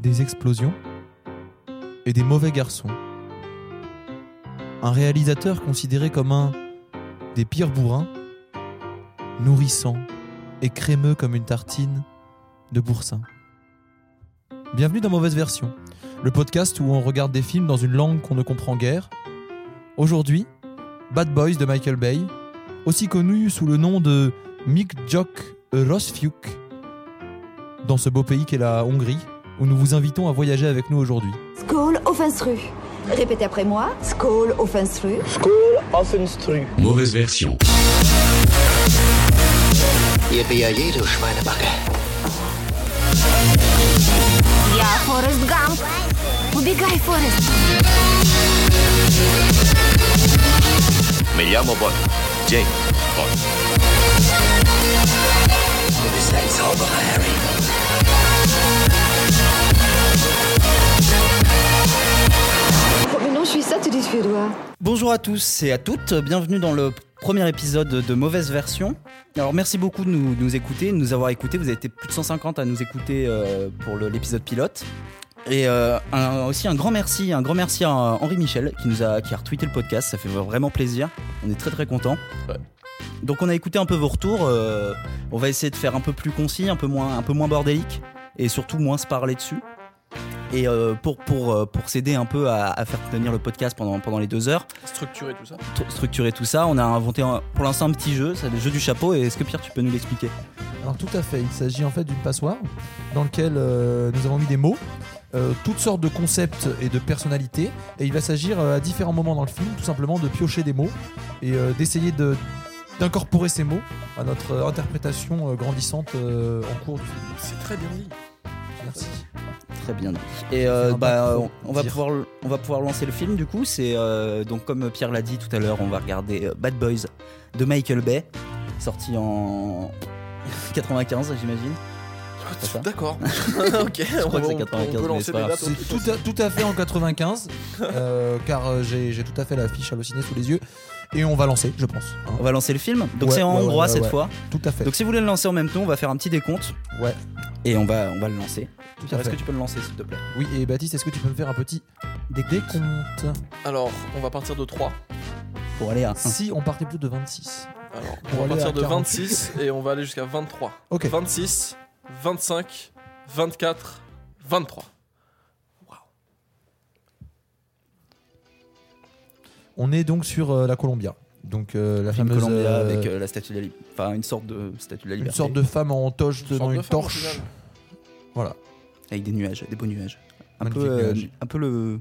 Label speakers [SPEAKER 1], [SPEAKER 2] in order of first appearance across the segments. [SPEAKER 1] des explosions et des mauvais garçons. Un réalisateur considéré comme un des pires bourrins, nourrissant et crémeux comme une tartine de boursin. Bienvenue dans Mauvaise Version, le podcast où on regarde des films dans une langue qu'on ne comprend guère. Aujourd'hui, Bad Boys de Michael Bay, aussi connu sous le nom de Mick Jock Rosfiuk, dans ce beau pays qu'est la Hongrie, où nous vous invitons à voyager avec nous aujourd'hui.
[SPEAKER 2] Skål au Finstru. Répétez après moi. Skål au Finstru.
[SPEAKER 3] Skål Offenstru.
[SPEAKER 4] Mauvaise version.
[SPEAKER 5] Ihr Bier, jede Schweinebacke.
[SPEAKER 6] Я Форест Гамп. Убегай, Форест.
[SPEAKER 7] Mi llamo Bond. James Bond.
[SPEAKER 5] Du bist ein Zauberer, Harry.
[SPEAKER 2] Mais non, je suis ça, tu dis suédois.
[SPEAKER 8] Bonjour à tous et à toutes, bienvenue dans le premier épisode de Mauvaise Version. Alors merci beaucoup de nous, de nous écouter, de nous avoir écoutés, vous avez été plus de 150 à nous écouter euh, pour le- l'épisode pilote. Et euh, un- aussi un grand merci, un grand merci à Henri Michel qui nous a, qui a retweeté le podcast, ça fait vraiment plaisir, on est très très contents. Donc on a écouté un peu vos retours, euh, on va essayer de faire un peu plus concis, un peu moins, un peu moins bordélique et surtout moins se parler dessus. Et euh, pour, pour, euh, pour s'aider un peu à, à faire tenir le podcast pendant, pendant les deux heures,
[SPEAKER 9] structurer tout ça.
[SPEAKER 8] tr- structurer tout ça. On a inventé un- pour l'instant un petit jeu, c'est le jeu du chapeau. Et est-ce que Pierre, tu peux nous l'expliquer
[SPEAKER 1] Alors tout à fait, il s'agit en fait d'une passoire dans laquelle euh, nous avons mis des mots, euh, toutes sortes de concepts et de personnalités, et il va s'agir euh, à différents moments dans le film tout simplement de piocher des mots et euh, d'essayer de d'incorporer ces mots à notre euh, interprétation euh, grandissante euh, en cours du film.
[SPEAKER 9] C'est très bien dit.
[SPEAKER 1] Merci.
[SPEAKER 8] Très bien. dit. Et
[SPEAKER 1] Ça
[SPEAKER 8] euh,
[SPEAKER 1] va
[SPEAKER 8] bah,
[SPEAKER 1] pas trop
[SPEAKER 8] on- on va
[SPEAKER 1] dire.
[SPEAKER 8] pouvoir le- on va pouvoir lancer le film. Du coup, c'est euh, donc comme Pierre l'a dit tout à l'heure, on va regarder euh, Bad Boys de Michael Bay, sorti en 95, j'imagine. C'est ça.
[SPEAKER 9] Ah, D'accord. ok. Je
[SPEAKER 8] crois que c'est 95, mais c'est pas grave.
[SPEAKER 1] C'est tout à, tout à fait en 95, euh, car euh, j'ai j'ai tout à fait la fiche hallucinée sous les yeux, et on va lancer, je pense. hein.
[SPEAKER 8] On va lancer le film. Donc
[SPEAKER 1] Ouais,
[SPEAKER 8] c'est en
[SPEAKER 1] ouais, ouais,
[SPEAKER 8] hongrois
[SPEAKER 1] ouais,
[SPEAKER 8] cette
[SPEAKER 1] ouais.
[SPEAKER 8] fois.
[SPEAKER 1] Tout à fait.
[SPEAKER 8] Donc si vous voulez le lancer en même temps, on va faire un petit décompte.
[SPEAKER 1] Ouais.
[SPEAKER 8] Et on va on va le lancer.
[SPEAKER 1] tout
[SPEAKER 8] Pierre,
[SPEAKER 1] à
[SPEAKER 8] est-ce que
[SPEAKER 1] fait.
[SPEAKER 8] tu peux le lancer s'il te plaît
[SPEAKER 1] Oui, et Baptiste, est-ce que tu peux me faire un petit décompte
[SPEAKER 9] Alors, on va partir de 3.
[SPEAKER 8] Pour aller à un.
[SPEAKER 1] Ah, Si on partait plus de 26.
[SPEAKER 9] Alors,
[SPEAKER 1] Pour
[SPEAKER 9] on va
[SPEAKER 1] aller à
[SPEAKER 9] partir de
[SPEAKER 1] 48.
[SPEAKER 9] 26 et on va aller jusqu'à 23.
[SPEAKER 1] Ok.
[SPEAKER 9] 26, 25, 24, 23.
[SPEAKER 1] On est donc sur euh, la Columbia. Donc euh, la
[SPEAKER 8] Film
[SPEAKER 1] fameuse
[SPEAKER 8] Columbia
[SPEAKER 1] euh,
[SPEAKER 8] avec euh, la statue de la liberté. Enfin, une sorte de statue de la
[SPEAKER 1] une
[SPEAKER 8] liberté.
[SPEAKER 1] sorte de femme en toche
[SPEAKER 9] Une
[SPEAKER 1] tenant
[SPEAKER 9] sorte de
[SPEAKER 1] une
[SPEAKER 9] femme, au
[SPEAKER 1] torche.
[SPEAKER 9] final.
[SPEAKER 1] Voilà.
[SPEAKER 8] Avec des nuages, des beaux nuages. Un peu,
[SPEAKER 1] Magnifique
[SPEAKER 8] euh,
[SPEAKER 1] nuage.
[SPEAKER 8] un peu le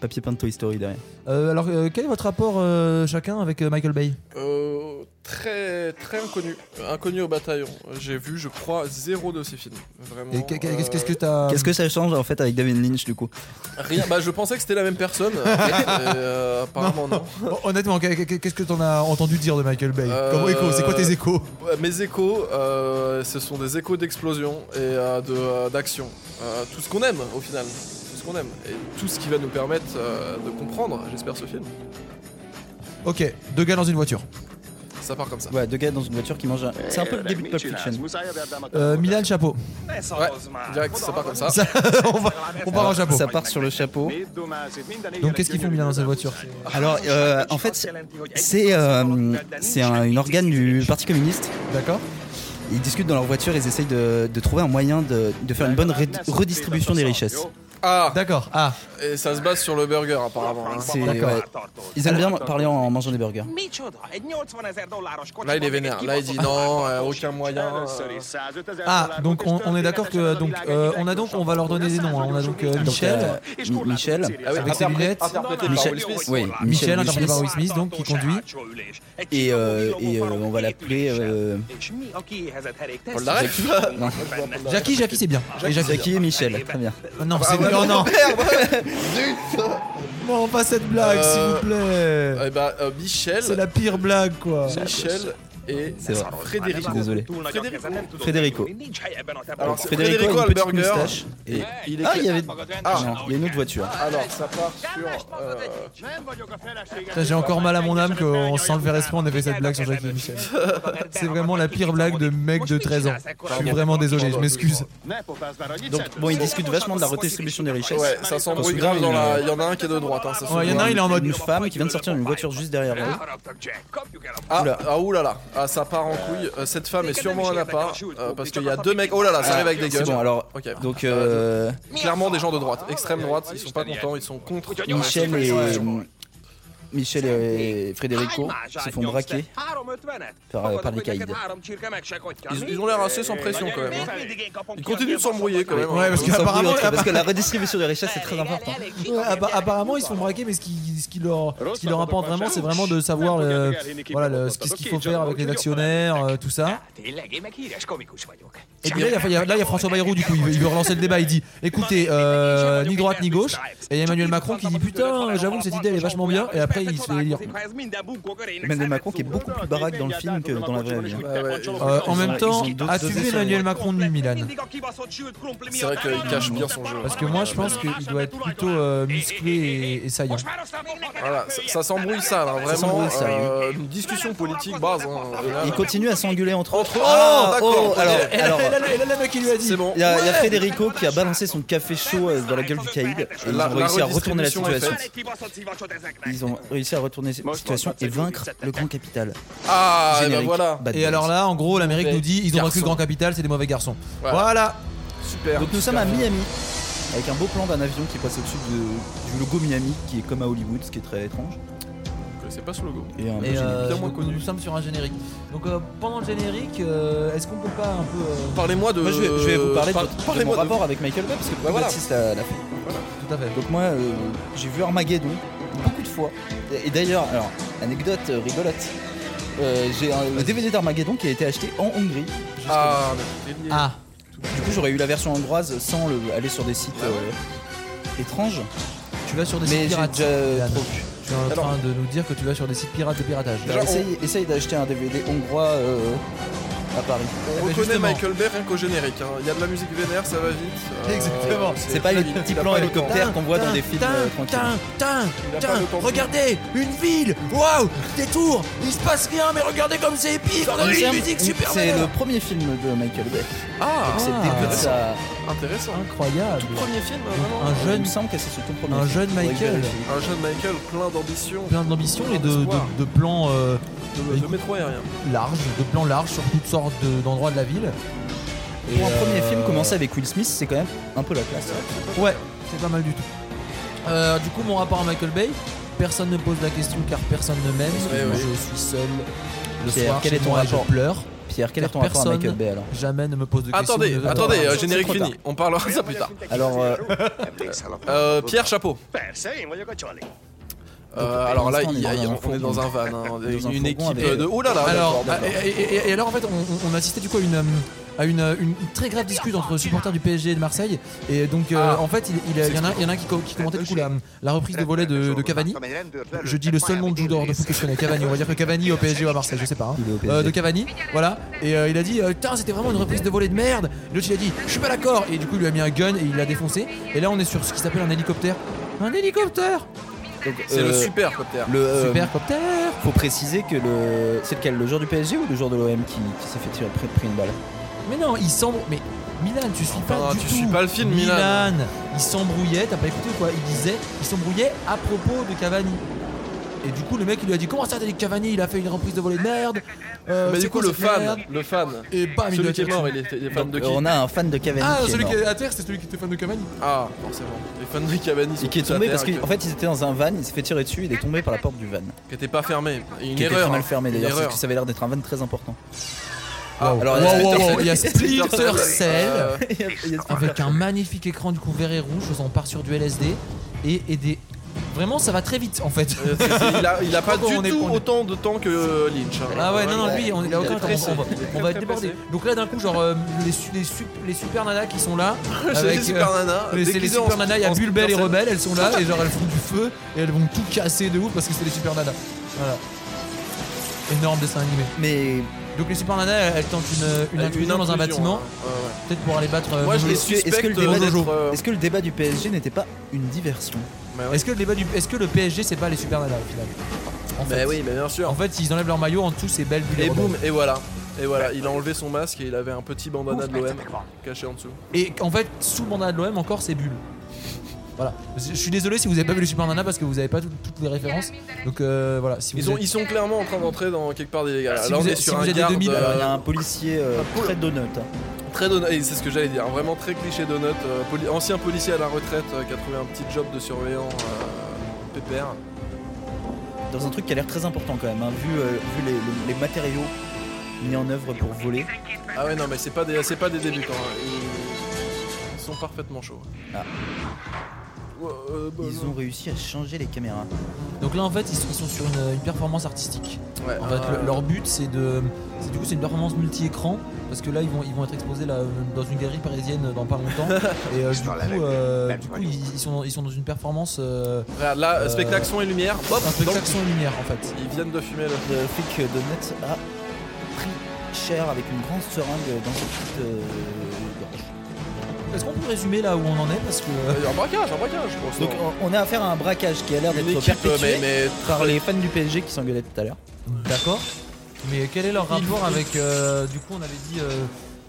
[SPEAKER 8] papier peint de Toy Story derrière.
[SPEAKER 1] Euh, alors euh, quel est votre rapport euh, chacun avec euh, Michael Bay
[SPEAKER 9] Euh, très très inconnu, inconnu au bataillon. J'ai vu, je crois, zéro de ces films. Vraiment.
[SPEAKER 1] Et qu'est- qu'est- qu'est-ce qu'est-ce que t'as
[SPEAKER 9] euh,
[SPEAKER 8] Qu'est-ce que ça change en fait avec David Lynch du coup
[SPEAKER 9] Rien. Bah, je pensais que c'était la même personne. mais, euh, apparemment non.
[SPEAKER 1] Bon, Honnêtement, qu'est- qu'est- qu'est-ce que t'en as entendu dire de Michael Bay
[SPEAKER 9] Euh,
[SPEAKER 1] Comme écho, c'est quoi tes échos
[SPEAKER 9] Ouais, Mes échos, euh, ce sont des échos d'explosion et euh, de, euh, d'action. Euh, tout ce qu'on aime au final. Tout ce qu'on aime. Et tout ce qui va nous permettre euh, de comprendre, j'espère, ce film.
[SPEAKER 1] Ok, deux gars dans une voiture.
[SPEAKER 9] Ça part comme ça.
[SPEAKER 8] Ouais, deux gars dans une voiture qui mangent. un- C'est un peu le début de Pulp Fiction.
[SPEAKER 1] Euh, Milan Chapeau.
[SPEAKER 9] Ouais, direct, ça part comme Ah. ça.
[SPEAKER 1] Ça, on, va- on part en chapeau.
[SPEAKER 8] Ça part sur le chapeau.
[SPEAKER 1] Donc qu'est-ce qu'ils font Milan dans cette voiture
[SPEAKER 9] Ah.
[SPEAKER 8] Alors, euh, en fait, c'est euh, c'est un une organe du Parti communiste.
[SPEAKER 1] D'accord
[SPEAKER 8] Ils discutent dans leur voiture, ils essayent de, de trouver un moyen de, de faire une bonne ré- redistribution des richesses.
[SPEAKER 9] Ah,
[SPEAKER 1] D'accord. Ah,
[SPEAKER 9] et ça se base sur le burger apparemment. hein.
[SPEAKER 8] C'est-
[SPEAKER 1] D'accord.
[SPEAKER 8] ouais. Ils aiment bien parler en, en mangeant des burgers.
[SPEAKER 9] Là, il est vénère. Là, il dit non, euh, aucun moyen. euh.
[SPEAKER 1] Ah, donc on, on est d'accord que donc euh, on a donc on va leur donner des noms. hein. On a donc euh, Michel,
[SPEAKER 8] M- euh, Michel,
[SPEAKER 9] Ah oui,
[SPEAKER 1] avec ses
[SPEAKER 9] interpré-
[SPEAKER 1] lunettes,
[SPEAKER 9] interprété par
[SPEAKER 8] Michel-
[SPEAKER 9] Will Smith.
[SPEAKER 8] oui,
[SPEAKER 1] Michel
[SPEAKER 8] Michel
[SPEAKER 1] interprété par
[SPEAKER 8] Smith.
[SPEAKER 1] Will Smith donc qui conduit.
[SPEAKER 8] et, euh, et, euh, on va l'appeler. euh,
[SPEAKER 9] On l'arrête
[SPEAKER 8] non.
[SPEAKER 1] Jackie, Jackie c'est bien. Et Jackie.
[SPEAKER 8] Jackie et Michel, très bien.
[SPEAKER 1] Oh Non, c'est oh non. Non, pas cette blague, s'il
[SPEAKER 9] Euh,
[SPEAKER 1] vous plaît.
[SPEAKER 9] Eh bah, euh, Michel,
[SPEAKER 1] C'est la pire blague quoi.
[SPEAKER 9] Michel et
[SPEAKER 8] C'est vrai.
[SPEAKER 9] Frédéric.
[SPEAKER 8] Je suis désolé.
[SPEAKER 9] Frédérico.
[SPEAKER 8] Federico.
[SPEAKER 9] Alors, c'est
[SPEAKER 8] Federico
[SPEAKER 9] Federico
[SPEAKER 8] avec une petite
[SPEAKER 9] Alberger.
[SPEAKER 8] moustache. Et...
[SPEAKER 9] Il est
[SPEAKER 8] Ah, il y avait.
[SPEAKER 9] Ah.
[SPEAKER 8] Non, Ah, il y a une autre voiture.
[SPEAKER 9] Alors, ça part
[SPEAKER 4] Ah,
[SPEAKER 9] sur. euh,
[SPEAKER 1] Putain, J'ai encore mal à mon âme qu'on sans le faire esprit, on a fait cette blague sur Jacques et Michel. C'est vraiment la pire blague de mec de 13 ans. Je suis vraiment désolé, je m'excuse.
[SPEAKER 8] Donc, bon, ils discutent vachement de la redistribution des richesses.
[SPEAKER 9] Ouais, ça
[SPEAKER 8] Parce
[SPEAKER 9] s'embrouille
[SPEAKER 8] que
[SPEAKER 9] grave
[SPEAKER 8] là,
[SPEAKER 9] dans
[SPEAKER 8] il-
[SPEAKER 9] la. Il y en a un qui est de droite. Hein, ça
[SPEAKER 1] Ouais, il y en a un, il est en mode-
[SPEAKER 8] Une femme qui vient de sortir d'une voiture juste derrière elle.
[SPEAKER 9] Ah,
[SPEAKER 8] Oula.
[SPEAKER 9] ah oulala, ah, ça part en couille. Euh, cette femme est sûrement un appart euh, parce qu'il y a deux mecs. Oh là là, ça arrive avec des gueules.
[SPEAKER 8] C'est bon, alors.
[SPEAKER 9] Ok.
[SPEAKER 8] Donc, euh,
[SPEAKER 9] Clairement des gens de droite, extrême droite, ils sont pas contents, ils sont contre.
[SPEAKER 8] Michel et. euh, Michel et Federico se font braquer par, euh, par les caïds.
[SPEAKER 9] Ils, ils ont l'air assez sans pression quand même. hein. Ils continuent de s'embrouiller quand même. hein.
[SPEAKER 1] Ouais, parce que-
[SPEAKER 8] Ils s'embrouillent
[SPEAKER 1] Apparemment,
[SPEAKER 8] entre eux, parce que la redistribution des richesses c'est très important.
[SPEAKER 1] Ouais, appa- apparemment, ils se font braquer, mais ce qui, ce qui leur, ce qui leur importe vraiment, c'est vraiment de savoir le- voilà, le- ce qu'est-ce qu'il faut faire avec les actionnaires, euh, tout ça. Et puis là, il y a- il y a, là, il y a François Bayrou, du coup, il veut, il veut relancer le débat. Il dit écoutez, euh, ni droite ni gauche. Et il y a Emmanuel Macron qui dit putain, j'avoue que cette idée elle est vachement bien. Et après, il se fait élire.
[SPEAKER 8] Emmanuel Macron qui est beaucoup plus baraque dans le film que dans la vraie vie. hein.
[SPEAKER 9] Ouais, ouais.
[SPEAKER 1] Euh, en même temps,
[SPEAKER 8] Ils ont d'autres
[SPEAKER 1] as-tu vu
[SPEAKER 8] essais.
[SPEAKER 1] Emmanuel Macron de Milan
[SPEAKER 9] C'est vrai qu'il cache bien son jeu.
[SPEAKER 1] Parce que moi, je pense qu'il doit être plutôt euh, musclé et, et saillant.
[SPEAKER 9] Voilà, ça, ça s'embrouille ça là, vraiment.
[SPEAKER 8] s'embrouille, ça,
[SPEAKER 9] euh, une discussion politique base. hein, de là,
[SPEAKER 8] Ils
[SPEAKER 9] là.
[SPEAKER 8] continuent à s'engueuler entre eux.
[SPEAKER 9] Entre eux.
[SPEAKER 8] Ah,
[SPEAKER 9] Oh, d'accord, ok.
[SPEAKER 8] alors,
[SPEAKER 1] Et
[SPEAKER 8] alors,
[SPEAKER 1] là, et là, et là, le mec, il lui a dit
[SPEAKER 9] C'est bon.
[SPEAKER 8] Il y, a, il y a Federico qui a balancé son café chaud euh, dans la gueule du caïd. Et Ils
[SPEAKER 9] La-
[SPEAKER 8] ont réussi
[SPEAKER 9] la
[SPEAKER 8] à retourner la
[SPEAKER 9] redistribution est
[SPEAKER 8] situation. Ils ont réussi à retourner la situation et vaincre le grand capital.
[SPEAKER 9] Ah, et ben
[SPEAKER 8] Générique.
[SPEAKER 9] voilà.
[SPEAKER 8] Bad
[SPEAKER 1] Et
[SPEAKER 8] Boys.
[SPEAKER 1] alors là, en gros, l'Amérique nous dit ils ont vaincu
[SPEAKER 9] Garçons.
[SPEAKER 1] le grand capital, c'est des mauvais garçons.
[SPEAKER 9] Voilà.
[SPEAKER 1] Voilà.
[SPEAKER 9] Super.
[SPEAKER 8] Donc nous sommes à Miami avec un beau plan d'un avion qui passe au-dessus de- du logo Miami qui est comme à Hollywood, ce qui est très étrange.
[SPEAKER 9] C'est pas ce logo.
[SPEAKER 8] Et un beau
[SPEAKER 1] Et
[SPEAKER 8] générique.
[SPEAKER 1] euh,
[SPEAKER 9] bien moins
[SPEAKER 1] nous-
[SPEAKER 9] connu.
[SPEAKER 1] Nous sommes sur un générique. Donc euh, pendant le générique, euh, est-ce qu'on peut pas un peu. euh,
[SPEAKER 9] Parlez-moi de.
[SPEAKER 8] Moi je vais, je vais vous parler de,
[SPEAKER 9] Par-
[SPEAKER 8] votre- de mon
[SPEAKER 9] Euh, Parlez-moi de.
[SPEAKER 8] rapport avec Michael Bay parce que
[SPEAKER 9] Bah voilà.
[SPEAKER 8] Baptiste l'a l'a fait.
[SPEAKER 1] Tout à fait.
[SPEAKER 8] Donc moi euh, j'ai vu Armageddon beaucoup de fois. Et, et d'ailleurs, alors, anecdote euh, rigolote. euh, j'ai un le DVD d'Armageddon qui a été acheté en Hongrie.
[SPEAKER 9] Ah, mais t'es lié.
[SPEAKER 1] Ah,
[SPEAKER 8] Du coup j'aurais eu la version hongroise sans le- aller sur des sites
[SPEAKER 9] Bah
[SPEAKER 8] euh, étranges.
[SPEAKER 1] tu vas sur des
[SPEAKER 8] Mais
[SPEAKER 1] sites
[SPEAKER 8] j'ai
[SPEAKER 1] pirates.
[SPEAKER 8] déjà euh,
[SPEAKER 1] Yann.
[SPEAKER 8] trop-
[SPEAKER 1] Tu es en
[SPEAKER 9] Alors-
[SPEAKER 1] train de nous dire que tu vas sur des sites pirates de piratage.
[SPEAKER 9] Déjà, on-
[SPEAKER 8] essaye, essaye d'acheter un DVD hongrois euh, à Paris.
[SPEAKER 9] On
[SPEAKER 1] bah
[SPEAKER 9] reconnaît
[SPEAKER 1] justement.
[SPEAKER 9] Michael Bay rien qu'au générique. hein. Il y a de la musique vénère, ça va vite. Euh,
[SPEAKER 1] Exactement.
[SPEAKER 8] C'est pas
[SPEAKER 9] très
[SPEAKER 8] les
[SPEAKER 9] vite.
[SPEAKER 8] petits
[SPEAKER 9] Il a
[SPEAKER 8] plans
[SPEAKER 9] pas le
[SPEAKER 8] hélicoptères.
[SPEAKER 9] temps.
[SPEAKER 8] Terre qu'on voit dans des films, euh, tranquilles.
[SPEAKER 1] Tin, tin,
[SPEAKER 9] Il a
[SPEAKER 1] tin,
[SPEAKER 9] pas le temps de-
[SPEAKER 1] regardez, une ville, waouh, des tours, il se passe rien, mais regardez comme c'est épique, on a une
[SPEAKER 8] Deuxième,
[SPEAKER 1] musique super
[SPEAKER 8] C'est
[SPEAKER 1] belle.
[SPEAKER 8] le premier film de Michael Bay.
[SPEAKER 9] Ah,
[SPEAKER 8] C'est le
[SPEAKER 1] Ah.
[SPEAKER 8] début de sa.
[SPEAKER 9] intéressant.
[SPEAKER 1] Incroyable.
[SPEAKER 9] Premier film, vraiment.
[SPEAKER 1] Un
[SPEAKER 8] Il me
[SPEAKER 1] jeune,
[SPEAKER 8] semble que c'est son tout premier
[SPEAKER 1] un
[SPEAKER 8] film.
[SPEAKER 1] jeune
[SPEAKER 8] Faudrait que je
[SPEAKER 1] Michael,
[SPEAKER 8] vérifie.
[SPEAKER 9] Un jeune Michael plein d'ambition,
[SPEAKER 1] plein d'ambition et de,
[SPEAKER 9] D'espoir.
[SPEAKER 1] de- de plans euh,
[SPEAKER 9] de, de métro aérien.
[SPEAKER 1] larges, de plans larges sur toutes sortes de- d'endroits de la ville. Et,
[SPEAKER 8] Pour un premier
[SPEAKER 1] euh,
[SPEAKER 8] film, commencer avec Will Smith, c'est quand même un peu la classe.
[SPEAKER 1] Ouais, c'est pas mal du tout. Euh, du coup, mon rapport à Michael Bay, personne ne pose la question car personne ne m'aime.
[SPEAKER 9] Ouais, ouais.
[SPEAKER 1] Je suis seul le
[SPEAKER 8] Pierre,
[SPEAKER 1] soir.
[SPEAKER 8] quel
[SPEAKER 1] chez
[SPEAKER 8] est ton
[SPEAKER 1] moi et je
[SPEAKER 8] rapport
[SPEAKER 1] pleure.
[SPEAKER 8] Pierre, quel est ton
[SPEAKER 1] Personne.
[SPEAKER 8] rapport à Michael Bay alors
[SPEAKER 1] Jamais ne me pose de questions.
[SPEAKER 9] Attendez,
[SPEAKER 1] Ne-
[SPEAKER 9] attendez, euh,
[SPEAKER 1] Attends,
[SPEAKER 9] générique
[SPEAKER 1] c'est trop
[SPEAKER 9] fini. On parlera de ça plus tard.
[SPEAKER 8] Alors, euh,
[SPEAKER 9] Euh, Pierre Chapeau. Euh, alors là,
[SPEAKER 8] l'instant,
[SPEAKER 9] il y a-
[SPEAKER 8] on est dans
[SPEAKER 9] on,
[SPEAKER 8] un
[SPEAKER 9] est dans un van, hein,
[SPEAKER 8] un
[SPEAKER 9] une
[SPEAKER 8] fourgon
[SPEAKER 9] équipe
[SPEAKER 8] avec-
[SPEAKER 9] de. Oh là là,
[SPEAKER 1] tard. Alors,
[SPEAKER 9] d'accord, d'accord.
[SPEAKER 1] et, et- et alors en fait, on- on, on assistait du coup à une. euh, à une, euh, une très grave dispute entre supporters du PSG et de Marseille et donc euh,
[SPEAKER 9] Ah.
[SPEAKER 1] en fait il, il- il y en a, il y en a un qui, co- qui commentait du coup la, la reprise de volet de, de Cavani je dis le seul nom de joueur de foot que je connais Cavani on va dire que Cavani est au PSG ou à Marseille je sais pas hein.
[SPEAKER 8] Il est au PSG.
[SPEAKER 1] Euh, de Cavani voilà et euh, il a dit euh, putain c'était vraiment une reprise de volet de merde Et l'autre il a dit je suis pas d'accord et du coup il lui a mis un gun et il l'a défoncé et là on est sur ce qui s'appelle un hélicoptère un hélicoptère
[SPEAKER 9] C'est le
[SPEAKER 8] euh,
[SPEAKER 9] super copter.
[SPEAKER 8] le, euh,
[SPEAKER 1] supercoptère
[SPEAKER 8] Faut préciser que le. C'est lequel Le joueur du PSG ou le joueur de l'OM qui, qui s'est fait tirer pris, pris une balle
[SPEAKER 1] Mais non, il s'embrouille. Mais Milan, tu suis pas
[SPEAKER 9] Ah,
[SPEAKER 1] du
[SPEAKER 9] tu
[SPEAKER 1] tout.
[SPEAKER 9] suis pas le film,
[SPEAKER 1] Milan.
[SPEAKER 9] Milan.
[SPEAKER 1] Il s'embrouillait, t'as pas écouté quoi Il disait, il s'embrouillait à propos de Cavani. Et du coup, le mec, il lui a dit Comment ça, t'as dit que Cavani Il a fait une reprise de volet de merde. Euh,
[SPEAKER 9] Mais
[SPEAKER 1] c'est
[SPEAKER 9] du coup,
[SPEAKER 1] quoi
[SPEAKER 9] le
[SPEAKER 1] cette merde
[SPEAKER 9] fan, le fan.
[SPEAKER 1] Et bam, il lui
[SPEAKER 9] Celui
[SPEAKER 1] a
[SPEAKER 9] qui est
[SPEAKER 1] tiré
[SPEAKER 9] mort,
[SPEAKER 1] dessus.
[SPEAKER 9] il est, il est fan de
[SPEAKER 8] Euh,
[SPEAKER 9] qui
[SPEAKER 8] On a un fan de Cavani
[SPEAKER 1] Ah,
[SPEAKER 8] qui est
[SPEAKER 1] celui
[SPEAKER 8] mort.
[SPEAKER 1] qui est à terre, c'est celui qui était fan de Cavani.
[SPEAKER 9] Ah, forcément. Les fans de Cavani sont
[SPEAKER 8] Et qui est
[SPEAKER 9] tous à
[SPEAKER 8] tombé
[SPEAKER 9] terre,
[SPEAKER 8] parce
[SPEAKER 9] que-
[SPEAKER 8] qu'en fait ils étaient dans un van, il s'est fait tirer dessus, il est tombé par la porte du van.
[SPEAKER 9] qui était pas fermé. Et Une
[SPEAKER 8] qui était
[SPEAKER 9] erreur.
[SPEAKER 8] très mal
[SPEAKER 9] hein.
[SPEAKER 8] fermé
[SPEAKER 9] Une
[SPEAKER 8] d'ailleurs, parce
[SPEAKER 9] erreur.
[SPEAKER 8] que ça avait l'air d'être un van très important.
[SPEAKER 9] Ah,
[SPEAKER 8] Wow. Alors,
[SPEAKER 1] Wow,
[SPEAKER 8] il y a
[SPEAKER 1] wow, wow,
[SPEAKER 8] Splinter Cell.
[SPEAKER 1] il y a Splinter Cell
[SPEAKER 9] Euh,
[SPEAKER 1] avec un magnifique écran du coup vert et rouge. On part sur du LSD et, et des. Vraiment, ça va très vite en fait.
[SPEAKER 9] c'est- c'est- il a, il a pas
[SPEAKER 1] Je crois
[SPEAKER 9] du
[SPEAKER 1] qu'on est-
[SPEAKER 9] tout
[SPEAKER 1] on est-
[SPEAKER 9] autant de temps que euh, Lynch. hein.
[SPEAKER 1] Ah ouais, non, non,
[SPEAKER 9] Vraiment.
[SPEAKER 1] lui, on, il a aucun temps,
[SPEAKER 9] pressé.
[SPEAKER 1] on, va-
[SPEAKER 9] Il est
[SPEAKER 1] on
[SPEAKER 9] très,
[SPEAKER 1] va
[SPEAKER 9] très
[SPEAKER 1] déborder.
[SPEAKER 9] pressé.
[SPEAKER 1] Donc là, d'un coup, genre, euh, les, su- les, sup- les super nanas qui sont là.
[SPEAKER 9] C'est
[SPEAKER 1] avec,
[SPEAKER 9] les
[SPEAKER 1] euh,
[SPEAKER 9] super nanas.
[SPEAKER 1] les- c'est les
[SPEAKER 9] déguisées en-
[SPEAKER 1] super nanas, il y a
[SPEAKER 9] en
[SPEAKER 1] Bulbel et
[SPEAKER 9] Splinter Cell.
[SPEAKER 1] Rebelle, elles sont là, et genre, elles font du feu, et elles vont tout casser de ouf parce que c'est les super nanas. Voilà. énorme dessin animé.
[SPEAKER 8] Mais
[SPEAKER 1] Donc les super nanas, elles, elles tentent une, une
[SPEAKER 9] Euh,
[SPEAKER 1] intrusion dans un
[SPEAKER 9] inclusion,
[SPEAKER 1] bâtiment,
[SPEAKER 9] hein. Ouais, ouais.
[SPEAKER 1] peut-être pour aller battre. euh,
[SPEAKER 9] Moi, je
[SPEAKER 1] Mojo.
[SPEAKER 9] les
[SPEAKER 8] est-ce que- est-ce que le
[SPEAKER 9] suspecte
[SPEAKER 8] débat
[SPEAKER 9] d'être,
[SPEAKER 1] d'être,
[SPEAKER 9] euh,
[SPEAKER 8] est-ce que le débat du PSG n'était pas une diversion
[SPEAKER 9] mais ouais.
[SPEAKER 1] Est-ce que le débat du, est-ce que le PSG c'est pas les super nanas au final En
[SPEAKER 9] Mais
[SPEAKER 1] fait.
[SPEAKER 9] Bah oui, mais bien sûr.
[SPEAKER 1] En fait, ils enlèvent leur maillot en dessous, c'est belle bulle.
[SPEAKER 9] Et
[SPEAKER 1] de
[SPEAKER 9] boum,
[SPEAKER 1] rose.
[SPEAKER 9] et voilà. Et voilà, il a enlevé son masque et il avait un petit bandana de l'OM caché en dessous.
[SPEAKER 1] Et en fait, sous le bandana de l'OM encore, c'est bulle. Voilà. Je suis désolé si vous avez pas vu les super nanas parce que vous avez pas tout- toutes les références. Donc euh, voilà. Si vous
[SPEAKER 9] Ils, ont,
[SPEAKER 1] êtes-
[SPEAKER 9] ils sont clairement en train d'entrer dans quelque part d'illégal.
[SPEAKER 1] Si
[SPEAKER 9] Là, on
[SPEAKER 1] vous
[SPEAKER 9] est
[SPEAKER 1] êtes-
[SPEAKER 9] sur
[SPEAKER 1] si vous
[SPEAKER 9] un
[SPEAKER 1] êtes des
[SPEAKER 9] garde
[SPEAKER 1] 2000,
[SPEAKER 9] euh,
[SPEAKER 1] alors
[SPEAKER 8] Il y a un policier euh, très donut. hein.
[SPEAKER 9] très donut. Et C'est ce que j'allais dire. Vraiment très cliché donut. euh, poli- ancien policier à la retraite euh, qui a trouvé un petit job de surveillant euh, pépère.
[SPEAKER 8] dans un truc qui a l'air très important quand même, hein, vu, euh, vu les, les- les matériaux mis en œuvre pour voler.
[SPEAKER 9] Ah ouais, non, mais c'est pas des, c'est pas des débutants. hein. Ils- Ils sont parfaitement chauds.
[SPEAKER 8] Ah.
[SPEAKER 9] Ouais, euh, bah,
[SPEAKER 8] Ils ont réussi à changer les caméras.
[SPEAKER 1] Donc là, en fait, ils sont, ils sont sur une, une performance artistique.
[SPEAKER 9] ouais,
[SPEAKER 1] En fait,
[SPEAKER 9] euh,
[SPEAKER 1] le- leur but, c'est de, c'est du coup, c'est une performance multi-écran parce que là, ils vont, ils vont être exposés là, euh, dans une galerie parisienne euh, dans pas longtemps. et euh, du coup, euh, du coup, ils, ils sont, ils sont dans une performance, euh,
[SPEAKER 9] Regarde, là,
[SPEAKER 1] Euh,
[SPEAKER 9] spectacle son et lumière. Hop,
[SPEAKER 1] un
[SPEAKER 9] dans le-
[SPEAKER 1] spectacle sans lumière, en fait.
[SPEAKER 9] Ils viennent de fumer le.
[SPEAKER 8] Le flic donut a pris cher avec une grande seringue dans sa petite euh, gorge.
[SPEAKER 1] Est-ce qu'on peut résumer là où on en est parce que euh,
[SPEAKER 9] Un braquage, un braquage, je pense.
[SPEAKER 8] Donc
[SPEAKER 9] non.
[SPEAKER 8] on- on a affaire à un braquage qui a l'air
[SPEAKER 9] Une
[SPEAKER 8] d'être
[SPEAKER 9] équipe, euh,
[SPEAKER 8] perpétué
[SPEAKER 9] mais, mais
[SPEAKER 8] par les fans du PSG qui s'engueulaient tout à l'heure.
[SPEAKER 1] D'accord. Mais quel est leur
[SPEAKER 9] Il-
[SPEAKER 1] rapport
[SPEAKER 9] il-
[SPEAKER 1] avec, euh, du coup, on avait dit euh,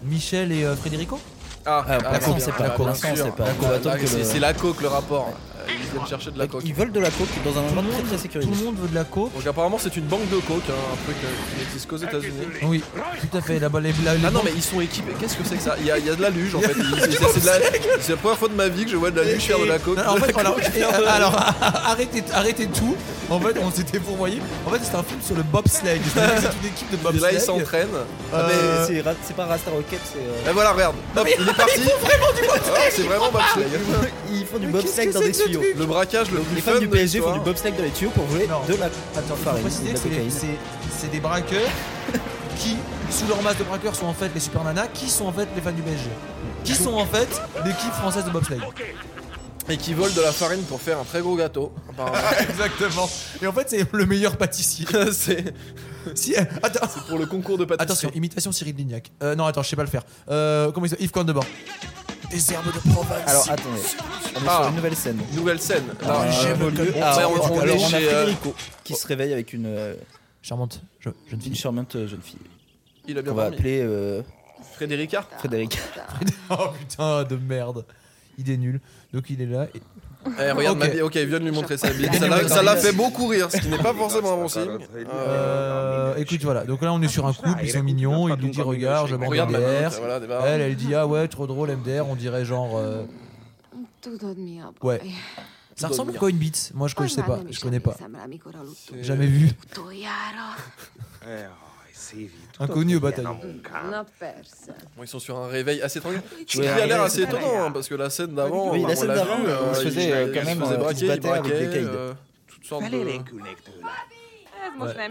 [SPEAKER 1] Michel et euh, Frédérico
[SPEAKER 9] Ah,
[SPEAKER 8] Ah, pour l'instant,
[SPEAKER 9] bien,
[SPEAKER 8] c'est pas-
[SPEAKER 9] ah,
[SPEAKER 8] pour
[SPEAKER 9] bien
[SPEAKER 8] l'instant,
[SPEAKER 9] sûr.
[SPEAKER 8] c'est pas-
[SPEAKER 9] Ah,
[SPEAKER 8] pour l'instant
[SPEAKER 9] là,
[SPEAKER 8] que
[SPEAKER 9] c'est-
[SPEAKER 8] le-
[SPEAKER 9] C'est la coke le rapport. Euh, Ils viennent chercher de la
[SPEAKER 8] Donc,
[SPEAKER 9] coke.
[SPEAKER 8] Ils veulent de la coke dans un
[SPEAKER 1] Tout le
[SPEAKER 8] endroit très
[SPEAKER 1] monde-
[SPEAKER 8] très sécurisé.
[SPEAKER 1] Tout le monde veut de la coke.
[SPEAKER 9] Donc apparemment c'est une banque de coke, hein, un truc euh, qui n'existe qu'aux
[SPEAKER 4] Ah,
[SPEAKER 9] États-Unis.
[SPEAKER 1] Oui, tout à fait. Là-bas, les, la- les
[SPEAKER 9] Ah non
[SPEAKER 1] banques-
[SPEAKER 9] mais ils sont équipés, qu'est-ce que c'est que ça il y, a, il y a de la luge en fait. Ils- c'est- c'est de la- C'est la première fois de ma vie que je vois de la luge faire de la coke.
[SPEAKER 1] Non, en
[SPEAKER 9] De la
[SPEAKER 1] fait, alors,
[SPEAKER 9] coke
[SPEAKER 1] et, euh,
[SPEAKER 9] faire de la-
[SPEAKER 1] alors, arrêtez, arrêtez tout. En fait, on s'était fourvoyé. En fait, c'était un film sur le bobsleigh. C'est-à-dire que C'est une équipe de
[SPEAKER 9] Et
[SPEAKER 1] bobsleigh.
[SPEAKER 9] là ils s'entraînent.
[SPEAKER 8] Ah, mais
[SPEAKER 1] Euh,
[SPEAKER 8] c'est ra- c'est pas Rasta Rocket, c'est. euh,
[SPEAKER 9] Et voilà regarde, Hop,
[SPEAKER 1] mais-
[SPEAKER 9] il est parti. vraiment du C'est vraiment bobsleigh.
[SPEAKER 8] Ils font du
[SPEAKER 1] Mais qu'est-ce
[SPEAKER 8] bobsleigh
[SPEAKER 1] que
[SPEAKER 8] dans
[SPEAKER 1] c'est
[SPEAKER 8] des
[SPEAKER 1] que ce
[SPEAKER 8] tuyaux.
[SPEAKER 1] truc
[SPEAKER 9] Le braquage, le
[SPEAKER 8] Les
[SPEAKER 9] plus
[SPEAKER 8] fans
[SPEAKER 9] fun
[SPEAKER 8] du
[SPEAKER 9] de
[SPEAKER 8] PSG font
[SPEAKER 9] l'histoire.
[SPEAKER 8] du bobsleigh dans les tuyaux pour voler
[SPEAKER 1] Non.
[SPEAKER 8] de la
[SPEAKER 1] Attends, faut
[SPEAKER 8] farine,
[SPEAKER 1] préciser que
[SPEAKER 8] de la
[SPEAKER 1] c'est les-
[SPEAKER 8] cocaïne.
[SPEAKER 1] c'est c'est des braqueurs qui, sous leur masse de braqueurs, sont en fait les super nanas, qui sont en fait les fans du PSG, qui sont en fait l'équipe française de bobsleigh.
[SPEAKER 9] Et qui volent de la farine pour faire un très gros gâteau. apparemment.
[SPEAKER 1] Exactement. Et en fait, c'est le meilleur pâtissier.
[SPEAKER 9] c'est
[SPEAKER 1] si, euh, attends.
[SPEAKER 9] pour le concours de pâtisserie.
[SPEAKER 1] Attention, imitation Cyril Lignac. Euh, non, attends, je sais pas le faire. Euh, comment il s'appelle Yves Cohen de bord. Des herbes de Provence.
[SPEAKER 8] Alors attendez, on est sur
[SPEAKER 9] Ah.
[SPEAKER 8] une nouvelle scène.
[SPEAKER 9] Nouvelle scène.
[SPEAKER 8] Alors,
[SPEAKER 9] Là,
[SPEAKER 1] Ah, j'aime le
[SPEAKER 8] euh, lieu-
[SPEAKER 1] code.
[SPEAKER 8] Ah,
[SPEAKER 9] Ouais,
[SPEAKER 8] on,
[SPEAKER 9] on-
[SPEAKER 8] alors,
[SPEAKER 9] on
[SPEAKER 8] on
[SPEAKER 9] est
[SPEAKER 8] a
[SPEAKER 9] chez,
[SPEAKER 1] euh,
[SPEAKER 8] Federico qui se réveille avec une, euh,
[SPEAKER 1] Charmante, je, jeune
[SPEAKER 8] une
[SPEAKER 1] fille.
[SPEAKER 8] charmante euh, jeune fille
[SPEAKER 9] il a bien
[SPEAKER 8] qu'on va
[SPEAKER 9] dormi.
[SPEAKER 8] appeler euh,
[SPEAKER 9] Frédérica
[SPEAKER 8] Frédéric.
[SPEAKER 1] oh putain de merde. Il est nul. Donc il est là. et-
[SPEAKER 9] Eh, regarde
[SPEAKER 1] Ok.
[SPEAKER 9] ma bite. Ok, il vient de lui montrer sa bite. Ça
[SPEAKER 1] mais
[SPEAKER 9] l'a-
[SPEAKER 1] attends,
[SPEAKER 9] Ça l'a
[SPEAKER 1] mais-
[SPEAKER 9] fait beaucoup rire, ce qui n'est pas forcément un bon signe. Euh,
[SPEAKER 1] Euh, écoute, voilà. Donc là, on est sur un couple, ils sont mignons. Il lui dit Regarde, je
[SPEAKER 9] on
[SPEAKER 1] m'en
[SPEAKER 9] regarde ma
[SPEAKER 1] MDR.
[SPEAKER 9] bite, voilà, des barres.
[SPEAKER 1] Elle, elle dit Ah ouais, trop drôle, MDR. On dirait genre. euh, Ouais. Ça ressemble à quoi une bite Moi, je, je sais pas. Je connais pas. Jamais vu. Inconnu au bataillon.
[SPEAKER 9] Bon, ils sont sur un réveil assez tranquille. Ce qui
[SPEAKER 8] Ouais,
[SPEAKER 9] a l'air
[SPEAKER 8] ouais,
[SPEAKER 9] assez étonnant, hein, parce que la scène d'avant,
[SPEAKER 8] Oui, la
[SPEAKER 9] on
[SPEAKER 8] scène
[SPEAKER 9] l'a
[SPEAKER 8] d'avant,
[SPEAKER 9] vu,
[SPEAKER 8] euh, on se
[SPEAKER 9] ils-
[SPEAKER 8] faisait, euh, quand même,
[SPEAKER 9] ils se
[SPEAKER 8] euh,
[SPEAKER 9] faisaient braquer,
[SPEAKER 8] ils se
[SPEAKER 9] ils
[SPEAKER 8] battaient avec
[SPEAKER 9] braquaient,
[SPEAKER 8] des caïds.
[SPEAKER 9] euh, toutes sortes de...
[SPEAKER 1] Ouais.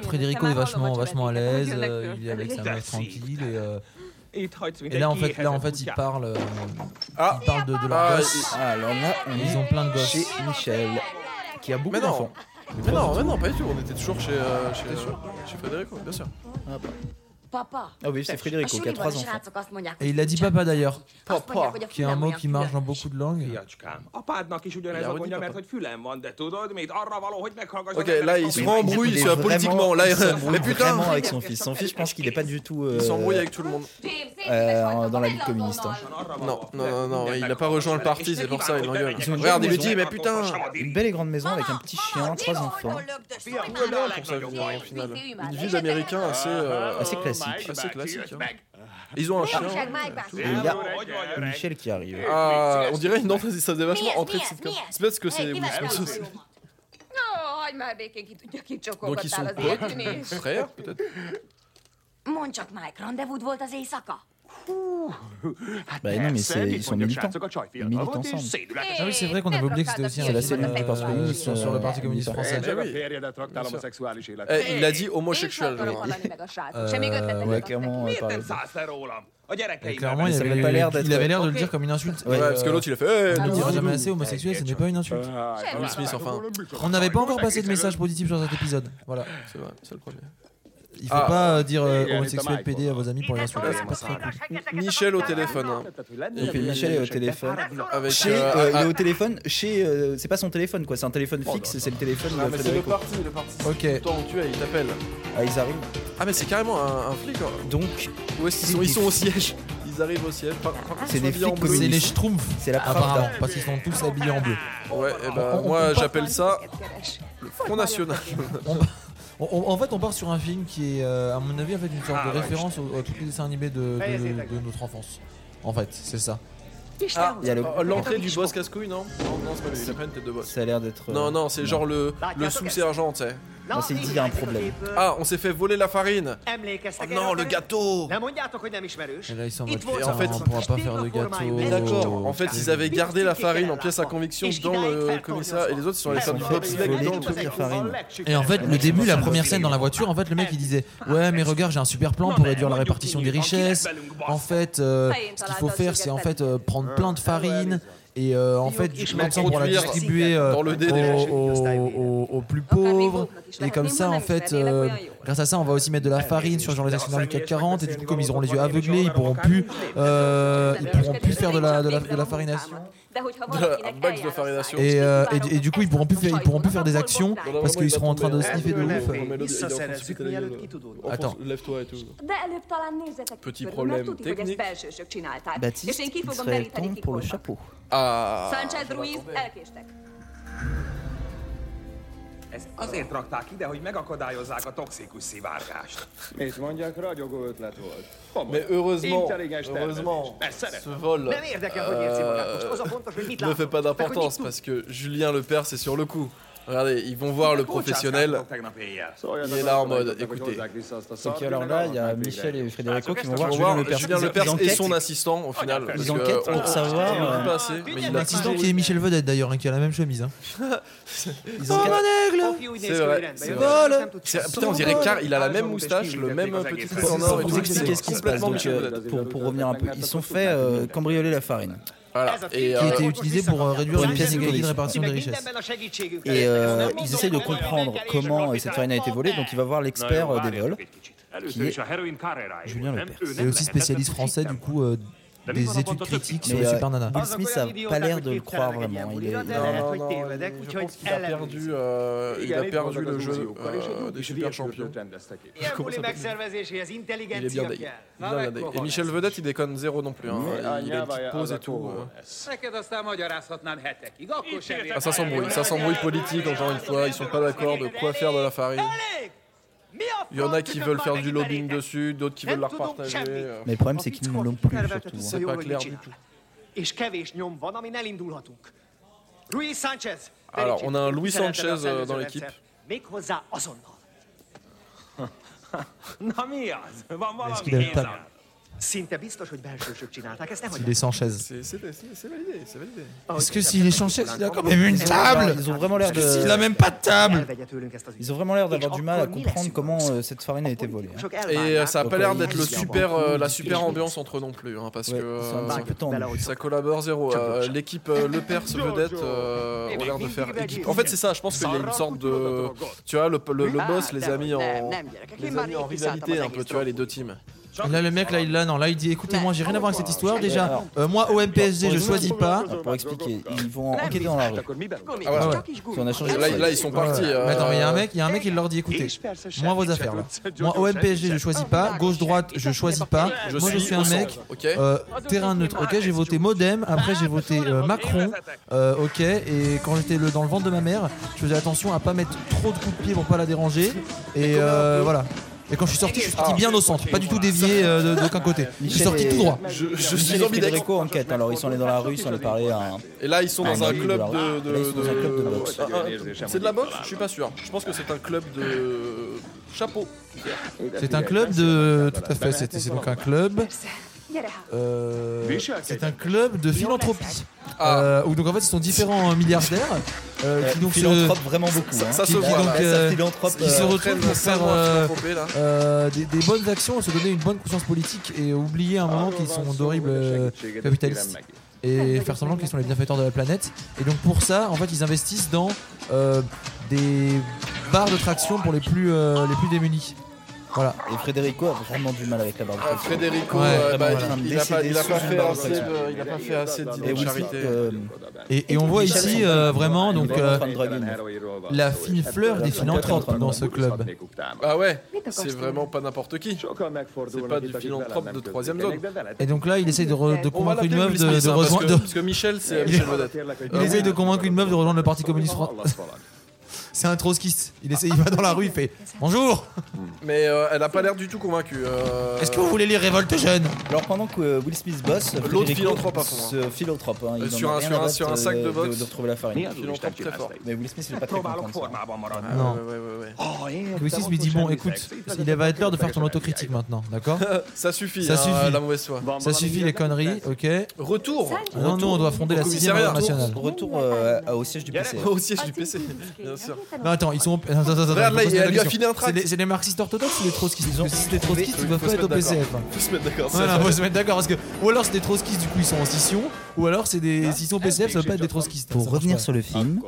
[SPEAKER 1] Frédérico est vachement, vachement à l'aise. euh, il est avec sa meuf tranquille. Et, euh, et là, en fait, là, en fait, il parle. euh,
[SPEAKER 9] Ah,
[SPEAKER 1] il parle de, de leur
[SPEAKER 9] Ah,
[SPEAKER 1] gosse.
[SPEAKER 9] il-
[SPEAKER 8] Ah, alors là, on
[SPEAKER 1] Ils ont plein de
[SPEAKER 8] est
[SPEAKER 1] gosses.
[SPEAKER 8] chez Michel qui a beaucoup
[SPEAKER 9] Mais non.
[SPEAKER 8] d'enfants.
[SPEAKER 9] mais non, mais non, pas du tout, on était toujours chez, euh, chez, euh, chez Frédéric, ouais, bien sûr.
[SPEAKER 8] Ah oui, c'est Frédérico qui a trois enfants.
[SPEAKER 1] Et il a dit papa d'ailleurs,
[SPEAKER 9] Papa.
[SPEAKER 1] qui est un mot qui marche dans beaucoup de langues.
[SPEAKER 4] Fiacskám, apádnak is ugyanez
[SPEAKER 9] Ja,
[SPEAKER 4] a
[SPEAKER 9] hogy
[SPEAKER 4] gondja,
[SPEAKER 9] mit
[SPEAKER 4] mert hogy fülem van, de tudod mit? Arra való, hogy meghallgassd
[SPEAKER 9] Ok,
[SPEAKER 4] az
[SPEAKER 9] là,
[SPEAKER 4] emberek
[SPEAKER 9] ils se
[SPEAKER 4] papírját.
[SPEAKER 9] rembrouillent
[SPEAKER 8] Il est
[SPEAKER 9] politiquement.
[SPEAKER 8] vraiment-
[SPEAKER 9] Là,
[SPEAKER 8] il
[SPEAKER 9] mais
[SPEAKER 8] s'embrouille
[SPEAKER 9] putain,
[SPEAKER 8] vraiment avec son fils. Son fils, je pense qu'il est pas du tout euh,
[SPEAKER 9] ils s'embrouillent avec tout le monde.
[SPEAKER 8] euh, dans la Ligue communiste. hein.
[SPEAKER 4] Arra való.
[SPEAKER 9] Non, non, non, non,
[SPEAKER 4] Mindenben
[SPEAKER 9] il n'a pas
[SPEAKER 4] akarok
[SPEAKER 9] rejoint le
[SPEAKER 4] emberek, és
[SPEAKER 9] parti,
[SPEAKER 4] ne
[SPEAKER 9] c'est pour ça,
[SPEAKER 4] kívánd,
[SPEAKER 9] il
[SPEAKER 4] hogy
[SPEAKER 9] l'engueule.
[SPEAKER 4] bevegyek
[SPEAKER 9] Regarde, il
[SPEAKER 4] közé
[SPEAKER 9] lui dit, mais
[SPEAKER 4] magatok,
[SPEAKER 9] putain,
[SPEAKER 4] sem a
[SPEAKER 8] Une
[SPEAKER 4] déli.
[SPEAKER 8] belle et grande maison avec un petit chien, trois enfants,
[SPEAKER 9] Voilà pour ça, au final. Une vie d'américain assez, euh,
[SPEAKER 8] assez Ah, classique.
[SPEAKER 9] assez classique. hein. Ils ont un chien.
[SPEAKER 8] Et il y a
[SPEAKER 4] Hogy vagy, öreg?
[SPEAKER 8] Michel qui arrive.
[SPEAKER 9] Ah, on dirait une dent, ça faisait vachement entrée de sitcom. C'est parce que c'est Will Smith aussi. Donc ils sont potes, frères peut-être.
[SPEAKER 2] Mondd csak, Mike, rendezvút volt az éjszaka?
[SPEAKER 8] Bah non, mais
[SPEAKER 4] Persze,
[SPEAKER 8] c'est-
[SPEAKER 4] mit
[SPEAKER 8] ils sont
[SPEAKER 4] mondjak,
[SPEAKER 8] militants.
[SPEAKER 4] srácok, a csaj
[SPEAKER 8] Ils militent
[SPEAKER 4] fiatal volt, és
[SPEAKER 8] ensemble.
[SPEAKER 9] Eh
[SPEAKER 4] szédületes.
[SPEAKER 1] Ah oui, c'est vrai qu'on avait oublié que c'était aussi un film,
[SPEAKER 8] la scène du Parti
[SPEAKER 1] euh,
[SPEAKER 8] communiste,
[SPEAKER 1] sur, sur le Parti
[SPEAKER 8] euh,
[SPEAKER 1] communiste français.
[SPEAKER 4] Én nem a
[SPEAKER 9] oui.
[SPEAKER 4] férjedet raktálom a szexuális
[SPEAKER 9] Eh,
[SPEAKER 4] életet.
[SPEAKER 9] il a dit homosexuel. je crois. Ah,
[SPEAKER 8] Euh, ouais, clairement, euh,
[SPEAKER 4] Miért
[SPEAKER 8] par
[SPEAKER 4] nem
[SPEAKER 8] le-
[SPEAKER 4] szállsz le rólam? A
[SPEAKER 1] Et
[SPEAKER 4] gyerekeim
[SPEAKER 1] Euh, clairement,
[SPEAKER 8] Mais
[SPEAKER 1] il
[SPEAKER 8] ça
[SPEAKER 1] avait
[SPEAKER 8] avait pas l'air d'être-
[SPEAKER 1] il avait l'air de le dire comme une insulte.
[SPEAKER 9] Ouais,
[SPEAKER 1] Et,
[SPEAKER 9] parce que
[SPEAKER 1] euh,
[SPEAKER 9] l'autre il a fait. Eh,
[SPEAKER 1] on
[SPEAKER 9] le
[SPEAKER 1] ne
[SPEAKER 9] petit
[SPEAKER 1] dira jamais
[SPEAKER 9] relou.
[SPEAKER 1] assez homosexuel, ce n'est pas une insulte.
[SPEAKER 9] Will Smith enfin.
[SPEAKER 1] On n'avait pas encore passé de message positif sur cet épisode. Voilà.
[SPEAKER 9] C'est vrai, c'est le premier.
[SPEAKER 1] Il faut
[SPEAKER 9] Ah.
[SPEAKER 1] pas dire
[SPEAKER 4] Et
[SPEAKER 1] euh,
[SPEAKER 4] Thomas,
[SPEAKER 1] homosexuel
[SPEAKER 4] il
[SPEAKER 1] PD à
[SPEAKER 4] faut-
[SPEAKER 1] vos amis pour les insulter. c'est pas très cool.
[SPEAKER 9] Michel au téléphone. hein.
[SPEAKER 8] Et puis Michel est au téléphone.
[SPEAKER 9] Avec,
[SPEAKER 8] Chez,
[SPEAKER 9] euh,
[SPEAKER 8] euh,
[SPEAKER 9] ah,
[SPEAKER 8] il est au téléphone, chez. euh, c'est pas son téléphone quoi, c'est un téléphone fixe, c'est le téléphone
[SPEAKER 9] ah,
[SPEAKER 8] de
[SPEAKER 9] mais c'est le
[SPEAKER 8] Federico.
[SPEAKER 9] parti, le parti.
[SPEAKER 1] Ok.
[SPEAKER 9] C'est tout le temps où tu es, il t'appelle.
[SPEAKER 8] Ah, ils arrivent.
[SPEAKER 9] Ah, mais c'est carrément un, un flic. hein.
[SPEAKER 8] Donc,
[SPEAKER 9] Où est-ce qu'ils sont Ils sont au siège. Ils arrivent au siège. Par- par contre,
[SPEAKER 8] C'est
[SPEAKER 9] ils sont
[SPEAKER 8] des
[SPEAKER 9] habillés
[SPEAKER 8] flics
[SPEAKER 9] en bleu.
[SPEAKER 1] C'est les schtroumpfs,
[SPEAKER 8] c'est la
[SPEAKER 1] apparemment,
[SPEAKER 8] Pravda.
[SPEAKER 1] parce qu'ils sont tous habillés en bleu.
[SPEAKER 9] Ouais, et bah, moi j'appelle ça le Front National.
[SPEAKER 1] On- on- en fait, on part sur un film qui est, euh, à mon avis, en fait, une sorte de référence au- à tous les dessins animés de, de- de notre enfance. En fait, c'est ça.
[SPEAKER 9] Ah,
[SPEAKER 8] Il y a le-
[SPEAKER 9] euh, l'entrée du boss casse-couille, non Non, non, c'est pas lui. Il a pas une tête de boss.
[SPEAKER 8] Ça a l'air d'être. euh,
[SPEAKER 9] oh, Non, non, c'est genre le, le sous-sergent, tu sais.
[SPEAKER 8] On s'est dit, il y a un problème.
[SPEAKER 9] Ah, on s'est fait voler la farine. Oh non, le gâteau
[SPEAKER 1] Et là, ils s'en
[SPEAKER 10] Ils
[SPEAKER 1] vont.
[SPEAKER 10] vont-
[SPEAKER 1] En fait, on pourra pas faire de gâteau. euh,
[SPEAKER 9] D'accord, en fait, ils avaient gardé la farine en pièce à conviction
[SPEAKER 10] Et
[SPEAKER 9] dans le
[SPEAKER 10] Schneider,
[SPEAKER 9] commissariat et les autres ils sont allés faire du
[SPEAKER 8] Ils sont fait
[SPEAKER 9] bobsleigh
[SPEAKER 8] voler
[SPEAKER 9] dans
[SPEAKER 8] tout
[SPEAKER 9] le truc.
[SPEAKER 8] la farine.
[SPEAKER 1] Et en fait, le début, la première scène dans la voiture, en fait, le mec il disait Ouais, mais regarde, j'ai un super plan pour réduire la répartition des richesses. En fait, euh, ce qu'il faut faire, c'est en fait euh, prendre plein de farine. Et euh, en fait, comme ça, on pourra la distribuer euh,
[SPEAKER 9] Dans le dé des
[SPEAKER 1] aux, aux- aux- aux plus pauvres. Et comme ça, en fait, euh, grâce à ça, on va aussi mettre de la farine sur genre les actionnaires du CAC 40. Et du coup, comme ils auront les yeux aveuglés, ils pourront plus, euh, ils pourront plus faire de la, de la, de la farination.
[SPEAKER 9] De la- un max de farination.
[SPEAKER 1] Et, euh, et du- et du coup, ils pourront plus faire, ils pourront plus faire des actions parce qu'ils seront en train
[SPEAKER 9] hein.
[SPEAKER 1] de sniffer de ouf. Attends.
[SPEAKER 9] Attends. Lève-toi et tout. Petit problème technique.
[SPEAKER 8] Baptiste, il serait temps pour le chapeau.
[SPEAKER 9] Ah.
[SPEAKER 10] Sanchez Ruiz elkéstek.
[SPEAKER 4] Ezt azért rakták ide, hogy megakadályozzák a toxikus szivárgást.
[SPEAKER 3] Mit mondjak, ragyogó ötlet volt.
[SPEAKER 9] Mais heureusement,
[SPEAKER 3] Intelligens tervezés.
[SPEAKER 9] heureusement,
[SPEAKER 3] Persze,
[SPEAKER 9] ce
[SPEAKER 3] szeretem.
[SPEAKER 9] vol
[SPEAKER 10] Nem érdekel, hogy érzi magát most. Az a fontos, hogy mit
[SPEAKER 9] ne Euh, fait pas d'importance
[SPEAKER 10] Meg, hogy
[SPEAKER 9] parce que Julien Le Père, c'est sur le coup. Regardez, ils vont voir le professionnel.
[SPEAKER 4] Bocsászkáltatok tegnap éjjel.
[SPEAKER 9] Il
[SPEAKER 3] Szóljanak
[SPEAKER 9] est là en
[SPEAKER 3] arra,
[SPEAKER 9] mode,
[SPEAKER 3] hogy
[SPEAKER 9] écoutez.
[SPEAKER 3] hozzák vissza azt a
[SPEAKER 8] Donc
[SPEAKER 3] szart,
[SPEAKER 8] alors
[SPEAKER 3] minek
[SPEAKER 8] là,
[SPEAKER 3] nem
[SPEAKER 8] il y a
[SPEAKER 9] hein,
[SPEAKER 3] adnak végre.
[SPEAKER 8] Michel et Federico qui vont
[SPEAKER 9] Ils
[SPEAKER 8] voir
[SPEAKER 9] vont
[SPEAKER 8] Julien
[SPEAKER 9] voir
[SPEAKER 8] Lepers.
[SPEAKER 9] Julien
[SPEAKER 8] Ils
[SPEAKER 9] Lepers et
[SPEAKER 8] enquêtent.
[SPEAKER 9] son assistant au final. parce que,
[SPEAKER 8] enquêtent
[SPEAKER 9] euh,
[SPEAKER 8] pour
[SPEAKER 9] on-
[SPEAKER 8] savoir,
[SPEAKER 9] on en dit
[SPEAKER 8] euh,
[SPEAKER 9] pas assez, Ah, mais il a-
[SPEAKER 1] L'assistant qui est Michel Vedette d'ailleurs, hein, qui a la même chemise. Hein.
[SPEAKER 8] Ils enquêtent.
[SPEAKER 1] aigle
[SPEAKER 10] fiú úgy
[SPEAKER 9] C'est
[SPEAKER 10] néz ki,
[SPEAKER 9] vrai,
[SPEAKER 10] hogy rendben
[SPEAKER 9] c'est
[SPEAKER 10] van.
[SPEAKER 9] vrai.
[SPEAKER 10] Nem tudsz-
[SPEAKER 9] C'est- Putain, on dirait Car, il a la même moustache, le même petit trait en
[SPEAKER 8] Pour
[SPEAKER 9] or et
[SPEAKER 8] vous
[SPEAKER 9] tout.
[SPEAKER 8] expliquer ce qui se passe,
[SPEAKER 9] Complètement
[SPEAKER 8] donc,
[SPEAKER 9] Michel
[SPEAKER 8] euh,
[SPEAKER 9] Vedette.
[SPEAKER 8] pour, pour revenir un peu, ils se sont fait euh, cambrioler la farine.
[SPEAKER 9] Voilà. Et
[SPEAKER 1] Qui a
[SPEAKER 9] euh,
[SPEAKER 1] été utilisé pour euh, réduire
[SPEAKER 8] Pour une
[SPEAKER 1] une
[SPEAKER 8] pièce
[SPEAKER 1] pièce égalité de
[SPEAKER 8] égalitaire.
[SPEAKER 1] répartition des
[SPEAKER 10] Meg
[SPEAKER 1] richesses.
[SPEAKER 10] mindenben a segítségükre.
[SPEAKER 8] Et euh,
[SPEAKER 10] Nem
[SPEAKER 8] ils essayent de
[SPEAKER 10] mondom, hogy
[SPEAKER 8] comprendre
[SPEAKER 10] olyan
[SPEAKER 8] comment euh,
[SPEAKER 10] elég,
[SPEAKER 8] cette
[SPEAKER 10] és
[SPEAKER 8] farine a été volée, donc il va voir l'expert euh, des vols.
[SPEAKER 4] Először
[SPEAKER 8] Ki-
[SPEAKER 4] is a heroin carrerájú.
[SPEAKER 8] Julien
[SPEAKER 4] Nem,
[SPEAKER 8] Lepers.
[SPEAKER 4] ő
[SPEAKER 1] Et
[SPEAKER 4] nem
[SPEAKER 1] aussi spécialiste
[SPEAKER 4] lehetetlen,
[SPEAKER 1] français,
[SPEAKER 4] úgy
[SPEAKER 1] du
[SPEAKER 4] hittem.
[SPEAKER 1] coup, euh, des études critiques sur
[SPEAKER 8] Mais
[SPEAKER 1] les
[SPEAKER 8] euh,
[SPEAKER 1] super nanas.
[SPEAKER 8] Will Smith a pas l'air de le croire vraiment. Il est,
[SPEAKER 10] Non,
[SPEAKER 9] non, non,
[SPEAKER 10] Lehet, hogy
[SPEAKER 9] non,
[SPEAKER 10] tévedek,
[SPEAKER 9] je
[SPEAKER 10] úgyhogy
[SPEAKER 9] pense qu'il a
[SPEAKER 10] ellenőrizzük.
[SPEAKER 9] perdu, euh, il a
[SPEAKER 3] Igen, itt
[SPEAKER 9] perdu
[SPEAKER 3] voltak
[SPEAKER 9] le
[SPEAKER 3] az
[SPEAKER 9] jeu
[SPEAKER 3] úziókkal, és
[SPEAKER 9] euh,
[SPEAKER 3] egy
[SPEAKER 9] des
[SPEAKER 3] új
[SPEAKER 9] super champions.
[SPEAKER 3] hülyesült rendeztek itt.
[SPEAKER 10] Ilyen buli megszervezéséhez
[SPEAKER 9] Il est bien
[SPEAKER 10] intelligencia
[SPEAKER 9] dingue.
[SPEAKER 10] kell.
[SPEAKER 9] Il est bien dingue. Et Michel Vedette, il déconne zéro non plus. hein. Il a une petite pause et tout. euh.
[SPEAKER 10] Neked aztán magyarázhatnám hetekig, akkor sem
[SPEAKER 9] Ah, ça s'embrouille. Ça s'embrouille politique, encore une fois. Ils sont pas d'accord de quoi faire de la farine. Il y en a qui veulent faire du lobbying dessus, d'autres qui veulent la repartager. euh.
[SPEAKER 8] Mais le problème, c'est qu'ils ne l'ont plus surtout. hein.
[SPEAKER 9] C'est pas clair du tout.
[SPEAKER 10] És kevés nyom van, amin elindulhatunk. Luis Sanchez.
[SPEAKER 9] Alors, on a un Luis
[SPEAKER 10] Szereted
[SPEAKER 9] Sanchez,
[SPEAKER 10] az előző
[SPEAKER 9] euh, dans
[SPEAKER 10] rendszer.
[SPEAKER 9] l'équipe.
[SPEAKER 10] Méghozzá azonnal.
[SPEAKER 4] Na mi az? Van valami
[SPEAKER 1] qu'il a le
[SPEAKER 4] hézag?
[SPEAKER 1] table.
[SPEAKER 10] Szinte biztos, hogy belsősök csinálták, ezt nem
[SPEAKER 1] Il est sans chaise.
[SPEAKER 9] C'est c'est- c'est- c'est validé, c'est validé.
[SPEAKER 1] Est-ce que s'il est sans chaise, il a quand même une table
[SPEAKER 8] Ils ont vraiment l'air
[SPEAKER 1] Parce que S'il a
[SPEAKER 8] de.
[SPEAKER 1] même pas de table
[SPEAKER 10] elvegye tőlünk ezt az
[SPEAKER 8] Ils ont vraiment l'air d'avoir du mal à comprendre comment euh, cette farine a été volée. hein.
[SPEAKER 10] Sok
[SPEAKER 9] Et
[SPEAKER 10] elvárják,
[SPEAKER 9] euh, ça a pas l'air d'être le
[SPEAKER 10] Elvárják.
[SPEAKER 9] super, euh, la super ambiance entre eux non plus, hein, parce que
[SPEAKER 8] Ouais, ils sont un
[SPEAKER 9] euh,
[SPEAKER 8] petit peu tendus.
[SPEAKER 10] Bella, hogy
[SPEAKER 9] ça collabore zéro. Euh, L'équipe euh, Le Perse Vedette euh, ont l'air de faire équipe. En fait, c'est ça, je pense qu'il y a une sorte de. Tu vois, le, le- le boss les a mis en, les a mis en rivalité un peu, tu vois, les deux teams.
[SPEAKER 1] Là, le mec, là, il, là, non, là, il dit écoutez-moi, j'ai rien à voir avec cette histoire. Déjà, euh, moi, OMPSG, je choisis pas.
[SPEAKER 8] Alors, Pour expliquer, ils vont enquêter dans la rue.
[SPEAKER 9] Ah ouais, ouais.
[SPEAKER 8] Parce qu'on a changé de
[SPEAKER 9] Là,
[SPEAKER 8] site.
[SPEAKER 9] là, ils sont partis.
[SPEAKER 1] Ouais.
[SPEAKER 9] euh,
[SPEAKER 1] Mais attends, mais il y a un mec, il y a un mec, il leur dit écoutez, moi, vos affaires là. Moi, OMPSG, je choisis pas. Gauche-droite, je choisis pas. Moi, je suis
[SPEAKER 9] au
[SPEAKER 1] un
[SPEAKER 9] centre,
[SPEAKER 1] mec.
[SPEAKER 9] Ok.
[SPEAKER 1] Euh, terrain neutre, ok, j'ai voté Modem, après j'ai voté euh, Macron, euh, ok, et quand j'étais le- dans le ventre de ma mère, je faisais attention à pas mettre trop de coups de pied pour pas la déranger, et euh, voilà. Et quand je suis sorti, je suis
[SPEAKER 9] Ah.
[SPEAKER 1] sorti bien au centre, pas du tout dévié euh, de- d'aucun côté. Je suis
[SPEAKER 8] Michel
[SPEAKER 1] sorti
[SPEAKER 8] et-
[SPEAKER 1] tout droit.
[SPEAKER 9] je, je
[SPEAKER 8] Michel
[SPEAKER 9] suis
[SPEAKER 8] et
[SPEAKER 9] ambidextre.
[SPEAKER 8] Federico enquêtent. Alors, ils sont allés dans la rue, ils sont allés parler à un.
[SPEAKER 9] Et là, ils sont dans
[SPEAKER 8] Ah,
[SPEAKER 9] un
[SPEAKER 8] oui,
[SPEAKER 9] club
[SPEAKER 8] voilà.
[SPEAKER 9] de. de-
[SPEAKER 8] Là, ils sont dans un club de
[SPEAKER 9] de-
[SPEAKER 8] boxe.
[SPEAKER 9] Ah, ah, C'est de la boxe Je suis pas sûr. Je pense que c'est un club de. Chapeau.
[SPEAKER 1] C'est un club de. Tout à fait, c'est c'est donc un club. euh, c'est un club de philanthropie.
[SPEAKER 9] Ah.
[SPEAKER 1] Euh, où donc en fait, ce sont différents euh, milliardaires euh, qui donc se-
[SPEAKER 8] Philanthrope vraiment beaucoup. hein.
[SPEAKER 9] Ça
[SPEAKER 1] qui-
[SPEAKER 9] se
[SPEAKER 1] qui
[SPEAKER 9] voit.
[SPEAKER 1] donc,
[SPEAKER 9] là.
[SPEAKER 8] Ouais, ça,
[SPEAKER 1] euh,
[SPEAKER 8] philanthrope,
[SPEAKER 1] ils se
[SPEAKER 8] euh,
[SPEAKER 1] retrouvent
[SPEAKER 9] Traîne
[SPEAKER 1] pour faire
[SPEAKER 9] salement à
[SPEAKER 1] euh,
[SPEAKER 9] Tropez, là.
[SPEAKER 1] euh, des, des bonnes actions, se donner une bonne conscience politique et oublier un moment qu'ils sont d'horribles euh, capitalistes et faire semblant qu'ils sont les bienfaiteurs de la planète. Et donc pour ça, en fait, ils investissent dans euh, des barres de traction pour les plus, euh, les plus démunis. Voilà.
[SPEAKER 8] Et Frédérico a vraiment du mal avec la barbe.
[SPEAKER 9] Ah, Frédérico,
[SPEAKER 1] Ouais,
[SPEAKER 9] euh, bah,
[SPEAKER 1] vraiment, voilà.
[SPEAKER 9] il, il a pas, il a pas
[SPEAKER 8] Décédé
[SPEAKER 9] fait
[SPEAKER 8] sous
[SPEAKER 9] assez
[SPEAKER 8] une barbe,
[SPEAKER 9] de, il a pas fait assez de dîner
[SPEAKER 8] Et
[SPEAKER 9] de
[SPEAKER 8] Will Smith,
[SPEAKER 9] charité.
[SPEAKER 8] euh,
[SPEAKER 1] Et, et on voit
[SPEAKER 8] Michel
[SPEAKER 1] ici
[SPEAKER 8] Sardou.
[SPEAKER 1] euh,
[SPEAKER 9] Ah,
[SPEAKER 1] vraiment donc euh, la fine
[SPEAKER 3] film
[SPEAKER 1] fleur des philanthropes dans ce club.
[SPEAKER 9] Ah ouais, c'est vraiment pas n'importe qui.
[SPEAKER 3] C'est
[SPEAKER 9] pas du philanthrope de troisième zone.
[SPEAKER 1] Et donc là, il essaie de, re- de
[SPEAKER 9] On va
[SPEAKER 1] convaincre une
[SPEAKER 9] l'appeler
[SPEAKER 1] meuf
[SPEAKER 9] Will
[SPEAKER 1] de,
[SPEAKER 9] Smith,
[SPEAKER 1] de
[SPEAKER 9] hein, parce,
[SPEAKER 1] rejoindre.
[SPEAKER 9] que,
[SPEAKER 1] de-
[SPEAKER 9] parce que Michel, c'est Michel Vedette.
[SPEAKER 1] Il essaye de convaincre une meuf de rejoindre le Parti communiste français. C'est un trotskiste. Il essaie, il va dans la rue, il fait bonjour.
[SPEAKER 9] Mais euh, elle a pas l'air du tout convaincue. euh,
[SPEAKER 1] Est-ce que vous voulez les révoltes jeunes
[SPEAKER 8] Alors pendant que euh, Will Smith bosse, Frédérico,
[SPEAKER 9] L'autre philanthrope à fond, hein.
[SPEAKER 8] Ce philanthrope, hein, il
[SPEAKER 9] Euh,
[SPEAKER 8] en
[SPEAKER 9] sur
[SPEAKER 8] a
[SPEAKER 9] un-
[SPEAKER 8] rien
[SPEAKER 9] sur
[SPEAKER 8] à
[SPEAKER 9] un-
[SPEAKER 8] battre,
[SPEAKER 9] sur un sac de
[SPEAKER 8] euh,
[SPEAKER 9] boxe.
[SPEAKER 8] de retrouver la farine.
[SPEAKER 9] Philanthrope très fort.
[SPEAKER 8] Mais Will Smith, il est pas très
[SPEAKER 4] Próbálok
[SPEAKER 8] content. de ça.
[SPEAKER 4] formában
[SPEAKER 1] Ah
[SPEAKER 4] maradni.
[SPEAKER 9] Ouais, ouais, ouais, ouais.
[SPEAKER 1] Louis VI lui dit bon, écoute, il va être l'heure de faire ton autocritique maintenant, d'accord
[SPEAKER 9] Ça suffit,
[SPEAKER 1] Ça
[SPEAKER 9] hein,
[SPEAKER 1] suffit.
[SPEAKER 9] la mauvaise foi.
[SPEAKER 1] Ça suffit les conneries, ok
[SPEAKER 9] Retour
[SPEAKER 1] Non, nous on doit fonder la
[SPEAKER 9] Au
[SPEAKER 1] 6ème
[SPEAKER 9] commissariat.
[SPEAKER 1] internationale.
[SPEAKER 8] Retour euh, à- au siège du PC.
[SPEAKER 9] au siège
[SPEAKER 1] Ah,
[SPEAKER 9] du PC,
[SPEAKER 1] hein.
[SPEAKER 9] bien sûr.
[SPEAKER 1] Non, attends, ils sont. Attends, attends, attends,
[SPEAKER 9] Regarde, là,
[SPEAKER 1] je me pose
[SPEAKER 9] il- elle lui a
[SPEAKER 1] question.
[SPEAKER 9] filé un tract.
[SPEAKER 1] C'est des- C'est des marxistes orthodoxes ou des trotskistes Parce que Si c'est des trotskistes, ils
[SPEAKER 9] Faut
[SPEAKER 1] peuvent
[SPEAKER 9] se
[SPEAKER 1] pas être au
[SPEAKER 9] mettre
[SPEAKER 1] PCF. hein.
[SPEAKER 9] Faut se mettre d'accord. ça,
[SPEAKER 1] Voilà,
[SPEAKER 9] ça.
[SPEAKER 1] faut se mettre d'accord parce que. Ou alors c'est des trotskistes, du coup ils sont en scission. Ou alors c'est des. S'ils sont au
[SPEAKER 9] eh,
[SPEAKER 1] PCF, ça peut pas être des trotskistes.
[SPEAKER 8] Pour Ah, revenir sur le film,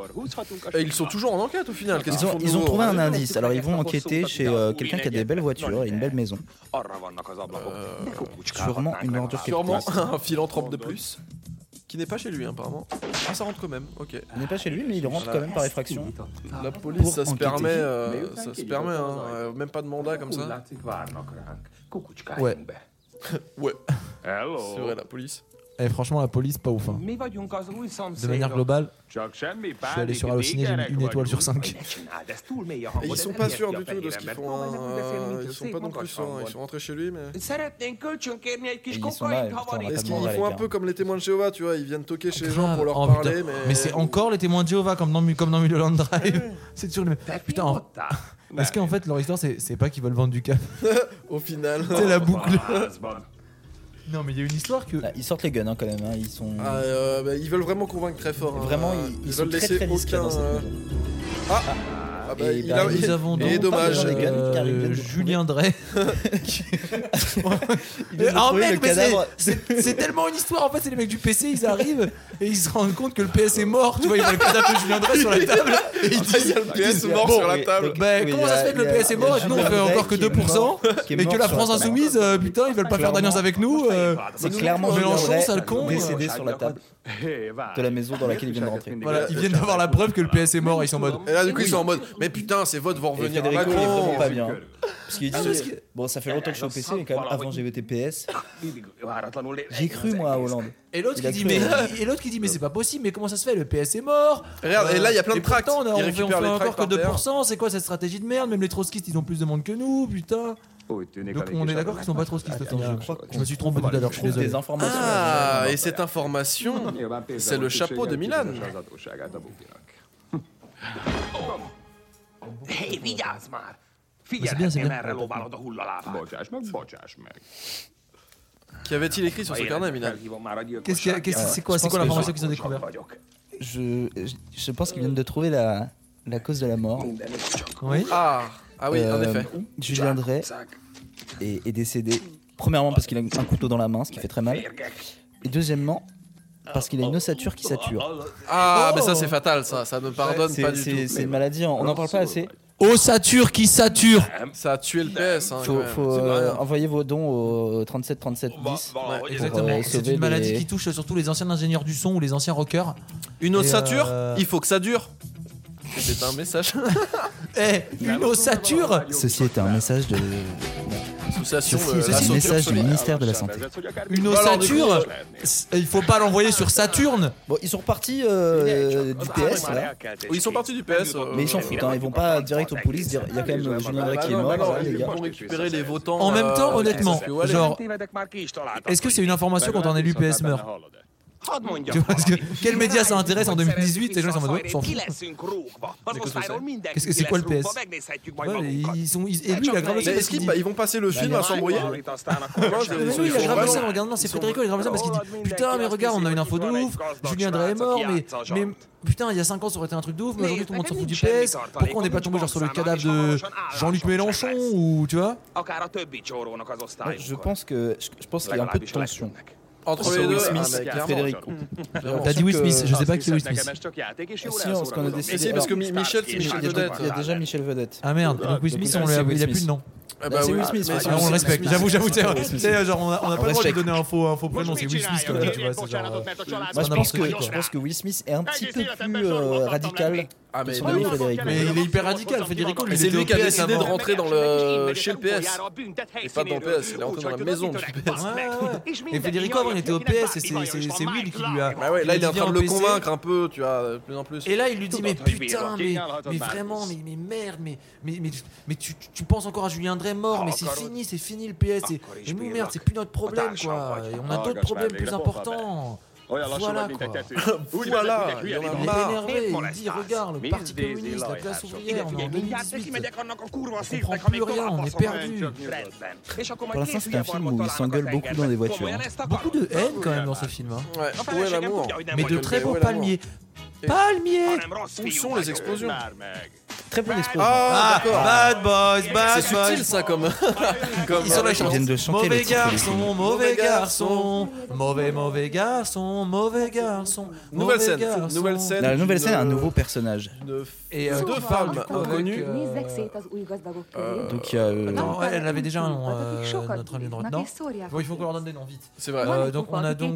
[SPEAKER 9] Et ils sont toujours en enquête au final. Qu'est-ce
[SPEAKER 8] ils
[SPEAKER 9] qu'ils
[SPEAKER 8] ont,
[SPEAKER 9] font de
[SPEAKER 8] ils ont
[SPEAKER 9] nouveau
[SPEAKER 8] trouvé
[SPEAKER 9] hein
[SPEAKER 8] un indice. Alors ils vont enquêter chez euh, quelqu'un qui a des belles voitures et une belle maison.
[SPEAKER 4] Arra vannak az ablakok. Ne kukucskálhatnánk
[SPEAKER 8] Sûrement une
[SPEAKER 4] legalább.
[SPEAKER 8] ordure
[SPEAKER 9] Sûrement
[SPEAKER 8] quelconque.
[SPEAKER 9] un philanthrope de plus. Qui n'est pas chez lui, hein, apparemment. Ah, ça rentre quand même, ok.
[SPEAKER 8] Il n'est pas chez lui, mais il rentre quand même par effraction.
[SPEAKER 9] La police,
[SPEAKER 8] Ah, Pour
[SPEAKER 9] ça se
[SPEAKER 8] enquêter.
[SPEAKER 9] permet, euh, ça se permet, hein, euh, même pas de mandat comme
[SPEAKER 8] Oh
[SPEAKER 4] Úgy
[SPEAKER 9] ça.
[SPEAKER 4] látszik, várnak ránk. Kukucskáljunk be.
[SPEAKER 9] Ouais,
[SPEAKER 4] Oh.
[SPEAKER 9] c'est
[SPEAKER 3] Hello.
[SPEAKER 9] vrai, la police.
[SPEAKER 1] Et Eh, franchement, la police, pas ouf. hein.
[SPEAKER 4] Mi vagyunk az új
[SPEAKER 1] De
[SPEAKER 4] szomszédok.
[SPEAKER 1] manière globale,
[SPEAKER 3] Csak semmi
[SPEAKER 1] je suis allé sur
[SPEAKER 3] pánik,
[SPEAKER 1] Allociné, j'ai mis
[SPEAKER 3] égerek
[SPEAKER 1] une étoile
[SPEAKER 3] vagyunk.
[SPEAKER 1] sur 5.
[SPEAKER 4] Ne csináld, ez túl mély a
[SPEAKER 9] Et
[SPEAKER 4] hangod,
[SPEAKER 9] ils
[SPEAKER 4] ez
[SPEAKER 9] sont
[SPEAKER 4] nem
[SPEAKER 9] pas
[SPEAKER 4] érti
[SPEAKER 9] sûrs
[SPEAKER 4] a
[SPEAKER 9] du tout de
[SPEAKER 4] fehér
[SPEAKER 9] ce qu'ils
[SPEAKER 4] embert.
[SPEAKER 9] font.
[SPEAKER 4] Próbálj
[SPEAKER 9] hein,
[SPEAKER 4] nekünk beszélni, mint
[SPEAKER 9] euh,
[SPEAKER 4] a
[SPEAKER 9] Ils sont
[SPEAKER 4] szép
[SPEAKER 9] pas non plus
[SPEAKER 4] magas
[SPEAKER 9] sûrs. hein, Ils
[SPEAKER 4] hangon.
[SPEAKER 9] sont rentrés chez lui, mais.
[SPEAKER 4] Szeretnénk kölcsönkérni egy kis
[SPEAKER 8] Ils sont là,
[SPEAKER 4] kokaint,
[SPEAKER 8] putain,
[SPEAKER 4] ha van
[SPEAKER 8] on va pas
[SPEAKER 9] Est-ce
[SPEAKER 8] te
[SPEAKER 9] qu'ils
[SPEAKER 8] demander à
[SPEAKER 9] font un
[SPEAKER 8] l'écart.
[SPEAKER 9] peu comme les témoins de Jéhová, tu vois Ils viennent toquer chez les gens pour leur
[SPEAKER 1] Oh, putain.
[SPEAKER 9] parler, mais. Ah
[SPEAKER 1] Mais c'est encore les témoins de Jéhovah comme dans, Mu- comme dans Mulholland Drive. C'est toujours le même. Putain, en-
[SPEAKER 4] Hívották?
[SPEAKER 1] est-ce qu'en fait leur histoire c'est c'est pas qu'ils veulent vendre du cap
[SPEAKER 9] Au final.
[SPEAKER 1] C'est la boucle.
[SPEAKER 3] Házban.
[SPEAKER 1] Non, mais il y a une histoire que.
[SPEAKER 8] Ah, Ils sortent les guns hein, quand même. hein, Ils sont
[SPEAKER 9] Ah, euh, bah, ils veulent vraiment convaincre très fort. hein.
[SPEAKER 8] vraiment ils- ils sont
[SPEAKER 9] veulent
[SPEAKER 8] très
[SPEAKER 9] laisser
[SPEAKER 8] très discrets
[SPEAKER 9] aucun.
[SPEAKER 8] dans cette
[SPEAKER 9] euh,
[SPEAKER 8] maison.
[SPEAKER 9] Ah, bah,
[SPEAKER 8] Et
[SPEAKER 9] il
[SPEAKER 8] bah,
[SPEAKER 9] a-
[SPEAKER 1] Nous
[SPEAKER 9] il-
[SPEAKER 1] avons
[SPEAKER 9] Et
[SPEAKER 1] donc
[SPEAKER 9] dommage.
[SPEAKER 8] parlé
[SPEAKER 9] euh,
[SPEAKER 8] Gunn, car il vient
[SPEAKER 1] euh,
[SPEAKER 8] de
[SPEAKER 1] Julien Drey.
[SPEAKER 8] Ils ont
[SPEAKER 1] Ah
[SPEAKER 8] trouvé
[SPEAKER 1] mec,
[SPEAKER 8] le
[SPEAKER 1] mais c'est-
[SPEAKER 8] cadavre.
[SPEAKER 1] c'est c'est tellement une histoire. En fait, c'est les mecs du PC, ils arrivent et ils se rendent compte que le PS est mort. Tu vois, ils ont le cadavre de Julien Drey sur la table. Et ils
[SPEAKER 9] Ah, il y
[SPEAKER 1] disent
[SPEAKER 9] a le PS
[SPEAKER 8] Bon,
[SPEAKER 9] mort sur
[SPEAKER 8] oui,
[SPEAKER 9] la table.
[SPEAKER 8] donc-
[SPEAKER 1] Bah,
[SPEAKER 8] Oui,
[SPEAKER 1] comment
[SPEAKER 8] il y a-
[SPEAKER 1] ça se fait que le
[SPEAKER 8] il y a-
[SPEAKER 1] PS est
[SPEAKER 8] il y
[SPEAKER 1] mort
[SPEAKER 8] a
[SPEAKER 1] et que nous on fait
[SPEAKER 8] Julien
[SPEAKER 1] encore que
[SPEAKER 8] Drey qui est
[SPEAKER 1] 2%
[SPEAKER 8] mort, qui est
[SPEAKER 1] et
[SPEAKER 8] mort
[SPEAKER 1] que la
[SPEAKER 8] sur
[SPEAKER 1] France
[SPEAKER 8] table.
[SPEAKER 1] insoumise, euh, putain, ils veulent pas faire d'alliance avec nous. euh,
[SPEAKER 8] C'est clairement
[SPEAKER 1] Mélenchon,
[SPEAKER 8] Julien Drey,
[SPEAKER 1] sale con, euh.
[SPEAKER 8] décédé sur la table
[SPEAKER 3] Hé, vá.
[SPEAKER 8] de la maison dans laquelle il vient de rentrer.
[SPEAKER 1] Voilà, ils viennent d'avoir la preuve que le PS est mort. Ils sont en mode.
[SPEAKER 9] Et là, du coup, ils sont en mode Mais putain, ces votes vont
[SPEAKER 8] Et
[SPEAKER 9] revenir à
[SPEAKER 8] Federico bah, il est
[SPEAKER 9] Macron.
[SPEAKER 8] vraiment pas bien. Parce qu'il dit,
[SPEAKER 1] euh, Ah, parce que- Ah,
[SPEAKER 8] bon, ça fait longtemps que je suis au PC, mais quand même, avant j'ai voté PS.
[SPEAKER 4] Mindig váratlanul ér-
[SPEAKER 1] Ah,
[SPEAKER 8] J'ai cru, moi, à Hollande.
[SPEAKER 1] Et l'autre
[SPEAKER 8] Il a
[SPEAKER 1] qui dit
[SPEAKER 8] cru,
[SPEAKER 1] mais
[SPEAKER 8] hein.
[SPEAKER 1] et l'autre qui dit mais c'est pas possible mais comment ça se fait le PS est mort
[SPEAKER 9] Regarde, et là, il y a plein de
[SPEAKER 1] et pourtant,
[SPEAKER 9] tracts.
[SPEAKER 1] on, a,
[SPEAKER 9] Ils
[SPEAKER 1] on fait- on fait
[SPEAKER 9] récupèrent les
[SPEAKER 1] encore
[SPEAKER 9] tracts
[SPEAKER 1] que
[SPEAKER 9] par terre.
[SPEAKER 1] 2% c'est quoi cette stratégie de merde même les trotskistes ils ont plus de monde que nous putain
[SPEAKER 3] Úgy tűnik,
[SPEAKER 1] donc
[SPEAKER 3] a
[SPEAKER 1] on est
[SPEAKER 3] kis
[SPEAKER 1] d'accord qu'ils sont pas trotskistes au final.
[SPEAKER 8] je crois
[SPEAKER 1] je me suis trompé tout à l'heure je suis
[SPEAKER 8] Je trouve
[SPEAKER 1] désolé
[SPEAKER 8] des informations.
[SPEAKER 9] Ah, et cette information,
[SPEAKER 3] Nyilván pénzre
[SPEAKER 9] c'est
[SPEAKER 3] van
[SPEAKER 9] le chapeau de
[SPEAKER 3] szükségem,
[SPEAKER 9] Milan.
[SPEAKER 3] kifizesse az adósságát a bukinak.
[SPEAKER 4] Hé, vigyázz már!
[SPEAKER 1] Ez mi az,
[SPEAKER 4] Figyelhetnél,
[SPEAKER 1] hogy
[SPEAKER 4] merre lóbálod a hullalábát.
[SPEAKER 3] Bocsáss meg, bocsáss meg.
[SPEAKER 9] Qu'avait-il écrit sur
[SPEAKER 4] Ha
[SPEAKER 9] ce
[SPEAKER 4] életet
[SPEAKER 9] carnet, Milan
[SPEAKER 4] felhívom már a
[SPEAKER 1] qu'est-ce qu'il y a-
[SPEAKER 4] gyilkosság
[SPEAKER 1] qu'est-ce-
[SPEAKER 8] Ouais.
[SPEAKER 1] c'est quoi c'est
[SPEAKER 8] Je pense
[SPEAKER 1] quoi
[SPEAKER 8] que
[SPEAKER 1] l'information qu'ils ont
[SPEAKER 4] Csak
[SPEAKER 1] découvert
[SPEAKER 4] vagyok.
[SPEAKER 8] Je, je, je pense qu'ils viennent de trouver la, la cause de la mort.
[SPEAKER 1] oui
[SPEAKER 9] Ah, ah oui, en
[SPEAKER 8] Euh,
[SPEAKER 9] effet.
[SPEAKER 8] Julien Drey est, est décédé. Premièrement, parce qu'il a un couteau dans la main, ce qui fait très mal. Et deuxièmement, parce qu'il a une ossature qui sature.
[SPEAKER 9] Ah, mais ça, c'est fatal, ça. Ça ne
[SPEAKER 1] Ah,
[SPEAKER 9] pardonne
[SPEAKER 8] Oh
[SPEAKER 9] pas
[SPEAKER 8] C'est
[SPEAKER 9] du
[SPEAKER 8] c'est-
[SPEAKER 9] tout.
[SPEAKER 8] c'est une maladie, on n'en parle pas assez.
[SPEAKER 1] ossature qui sature
[SPEAKER 9] Ça a tué le PS. Hein, quand
[SPEAKER 8] Faut,
[SPEAKER 9] même.
[SPEAKER 8] faut
[SPEAKER 9] C'est
[SPEAKER 8] euh,
[SPEAKER 9] pas rien.
[SPEAKER 8] envoyer vos dons au 37 37 10.
[SPEAKER 9] Ouais,
[SPEAKER 8] exactement. euh,
[SPEAKER 1] c'est
[SPEAKER 8] sauver
[SPEAKER 1] une maladie
[SPEAKER 8] les-
[SPEAKER 1] qui touche surtout les anciens ingénieurs du son ou les anciens rockers
[SPEAKER 9] Une
[SPEAKER 1] Et,
[SPEAKER 9] ossature,
[SPEAKER 1] euh,
[SPEAKER 9] il faut que ça dure. C'est un message.
[SPEAKER 1] eh une ossature
[SPEAKER 8] Ceci est un message de,
[SPEAKER 9] Association,
[SPEAKER 8] Ceci
[SPEAKER 9] euh,
[SPEAKER 8] est
[SPEAKER 1] la
[SPEAKER 8] un
[SPEAKER 1] sauture
[SPEAKER 8] message du
[SPEAKER 1] solidaire.
[SPEAKER 8] ministère de la santé.
[SPEAKER 1] une
[SPEAKER 9] Alors, du coup,
[SPEAKER 1] ossature c'est- il faut pas l'envoyer sur Saturne
[SPEAKER 8] Bon, ils sont repartis euh, du PS là.
[SPEAKER 9] Oui, ils sont partis du PS. euh,
[SPEAKER 8] Mais ils s'en foutent, hein, ils vont pas direct aux polices dire il y a quand même euh, Julien Drey
[SPEAKER 9] Bah
[SPEAKER 8] qui est
[SPEAKER 9] non, bah
[SPEAKER 8] mort,
[SPEAKER 9] non,
[SPEAKER 8] voilà, les
[SPEAKER 9] ils
[SPEAKER 8] gars.
[SPEAKER 9] vont récupérer les votants.
[SPEAKER 1] en même temps
[SPEAKER 9] euh,
[SPEAKER 1] honnêtement
[SPEAKER 9] parce que, ouais, les-
[SPEAKER 1] genre
[SPEAKER 4] Tévedek már ki is találtak.
[SPEAKER 1] est-ce que c'est une information quand on est l'UPS meurt
[SPEAKER 4] Hadd mondjam
[SPEAKER 1] Tu vois, parce que
[SPEAKER 4] valamit.
[SPEAKER 1] quel média ça intéresse en
[SPEAKER 4] Hogy
[SPEAKER 1] 2018, les gens sont en mode, ouais,
[SPEAKER 4] visszaszajrét,
[SPEAKER 1] on s'en
[SPEAKER 4] ki
[SPEAKER 1] fout.
[SPEAKER 4] leszünk rúgva. Az
[SPEAKER 9] Mikor
[SPEAKER 4] osztályról
[SPEAKER 9] szólsz?
[SPEAKER 4] mindenki
[SPEAKER 1] Qu'est-ce que
[SPEAKER 4] ki
[SPEAKER 1] c'est quoi le
[SPEAKER 4] lesz rúgva,
[SPEAKER 1] PS?
[SPEAKER 4] megnézhetjük majd
[SPEAKER 1] Ouais,
[SPEAKER 4] magunkat.
[SPEAKER 1] ils sont, ils- et lui, il a grave
[SPEAKER 9] Mais
[SPEAKER 1] ça parce
[SPEAKER 9] est-ce
[SPEAKER 1] qu'il
[SPEAKER 9] qu'ils
[SPEAKER 1] dit.
[SPEAKER 9] bah, ils vont passer le film à s'embrouiller
[SPEAKER 4] Majd itt aztán a
[SPEAKER 9] Ils sont-
[SPEAKER 1] Oui, il a
[SPEAKER 9] sont
[SPEAKER 1] grave ça,
[SPEAKER 9] vraiment-
[SPEAKER 1] regarde, non, c'est Frédérico, il a grave ça parce qu'il dit Putain, mais regarde, on a une info de ouf, Julien Drey est mort, mais, mais putain, il y a 5 ans, ça aurait été un truc de ouf, mais aujourd'hui tout le monde s'en fout du PS. Pourquoi on n'est pas tombé genre sur le cadavre de Jean-Luc Mélenchon ou tu vois
[SPEAKER 4] Akár a többi csórónak az osztályunkon.
[SPEAKER 8] Je pense que je, je pense qu'il y a un peu de
[SPEAKER 4] Legalábbis a
[SPEAKER 8] tension.
[SPEAKER 4] legtöbbnek.
[SPEAKER 9] entre les deux
[SPEAKER 8] Will Smith,
[SPEAKER 9] ah, mais clairement.
[SPEAKER 8] Federico.
[SPEAKER 1] T'as dit Will
[SPEAKER 8] que-
[SPEAKER 1] Smith, je sais
[SPEAKER 3] Azt
[SPEAKER 1] pas qui
[SPEAKER 3] hiszed,
[SPEAKER 1] est Will Smith.
[SPEAKER 3] nekem ez csak játék, és jól
[SPEAKER 8] Sinon, ce qu'on a
[SPEAKER 3] elszórakozom.
[SPEAKER 8] décidé.
[SPEAKER 9] Mais si, parce que
[SPEAKER 8] alors,
[SPEAKER 9] Mi- Michel, c'est
[SPEAKER 8] il y a
[SPEAKER 9] Michel
[SPEAKER 8] déjà-
[SPEAKER 9] Vedette.
[SPEAKER 8] il y a déjà Michel Vedette.
[SPEAKER 1] Ah merde, donc Will Smith, on l'a- il a plus de nom.
[SPEAKER 9] Eh
[SPEAKER 8] c'est Will
[SPEAKER 9] oui,
[SPEAKER 8] Smith,
[SPEAKER 9] mais
[SPEAKER 8] ouais.
[SPEAKER 9] c'est
[SPEAKER 1] Ah, on
[SPEAKER 9] Will
[SPEAKER 1] le
[SPEAKER 9] Smith.
[SPEAKER 1] respecte. J'avoue, j'avoue, c'est vrai.
[SPEAKER 8] Smith.
[SPEAKER 1] C'est genre, on a, on a pas le
[SPEAKER 8] On
[SPEAKER 1] droit de lui
[SPEAKER 8] respecte.
[SPEAKER 1] donner un faux, un faux
[SPEAKER 10] Moi,
[SPEAKER 1] prénom, c'est Will Smith, quoi. Tu vois, c'est genre, euh,
[SPEAKER 8] Moi, je
[SPEAKER 1] n'importe
[SPEAKER 8] pense, que,
[SPEAKER 1] quoi.
[SPEAKER 8] je pense que Will Smith est un petit peu plus euh, radical
[SPEAKER 9] Ah,
[SPEAKER 8] que
[SPEAKER 9] mais
[SPEAKER 8] son
[SPEAKER 9] de
[SPEAKER 8] ami
[SPEAKER 9] ouf.
[SPEAKER 8] Frédéric.
[SPEAKER 1] Mais il est hyper radical, Federico.
[SPEAKER 9] Mais
[SPEAKER 1] il
[SPEAKER 9] c'est
[SPEAKER 1] était
[SPEAKER 9] lui
[SPEAKER 1] au
[SPEAKER 9] qui a
[SPEAKER 1] PS
[SPEAKER 9] décidé de
[SPEAKER 1] avant.
[SPEAKER 9] rentrer dans le... chez le PS. Et pas dans le PS, il est rentré dans la maison du PS.
[SPEAKER 1] Et Federico, avant, il était au PS et c'est- c'est c'est Will qui lui a.
[SPEAKER 9] Bah ouais, là il est en train de le
[SPEAKER 1] Viens en PC.
[SPEAKER 9] convaincre un peu, tu vois, de plus en plus.
[SPEAKER 1] Et là, il lui dit Mais
[SPEAKER 3] Tout entendu,
[SPEAKER 1] putain,
[SPEAKER 3] ok,
[SPEAKER 1] mais,
[SPEAKER 3] alors,
[SPEAKER 1] mais
[SPEAKER 3] Thomas.
[SPEAKER 1] vraiment, mais, mais merde, mais, mais, mais, mais tu, tu- tu penses encore à Julien Drey mort,
[SPEAKER 3] Ah,
[SPEAKER 1] mais c'est
[SPEAKER 3] encore
[SPEAKER 1] fini, c'est fini le PS. Et,
[SPEAKER 3] Encore
[SPEAKER 1] et nous,
[SPEAKER 3] Ishbirok.
[SPEAKER 1] merde, c'est plus notre problème,
[SPEAKER 3] Otage,
[SPEAKER 1] quoi.
[SPEAKER 3] envoie.
[SPEAKER 1] Et on a
[SPEAKER 3] Ah,
[SPEAKER 1] d'autres
[SPEAKER 3] gauche,
[SPEAKER 1] problèmes
[SPEAKER 3] mais
[SPEAKER 1] plus
[SPEAKER 3] la pompe,
[SPEAKER 1] importants. Voilà, quoi.
[SPEAKER 9] Voilà, il y en a
[SPEAKER 1] On
[SPEAKER 9] marre.
[SPEAKER 1] est énervé,
[SPEAKER 4] pour
[SPEAKER 1] il dit Regarde, le
[SPEAKER 3] Mille
[SPEAKER 1] Parti
[SPEAKER 3] des
[SPEAKER 1] communiste, la
[SPEAKER 3] Eloy
[SPEAKER 1] classe
[SPEAKER 3] Herzog.
[SPEAKER 1] ouvrière, on est en 2018. comprend plus rien, on est perdu.
[SPEAKER 8] Pour l'instant, c'est un film où il s'engueule beaucoup dans des voitures.
[SPEAKER 1] Beaucoup de haine, quand même, dans ce film. hein.
[SPEAKER 9] Ouais, où est l'amour
[SPEAKER 1] Mais de très beaux
[SPEAKER 9] Où est l'amour
[SPEAKER 1] palmiers. Palmiers
[SPEAKER 9] Où sont les explosions
[SPEAKER 8] Très peu d'explosions.
[SPEAKER 9] Ah,
[SPEAKER 1] Ah,
[SPEAKER 9] d'accord.
[SPEAKER 1] Bad boys, bad
[SPEAKER 9] C'est
[SPEAKER 1] boys.
[SPEAKER 9] subtil ça comme. comme
[SPEAKER 1] Ils sont là, ils
[SPEAKER 8] Ils
[SPEAKER 1] chantent.
[SPEAKER 8] viennent de chanter
[SPEAKER 1] mauvais
[SPEAKER 8] le titre du film.
[SPEAKER 1] garçon, mauvais garçon, mauvais mauvais garçon, mauvais garçon.
[SPEAKER 9] Nouvelle
[SPEAKER 1] mauvais
[SPEAKER 9] scène,
[SPEAKER 1] garçon.
[SPEAKER 9] nouvelle scène.
[SPEAKER 8] La nouvelle scène a un
[SPEAKER 9] d'une-
[SPEAKER 8] nouveau personnage.
[SPEAKER 9] d'une-
[SPEAKER 1] Et euh,
[SPEAKER 9] deux
[SPEAKER 1] deux
[SPEAKER 9] femmes
[SPEAKER 1] femmes euh,
[SPEAKER 9] inconnues.
[SPEAKER 1] inconnues.
[SPEAKER 8] Donc, il y a, euh,
[SPEAKER 1] Non, elle, elle avait déjà un nom, euh, notre ami droite. Non, bon, il faut qu'on leur donne des noms vite.
[SPEAKER 9] C'est vrai.
[SPEAKER 1] Euh, donc on a donc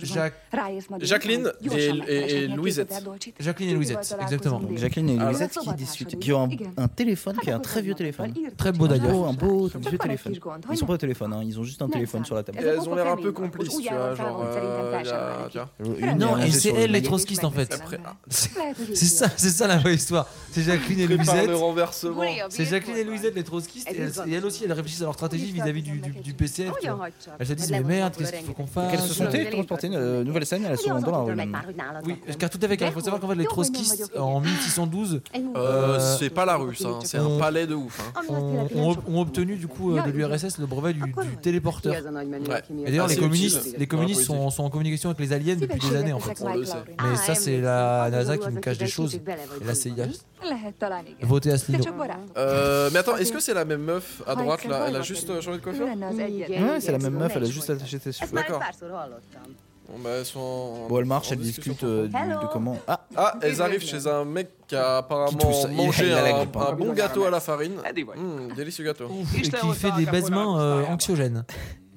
[SPEAKER 1] euh,
[SPEAKER 9] Jacqueline et- et- et Louisette.
[SPEAKER 1] Jacqueline et Louisette, exactement.
[SPEAKER 8] donc Jacqueline et Louisette qui discutent, qui ont un, un téléphone qui est un très vieux téléphone.
[SPEAKER 1] Très beau
[SPEAKER 8] Un beau,
[SPEAKER 1] d'ailleurs.
[SPEAKER 8] un beau vieux téléphone. Ils sont pas au téléphone, hein, ils ont juste un téléphone sur la
[SPEAKER 9] Et
[SPEAKER 8] table.
[SPEAKER 9] elles ont l'air un peu complices, tu vois, genre. euh, y a- tu vois.
[SPEAKER 8] Une
[SPEAKER 1] Non,
[SPEAKER 8] est
[SPEAKER 1] et
[SPEAKER 8] rangée
[SPEAKER 1] c'est
[SPEAKER 8] sur
[SPEAKER 1] elle
[SPEAKER 8] le-
[SPEAKER 1] les trotskistes en fait.
[SPEAKER 9] Après, ah,
[SPEAKER 1] C'est ça, c'est ça la vraie histoire. C'est Jacqueline et
[SPEAKER 9] prépare le
[SPEAKER 1] Louisette.
[SPEAKER 9] renversement.
[SPEAKER 1] C'est Jacqueline et Louisette les trotskistes et elles, et elles aussi elles réfléchissent à leur stratégie vis-à-vis du, du, du PCF.
[SPEAKER 2] Oh,
[SPEAKER 1] tu vois. Elles se disent mais merde, qu'est-ce qu'il faut qu'on fasse
[SPEAKER 8] Qu'elles se sont télétransportées, euh, nouvelle scène,
[SPEAKER 2] Oh,
[SPEAKER 8] elles sont dans la rue.
[SPEAKER 1] oh Oui, car tout à fait, car il faut savoir qu'en fait les trotskistes en 1612
[SPEAKER 9] Euh,
[SPEAKER 1] Euh,
[SPEAKER 9] c'est pas la rue, ça. hein, C'est un
[SPEAKER 1] on-
[SPEAKER 9] palais de ouf. hein.
[SPEAKER 1] ont, ont- ont obtenu du coup euh, de l'URSS le brevet du, du téléporteur.
[SPEAKER 9] Ouais.
[SPEAKER 1] Et d'ailleurs
[SPEAKER 9] Ah,
[SPEAKER 1] les
[SPEAKER 9] c'est
[SPEAKER 1] communistes,
[SPEAKER 9] utile.
[SPEAKER 1] les communistes
[SPEAKER 9] Dans la
[SPEAKER 1] sont, sont en communication avec les aliens depuis des années en fait.
[SPEAKER 9] On le sait.
[SPEAKER 1] Ah, Mais ça c'est la NASA qui nous cache des choses et la CIA. Votez à Asselineau.
[SPEAKER 9] Euh, mais attends, est-ce que c'est la même meuf à droite là Elle a juste euh, changé de coiffure
[SPEAKER 8] Ouais, c'est la même meuf, elle a juste attaché ses cheveux.
[SPEAKER 9] D'accord. Bon, bah, elles sont. en-
[SPEAKER 8] Bon, elle marche,
[SPEAKER 9] en
[SPEAKER 8] elle
[SPEAKER 9] discussion.
[SPEAKER 8] discute euh, du- de comment. Ah,
[SPEAKER 9] Ah, elles arrivent chez un mec qui a apparemment
[SPEAKER 8] tousse, il-
[SPEAKER 9] mangé
[SPEAKER 8] il a la
[SPEAKER 9] un,
[SPEAKER 8] grippe, hein.
[SPEAKER 9] un bon gâteau à la farine.
[SPEAKER 4] Ah,
[SPEAKER 9] Hum, délicieux gâteau.
[SPEAKER 1] Et qui fait des baisements euh, anxiogènes.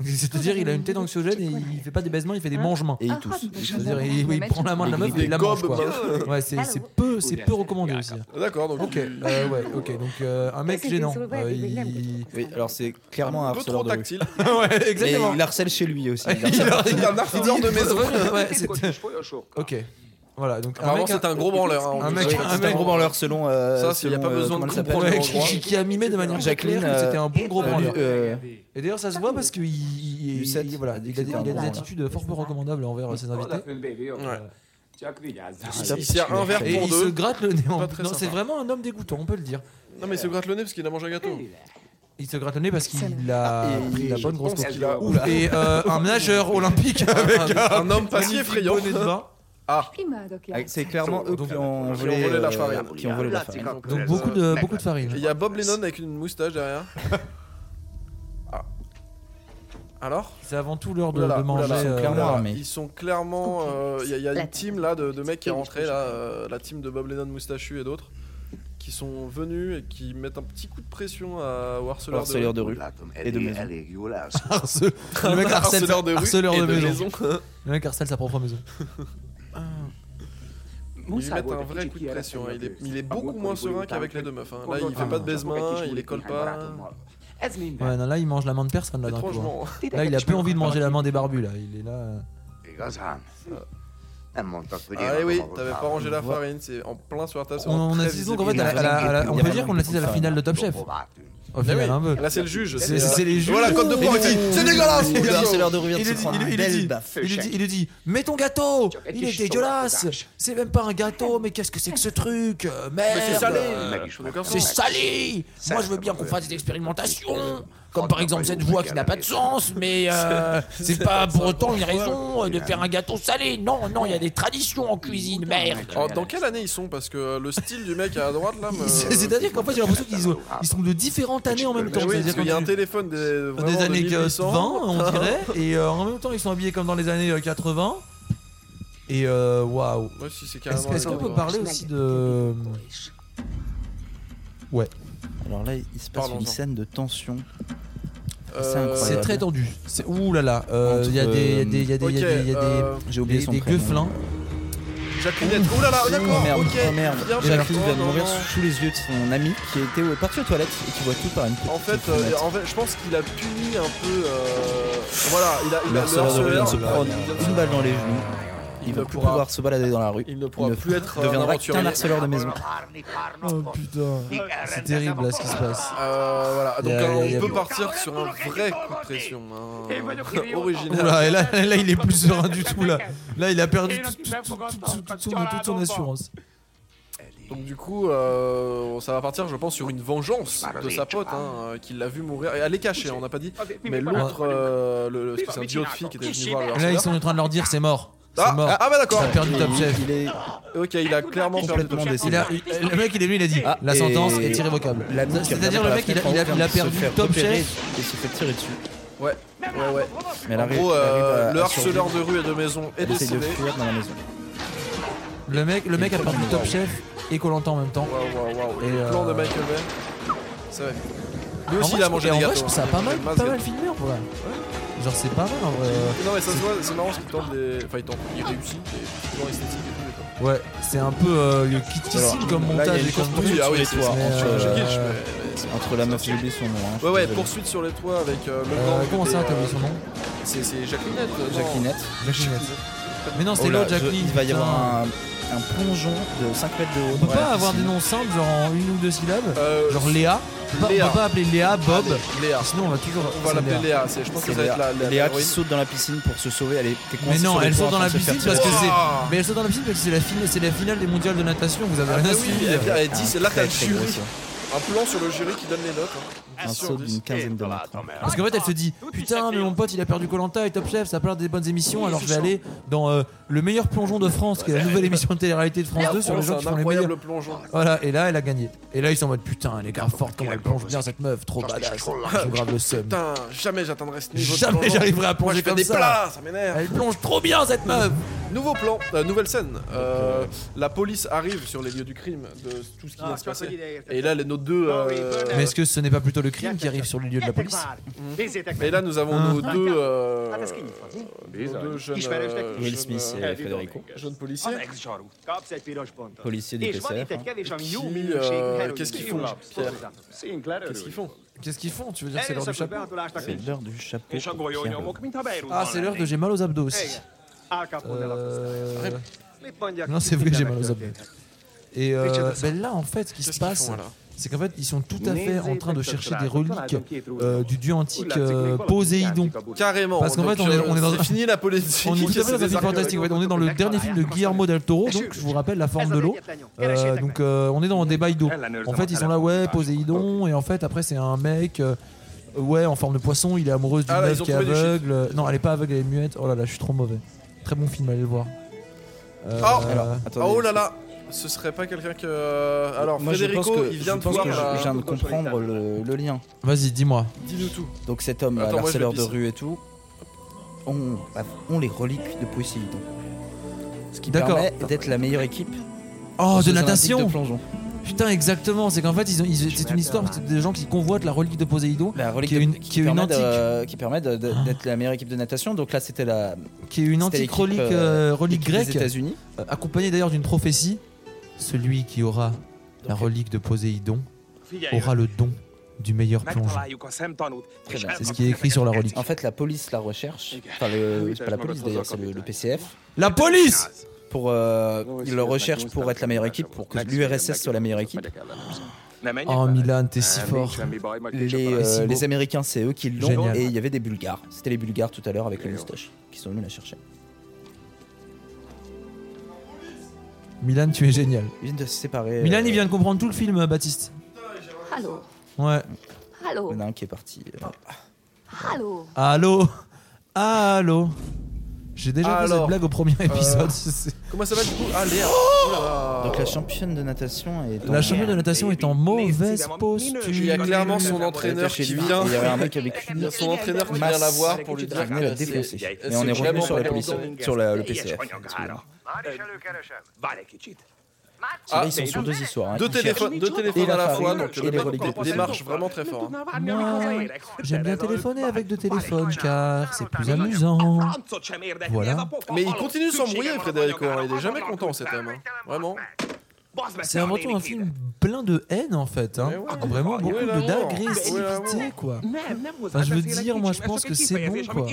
[SPEAKER 1] C'est-à-dire il a une tête anxiogène et il fait pas des baisements, il fait des mange-mains.
[SPEAKER 8] et il tousse.
[SPEAKER 1] C'est-à-dire Hein il, il prend la main de la meuf et
[SPEAKER 9] Des
[SPEAKER 1] il la mange quoi.
[SPEAKER 9] gobes,
[SPEAKER 1] Ouais, c'est c'est peu, c'est peu recommandé aussi. hein.
[SPEAKER 9] D'accord, donc
[SPEAKER 1] Ok, euh, ouais, ok. Donc euh, un mec gênant. Euh, il-
[SPEAKER 8] Oui, alors Ah, c'est clairement un
[SPEAKER 9] un peu trop
[SPEAKER 8] harceleur de rue.
[SPEAKER 9] tactile.
[SPEAKER 1] ouais,
[SPEAKER 8] Mais
[SPEAKER 1] exactement.
[SPEAKER 8] il harcèle chez lui aussi. il
[SPEAKER 9] Il
[SPEAKER 8] harcèle.
[SPEAKER 9] a un harceleur de maison.
[SPEAKER 1] Ouais, c'est- ok. Voilà, donc un
[SPEAKER 9] Apparemment,
[SPEAKER 1] mec,
[SPEAKER 9] c'est un gros branleur. hein,
[SPEAKER 1] un
[SPEAKER 9] on
[SPEAKER 1] mec-
[SPEAKER 9] dit.
[SPEAKER 8] Oui,
[SPEAKER 1] un
[SPEAKER 8] c'est un
[SPEAKER 1] mec-
[SPEAKER 8] gros branleur selon. euh,
[SPEAKER 9] Ça, s'il y a
[SPEAKER 8] selon,
[SPEAKER 9] pas
[SPEAKER 8] euh,
[SPEAKER 9] besoin de
[SPEAKER 8] comment elle s'appelle,
[SPEAKER 9] comprendre
[SPEAKER 1] Ouais,
[SPEAKER 9] le
[SPEAKER 8] le
[SPEAKER 1] qui,
[SPEAKER 9] endroit.
[SPEAKER 1] qui- qui a mimé de manière très
[SPEAKER 8] Jacqueline,
[SPEAKER 1] claire que c'était un bon gros
[SPEAKER 8] gros
[SPEAKER 1] branleur.
[SPEAKER 8] branleur. Euh,
[SPEAKER 1] Et d'ailleurs, ça se voit parce qu'il il, il-
[SPEAKER 8] Lucette,
[SPEAKER 1] il- voilà, il a,
[SPEAKER 8] c'était
[SPEAKER 1] des- il
[SPEAKER 8] un
[SPEAKER 1] a
[SPEAKER 8] bon
[SPEAKER 1] des
[SPEAKER 8] branleur.
[SPEAKER 1] attitudes fort peu recommandables envers ses invités.
[SPEAKER 9] Il il sert un verre
[SPEAKER 1] Et
[SPEAKER 9] pour
[SPEAKER 1] il se
[SPEAKER 9] deux.
[SPEAKER 1] gratte le nez. en-
[SPEAKER 9] Pas très
[SPEAKER 1] Non, c'est
[SPEAKER 9] sympa.
[SPEAKER 1] vraiment un homme dégoûtant, on peut le dire.
[SPEAKER 9] Non, mais il se gratte le nez parce qu'il a mangé un gâteau.
[SPEAKER 1] Il se gratte le nez parce qu'il
[SPEAKER 8] Euh, Ah,
[SPEAKER 1] a pris la bonne grosse
[SPEAKER 9] pense
[SPEAKER 1] coquille.
[SPEAKER 9] qu'il a-
[SPEAKER 1] Oula. Et euh, un nageur olympique avec
[SPEAKER 9] Un- Un homme pas si
[SPEAKER 1] magnifique
[SPEAKER 9] effrayant.
[SPEAKER 1] bonnet de bain.
[SPEAKER 8] Ah, C'est clairement eux
[SPEAKER 1] Donc,
[SPEAKER 8] qui ont
[SPEAKER 9] qui ont
[SPEAKER 8] volé
[SPEAKER 9] volé la
[SPEAKER 8] euh,
[SPEAKER 9] farine.
[SPEAKER 8] Qui ont volé la farine.
[SPEAKER 1] Donc beaucoup de, beaucoup de farine.
[SPEAKER 9] Il y a Bob Lennon avec une moustache derrière. Ah. Alors
[SPEAKER 1] C'est avant tout l'heure de,
[SPEAKER 9] Oulala,
[SPEAKER 1] de manger.
[SPEAKER 9] oulala.
[SPEAKER 8] Ils sont
[SPEAKER 1] euh,
[SPEAKER 8] clairement
[SPEAKER 9] Oulala,
[SPEAKER 8] armés.
[SPEAKER 9] Ils sont clairement. euh, Il y a, il y a une team là de, de mecs qui est rentrée, là, euh, la team de Bob Lennon moustachu et d'autres, qui sont venus et qui mettent un petit coup de pression à au harceleur de
[SPEAKER 8] Harceleur de rue. Et de maison.
[SPEAKER 1] harce- Le mec harcèle,
[SPEAKER 9] Harceleur de rue
[SPEAKER 1] harceleur
[SPEAKER 9] et
[SPEAKER 1] de
[SPEAKER 9] de
[SPEAKER 1] maison. Le mec harcèle sa propre maison.
[SPEAKER 9] Ils lui mettent un vrai coup de pression. hein. Il, est, il est beaucoup moins serein qu'avec les deux meufs. hein. Là, il fait pas de baisement, il les colle pas.
[SPEAKER 1] Ouais, non, là il mange la main de personne là d'un coup. hein.
[SPEAKER 9] Étrangement.
[SPEAKER 1] Là il a peu envie de manger la main des barbus là. Il est là. euh,
[SPEAKER 9] Ah et oui, t'avais pas rangé la farine, c'est en plein sur la table. c'est
[SPEAKER 1] On,
[SPEAKER 9] vraiment
[SPEAKER 1] on
[SPEAKER 9] très
[SPEAKER 1] assiste donc en
[SPEAKER 9] visible.
[SPEAKER 1] fait à la- à la- à la- on
[SPEAKER 8] Il y a
[SPEAKER 1] peut
[SPEAKER 8] vraiment
[SPEAKER 1] dire qu'on assiste à la
[SPEAKER 8] beaucoup de
[SPEAKER 1] finale de Top Chef. Au
[SPEAKER 9] Ah
[SPEAKER 1] final
[SPEAKER 9] oui,
[SPEAKER 1] un peu.
[SPEAKER 9] Là, c'est le juge.
[SPEAKER 1] C'est c'est
[SPEAKER 9] euh,
[SPEAKER 1] les juges.
[SPEAKER 9] Voilà, code de poing. C'est dégueulasse.
[SPEAKER 8] Il a dit, c'est l'heure de
[SPEAKER 1] Il
[SPEAKER 8] revenir
[SPEAKER 1] lui
[SPEAKER 8] se
[SPEAKER 1] dit-
[SPEAKER 8] prendre
[SPEAKER 1] il lui-
[SPEAKER 8] un
[SPEAKER 1] il lui dit-
[SPEAKER 8] bel baf.
[SPEAKER 1] Il lui, dit, il lui dit, mets ton gâteau Il est dégueulasse C'est même pas un gâteau, mais qu'est-ce que c'est que ce truc Euh, Merde
[SPEAKER 9] Mais c'est salé. Aucun
[SPEAKER 1] C'est
[SPEAKER 9] sens.
[SPEAKER 1] salé Moi je veux bien qu'on fasse des expérimentations Comme par exemple cette voix qui n'a pas de sens, mais euh, c'est pas pour autant une raison de faire un gâteau salé Non, non, il y a des traditions en cuisine, merde
[SPEAKER 9] Oh, dans quelle année ils sont Parce que euh, le style du mec à droite là. me-
[SPEAKER 1] C'est-à-dire qu'en fait j'ai l'impression qu'ils ont- ils sont de différentes
[SPEAKER 9] Ah,
[SPEAKER 1] années en même temps.
[SPEAKER 9] Mais oui,
[SPEAKER 1] C'est-à-dire
[SPEAKER 9] parce qu'il y a
[SPEAKER 1] quand tu-
[SPEAKER 9] un téléphone des, vraiment
[SPEAKER 1] des
[SPEAKER 9] de
[SPEAKER 1] années 20,
[SPEAKER 9] 1800.
[SPEAKER 1] on dirait, et euh, en même temps ils sont habillés comme dans les années euh, 80. Et euh, waouh.
[SPEAKER 9] Ouais, si,
[SPEAKER 1] Est-ce
[SPEAKER 9] c'est carrément.
[SPEAKER 1] est-ce
[SPEAKER 9] les
[SPEAKER 1] qu'on peut
[SPEAKER 9] années
[SPEAKER 1] parler aussi de. Ouais.
[SPEAKER 8] Alors là, il se passe une
[SPEAKER 9] Parlons-en.
[SPEAKER 8] scène de tension.
[SPEAKER 9] Euh,
[SPEAKER 8] C'est incroyable.
[SPEAKER 1] C'est très tendu. C'est- Ouh là là, euh, il y a
[SPEAKER 8] Entre,
[SPEAKER 1] des, il y a des, il y a des, il y a des- il y a
[SPEAKER 9] ok,
[SPEAKER 1] des-
[SPEAKER 9] euh,
[SPEAKER 8] J'ai oublié
[SPEAKER 1] des-
[SPEAKER 8] son
[SPEAKER 1] des
[SPEAKER 8] prénom.
[SPEAKER 1] gueuflins.
[SPEAKER 9] Jacqueline. Oh là là, d'accord,
[SPEAKER 8] Oh merde,
[SPEAKER 9] ok.
[SPEAKER 8] oh merde.
[SPEAKER 9] viens,
[SPEAKER 8] Jacqueline
[SPEAKER 9] Jacques.
[SPEAKER 8] vient de
[SPEAKER 9] Oh,
[SPEAKER 8] mourir
[SPEAKER 9] non, non.
[SPEAKER 8] sous les yeux de son ami qui était au- parti aux toilettes et qui voit tout par une petite
[SPEAKER 9] En fait, euh,
[SPEAKER 8] fenêtre.
[SPEAKER 9] en fait, je pense qu'il a puni un peu. euh, Voilà, il a, il a
[SPEAKER 8] le harceleur de rue vient de se
[SPEAKER 9] harceleur,
[SPEAKER 8] prendre
[SPEAKER 9] il vient de se
[SPEAKER 8] une balle dans les genoux.
[SPEAKER 9] euh, Il
[SPEAKER 8] Il
[SPEAKER 9] ne
[SPEAKER 8] va plus
[SPEAKER 9] pourra-
[SPEAKER 8] pouvoir se balader dans la rue.
[SPEAKER 9] Il ne pourra plus être un
[SPEAKER 8] deviendra
[SPEAKER 9] aventurier.
[SPEAKER 8] qu'un harceleur de maison.
[SPEAKER 1] Oh putain, c'est terrible là ce qui se passe.
[SPEAKER 9] Euh, voilà, donc
[SPEAKER 1] Il y a-
[SPEAKER 9] euh,
[SPEAKER 1] il y a-
[SPEAKER 9] on peut partir sur un vrai coup de pression, hein.
[SPEAKER 1] Ouh
[SPEAKER 9] original.
[SPEAKER 1] là, et là, là, il est plus serein du tout là. Là, il a perdu tout- tout- tout- tout- tout son- toute son assurance.
[SPEAKER 9] Donc du coup, euh, ça va partir, je pense, sur une vengeance de sa pote, hein, euh, qui l'a vu mourir. Et elle est cachée, on n'a pas dit. Mais l'autre, euh, le, le- parce que c'est un duo de filles qui était venu voir le
[SPEAKER 1] Là, ils
[SPEAKER 9] harceleur.
[SPEAKER 1] sont en train de leur dire c'est mort.
[SPEAKER 9] Ah,
[SPEAKER 1] C'est mort.
[SPEAKER 9] ah, ah, bah d'accord.
[SPEAKER 1] T'as perdu top chef.
[SPEAKER 8] Il est
[SPEAKER 9] Ok, il a clairement perdu
[SPEAKER 8] complètement
[SPEAKER 9] top chef.
[SPEAKER 1] Il
[SPEAKER 8] décédé.
[SPEAKER 1] a- il- le mec, il est venu, il a dit
[SPEAKER 8] Ah,
[SPEAKER 1] la
[SPEAKER 8] et-
[SPEAKER 1] sentence est irrévocable.
[SPEAKER 8] La nuque qui
[SPEAKER 1] C'est-à-dire,
[SPEAKER 8] regarde
[SPEAKER 1] le
[SPEAKER 8] par
[SPEAKER 1] mec,
[SPEAKER 8] la
[SPEAKER 1] il a-
[SPEAKER 8] fenêtre
[SPEAKER 1] il a-
[SPEAKER 8] en train
[SPEAKER 1] il a
[SPEAKER 8] de se
[SPEAKER 1] perdu
[SPEAKER 8] faire
[SPEAKER 1] top
[SPEAKER 8] repérer
[SPEAKER 1] chef.
[SPEAKER 8] Et se fait tirer dessus.
[SPEAKER 9] Ouais, ouais, ouais.
[SPEAKER 8] Mais elle
[SPEAKER 9] En
[SPEAKER 8] arrive-
[SPEAKER 9] gros,
[SPEAKER 8] elle arrive
[SPEAKER 9] euh,
[SPEAKER 8] à-
[SPEAKER 9] le
[SPEAKER 8] à survivre.
[SPEAKER 9] harceleur de rue et de maison est
[SPEAKER 8] Elle essaye de
[SPEAKER 9] décédé.
[SPEAKER 8] fuir dans la maison.
[SPEAKER 1] Le mec, le mec a perdu top chef et Colanta en même temps.
[SPEAKER 9] Waouh, waouh, waouh.
[SPEAKER 1] Et,
[SPEAKER 9] Le plan de
[SPEAKER 1] euh,
[SPEAKER 9] Michael Bay. C'est vrai. Lui
[SPEAKER 1] En
[SPEAKER 9] aussi,
[SPEAKER 1] vrai,
[SPEAKER 9] il a
[SPEAKER 1] je-
[SPEAKER 9] mangé
[SPEAKER 1] et
[SPEAKER 9] des
[SPEAKER 1] en vrai,
[SPEAKER 9] gâteaux.
[SPEAKER 1] je trouve ça
[SPEAKER 9] hein.
[SPEAKER 1] a pas mal,
[SPEAKER 9] Masse
[SPEAKER 1] pas
[SPEAKER 9] gâteau.
[SPEAKER 1] mal filmé en vrai. Genre, c'est pas mal en vrai.
[SPEAKER 9] Non, mais ça se voit, c'est marrant, c'est qu'il tente des. Enfin, il tente, il réussit, et plan esthétique et tout. mais pas-
[SPEAKER 1] Ouais, c'est un peu euh, le kitissime
[SPEAKER 8] Alors,
[SPEAKER 1] comme
[SPEAKER 8] là, il y a
[SPEAKER 1] montage
[SPEAKER 8] une
[SPEAKER 1] et comme
[SPEAKER 8] construction
[SPEAKER 1] truc.
[SPEAKER 8] sur les toits,
[SPEAKER 1] mais,
[SPEAKER 8] entre,
[SPEAKER 1] euh,
[SPEAKER 9] Je
[SPEAKER 8] euh,
[SPEAKER 9] glitch, mais- mais c'est-
[SPEAKER 8] entre la meuf, j'ai oublié son nom. hein, je
[SPEAKER 9] Ouais,
[SPEAKER 8] suis
[SPEAKER 9] ouais,
[SPEAKER 8] désolé.
[SPEAKER 9] poursuite sur les toits avec euh, le
[SPEAKER 1] euh,
[SPEAKER 8] Ah,
[SPEAKER 9] gang.
[SPEAKER 1] Comment
[SPEAKER 9] des,
[SPEAKER 1] ça,
[SPEAKER 9] euh,
[SPEAKER 1] t'as vu son nom Euh,
[SPEAKER 9] C'est c'est Jacquelinette. euh, non
[SPEAKER 8] Jacquelinette.
[SPEAKER 1] Jacqueline. Mais non, c'était
[SPEAKER 8] Oh là,
[SPEAKER 1] l'autre
[SPEAKER 8] je-
[SPEAKER 1] Jacqueline.
[SPEAKER 8] Il va y
[SPEAKER 1] putain.
[SPEAKER 8] avoir un, un plongeon de 5 mètres de haut.
[SPEAKER 1] On peut
[SPEAKER 8] dans la
[SPEAKER 1] pas avoir des
[SPEAKER 8] piscine.
[SPEAKER 1] noms simples, genre en une ou deux syllabes.
[SPEAKER 9] Euh,
[SPEAKER 1] Genre Léa. On peut pas-
[SPEAKER 9] Léa.
[SPEAKER 1] on peut pas appeler Léa Bob.
[SPEAKER 8] Ah,
[SPEAKER 9] Allez, Léa.
[SPEAKER 1] Sinon, on va toujours.
[SPEAKER 9] On va
[SPEAKER 1] c'est
[SPEAKER 9] l'appeler
[SPEAKER 1] Léa.
[SPEAKER 9] Léa. c'est- Je pense que
[SPEAKER 8] C'est
[SPEAKER 9] ça va
[SPEAKER 8] Léa,
[SPEAKER 9] être la- la.
[SPEAKER 8] Léa qui
[SPEAKER 9] l'héroïne.
[SPEAKER 8] saute dans la piscine pour se sauver. Elle est t'es coincée
[SPEAKER 1] Mais
[SPEAKER 8] sur
[SPEAKER 1] non,
[SPEAKER 8] le
[SPEAKER 1] elle
[SPEAKER 8] toit
[SPEAKER 1] saute
[SPEAKER 8] en
[SPEAKER 1] dans
[SPEAKER 8] train
[SPEAKER 1] la
[SPEAKER 8] de se faire
[SPEAKER 1] piscine parce que
[SPEAKER 8] tirer. Ah.
[SPEAKER 1] c'est.
[SPEAKER 9] Ouah.
[SPEAKER 1] Mais elle saute dans la piscine parce que c'est la, fin- c'est la finale des mondiales de natation. Vous avez
[SPEAKER 9] Ah,
[SPEAKER 1] rien
[SPEAKER 9] mais
[SPEAKER 1] à
[SPEAKER 9] oui,
[SPEAKER 1] suivre.
[SPEAKER 9] elle vient- elle dit,
[SPEAKER 8] Ah,
[SPEAKER 9] c'est là
[SPEAKER 8] très,
[SPEAKER 9] qu'elle
[SPEAKER 8] très
[SPEAKER 9] tue.
[SPEAKER 8] gros saut.
[SPEAKER 9] Un plan sur le jury qui donne les notes. hein.
[SPEAKER 8] Un
[SPEAKER 9] 10 sur
[SPEAKER 8] saut
[SPEAKER 9] 10.
[SPEAKER 8] d'une quinzaine de mètres.
[SPEAKER 1] Parce qu'en fait, elle se dit Putain, mais mon pote, il a perdu Colanta et Top Chef, ça parle des bonnes émissions. Alors je vais aller dans euh, le meilleur plongeon de France, qui est la nouvelle émission de télé-réalité de France 2 sur les gens qui
[SPEAKER 9] Oh, C'est un
[SPEAKER 1] font les meilleurs. Ah,
[SPEAKER 9] incroyable plongeon.
[SPEAKER 1] Voilà, et là, elle a gagné. Et là, ils sont en mode Putain, elle est grave forte, comment elle plonge bien cette meuf, trop badass. Ils ont grave le seum.
[SPEAKER 9] Putain, jamais j'atteindrai ce niveau. de
[SPEAKER 1] Jamais
[SPEAKER 9] plongeon.
[SPEAKER 1] j'arriverai à
[SPEAKER 9] Moi, je
[SPEAKER 1] plonger
[SPEAKER 9] fais
[SPEAKER 1] comme
[SPEAKER 9] des
[SPEAKER 1] ça.
[SPEAKER 9] plats, ça m'énerve.
[SPEAKER 1] Elle plonge trop bien cette meuf
[SPEAKER 9] Nouveau plan, euh, nouvelle scène. Euh, la police arrive sur les lieux du crime, de tout ce qui vient de se passer. Et là, les- nos deux. euh,
[SPEAKER 1] Mais est-ce que ce n'est pas plutôt le crime qui arrive sur les lieux de la police
[SPEAKER 10] Nézzétek
[SPEAKER 9] et
[SPEAKER 10] meg!
[SPEAKER 9] là, nous avons
[SPEAKER 1] Hein.
[SPEAKER 9] nos deux. euh,
[SPEAKER 10] Hát ez kinyithatni.
[SPEAKER 9] nos deux jeunes.
[SPEAKER 10] Ismerősnek
[SPEAKER 9] euh,
[SPEAKER 10] is.
[SPEAKER 8] Will
[SPEAKER 9] jeunes,
[SPEAKER 8] Smith
[SPEAKER 9] euh,
[SPEAKER 8] et Federico,
[SPEAKER 9] jeunes
[SPEAKER 10] Az
[SPEAKER 9] policiers.
[SPEAKER 10] ex zsaru. Kapsz egy piros pontot.
[SPEAKER 8] policier du
[SPEAKER 10] És van
[SPEAKER 8] PCR.
[SPEAKER 10] itt egy kevés, ami jó
[SPEAKER 9] Ki,
[SPEAKER 10] minőségű
[SPEAKER 9] ö,
[SPEAKER 10] heroin.
[SPEAKER 9] kész ki
[SPEAKER 10] Jó
[SPEAKER 9] fog,
[SPEAKER 10] lapsz,
[SPEAKER 9] Pierre.
[SPEAKER 10] hozzá.
[SPEAKER 3] Sinclair
[SPEAKER 9] Qu'est-ce qu'ils
[SPEAKER 3] örül.
[SPEAKER 9] font
[SPEAKER 1] Qu'est-ce qu'ils font Tu veux dire que c'est l'heure du
[SPEAKER 10] Erőszakos
[SPEAKER 1] chapeau
[SPEAKER 10] behatolásnak
[SPEAKER 8] C'est
[SPEAKER 10] nincs.
[SPEAKER 8] l'heure du chapeau.
[SPEAKER 10] És a golyónyomok, mintha Beirutban
[SPEAKER 1] Ah, c'est l'heure de
[SPEAKER 10] lennénk.
[SPEAKER 1] j'ai mal aux abdos aussi.
[SPEAKER 10] Igen. Al Capone lapozta.
[SPEAKER 1] Euh,
[SPEAKER 10] Mit mondjak?
[SPEAKER 1] Non, c'est vrai que j'ai mal aux abdos. Et euh,
[SPEAKER 10] Richard Dawson.
[SPEAKER 1] ben là, en fait, ce qui se
[SPEAKER 9] Qu'est-ce qu'ils
[SPEAKER 1] passe,
[SPEAKER 9] font là
[SPEAKER 1] c'est qu'en fait, ils sont tout à fait en train de chercher des reliques euh, du dieu antique euh,
[SPEAKER 3] Poséidon.
[SPEAKER 1] Poséidon.
[SPEAKER 9] Carrément.
[SPEAKER 1] Parce qu'en
[SPEAKER 9] donc,
[SPEAKER 1] fait, on est- on est dans
[SPEAKER 9] c'est
[SPEAKER 1] un-
[SPEAKER 9] fini la politique.
[SPEAKER 1] On est tout à fait dans un
[SPEAKER 9] C'est
[SPEAKER 1] film fantastique. en fait. On est dans le dernier film de Guillermo del Toro, donc je vous rappelle la forme de l'eau. Euh, donc euh, on est dans des bails d'eau. En fait, ils sont là, ouais, Poséidon, et en fait, après, c'est un mec. euh, Ouais, en forme de poisson, il est amoureuse d'une
[SPEAKER 9] Ah là,
[SPEAKER 1] meuf
[SPEAKER 9] ils ont
[SPEAKER 1] qui est
[SPEAKER 9] trouvé du shit.
[SPEAKER 1] aveugle. Euh, Non, elle est pas aveugle, elle est muette. Oh là là, je suis trop mauvais. Très bon film, allez le voir. Euh,
[SPEAKER 9] Oh
[SPEAKER 8] Alors, attendez,
[SPEAKER 9] Oh là là Ce serait pas quelqu'un que. Alors,
[SPEAKER 8] Moi, je pense
[SPEAKER 9] Federico,
[SPEAKER 8] que,
[SPEAKER 9] il vient
[SPEAKER 8] je
[SPEAKER 9] de
[SPEAKER 8] pense
[SPEAKER 9] voir.
[SPEAKER 8] que je-
[SPEAKER 9] la-
[SPEAKER 8] je viens de comprendre le, le lien.
[SPEAKER 1] Vas-y, dis-moi.
[SPEAKER 9] Dis-nous tout.
[SPEAKER 8] Donc cet homme,
[SPEAKER 9] Attends, moi, je vais
[SPEAKER 8] harceleur de
[SPEAKER 9] pisser.
[SPEAKER 8] rue et tout, ont, ont les reliques de Poséidon. Ce qui
[SPEAKER 1] D'accord.
[SPEAKER 8] permet d'être la meilleure équipe
[SPEAKER 1] Oh,
[SPEAKER 8] aux
[SPEAKER 1] de
[SPEAKER 8] Jeux
[SPEAKER 1] natation
[SPEAKER 8] Olympiques de plongeon.
[SPEAKER 1] Putain, exactement. C'est qu'en fait, ils ont- ils- c'est une histoire des gens qui convoitent la relique de Poséidon,
[SPEAKER 8] La relique
[SPEAKER 1] Qui est
[SPEAKER 8] de-
[SPEAKER 1] une- qui est une
[SPEAKER 8] permet
[SPEAKER 1] antique.
[SPEAKER 8] de- qui permet de- de- d'être la meilleure équipe de natation. Donc là, c'était la
[SPEAKER 1] qui est une
[SPEAKER 8] c'était
[SPEAKER 1] antique
[SPEAKER 8] l'équipe,
[SPEAKER 1] relique,
[SPEAKER 8] euh,
[SPEAKER 1] euh, relique
[SPEAKER 8] équipe des
[SPEAKER 1] grecque,
[SPEAKER 8] États-Unis.
[SPEAKER 1] euh, accompagnée d'ailleurs d'une prophétie. Celui qui aura la
[SPEAKER 8] Ok.
[SPEAKER 1] relique de Poséidon
[SPEAKER 4] Figyelj,
[SPEAKER 1] aura le don du meilleur plongeon.
[SPEAKER 4] megtaláljuk a szemtanút, és
[SPEAKER 8] bien,
[SPEAKER 1] C'est ce qui est écrit sur la relique.
[SPEAKER 8] En fait, la police la recherche. Enfin, le- c'est pas la police d'ailleurs, c'est le, le PCF.
[SPEAKER 1] La
[SPEAKER 4] Ah,
[SPEAKER 1] police
[SPEAKER 8] Pour, euh, il le recherche pour être la meilleure équipe, pour que l'URSS soit la meilleure équipe.
[SPEAKER 4] nem menjek
[SPEAKER 1] Oh,
[SPEAKER 4] vele?
[SPEAKER 1] Milan, t'es si
[SPEAKER 8] Ah,
[SPEAKER 3] Nem,
[SPEAKER 1] fort.
[SPEAKER 3] nincs semmi baj, majd később
[SPEAKER 8] Les,
[SPEAKER 3] találkozunk.
[SPEAKER 8] euh,
[SPEAKER 1] beau.
[SPEAKER 8] les Américains, c'est eux qui l'ont.
[SPEAKER 1] Génial.
[SPEAKER 8] Et il y avait des Bulgares. C'était les Bulgares tout à l'heure avec les moustaches qui sont venus la chercher.
[SPEAKER 1] Milan, tu es génial.
[SPEAKER 8] Ils viennent de se séparer. euh,
[SPEAKER 1] Milan, il vient de comprendre tout le film, euh, Baptiste.
[SPEAKER 2] Allô
[SPEAKER 1] Ouais.
[SPEAKER 2] Allô
[SPEAKER 8] Il y en a un qui est parti. euh,
[SPEAKER 2] Allô
[SPEAKER 1] Allô Allô J'ai déjà fait
[SPEAKER 9] Alors,
[SPEAKER 1] cette blague au premier
[SPEAKER 8] euh,
[SPEAKER 1] épisode. C'est-
[SPEAKER 9] Comment ça va du coup Ah, Léa Oh là là.
[SPEAKER 8] Donc la championne de natation est. dans-
[SPEAKER 1] La championne de natation est en mauvaise posture.
[SPEAKER 9] Il y a clairement son entraîneur
[SPEAKER 8] chez
[SPEAKER 9] qui
[SPEAKER 8] lui.
[SPEAKER 9] vient.
[SPEAKER 8] et Il y avait un mec avec une
[SPEAKER 9] Il y a Son entraîneur qui vient
[SPEAKER 8] Masse.
[SPEAKER 9] la voir pour lui
[SPEAKER 8] qui
[SPEAKER 9] dire
[SPEAKER 8] venait la
[SPEAKER 9] que c'est-
[SPEAKER 8] défoncer.
[SPEAKER 9] c'est
[SPEAKER 8] Mais on est
[SPEAKER 9] clairement
[SPEAKER 8] revenu sur la
[SPEAKER 9] pas
[SPEAKER 8] police,
[SPEAKER 9] dans-
[SPEAKER 8] sur la- le
[SPEAKER 4] Teljes
[SPEAKER 8] PCF.
[SPEAKER 4] anyagára. Már is előkeresem. Várj egy kicsit.
[SPEAKER 8] Celui-là, ils sont sur deux histoires. hein,
[SPEAKER 9] Deux
[SPEAKER 8] ils cherchent.
[SPEAKER 9] téléphones, deux téléphones
[SPEAKER 8] la
[SPEAKER 9] à la
[SPEAKER 8] farine.
[SPEAKER 9] fois, donc
[SPEAKER 8] Et
[SPEAKER 9] le
[SPEAKER 8] les
[SPEAKER 9] mec
[SPEAKER 8] reliquats.
[SPEAKER 9] démarche vraiment très fort. hein.
[SPEAKER 1] J'aime bien téléphoner avec deux téléphones car c'est plus amusant. Voilà.
[SPEAKER 9] Mais il continue de s'embrouiller, Frédérico. hein, Il est jamais content, cet homme. hein. Vraiment.
[SPEAKER 1] Bah, C'est avant tout un film plein de haine en fait. hein.
[SPEAKER 9] Mais ouais.
[SPEAKER 1] Vraiment
[SPEAKER 9] Ouais,
[SPEAKER 1] beaucoup
[SPEAKER 9] là,
[SPEAKER 1] de-
[SPEAKER 9] ouais. Ouais,
[SPEAKER 1] d'agressivité
[SPEAKER 9] ouais.
[SPEAKER 1] quoi. Enfin, je veux dire, moi, je pense que c'est bon, quoi.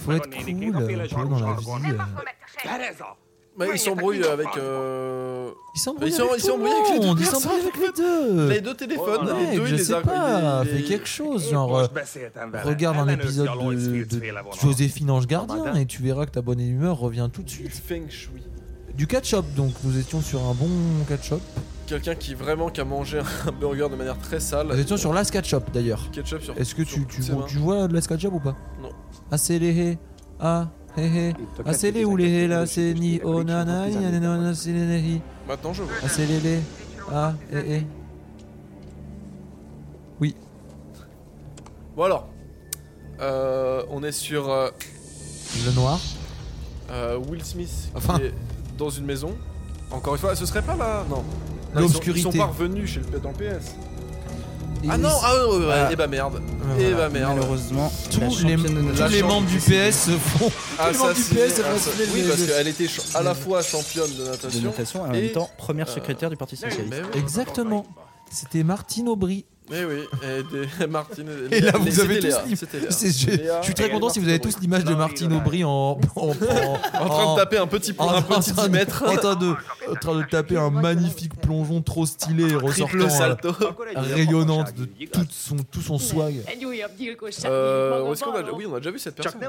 [SPEAKER 1] Faut être cool euh, un peu dans la vie. euh.
[SPEAKER 9] Mais il s'embrouille avec. euh,
[SPEAKER 1] Ils s'embrouillent
[SPEAKER 9] Ils
[SPEAKER 1] avec,
[SPEAKER 9] sont- ils
[SPEAKER 1] tout le
[SPEAKER 9] s'embrouillent avec les deux
[SPEAKER 1] monde, ils
[SPEAKER 9] personnes,
[SPEAKER 1] s'embrouillent avec les deux.
[SPEAKER 9] Les deux téléphones,
[SPEAKER 1] Mec,
[SPEAKER 9] les deux, il
[SPEAKER 1] je
[SPEAKER 9] les
[SPEAKER 1] sais
[SPEAKER 9] a.
[SPEAKER 1] pas,
[SPEAKER 9] il- il-
[SPEAKER 1] fais quelque chose, genre euh, regarde un épisode de, de Joséphine Ange Gardien et tu verras que ta bonne humeur revient tout de suite.
[SPEAKER 9] Feng Shui.
[SPEAKER 1] Du ketchup, donc nous étions sur un bon ketchup.
[SPEAKER 9] Quelqu'un qui vraiment qui a mangé un burger de manière très sale.
[SPEAKER 1] Nous étions sur l'as ketchup d'ailleurs.
[SPEAKER 9] Ketchup sur.
[SPEAKER 1] Est-ce que tu,
[SPEAKER 9] sur hein.
[SPEAKER 1] tu,
[SPEAKER 9] ses
[SPEAKER 1] vois-
[SPEAKER 9] mains.
[SPEAKER 1] tu vois de la ketchup ou pas
[SPEAKER 9] Non.
[SPEAKER 1] Ah c'est les hé, ah hé hé, ah c'est les ou les hé là, c'est ni oh nana, ni nanana, c'est les les hé.
[SPEAKER 9] Maintenant je vois.
[SPEAKER 1] Ah c'est les les, ah hé hé. Oui,
[SPEAKER 9] Bon alors. Euh, on est sur euh,
[SPEAKER 1] le noir.
[SPEAKER 9] euh, Will Smith
[SPEAKER 1] Enfin.
[SPEAKER 9] qui est dans une maison. Encore une fois, ce serait pas là Non. Ils sont, ils sont
[SPEAKER 1] L'obscurité.
[SPEAKER 9] pas revenus chez le, dans le PS.
[SPEAKER 1] Et
[SPEAKER 9] Ah non, ah ouais, ouais, ouais,
[SPEAKER 8] Voilà.
[SPEAKER 9] eh bah merde.
[SPEAKER 1] Ah,
[SPEAKER 8] Voilà.
[SPEAKER 9] Eh bah merde.
[SPEAKER 8] Malheureusement,
[SPEAKER 1] Tous
[SPEAKER 8] la
[SPEAKER 1] les,
[SPEAKER 8] championne de
[SPEAKER 1] tous
[SPEAKER 8] la
[SPEAKER 1] les
[SPEAKER 8] chambre-
[SPEAKER 1] membres du PS se font.
[SPEAKER 9] Ah,
[SPEAKER 1] tous les membres du PS se
[SPEAKER 9] Assassiné,
[SPEAKER 1] font
[SPEAKER 9] assassiné. Oui,
[SPEAKER 1] les-
[SPEAKER 9] parce qu'elle était cha- à la fois championne de
[SPEAKER 8] de
[SPEAKER 9] natation.
[SPEAKER 8] notation et en
[SPEAKER 9] Et-
[SPEAKER 8] même temps première secrétaire du Parti Socialiste.
[SPEAKER 9] Mais oui.
[SPEAKER 1] Exactement. C'était Martine Aubry.
[SPEAKER 9] Mais Eh oui, et des- Martine.
[SPEAKER 1] Et là,
[SPEAKER 9] Léa-
[SPEAKER 1] vous avez
[SPEAKER 9] c'était
[SPEAKER 1] tous
[SPEAKER 9] Léa,
[SPEAKER 1] l'im-
[SPEAKER 9] c'était Léa.
[SPEAKER 1] C'est- Je
[SPEAKER 9] Léa
[SPEAKER 1] je suis très
[SPEAKER 9] et
[SPEAKER 1] content si vous avez tous l'image de Martine Aubry en. en- en-
[SPEAKER 9] En train de taper un petit,
[SPEAKER 1] en-
[SPEAKER 9] un
[SPEAKER 1] en
[SPEAKER 9] petit
[SPEAKER 1] train
[SPEAKER 9] 10
[SPEAKER 1] de-
[SPEAKER 9] mètres.
[SPEAKER 1] En train de, en train de taper un magnifique plongeon trop stylé et
[SPEAKER 9] Triple
[SPEAKER 1] ressortant euh,
[SPEAKER 9] salto.
[SPEAKER 1] rayonnante de tout son, tout son swag.
[SPEAKER 9] Euh, est-ce qu'on a- Oui, on a déjà vu cette personne.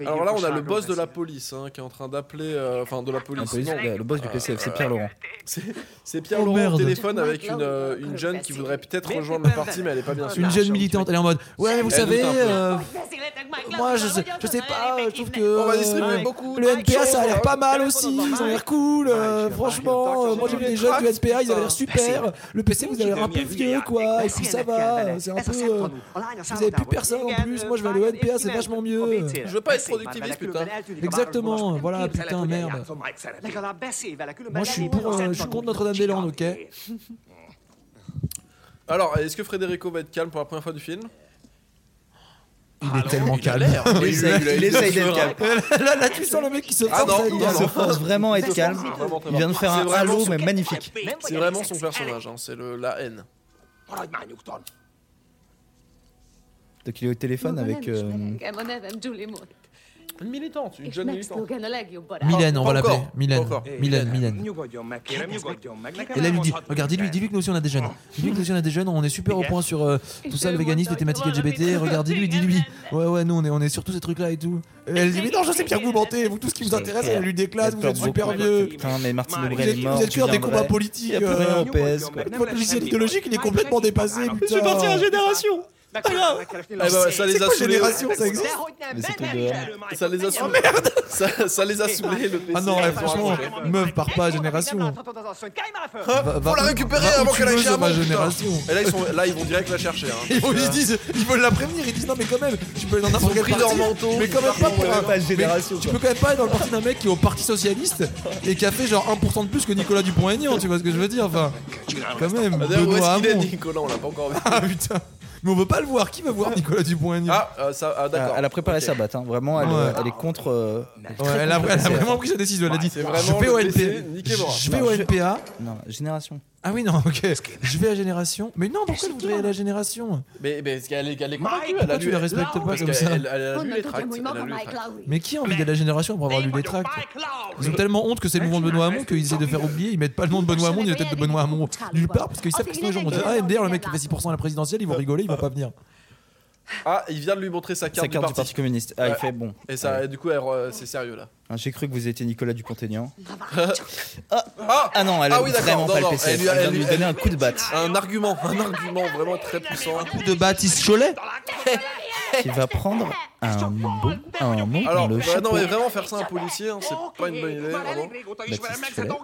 [SPEAKER 9] Alors là, on a le boss de la police hein, qui est en train d'appeler. euh, Enfin, de la
[SPEAKER 8] La
[SPEAKER 9] police.
[SPEAKER 8] police,
[SPEAKER 9] non.
[SPEAKER 8] Le boss du PCF, c'est Pierre Laurent.
[SPEAKER 9] C'est- C'est Pierre
[SPEAKER 1] Oh,
[SPEAKER 9] Laurent
[SPEAKER 1] merde.
[SPEAKER 9] au téléphone avec une, euh, une jeune qui voudrait peut-être rejoindre le parti, mais elle est pas bien sûre.
[SPEAKER 1] Une jeune militante, elle est en mode Ouais, vous
[SPEAKER 9] Elle
[SPEAKER 1] savez,
[SPEAKER 9] doute hein. un peu.
[SPEAKER 1] euh, moi je sais, je sais pas, euh, je trouve que.
[SPEAKER 9] On va
[SPEAKER 1] euh,
[SPEAKER 9] distribuer beaucoup.
[SPEAKER 1] Le NPA ça a l'air pas mal aussi, ils ont l'air cool, euh, franchement, euh, moi j'ai vu des jeunes du NPA, ils avaient l'air super, le PC vous avez l'air un peu vieux quoi, et puis ça va, euh, c'est un peu... euh,
[SPEAKER 10] Vous avez plus personne en plus, moi je vais aller au NPA, c'est vachement mieux.
[SPEAKER 9] Je veux pas être productiviste, putain.
[SPEAKER 1] Exactement, voilà, putain, merde. Moi je suis, pour, euh, je suis contre Notre-Dame-des-Landes, ok
[SPEAKER 9] Alors, est-ce que Federico va être calme pour la première fois du film
[SPEAKER 1] Il est tellement
[SPEAKER 9] Ah, Il a l'air. Il a eu- il a eu
[SPEAKER 8] Il essaye
[SPEAKER 9] deux
[SPEAKER 8] d'être
[SPEAKER 9] heures.
[SPEAKER 8] calme.
[SPEAKER 1] Là, là tu sens le mec qui se
[SPEAKER 9] Ah
[SPEAKER 1] force à
[SPEAKER 9] non,
[SPEAKER 1] être
[SPEAKER 9] il
[SPEAKER 8] Il se
[SPEAKER 1] galant.
[SPEAKER 8] force vraiment à être calme.
[SPEAKER 9] Vraiment très
[SPEAKER 8] Il vient de
[SPEAKER 9] fort.
[SPEAKER 8] faire
[SPEAKER 9] C'est
[SPEAKER 8] un
[SPEAKER 9] vraiment
[SPEAKER 8] halo,
[SPEAKER 9] son-
[SPEAKER 8] mais magnifique.
[SPEAKER 9] C'est vraiment son personnage, hein, c'est le- la haine.
[SPEAKER 8] Donc il est au téléphone avec. euh,
[SPEAKER 9] Une militante, une jeune militante.
[SPEAKER 1] Mylène, on
[SPEAKER 9] Pas
[SPEAKER 1] va l'appeler,
[SPEAKER 9] encore,
[SPEAKER 1] Mylène,
[SPEAKER 9] pas encore.
[SPEAKER 1] Mylène, Mylène. Et là, elle lui dit Regardez, lui, dis-lui que nous aussi on a des jeunes. Dis-lui que nous aussi on a des jeunes, on est super au point sur euh, tout ça, le véganisme, les thématiques LGBT. Regardez, lui, dis-lui. Ouais, ouais, nous on est, on est sur tous ces trucs-là et tout. Et elle dit Mais non, je sais bien que vous mentez, vous, tout ce qui vous intéresse, elle lui déclate, vous êtes super vieux.
[SPEAKER 8] Putain, mais Martine
[SPEAKER 1] Vous
[SPEAKER 8] Aubry, elle
[SPEAKER 1] êtes,
[SPEAKER 8] est
[SPEAKER 1] vous
[SPEAKER 8] morte.
[SPEAKER 1] êtes que dans des combats politiques.
[SPEAKER 8] Il n'y a plus rien
[SPEAKER 1] euh,
[SPEAKER 8] au PS, quoi.
[SPEAKER 1] Votre logiciel idéologique, il est complètement dépassé. Je suis parti à la génération.
[SPEAKER 9] Eh ben voilà, ça les a saoulés.
[SPEAKER 1] Génération, ça existe
[SPEAKER 8] Mais c'est tout de-
[SPEAKER 9] Ça les a saoulés. Ça, ça les a saoulés, le PC.
[SPEAKER 1] Ah non, ouais, franchement, meuf part pas à génération. Va- va-
[SPEAKER 9] Faut la récupérer
[SPEAKER 1] va où
[SPEAKER 9] avant
[SPEAKER 1] tu
[SPEAKER 9] qu'elle aille
[SPEAKER 1] veux,
[SPEAKER 9] chez
[SPEAKER 1] sur ma
[SPEAKER 9] Amon, putain.
[SPEAKER 1] génération.
[SPEAKER 9] Et là, ils, sont, là, ils vont direct la chercher. Hein.
[SPEAKER 1] Ils, vont- ils se disent, ils veulent la prévenir, ils disent non mais quand même, tu peux aller dans n'importe
[SPEAKER 9] ont
[SPEAKER 1] quel
[SPEAKER 9] pris
[SPEAKER 1] parti,
[SPEAKER 9] leur manteau,
[SPEAKER 1] mais quand même
[SPEAKER 9] ils
[SPEAKER 1] pas
[SPEAKER 9] ont
[SPEAKER 1] pour
[SPEAKER 9] pris leur
[SPEAKER 1] un-
[SPEAKER 8] page
[SPEAKER 1] mais
[SPEAKER 8] génération,
[SPEAKER 1] Tu
[SPEAKER 8] quoi.
[SPEAKER 1] peux quand même pas aller dans le parti d'un mec qui est au Parti Socialiste et qui a fait genre 1% de plus que Nicolas Dupont-Aignan, tu vois ce que je veux dire Enfin, quand même,
[SPEAKER 9] Ah, d'ailleurs, Où
[SPEAKER 1] Benoît
[SPEAKER 9] est-ce qu'il est,
[SPEAKER 1] Hamon.
[SPEAKER 9] Nicolas On l'a pas encore vu.
[SPEAKER 1] Ah putain, mais on veut pas le voir, qui va voir Nicolas Dupont-Aignan
[SPEAKER 9] Ah, euh, ça, ah, d'accord.
[SPEAKER 8] Ah, Elle a préparé sa batte, hein. vraiment, elle,
[SPEAKER 1] Ouais.
[SPEAKER 8] euh, elle est contre. euh, elle est
[SPEAKER 1] Ouais,
[SPEAKER 8] très
[SPEAKER 1] elle, a,
[SPEAKER 8] contre
[SPEAKER 1] elle a
[SPEAKER 8] le PCF.
[SPEAKER 1] vraiment pris sa décision, elle a dit
[SPEAKER 9] c'est vraiment
[SPEAKER 1] je vais
[SPEAKER 9] le
[SPEAKER 1] au NPA,
[SPEAKER 9] PC, niquez-moi.
[SPEAKER 1] je vais
[SPEAKER 8] Non,
[SPEAKER 1] au
[SPEAKER 8] je-
[SPEAKER 1] NPA.
[SPEAKER 8] Non, génération.
[SPEAKER 1] Ah oui non, ok, je vais à Génération. Mais non, pourquoi vous voudriez aller à Génération
[SPEAKER 9] Mais, mais elle est, elle est convaincue, elle a
[SPEAKER 1] Pourquoi tu
[SPEAKER 9] lu-
[SPEAKER 1] la respectes pas
[SPEAKER 9] parce
[SPEAKER 1] comme
[SPEAKER 9] qu'elle-
[SPEAKER 1] ça
[SPEAKER 9] elle, elle a lu les tracts. Elle a lu les tracts.
[SPEAKER 1] Mais qui a envie d'aller à la génération pour avoir lu les tracts Ils ont tellement honte que c'est le nom de Benoît Hamon qu'ils essaient de faire oublier. Ils mettent pas le nom de Benoît Hamon ni la tête de Benoît Hamon nulle part parce qu'ils savent que sinon les gens vont dire Ah, MDR, le mec qui fait 6% à la présidentielle, ils vont rigoler, ils vont pas venir.
[SPEAKER 9] Ah, il vient de lui montrer sa carte,
[SPEAKER 8] Sa carte
[SPEAKER 9] du
[SPEAKER 8] du
[SPEAKER 9] parti.
[SPEAKER 8] Parti communiste. Ah, il
[SPEAKER 9] Ouais.
[SPEAKER 8] fait bon.
[SPEAKER 9] Et ça, et du coup, elle, euh, c'est sérieux là.
[SPEAKER 8] Ah, J'ai cru que vous étiez Nicolas Dupont-Aignan.
[SPEAKER 9] Ah,
[SPEAKER 8] Ah non, elle a
[SPEAKER 9] Ah oui, d'accord,
[SPEAKER 8] vraiment
[SPEAKER 9] non,
[SPEAKER 8] pas
[SPEAKER 9] non,
[SPEAKER 8] le PCF.
[SPEAKER 9] elle
[SPEAKER 8] Elle,
[SPEAKER 9] lui a-
[SPEAKER 8] vient
[SPEAKER 9] elle
[SPEAKER 8] de lui
[SPEAKER 9] lui-
[SPEAKER 8] donner
[SPEAKER 9] elle-
[SPEAKER 8] un coup de batte
[SPEAKER 9] Un argument, un argument vraiment très puissant.
[SPEAKER 1] Coup de Baptiste Cholet
[SPEAKER 8] qui va prendre un bon, un mot dans
[SPEAKER 9] Alors,
[SPEAKER 8] le
[SPEAKER 9] bah
[SPEAKER 8] chapeau.
[SPEAKER 9] non, mais vraiment faire ça à un policier, hein, c'est pas une bonne idée. vraiment.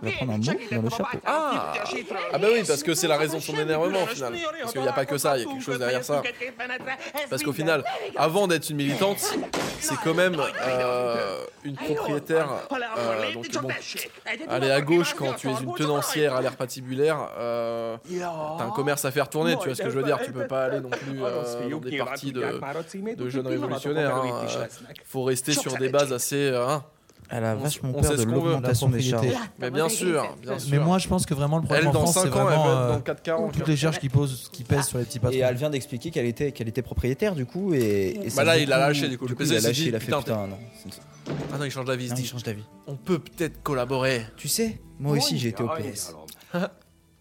[SPEAKER 9] Ah. ah, bah oui, parce que c'est la raison de son énervement au final. Parce qu'il n'y a pas que ça, il y a quelque chose derrière ça. Parce qu'au final, avant d'être une militante, c'est quand même euh, une propriétaire. euh, donc bon, elle est à gauche quand tu es une tenancière à l'air patibulaire. euh, T'as un
[SPEAKER 4] Oh.
[SPEAKER 9] commerce à faire tourner, tu vois ce que je veux dire. Tu peux pas aller non plus euh, dans des parties de, de jeunes révolutionnaires. hein, euh, faut rester sur des bases assez. euh,
[SPEAKER 4] Ah,
[SPEAKER 9] hein.
[SPEAKER 8] Elle a
[SPEAKER 9] On-
[SPEAKER 8] vachement
[SPEAKER 9] on
[SPEAKER 8] peur
[SPEAKER 9] sait
[SPEAKER 8] de
[SPEAKER 9] ce qu'on veut, la
[SPEAKER 8] l'augmentation des charges.
[SPEAKER 1] propriété.
[SPEAKER 9] Mais bien sûr, bien sûr.
[SPEAKER 1] Mais moi, je pense que vraiment le problème
[SPEAKER 9] elle
[SPEAKER 1] en
[SPEAKER 9] dans
[SPEAKER 1] France, c'est
[SPEAKER 9] 5 ans, elle
[SPEAKER 1] vraiment
[SPEAKER 9] va être dans
[SPEAKER 1] euh,
[SPEAKER 9] le 440. tu
[SPEAKER 1] toutes
[SPEAKER 9] vois.
[SPEAKER 1] les charges qui, posent, qui pèsent sur les petits patrons.
[SPEAKER 8] Et elle vient d'expliquer qu'elle était, qu'elle était propriétaire du coup. Et, et ça
[SPEAKER 9] Bah là,
[SPEAKER 8] a
[SPEAKER 9] il a
[SPEAKER 8] beaucoup-
[SPEAKER 9] lâché, du coup. Le
[SPEAKER 8] il
[SPEAKER 9] PCS
[SPEAKER 8] a
[SPEAKER 9] s'est
[SPEAKER 8] lâché,
[SPEAKER 9] dit,
[SPEAKER 8] il a fait
[SPEAKER 9] putain,
[SPEAKER 8] putain, non.
[SPEAKER 9] Ah non, il change d'avis, il se
[SPEAKER 8] Non, il
[SPEAKER 9] dit.
[SPEAKER 8] change d'avis.
[SPEAKER 9] On peut peut-être collaborer.
[SPEAKER 8] Tu sais, moi aussi j'ai été
[SPEAKER 9] ah
[SPEAKER 8] au PS.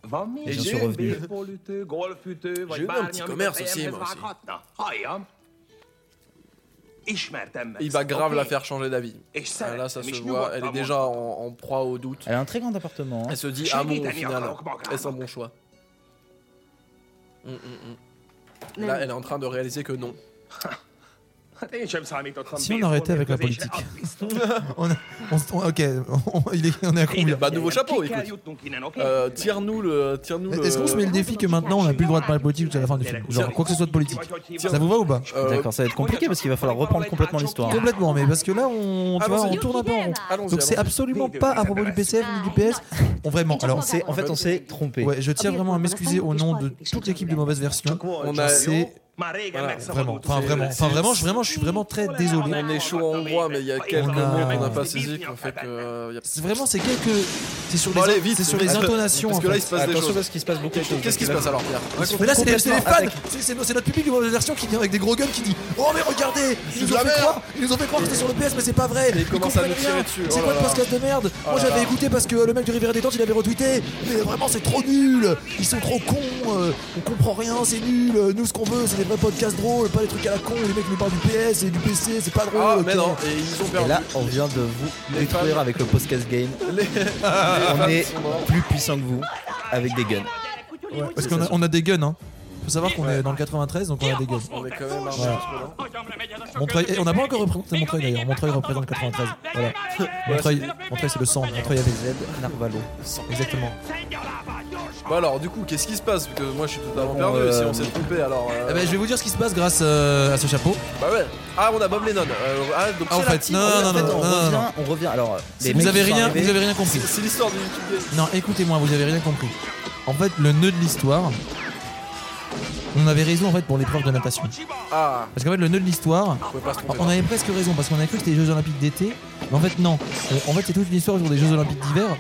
[SPEAKER 4] Van
[SPEAKER 8] Et
[SPEAKER 4] mi?
[SPEAKER 8] j'en suis revenu.
[SPEAKER 4] Baseballütő, golfütő,
[SPEAKER 9] J'ai eu
[SPEAKER 4] vagy
[SPEAKER 9] un
[SPEAKER 4] bármi, amit
[SPEAKER 9] petit
[SPEAKER 4] a
[SPEAKER 9] commerce aussi,
[SPEAKER 4] fejemhez
[SPEAKER 9] moi aussi.
[SPEAKER 4] vághatna. Halljam! Ismertem meg.
[SPEAKER 9] Il va grave
[SPEAKER 4] oké?
[SPEAKER 9] la faire changer d'avis.
[SPEAKER 4] Et ça,
[SPEAKER 9] Ah, Là, ça
[SPEAKER 4] mais
[SPEAKER 9] se
[SPEAKER 4] je
[SPEAKER 9] voit.
[SPEAKER 4] me
[SPEAKER 9] Elle
[SPEAKER 4] vois
[SPEAKER 9] est
[SPEAKER 4] pas,
[SPEAKER 9] déjà en, en proie au doute.
[SPEAKER 8] Elle a un très grand appartement. hein.
[SPEAKER 9] Elle se dit
[SPEAKER 4] J'ai
[SPEAKER 9] ah bon
[SPEAKER 4] dit,
[SPEAKER 9] au
[SPEAKER 4] Daniel,
[SPEAKER 9] final.
[SPEAKER 4] alors, comment, comment,
[SPEAKER 9] Est-ce un bon choix Mm, mm, mm. Là, elle est en train de réaliser que non.
[SPEAKER 4] Hát én sem számítottam
[SPEAKER 1] Si on arrêtait avec la
[SPEAKER 4] baseball
[SPEAKER 1] politique.
[SPEAKER 4] mérkőzésre.
[SPEAKER 1] on, a- on se- on- ok, on, il est, on est à combien
[SPEAKER 9] Bah nouveau chapeau,
[SPEAKER 4] Ki kell
[SPEAKER 9] écoute.
[SPEAKER 4] jutnunk innen, oké?
[SPEAKER 9] Euh, Tire-nous le, tire-nous le.
[SPEAKER 1] Est-ce qu'on se met le défi que maintenant on n'a plus le droit de parler politique jusqu'à la fin du film Genre quoi que ce soit de politique. Ça vous va ou pas
[SPEAKER 9] euh,
[SPEAKER 8] D'accord, ça va être compliqué parce qu'il va falloir reprendre complètement l'histoire.
[SPEAKER 1] Complètement, mais parce que là on, tu vois, on
[SPEAKER 9] Allons-y.
[SPEAKER 1] tourne un peu en rond.
[SPEAKER 9] Allons-y,
[SPEAKER 1] Donc c'est
[SPEAKER 9] allons-y.
[SPEAKER 1] absolument pas à propos du PCF ni du PS. On vraiment. Alors c'est.
[SPEAKER 8] C'est- En fait, on s'est trompé.
[SPEAKER 1] Ouais, je tiens vraiment à m'excuser au nom de toute l'équipe de mauvaise version.
[SPEAKER 9] On a-
[SPEAKER 1] C'est
[SPEAKER 4] Már régen
[SPEAKER 9] Voilà,
[SPEAKER 1] vraiment,
[SPEAKER 4] megszabadult
[SPEAKER 1] enfin
[SPEAKER 4] tőle.
[SPEAKER 1] vraiment, enfin vraiment, je, vraiment, je suis vraiment très désolé.
[SPEAKER 9] On est chaud en hongrois, mais il y a quelques
[SPEAKER 1] On
[SPEAKER 9] mots
[SPEAKER 1] a-
[SPEAKER 9] qu'on n'a pas saisis qui ont fait que. euh, il y a-
[SPEAKER 1] C'est vraiment c'est quelques, c'est sur les,
[SPEAKER 9] Bon, allez, vite.
[SPEAKER 1] c'est sur les intonations.
[SPEAKER 9] Parce que
[SPEAKER 1] en
[SPEAKER 9] là,
[SPEAKER 1] fait.
[SPEAKER 9] il se passe des choses.
[SPEAKER 8] parce qu'il se passe beaucoup de choses.
[SPEAKER 9] Qu'est-ce qui se passe alors, Pierre
[SPEAKER 1] Mais là, c'est les, c'est les fans,
[SPEAKER 8] Attaque.
[SPEAKER 1] c'est c'est- c'est notre public de mauvaise version qui vient avec des gros guns qui dit Oh, mais regardez, ils nous,
[SPEAKER 9] de
[SPEAKER 1] ont
[SPEAKER 9] la
[SPEAKER 1] fait
[SPEAKER 9] merde.
[SPEAKER 1] croire, ils nous ont fait croire que c'était sur le PS, mais c'est pas vrai.
[SPEAKER 9] hein. Et ils commencent à nous
[SPEAKER 1] comprennent
[SPEAKER 9] tirer
[SPEAKER 1] rien.
[SPEAKER 9] dessus.
[SPEAKER 1] C'est
[SPEAKER 9] Oh
[SPEAKER 1] quoi
[SPEAKER 9] là
[SPEAKER 1] le
[SPEAKER 9] là.
[SPEAKER 1] podcast de merde Moi,
[SPEAKER 9] là
[SPEAKER 1] j'avais
[SPEAKER 9] là.
[SPEAKER 1] écouté parce que le mec du Rivière des Détente il avait retweeté. Mais vraiment, c'est trop nul. Ils sont trop cons. euh, on comprend rien, c'est nul. euh, Nous, ce qu'on veut, c'est des vrais podcasts drôles, pas des trucs à la con. Les mecs nous parlent du PS et du PC, c'est pas drôle.
[SPEAKER 9] Ah,
[SPEAKER 1] ok.
[SPEAKER 9] mais non, et ils ont
[SPEAKER 8] Et
[SPEAKER 9] perdu.
[SPEAKER 8] là, on vient de vous
[SPEAKER 9] Les
[SPEAKER 8] détruire
[SPEAKER 9] femmes.
[SPEAKER 8] avec le podcast game.
[SPEAKER 9] Les-
[SPEAKER 8] On
[SPEAKER 9] les
[SPEAKER 8] est
[SPEAKER 9] fans sont morts.
[SPEAKER 8] plus puissant que vous avec des guns.
[SPEAKER 1] Ouais, parce qu'on a, on a des guns, hein. Faut savoir qu'on est dans le 93, donc on a des guns.
[SPEAKER 9] On est quand même armés
[SPEAKER 1] Voilà.
[SPEAKER 9] jusque-là.
[SPEAKER 1] Montreuil, eh, on n'a pas encore représenté Montreuil d'ailleurs. Montreuil représente 93. Voilà. Montreuil, Montreuil c'est le sang. Montreuil avec Z.
[SPEAKER 8] Narvalo.
[SPEAKER 1] Exactement.
[SPEAKER 8] Ah
[SPEAKER 9] Bon alors du coup qu'est-ce qui se passe Parce que moi je suis totalement
[SPEAKER 8] Bon,
[SPEAKER 9] perdu
[SPEAKER 8] euh,
[SPEAKER 9] si on s'est trompé alors euh,
[SPEAKER 1] Eh ben, je vais vous dire ce qui se passe grâce euh, à ce chapeau.
[SPEAKER 9] Bah ouais Ah on a Bob Lennon Euh, Ah donc
[SPEAKER 1] Ah, en
[SPEAKER 9] c'est la
[SPEAKER 1] fait,
[SPEAKER 9] petite-
[SPEAKER 1] non,
[SPEAKER 9] en
[SPEAKER 1] non,
[SPEAKER 9] fait,
[SPEAKER 1] non,
[SPEAKER 8] on,
[SPEAKER 1] non, non, non.
[SPEAKER 8] revient, on revient. Alors, les mecs
[SPEAKER 1] Vous avez
[SPEAKER 8] qui sont
[SPEAKER 1] rien,
[SPEAKER 8] arrivés-
[SPEAKER 1] vous avez rien compris.
[SPEAKER 9] C'est l'histoire du YouTube Game.
[SPEAKER 1] Non, écoutez-moi, vous avez rien compris. En fait, le nœud de l'histoire. On avait raison en fait pour l'épreuve de natation.
[SPEAKER 9] Ah
[SPEAKER 1] Parce qu'en fait, le nœud de l'histoire,
[SPEAKER 9] on pouvait pas se tromper
[SPEAKER 1] on avait presque raison parce qu'on a cru que c'était les Jeux Olympiques d'été, mais en fait non. On- En fait, c'est toute une histoire autour des Jeux Olympiques d'hiver.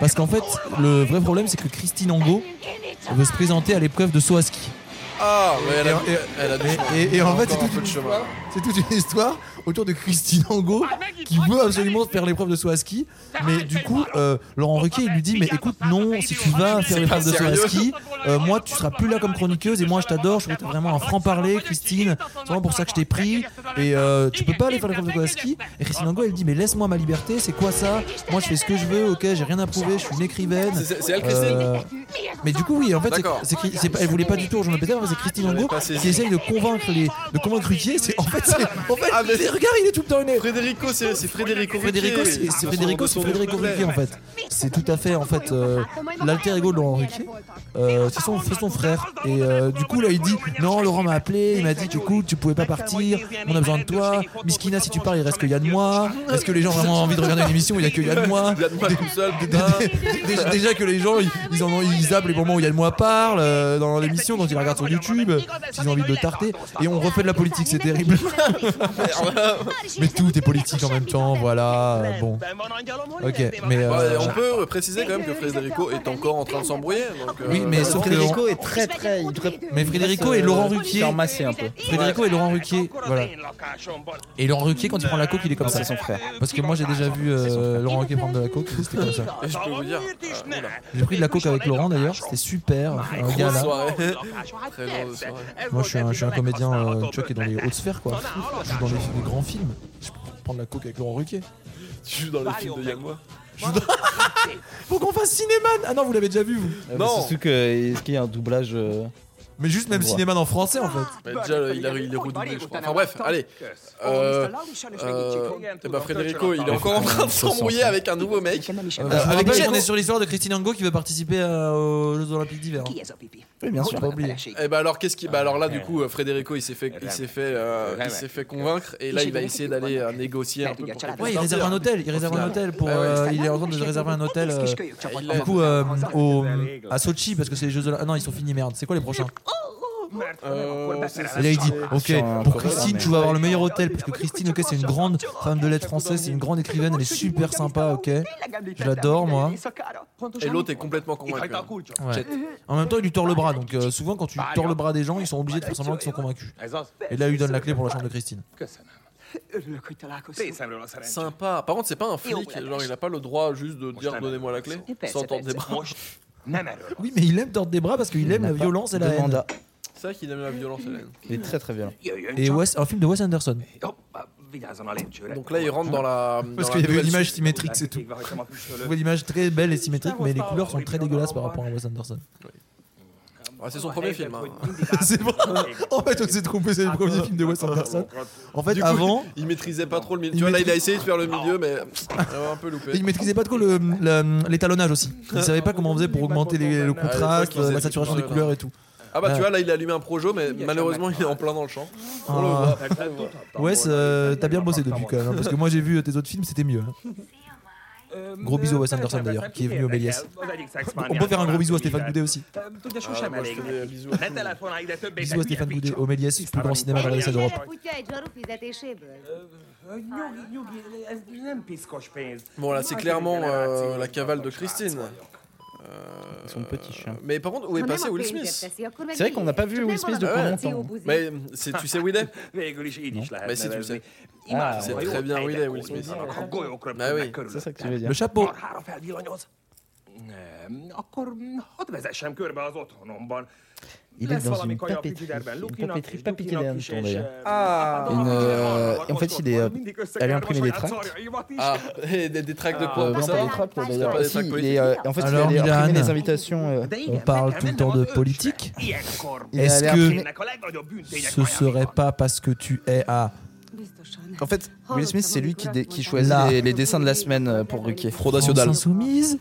[SPEAKER 1] Parce qu'en fait, le vrai problème, c'est que Christine Angot veut se présenter à l'épreuve de saut à ski.
[SPEAKER 9] Ah ouais elle a,
[SPEAKER 1] Et- et-
[SPEAKER 9] elle a du chemin.
[SPEAKER 1] Et, et en fait, c'est
[SPEAKER 9] Encore un
[SPEAKER 1] toute,
[SPEAKER 9] peu
[SPEAKER 1] une
[SPEAKER 9] de chemin.
[SPEAKER 1] histoire- c'est toute une histoire autour de Christine Angot qui veut absolument faire l'épreuve de saut à ski. Mais du coup, euh, Laurent Ruquier, il lui dit Mais écoute, non, si tu vas faire l'épreuve de saut à
[SPEAKER 9] sérieux.
[SPEAKER 1] ski, euh, moi, tu seras plus là comme chroniqueuse et moi, je t'adore. Je trouve que t'as vraiment un franc-parler, Christine. C'est vraiment pour ça que je t'ai pris. Et euh, tu peux pas aller faire l'épreuve de saut à ski. Et Christine Angot, elle dit Mais laisse-moi ma liberté, c'est quoi ça Moi, je fais ce que je veux, ok, j'ai rien à prouver, je suis une écrivaine.
[SPEAKER 9] C'est- C'est c'est elle Christine
[SPEAKER 1] Euh, mais du coup, oui, en fait, c'est-
[SPEAKER 9] D'accord.
[SPEAKER 1] c'est, c'est pas- elle voulait pas du tout rejoindre le PTR, c'est Christine
[SPEAKER 9] J'avais
[SPEAKER 1] Angot
[SPEAKER 9] pas saisi.
[SPEAKER 1] qui essaye de convaincre les, de convaincre Ruquier. C'est en fait, c'est, en fait,
[SPEAKER 9] Ah, mais-
[SPEAKER 1] c'est- regarde, il est tout le temps né.
[SPEAKER 9] Frédérico c'est c'est Frédérico Ruquier.
[SPEAKER 1] Frédérico, c'est, c'est
[SPEAKER 9] De
[SPEAKER 1] Frédérico,
[SPEAKER 9] son-
[SPEAKER 1] c'est
[SPEAKER 9] de son
[SPEAKER 1] Frédérico
[SPEAKER 9] complet.
[SPEAKER 1] Ruquier en fait. C'est tout à fait en fait euh, l'alter ego de Laurent Ruquier. Euh, c'est son, c'est son frère. Et euh, du coup là, il dit non, Laurent m'a appelé, il m'a dit écoute, tu pouvais pas partir, on a besoin de toi. Miskina, si tu pars, il reste que Yann moi. Est-ce que les gens ont vraiment envie de regarder une émission où il y a que Yann moi
[SPEAKER 9] Il y a de moi tout seul putain.
[SPEAKER 1] Déjà, déjà que les gens ils, ils en ont ils zappent les moments où Yann Moi parle euh, dans l'émission quand ils la regardent sur YouTube euh, s'ils ont envie de le tarter et on refait de la politique c'est terrible mais tout est politique en même temps voilà euh, bon ok mais
[SPEAKER 9] Ouais,
[SPEAKER 1] euh,
[SPEAKER 9] On peut préciser quand même que Frédérico est encore en train de s'embrouiller donc euh,
[SPEAKER 1] Ah, oui mais sauf que
[SPEAKER 8] Frédérico est très très. il devrait-
[SPEAKER 1] mais Frédérico et Laurent
[SPEAKER 8] Il
[SPEAKER 1] Ruquier
[SPEAKER 8] est ramassé un peu.
[SPEAKER 1] Frédérico et Laurent Ruquier voilà et Laurent Ruquier quand il prend la coke il est comme ça
[SPEAKER 8] C'est son frère.
[SPEAKER 1] parce que moi j'ai déjà vu euh, Laurent Ruquier prendre de la coke c'était comme ça
[SPEAKER 9] je peux vous dire Ah,
[SPEAKER 1] Ah,
[SPEAKER 9] euh,
[SPEAKER 1] j'ai pris de la coke avec Laurent d'ailleurs c'était super
[SPEAKER 9] Bah,
[SPEAKER 1] un gars
[SPEAKER 9] Grosse
[SPEAKER 1] là
[SPEAKER 9] soirée Très grosse soirée
[SPEAKER 1] Moi, je suis un, je suis un comédien, euh, tu vois, qui est dans les hautes sphères, quoi. Je joue dans les, les grands films. Je peux prendre la coke avec Laurent Ruquier.
[SPEAKER 9] Tu joues dans les films de Yamwa
[SPEAKER 1] Faut qu'on fasse Cinéman Ah non, vous l'avez déjà vu, vous
[SPEAKER 8] Euh, mais
[SPEAKER 9] Non.
[SPEAKER 8] Surtout que est-ce qu'il y a un doublage euh,
[SPEAKER 1] Mais juste même
[SPEAKER 8] Ouais.
[SPEAKER 1] cinéma en français en fait.
[SPEAKER 9] Mais déjà, là, il, a, il est redoublé, je crois. Enfin bref, allé.
[SPEAKER 4] Kösz.
[SPEAKER 9] Euh, euh, eh ben, Federico, il est encore en train de s'embrouiller avec un nouveau mec.
[SPEAKER 1] Euh,
[SPEAKER 8] avec
[SPEAKER 1] avec
[SPEAKER 8] Jet-
[SPEAKER 1] on est sur l'histoire de Christine Angot qui va participer à- aux Jeux Olympiques d'hiver. hein.
[SPEAKER 8] Oui, bien sûr.
[SPEAKER 1] Pas oublié.
[SPEAKER 9] Et bah alors qu'est-ce qui bah alors là du coup euh, Federico il s'est fait il s'est fait euh, il s'est fait convaincre et là il va essayer d'aller euh, négocier un peu pour qu'elle
[SPEAKER 1] Ouais, il
[SPEAKER 9] puisse
[SPEAKER 1] réserve un
[SPEAKER 9] partir.
[SPEAKER 1] hôtel. Il réserve un
[SPEAKER 9] final.
[SPEAKER 1] hôtel pour.
[SPEAKER 9] Ah ouais.
[SPEAKER 1] euh, il est en train de réserver un hôtel. euh,
[SPEAKER 9] Et il
[SPEAKER 1] du
[SPEAKER 9] l'a-
[SPEAKER 1] coup, euh, au, à Sochi parce que c'est les Jeux Olympiques. Ah non, ils sont finis merde. C'est quoi les prochains
[SPEAKER 9] euh,
[SPEAKER 1] Et là, il dit oh, Ok,
[SPEAKER 8] Sur-
[SPEAKER 1] pour
[SPEAKER 8] sur-
[SPEAKER 1] Christine,
[SPEAKER 8] mais-
[SPEAKER 1] tu vas avoir le meilleur hôtel. Parce que Christine, ok, c'est une grande femme de lettres française, c'est une grande écrivaine, elle est super sympa, ok. Je l'adore, moi.
[SPEAKER 9] et l'autre est complètement convaincu. hein.
[SPEAKER 4] Rajta a kulcsot.
[SPEAKER 1] Ouais. En même temps, il lui tord le bras. Donc, euh, souvent, quand tu tords le bras des gens, ils sont obligés de faire semblant qu'ils sont convaincus.
[SPEAKER 4] Ez az.
[SPEAKER 1] Et là, il lui donne la clé pour la chambre de Christine.
[SPEAKER 4] Köszönöm.
[SPEAKER 5] Pénz.
[SPEAKER 4] Részemről a szerencsé.
[SPEAKER 9] Sympa. Par contre, c'est pas un flic. Genre, il a pas le droit juste de dire donnez-moi la clé sans tordre des bras.
[SPEAKER 4] Nem erről.
[SPEAKER 1] Oui, mais il aime tordre des bras parce qu'il aime
[SPEAKER 8] n'a
[SPEAKER 1] la
[SPEAKER 8] pas
[SPEAKER 1] violence et la
[SPEAKER 8] de
[SPEAKER 1] haine.
[SPEAKER 8] mandat.
[SPEAKER 9] C'est vrai qu'il aime la violence, Hélène.
[SPEAKER 8] Il est très très violent.
[SPEAKER 1] Et Wes- un film de Wes Anderson.
[SPEAKER 4] Hoppá, vigyázzon a lépcsőre.
[SPEAKER 9] Donc là, il rentre dans la. dans
[SPEAKER 1] Parce
[SPEAKER 9] la
[SPEAKER 1] qu'il y avait
[SPEAKER 9] nouvelle
[SPEAKER 1] une image
[SPEAKER 9] suite.
[SPEAKER 1] symétrique, c'est tout.
[SPEAKER 4] Égve hagytam a püspölőt.
[SPEAKER 1] Vous voyez l'image très belle et symétrique, mais les couleurs sont très dégueulasses par rapport à Wes Anderson.
[SPEAKER 9] Ouais, c'est son premier film. hein.
[SPEAKER 1] c'est vrai. En fait, on s'est trompé, c'est le premier film de Wes
[SPEAKER 9] Oh,
[SPEAKER 1] Anderson. Euh, En fait,
[SPEAKER 9] Du coup,
[SPEAKER 1] avant,
[SPEAKER 9] il maîtrisait pas trop le milieu.
[SPEAKER 1] Il
[SPEAKER 9] Tu vois, là,
[SPEAKER 1] maîtrise-
[SPEAKER 9] il a essayé de faire le milieu, mais il a un peu loupé.
[SPEAKER 1] il maîtrisait pas trop le- le- l'étalonnage aussi. Il savait pas comment on faisait pour augmenter les- le contraste,
[SPEAKER 9] Ah, les
[SPEAKER 1] la saturation des couleurs et tout.
[SPEAKER 9] Ah bah,
[SPEAKER 1] Ouais.
[SPEAKER 9] tu vois, là, il a allumé un projo, mais malheureusement, il est en plein dans le champ. On le
[SPEAKER 1] Ah.
[SPEAKER 9] voit.
[SPEAKER 1] Wes, euh, t'as bien bossé depuis quand même, hein, parce que moi j'ai vu tes autres films, c'était mieux. hein. Gros bisous à Wes Anderson d'ailleurs, qui est venu au Méliès. On peut faire un gros bisou à Stéphane Boudet aussi.
[SPEAKER 4] Tudja,
[SPEAKER 9] Ah,
[SPEAKER 4] sosem
[SPEAKER 9] moi, je te
[SPEAKER 4] elég.
[SPEAKER 9] fais un bisou.
[SPEAKER 4] Ne telefonálj ide többé,
[SPEAKER 1] Bisous à Stéphane Boudet, au Méliès, plus grand cinéma de la Grèce et d'Europe.
[SPEAKER 4] Nyugi, nyugi, ez nem piszkos pénz.
[SPEAKER 9] Bon, là, c'est clairement euh, la cavale de Christine. Euh,
[SPEAKER 8] Son petit chien.
[SPEAKER 9] Mais par contre, où est passé Will Smith
[SPEAKER 6] C'est
[SPEAKER 8] vrai qu'on n'a pas vu Will Smith depuis longtemps.
[SPEAKER 9] Mais c'est, tu sais où il est
[SPEAKER 4] Végül is így is lehet
[SPEAKER 9] Mais c'est-
[SPEAKER 4] nevezni.
[SPEAKER 8] Ah,
[SPEAKER 9] C'est
[SPEAKER 4] Ha
[SPEAKER 9] très
[SPEAKER 4] jót
[SPEAKER 9] bien où il est,
[SPEAKER 4] fejbe
[SPEAKER 9] Will Smith.
[SPEAKER 4] kózolnak, A golyókra
[SPEAKER 9] Na jó.
[SPEAKER 4] meg
[SPEAKER 8] C'est
[SPEAKER 4] körülök.
[SPEAKER 8] ça que tu veux dire.
[SPEAKER 1] Le chapeau
[SPEAKER 4] Marhára felvillanyoz. Nem, Akkor hadd vezessem körbe az otthonomban.
[SPEAKER 8] Il est
[SPEAKER 4] Lesz
[SPEAKER 8] dans
[SPEAKER 4] valami
[SPEAKER 8] une
[SPEAKER 4] kaja a
[SPEAKER 8] papeterie.
[SPEAKER 4] frigiderben
[SPEAKER 8] Une
[SPEAKER 4] Lukinak
[SPEAKER 8] papeterie
[SPEAKER 4] és
[SPEAKER 8] pas
[SPEAKER 4] Dukinak is,
[SPEAKER 8] Pétérien,
[SPEAKER 4] és... eh,
[SPEAKER 8] d'ailleurs.
[SPEAKER 9] Ah
[SPEAKER 8] Une, euh,
[SPEAKER 4] Ott
[SPEAKER 8] et en fait,
[SPEAKER 4] van,
[SPEAKER 8] il est, euh,
[SPEAKER 4] mindig
[SPEAKER 8] elle a
[SPEAKER 4] összekeverem a
[SPEAKER 8] imprimé des
[SPEAKER 4] saját
[SPEAKER 8] tracts.
[SPEAKER 4] szarjaimat is.
[SPEAKER 9] Ah, et des, des tracts de
[SPEAKER 8] Euh,
[SPEAKER 9] poids
[SPEAKER 8] non, pas
[SPEAKER 9] pour ça
[SPEAKER 8] les tracts d'ailleurs.
[SPEAKER 9] Pas les
[SPEAKER 8] Si,
[SPEAKER 9] tracts
[SPEAKER 8] il
[SPEAKER 9] politiques.
[SPEAKER 8] est, euh, en fait,
[SPEAKER 1] Alors,
[SPEAKER 8] il a
[SPEAKER 1] Milan.
[SPEAKER 8] imprimé les invitations. euh,
[SPEAKER 4] De igen,
[SPEAKER 1] On
[SPEAKER 4] meg
[SPEAKER 1] parle
[SPEAKER 4] kell
[SPEAKER 1] tout le
[SPEAKER 4] mennem
[SPEAKER 1] temps de
[SPEAKER 4] az öröksre.
[SPEAKER 1] politique.
[SPEAKER 4] Ilyenkor
[SPEAKER 8] il
[SPEAKER 1] Est-ce
[SPEAKER 8] allait
[SPEAKER 1] que-
[SPEAKER 8] imprimer-
[SPEAKER 4] ennek a legnagyobb bűntények
[SPEAKER 1] Ce serait
[SPEAKER 4] Miami-ban.
[SPEAKER 1] pas parce que tu es à.
[SPEAKER 8] En fait, Will Smith, c'est lui qui, dé- qui choisit
[SPEAKER 1] Là.
[SPEAKER 8] les, les dessins de la semaine euh, pour Ruquier.
[SPEAKER 1] France Insoumise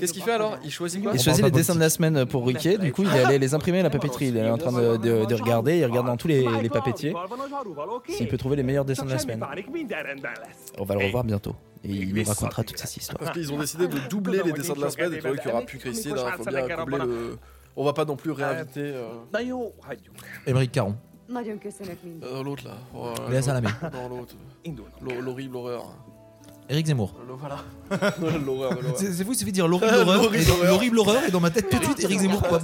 [SPEAKER 9] Qu'est-ce qu'il fait alors Il choisit quoi
[SPEAKER 8] Il
[SPEAKER 1] On parle
[SPEAKER 8] choisit
[SPEAKER 1] pas
[SPEAKER 8] les dessins de la semaine pour Ruquier, du coup il allait les imprimer à la papeterie, il est en train de, de- de regarder, il regarde dans tous les, les papetiers
[SPEAKER 4] Van a zsarúval, oké?
[SPEAKER 8] s'il peut trouver les meilleurs dessins de la
[SPEAKER 4] Semmi
[SPEAKER 8] semaine.
[SPEAKER 4] pánik, minden rendben lesz.
[SPEAKER 8] On va le revoir bientôt et il nous racontera toute cette histoire.
[SPEAKER 9] Parce qu'ils ont décidé de doubler les dessins de la semaine, et qu'il n'y aura plus Christine, hein, faut bien combler le... On va pas non plus réinviter euh,
[SPEAKER 4] Na jó, hagyjuk.
[SPEAKER 1] Émeric Caron.
[SPEAKER 9] euh, l'autre là. Oh, là,
[SPEAKER 1] Léa Salamé.
[SPEAKER 9] Non, l'autre.
[SPEAKER 4] Indulnak.
[SPEAKER 9] L'hor- L'horrible horreur.
[SPEAKER 1] Éric Zemmour.
[SPEAKER 9] Le- Voilà. L'horreur de l'horreur.
[SPEAKER 1] C'est c'est fou, il suffit de dire l'horrible horreur. et-
[SPEAKER 9] L'horrible horreur.
[SPEAKER 1] L'horrible horreur, et dans ma tête tout de suite, Éric Zemmour pop.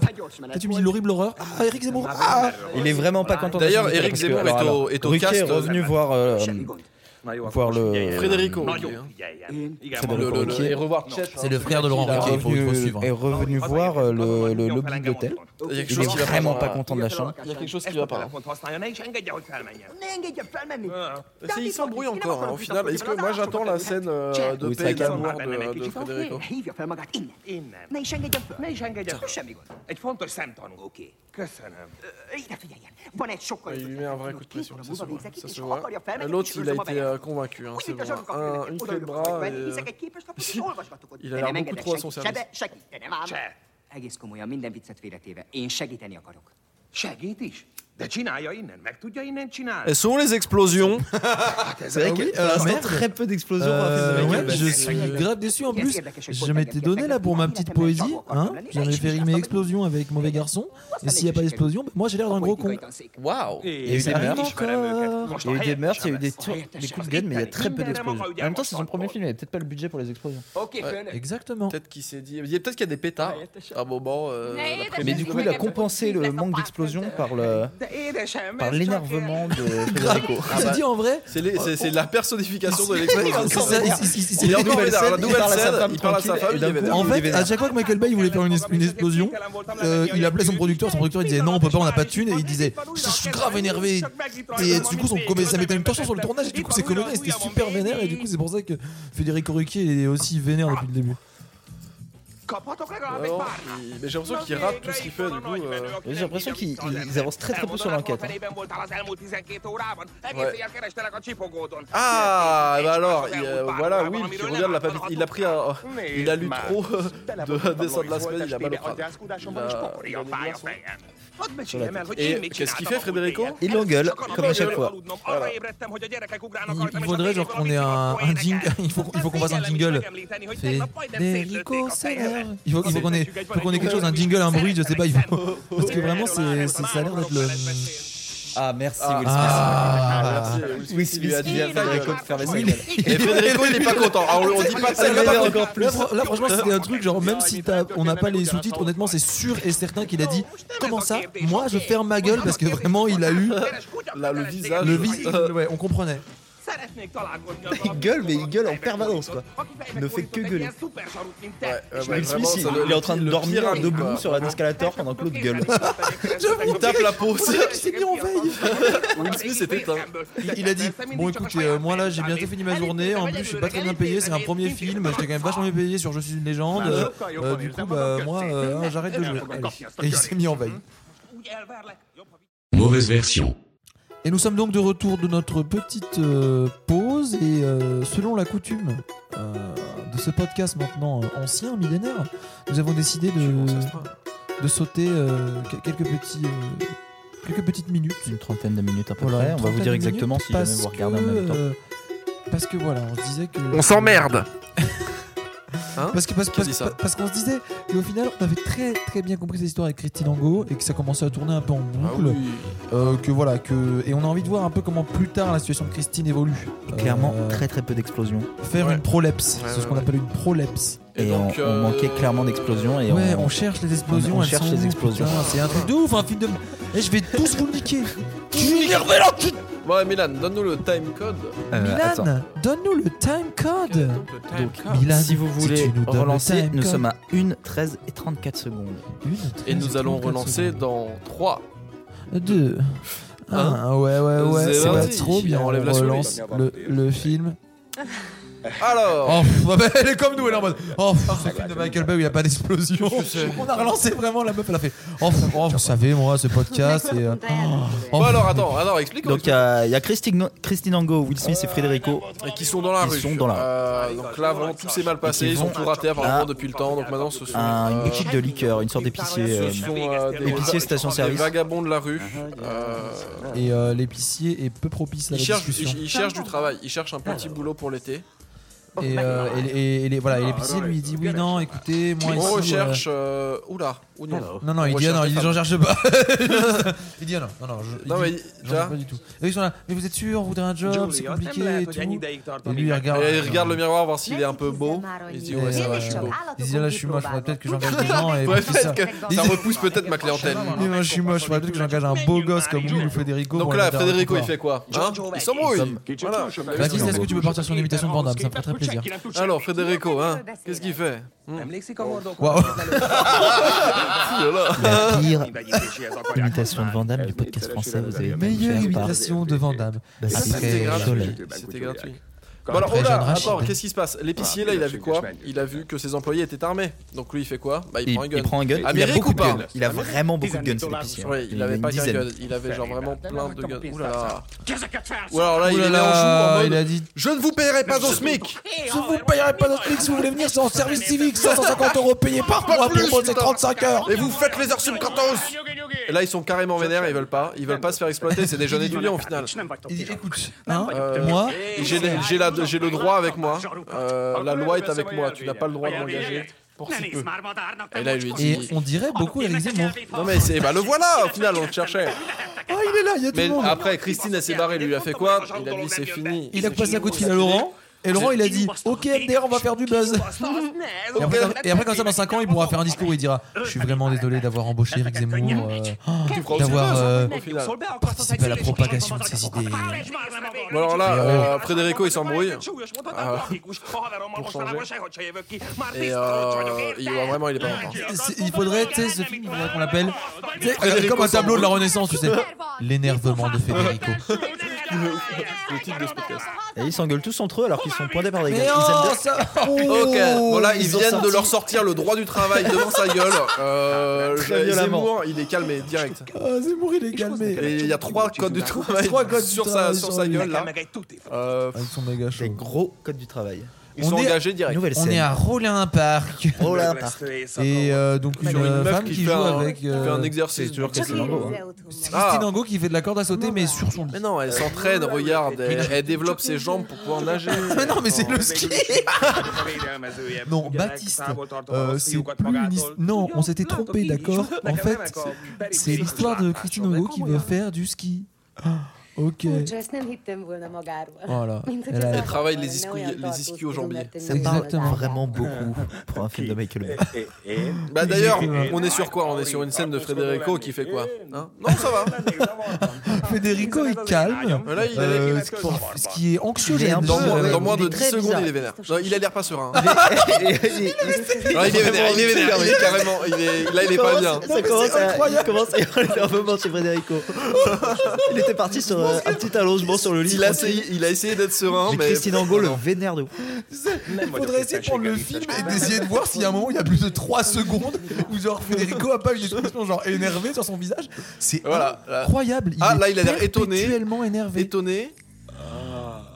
[SPEAKER 1] Et tu me dis l'horrible horreur. Ah, Éric Zemmour Ah
[SPEAKER 8] Il est vraiment pas content. de
[SPEAKER 9] D'ailleurs,
[SPEAKER 8] la semaine,
[SPEAKER 9] Eric
[SPEAKER 8] parce que-
[SPEAKER 9] Zemmour
[SPEAKER 8] alors,
[SPEAKER 9] est au-
[SPEAKER 8] alors,
[SPEAKER 9] est au
[SPEAKER 8] Ruquier
[SPEAKER 9] cast,
[SPEAKER 8] est revenu
[SPEAKER 4] euh,
[SPEAKER 8] voir euh,
[SPEAKER 4] Semmi gond. Na jó,
[SPEAKER 8] voir
[SPEAKER 4] akkor
[SPEAKER 8] le-
[SPEAKER 4] most figyeljen.
[SPEAKER 9] Federico, ok,
[SPEAKER 4] Nagyon
[SPEAKER 9] hein.
[SPEAKER 4] figyeljen. Igen,
[SPEAKER 8] Federico.
[SPEAKER 9] Le-
[SPEAKER 4] mondom.
[SPEAKER 9] le- le- et revoir Chet.
[SPEAKER 1] C'est le frère de Laurent
[SPEAKER 9] Il a
[SPEAKER 1] Ruquier, il faut, il faut
[SPEAKER 8] revenu-
[SPEAKER 1] suivre.
[SPEAKER 8] est
[SPEAKER 1] hein.
[SPEAKER 8] revenu
[SPEAKER 4] Hazaérkeztem,
[SPEAKER 8] voir euh, le, le
[SPEAKER 4] nyomjon fel
[SPEAKER 8] lobby
[SPEAKER 4] engem
[SPEAKER 8] d'hôtel.
[SPEAKER 4] otthon.
[SPEAKER 9] Il y a quelque
[SPEAKER 8] Il
[SPEAKER 9] chose
[SPEAKER 8] est
[SPEAKER 9] qui va pas.
[SPEAKER 8] vraiment pas content de la
[SPEAKER 4] Figyelj fel a
[SPEAKER 8] chambre.
[SPEAKER 9] Il y a quelque
[SPEAKER 4] lakásába.
[SPEAKER 9] chose qui
[SPEAKER 4] Ezt
[SPEAKER 9] va
[SPEAKER 4] a
[SPEAKER 9] pas.
[SPEAKER 4] telefont használja, ne is engedje, hogy felmenjen.
[SPEAKER 9] C'est- Il s'embrouille encore. hein. Au final, est-ce que moi j'attends la scène euh, de
[SPEAKER 8] Oui,
[SPEAKER 9] paix et
[SPEAKER 8] ça
[SPEAKER 9] d'amour
[SPEAKER 4] calme.
[SPEAKER 9] de, de Federico
[SPEAKER 10] Hívja fel magát innen.
[SPEAKER 4] Én nem.
[SPEAKER 10] Ne is engedjem föl.
[SPEAKER 4] Ne is engedje föl. Semmi gond. Egy fontos szemtanú. Oké. Köszönöm.
[SPEAKER 10] Ö, Ide figyeljen. Van egy sokkal...
[SPEAKER 9] Ouais, Il lui met un vrai coup de pression, ça se voit. ça se voit.
[SPEAKER 10] akarja felmenni,
[SPEAKER 9] L'autre,
[SPEAKER 10] és
[SPEAKER 9] il a
[SPEAKER 10] őrzöm a
[SPEAKER 9] été
[SPEAKER 10] bejegyzést.
[SPEAKER 9] euh, convaincu. hein, c'est
[SPEAKER 10] Újít a
[SPEAKER 9] bon.
[SPEAKER 10] zsarokat
[SPEAKER 9] Un-
[SPEAKER 10] mindenki,
[SPEAKER 9] une clé
[SPEAKER 10] oda
[SPEAKER 9] de
[SPEAKER 10] rugok majd
[SPEAKER 9] bras et...
[SPEAKER 10] venni,
[SPEAKER 9] euh,
[SPEAKER 10] hiszek egy képeslapot, és olvasgatok
[SPEAKER 9] Il
[SPEAKER 10] ott. De
[SPEAKER 9] a l'air
[SPEAKER 10] nem
[SPEAKER 9] beaucoup
[SPEAKER 10] engedek
[SPEAKER 9] trop à son
[SPEAKER 10] segít, se,
[SPEAKER 9] service.
[SPEAKER 10] de segítenem ám.
[SPEAKER 4] Cseh.
[SPEAKER 10] Egész komolyan, minden viccet félretéve, én segíteni akarok.
[SPEAKER 4] Segít is? De csinálja innen, meg tudja innen csinálni?
[SPEAKER 9] Elles sont où les explosions
[SPEAKER 1] C'est vrai que- euh, merde.
[SPEAKER 8] Très peu d'explosions.
[SPEAKER 1] Euh,
[SPEAKER 8] Federico.
[SPEAKER 1] ouais, je suis grave déçu en plus. Je m'étais donné là pour ma petite poésie. Hein J'avais fait rimer explosion avec mauvais garçon. Et s'il n'y a pas d'explosion, bah, moi j'ai l'air d'un gros con.
[SPEAKER 9] Waouh
[SPEAKER 8] Il y a eu des meurtres.
[SPEAKER 4] Ismerem őket. Most
[SPEAKER 8] Il y a eu des
[SPEAKER 4] helyet
[SPEAKER 8] meurtres, il y a
[SPEAKER 4] sem
[SPEAKER 8] eu des,
[SPEAKER 4] lesz.
[SPEAKER 8] tirs, des coups de gun, mais il y a très peu d'explosions. En même temps, c'est son premier film, il n'y avait peut-être pas le budget pour les explosions.
[SPEAKER 10] Oké, főnök.
[SPEAKER 1] Exactement.
[SPEAKER 9] Peut-être qu'il s'est dit. il y a- Peut-être qu'il y a des pétards à un moment. euh, l'après-midi.
[SPEAKER 8] Mais du coup, il a compensé le manque d'explosions par le
[SPEAKER 4] De édesem,
[SPEAKER 8] par
[SPEAKER 4] ez
[SPEAKER 8] l'énervement de Federico.
[SPEAKER 1] Il s'est dit en vrai.
[SPEAKER 9] C'est les- c'est- c'est la personification de l'explosion.
[SPEAKER 1] Ah bah, c'est ça, il- il- il- il-
[SPEAKER 9] Il est encore
[SPEAKER 8] nouvelle
[SPEAKER 9] dans la
[SPEAKER 8] scène, il
[SPEAKER 9] nouvelle
[SPEAKER 8] parle à sa
[SPEAKER 9] scène,
[SPEAKER 8] femme
[SPEAKER 9] il parle à sa
[SPEAKER 8] tranquille,
[SPEAKER 9] femme,
[SPEAKER 8] et
[SPEAKER 9] il
[SPEAKER 8] d'un
[SPEAKER 9] est
[SPEAKER 8] coup,
[SPEAKER 9] vénère.
[SPEAKER 1] En
[SPEAKER 8] Il est
[SPEAKER 1] fait,
[SPEAKER 8] vénère.
[SPEAKER 1] à chaque fois que Michael Bay Bah, il voulait faire une, une explosion, euh, il appelait son producteur, son producteur il disait non, on peut pas, on n'a pas de thunes, et il disait je suis grave énervé. Et du coup, son, comédien- ça mettait une tension sur le tournage, et du coup, ses comédiens étaient super vénères, et du coup, c'est pour ça que Federico Rucchi est aussi vénère depuis le début.
[SPEAKER 3] Kaphatok legalább egy
[SPEAKER 9] Vraiment,
[SPEAKER 3] pár.
[SPEAKER 9] Oh, il- mais j'ai l'impression qu'il rappe tout ce qu'il fait, du coup. euh,
[SPEAKER 8] J'ai l'impression qu'ils ils avancent très très peu sur l'enquête. hein.
[SPEAKER 9] Ouais. Ah, bah alors, il, euh, voilà, oui, qui regarde, la papy- il a pris un. Il a lu trop euh, de la descente de la semaine, il a pas le crâne.
[SPEAKER 3] Agyászkodásomban is
[SPEAKER 9] Lá-
[SPEAKER 3] pokolian
[SPEAKER 9] lá-
[SPEAKER 3] fáj a fejem. Hadd meséljem el, hogy
[SPEAKER 9] É,
[SPEAKER 3] én mit
[SPEAKER 9] kezd
[SPEAKER 3] csináltam
[SPEAKER 9] kifeje,
[SPEAKER 3] a múlt
[SPEAKER 9] Federico?
[SPEAKER 3] éjjel.
[SPEAKER 8] Il engueule,
[SPEAKER 3] Csak annak
[SPEAKER 8] comme à chaque
[SPEAKER 3] örömre
[SPEAKER 8] fois.
[SPEAKER 3] aludnom, arra ébredtem, hogy a gyerekek ugrálnak
[SPEAKER 1] Il,
[SPEAKER 3] rajtam, és
[SPEAKER 1] il
[SPEAKER 3] a
[SPEAKER 1] faudrait genre
[SPEAKER 3] tévében a
[SPEAKER 1] qu'on ait
[SPEAKER 3] Mickey
[SPEAKER 1] un,
[SPEAKER 3] Mouse
[SPEAKER 1] un
[SPEAKER 3] énekel.
[SPEAKER 1] jingle. Il faut, qu'on- il faut qu'on fasse un
[SPEAKER 3] Figyelem is
[SPEAKER 1] jingle.
[SPEAKER 3] megemlíteni, hogy
[SPEAKER 1] Fait
[SPEAKER 3] tegnap majdnem
[SPEAKER 1] Federico
[SPEAKER 3] szétlőtték a fejemet.
[SPEAKER 1] s'énerve. Il faut, il faut qu'on ait, faut qu'on ait quelque chose, un jingle, un bruit, je sais pas. Il faut... Parce que vraiment, c'est, c'est- ça a l'air d'être le.
[SPEAKER 8] Ah, merci
[SPEAKER 9] Ah.
[SPEAKER 8] Will Smith.
[SPEAKER 1] Ah.
[SPEAKER 9] Merci,
[SPEAKER 8] Will Smith,
[SPEAKER 9] lui a
[SPEAKER 8] il
[SPEAKER 9] dit ah, à
[SPEAKER 8] vient
[SPEAKER 9] Federico.
[SPEAKER 8] de faire la
[SPEAKER 1] Oui,
[SPEAKER 8] gueule.
[SPEAKER 1] il-
[SPEAKER 9] Et Federico, il est pas content. Alors, on dit pas que
[SPEAKER 8] Ça
[SPEAKER 9] ça lui a pas
[SPEAKER 8] m'énerve
[SPEAKER 9] pris.
[SPEAKER 8] encore plus.
[SPEAKER 1] Là, fr- là, franchement, c'était un truc, genre, même si t'as- on n'a pas les sous-titres, honnêtement, c'est sûr et certain qu'il a dit Comment ça Moi, je ferme ma gueule parce que vraiment, il a eu
[SPEAKER 9] Là, le visage. Euh.
[SPEAKER 1] le vide. Ouais, on comprenait.
[SPEAKER 8] Il gueule, mais il gueule en permanence, quoi. Il ne fait que gueuler.
[SPEAKER 9] Ouais, ouais, ouais,
[SPEAKER 8] Will Smith,
[SPEAKER 9] euh, bah, vraiment,
[SPEAKER 8] il,
[SPEAKER 9] ça le-
[SPEAKER 8] il est en train de
[SPEAKER 9] le
[SPEAKER 8] dormir
[SPEAKER 9] pire,
[SPEAKER 8] debout
[SPEAKER 9] quoi.
[SPEAKER 8] sur la escalator pendant que l'autre gueule.
[SPEAKER 9] Il tape la peau.
[SPEAKER 1] Il s'est mis en veille
[SPEAKER 9] Will Smith est éteint.
[SPEAKER 1] Il, il a dit Bon, écoutez, euh, moi là, j'ai bientôt fini ma journée. En plus, je suis pas très bien payé. C'est un premier film. J'étais quand même vachement bien payé sur Je suis une légende. Euh, euh, du coup, bah, moi, euh, j'arrête de jouer. Allez. Et il s'est mis en veille.
[SPEAKER 7] Mauvaise version.
[SPEAKER 1] Et nous sommes donc de retour de notre petite euh, pause et euh, selon la coutume euh, de ce podcast maintenant euh, ancien, millénaire, nous avons
[SPEAKER 9] Ah
[SPEAKER 1] décidé de, de sauter euh, que- quelques, petits, euh, quelques petites minutes.
[SPEAKER 8] Une trentaine de minutes à peu
[SPEAKER 1] Voilà,
[SPEAKER 8] près.
[SPEAKER 1] une
[SPEAKER 8] On va vous
[SPEAKER 1] trentaine
[SPEAKER 8] dire
[SPEAKER 1] de
[SPEAKER 8] exactement
[SPEAKER 1] minutes
[SPEAKER 8] si jamais
[SPEAKER 1] parce
[SPEAKER 8] vous regardez en
[SPEAKER 1] que,
[SPEAKER 8] même temps.
[SPEAKER 1] euh, parce que voilà, on se disait que...
[SPEAKER 9] On s'emmerde. Hein
[SPEAKER 1] Parce que parce,
[SPEAKER 9] Qui a
[SPEAKER 1] parce-
[SPEAKER 9] dit ça
[SPEAKER 1] parce qu'on se disait qu'au final on avait très très bien compris cette histoire avec Christine Angot et que ça commençait à tourner un peu en
[SPEAKER 8] Ah
[SPEAKER 1] boucle. Euh, que voilà que et on a envie de voir un peu comment plus tard la situation de Christine évolue. Euh,
[SPEAKER 8] Clairement, très très peu d'explosions.
[SPEAKER 1] faire
[SPEAKER 9] Ouais.
[SPEAKER 1] une prolepse,
[SPEAKER 9] Ouais,
[SPEAKER 1] c'est ce
[SPEAKER 9] ouais,
[SPEAKER 1] qu'on
[SPEAKER 9] ouais.
[SPEAKER 1] appelle une prolepse.
[SPEAKER 9] Et
[SPEAKER 8] Et,
[SPEAKER 9] donc,
[SPEAKER 8] on, on
[SPEAKER 9] euh,
[SPEAKER 8] manquait clairement d'explosions. Et
[SPEAKER 1] ouais,
[SPEAKER 8] on,
[SPEAKER 1] on cherche les explosions,
[SPEAKER 8] on
[SPEAKER 1] elles
[SPEAKER 8] cherche
[SPEAKER 1] sont
[SPEAKER 8] les
[SPEAKER 1] où,
[SPEAKER 8] explosions.
[SPEAKER 1] putain, C'est un truc de ouf, un film de. Et je vais tous vous niquer.
[SPEAKER 9] Ouais, Milan, donne-nous le time code.
[SPEAKER 8] Euh, attends.
[SPEAKER 1] Milan, donne-nous le time code.
[SPEAKER 9] Donc,
[SPEAKER 1] Milan,
[SPEAKER 8] si vous
[SPEAKER 1] si
[SPEAKER 8] voulez
[SPEAKER 1] tu nous donnes le
[SPEAKER 8] relancer,
[SPEAKER 1] time
[SPEAKER 8] nous
[SPEAKER 1] code.
[SPEAKER 8] sommes à 1, 13 et 34 secondes.
[SPEAKER 1] Une,
[SPEAKER 9] Et nous allons
[SPEAKER 1] 34
[SPEAKER 9] relancer
[SPEAKER 1] secondes.
[SPEAKER 9] dans 3.
[SPEAKER 1] Deux.
[SPEAKER 9] Un.
[SPEAKER 1] Un, ouais, ouais, ouais, Hein
[SPEAKER 9] Zéro.
[SPEAKER 1] c'est pas
[SPEAKER 9] Vas-y,
[SPEAKER 1] trop bien.
[SPEAKER 9] on
[SPEAKER 1] On
[SPEAKER 9] enlève la
[SPEAKER 1] relance
[SPEAKER 3] souris.
[SPEAKER 1] le, le film. Oh,
[SPEAKER 9] Alors,
[SPEAKER 1] pff, bah, bah, elle est comme nous, elle est en mode. Oh, pff, ce film de Michael Bay où il n'y a pas Oh, d'explosion. On a relancé vraiment la meuf, elle a fait. Oh, pff, oh, vous savez, moi, ce podcast. Et, euh, oh,
[SPEAKER 9] bon, alors attends, alors explique.
[SPEAKER 8] Donc il y a, il y a Christine, Christine Angot, Will Smith et Federico.
[SPEAKER 9] Et qui sont dans la
[SPEAKER 8] Ils
[SPEAKER 9] rue.
[SPEAKER 8] sont dans la rue.
[SPEAKER 9] Euh, donc là, vraiment, tout s'est mal passé.
[SPEAKER 8] Et qui
[SPEAKER 9] Ils ont
[SPEAKER 8] vont-
[SPEAKER 9] tout raté apparemment
[SPEAKER 8] Ah.
[SPEAKER 9] depuis le temps. Donc maintenant, ce sont,
[SPEAKER 8] Un- une
[SPEAKER 9] euh,
[SPEAKER 8] boutique de liqueur, une sorte d'épicier.
[SPEAKER 9] ce
[SPEAKER 8] euh,
[SPEAKER 9] sont euh, des,
[SPEAKER 8] Épicier
[SPEAKER 9] des
[SPEAKER 8] station-service.
[SPEAKER 9] vagabonds de la rue. Euh,
[SPEAKER 1] et euh, l'épicier est peu propice à
[SPEAKER 9] ils,
[SPEAKER 1] la
[SPEAKER 9] cherchent,
[SPEAKER 1] discussion.
[SPEAKER 9] ils- ils cherchent du travail. Ils cherchent un petit boulot pour l'été.
[SPEAKER 1] Et, euh, et, et- et les- voilà, et l'épicier lui il dit oui, non, écoutez, moi ici.
[SPEAKER 9] On
[SPEAKER 1] euh,
[SPEAKER 9] recherche. euh, Oula, où non
[SPEAKER 1] Non, non, il dit ah, non, il dit j'en cherche pas. il dit ah, non, non, non, je, il
[SPEAKER 9] Non,
[SPEAKER 1] dit,
[SPEAKER 9] mais
[SPEAKER 1] j'en cherche
[SPEAKER 9] déjà.
[SPEAKER 1] pas du tout. Et ils sont là, mais vous êtes sûr, on voudrait un job,
[SPEAKER 9] hein.
[SPEAKER 1] c'est compliqué et tout. Et lui, il regarde,
[SPEAKER 9] Et il regarde le miroir voir s'il est un peu beau. Il se dit,
[SPEAKER 1] Et,
[SPEAKER 2] Eh,
[SPEAKER 9] ouais, ça va,
[SPEAKER 1] euh,
[SPEAKER 9] je suis beau.
[SPEAKER 1] Il se dit là, je suis moche, faudrait peut-être que j'engage des gens et
[SPEAKER 9] Ouais,
[SPEAKER 1] puis c'est
[SPEAKER 9] peut-être
[SPEAKER 1] ça.
[SPEAKER 9] que ça repousse peut-être ma clientèle.
[SPEAKER 1] Mais moi, je suis moche, faudrait peut-être que j'engage un beau gosse comme Will ou Federico.
[SPEAKER 9] Donc
[SPEAKER 1] pour
[SPEAKER 9] là,
[SPEAKER 1] aller dans un
[SPEAKER 9] Federico, il
[SPEAKER 1] comptoir.
[SPEAKER 9] fait quoi hein Il s'embrouille.
[SPEAKER 3] Kicsit
[SPEAKER 9] Voilà.
[SPEAKER 3] csúsom,
[SPEAKER 1] Bah, Chris, est-ce que tu peux partir sur une imitation de Van Damme Ça me ferait très plaisir.
[SPEAKER 9] Alors, Federico, hein, qu'est-ce qu'il fait
[SPEAKER 1] Waouh
[SPEAKER 8] La euh, pire
[SPEAKER 3] ez akarják.
[SPEAKER 8] imitation de Vandame du podcast français. Vous avez
[SPEAKER 1] Meilleure
[SPEAKER 8] faire par
[SPEAKER 1] imitation de Van Damme.
[SPEAKER 8] Bah,
[SPEAKER 1] Ça,
[SPEAKER 8] c'est
[SPEAKER 1] c'était
[SPEAKER 8] très
[SPEAKER 1] grave.
[SPEAKER 8] Soleil.
[SPEAKER 9] C'était gratuit.
[SPEAKER 3] Quand
[SPEAKER 9] Bon, Bah alors,
[SPEAKER 1] Après,
[SPEAKER 9] Oda,
[SPEAKER 1] Jeanne Rachid.
[SPEAKER 9] attends, qu'est-ce qui se passe L'épicier, là, Ah, il a vu quoi Il a vu que ses employés étaient armés. Donc lui, il fait quoi Bah, il
[SPEAKER 8] Il,
[SPEAKER 9] prend un gun.
[SPEAKER 8] il prend un gun.
[SPEAKER 9] Ah,
[SPEAKER 8] il
[SPEAKER 9] mais
[SPEAKER 8] a beaucoup
[SPEAKER 9] Rick
[SPEAKER 8] de
[SPEAKER 9] ou pas
[SPEAKER 8] guns. Il a vraiment beaucoup de guns, cet épicier.
[SPEAKER 9] Ouais, il
[SPEAKER 8] en a
[SPEAKER 9] avait
[SPEAKER 8] une
[SPEAKER 9] pas qu'un
[SPEAKER 8] dizaine.
[SPEAKER 9] gun, il avait genre vraiment plein de guns. Ouh là là.
[SPEAKER 10] Ezeket
[SPEAKER 9] Ou alors là,
[SPEAKER 1] Ouh
[SPEAKER 9] il est
[SPEAKER 1] là
[SPEAKER 9] en
[SPEAKER 1] là,
[SPEAKER 9] joue en
[SPEAKER 1] il a
[SPEAKER 9] mode
[SPEAKER 1] dit
[SPEAKER 9] Je ne vous paierai pas au SMIC
[SPEAKER 1] Je vous payerai pas notre flic si vous voulez venir, c'est en service civique, 550 euros payés par mois
[SPEAKER 9] plus,
[SPEAKER 1] pour bosser
[SPEAKER 9] putain.
[SPEAKER 1] 35 heures
[SPEAKER 9] Et vous faites les heures subgratos Et là, ils sont carrément vénères, ils veulent pas, ils veulent pas se faire exploiter, c'est des jeunes étudiants au final.
[SPEAKER 10] És nem vagytok
[SPEAKER 1] Il dit
[SPEAKER 10] ti.
[SPEAKER 1] écoute, hein,
[SPEAKER 9] Euh,
[SPEAKER 1] moi,
[SPEAKER 9] Et J'ai les- j'ai la- j'ai le droit avec moi. Euh, la loi est avec moi, tu n'as pas le droit de m'engager pour
[SPEAKER 10] Ne
[SPEAKER 9] si peu.
[SPEAKER 10] nézd már madárnak, te
[SPEAKER 9] Et là, il lui
[SPEAKER 10] mocskos!
[SPEAKER 1] et
[SPEAKER 9] dit
[SPEAKER 1] on dirait beaucoup réalisé mon.
[SPEAKER 9] Non mais c'est bah le voilà au final on le cherchait.
[SPEAKER 1] Ah, il est là, il y a tout
[SPEAKER 9] Mais
[SPEAKER 1] le monde
[SPEAKER 9] après Christine elle s'est barrée, lui a fait quoi Il a dit c'est fini.
[SPEAKER 1] Il a passé un coup de fil à Laurent, et Laurent il a dit Ok, MDR, on va faire du buzz Et après, et après, comme ça, dans 5 ans, il pourra faire un discours où il dira Je suis vraiment désolé d'avoir embauché Eric Zemmour, euh,
[SPEAKER 9] feras aussi
[SPEAKER 1] d'avoir
[SPEAKER 9] buzz,
[SPEAKER 1] euh,
[SPEAKER 9] Au final.
[SPEAKER 1] participé à la propagation de ses idées.
[SPEAKER 9] Bon, alors là euh, Federico il s'embrouille.
[SPEAKER 1] Ah.
[SPEAKER 9] Et euh, il voit vraiment il est pas content.
[SPEAKER 1] C'est- Il faudrait, tu sais, ce film, il faudrait Ah, qu'on l'appelle tu sais, euh, comme un tableau de la Renaissance, tu sais. L'énervement de Federico.
[SPEAKER 9] le titre de ce podcast.
[SPEAKER 8] Et ils s'engueulent tous entre eux alors qu'ils sont pointés par des
[SPEAKER 1] Mais oh,
[SPEAKER 8] gars. Ils
[SPEAKER 1] non,
[SPEAKER 8] aiment bien-
[SPEAKER 1] ça-
[SPEAKER 9] Ok, voilà, ils,
[SPEAKER 8] ont
[SPEAKER 9] viennent
[SPEAKER 8] sorti-
[SPEAKER 9] de leur sortir le droit du travail devant sa gueule. Euh,
[SPEAKER 8] Très violemment.
[SPEAKER 9] Zemmour, il est calmé direct.
[SPEAKER 1] Ah, Zemmour, il est calmé.
[SPEAKER 9] Et il y a trois codes du travail
[SPEAKER 1] Trois codes du
[SPEAKER 9] sur, sa,
[SPEAKER 1] travail
[SPEAKER 9] sur
[SPEAKER 1] sur
[SPEAKER 9] sa
[SPEAKER 1] lui.
[SPEAKER 9] gueule là.
[SPEAKER 3] Nekem meg egy tuti.
[SPEAKER 9] Euh,
[SPEAKER 1] Ah, ils sont méga
[SPEAKER 8] Des
[SPEAKER 1] chauds.
[SPEAKER 8] gros codes du travail.
[SPEAKER 9] ils
[SPEAKER 1] On
[SPEAKER 9] sont
[SPEAKER 1] est-
[SPEAKER 9] engagés direct.
[SPEAKER 8] Nouvelle
[SPEAKER 1] On est
[SPEAKER 8] scène.
[SPEAKER 1] à Rollin Park.
[SPEAKER 8] Oh là, par-
[SPEAKER 3] Ezt éjszaka.
[SPEAKER 1] Et euh, donc une,
[SPEAKER 9] Sur une
[SPEAKER 1] euh,
[SPEAKER 9] meuf
[SPEAKER 1] femme
[SPEAKER 9] qui,
[SPEAKER 1] qui,
[SPEAKER 9] fait,
[SPEAKER 1] joue
[SPEAKER 9] un,
[SPEAKER 1] avec.
[SPEAKER 9] qui fait
[SPEAKER 1] euh,
[SPEAKER 9] un exercice.
[SPEAKER 8] c'est toujours
[SPEAKER 1] Christine
[SPEAKER 8] Christine Angot, hein.
[SPEAKER 1] C'est
[SPEAKER 9] Ah.
[SPEAKER 1] Christine Angot qui fait de la corde à sauter, mais sur son.
[SPEAKER 9] Mais non, elle s'entraîne, regarde, elle, elle développe ses jambes pour pouvoir nager.
[SPEAKER 1] Mais non, mais c'est le ski Non,
[SPEAKER 3] Ugyanek
[SPEAKER 1] Baptiste,
[SPEAKER 3] távol tartom a
[SPEAKER 1] euh, c'est
[SPEAKER 3] fiúkat
[SPEAKER 1] plus une
[SPEAKER 3] magától.
[SPEAKER 1] his- Non, on s'était
[SPEAKER 3] Tudjátok,
[SPEAKER 1] trompé,
[SPEAKER 3] így is.
[SPEAKER 1] d'accord En
[SPEAKER 3] Nekem
[SPEAKER 1] fait,
[SPEAKER 3] remek a periférikus
[SPEAKER 1] c'est l'histoire de
[SPEAKER 3] látásom.
[SPEAKER 1] Christine Angot qui veut faire du ski. Ah, Ok. Voilà. Elle a-
[SPEAKER 9] Elle travaille
[SPEAKER 1] Ah,
[SPEAKER 9] les ischio- les ischio aux jambiers.
[SPEAKER 8] Ça me parle
[SPEAKER 1] Exactement.
[SPEAKER 8] vraiment beaucoup pour un film de Michael Bay.
[SPEAKER 9] Bah d'ailleurs,
[SPEAKER 1] Exactement.
[SPEAKER 9] on est sur quoi On est sur une scène de Federico qui fait quoi Hein Non, ça va.
[SPEAKER 1] Federico est calme.
[SPEAKER 9] Mais Là, il a l'air-
[SPEAKER 1] euh, ce, qui, ce qui est
[SPEAKER 8] Il est un
[SPEAKER 1] anxiogène.
[SPEAKER 8] peu-
[SPEAKER 9] dans, moins,
[SPEAKER 8] euh,
[SPEAKER 9] dans moins
[SPEAKER 8] il
[SPEAKER 9] de
[SPEAKER 8] est
[SPEAKER 9] 10
[SPEAKER 8] très
[SPEAKER 9] secondes,
[SPEAKER 8] bizarre.
[SPEAKER 9] il est vénère. Non, il a l'air pas serein. hein. Non, il est vénère,
[SPEAKER 8] vraiment
[SPEAKER 9] il est vénère, il est carrément. Il est, là, il est pas bien.
[SPEAKER 8] Ça commence à, il commence à y avoir un moment chez Frédérico. il était parti sur euh, un petit allongement sur le lit.
[SPEAKER 9] Il a essayé, il a essayé d'être serein,
[SPEAKER 8] Mais
[SPEAKER 9] mais.
[SPEAKER 8] Christine Angot le vénère de ouf.
[SPEAKER 1] Il faudrait essayer de prendre le film et d'essayer de voir s'il y a un moment où il y a plus de 3 secondes où genre Federico a pas une expression genre énervée sur son visage. C'est
[SPEAKER 9] Voilà. là.
[SPEAKER 1] incroyable.
[SPEAKER 9] Ah,
[SPEAKER 1] est
[SPEAKER 9] là, il a l'air étonné.
[SPEAKER 1] perpétuellement énervé.
[SPEAKER 9] Étonné.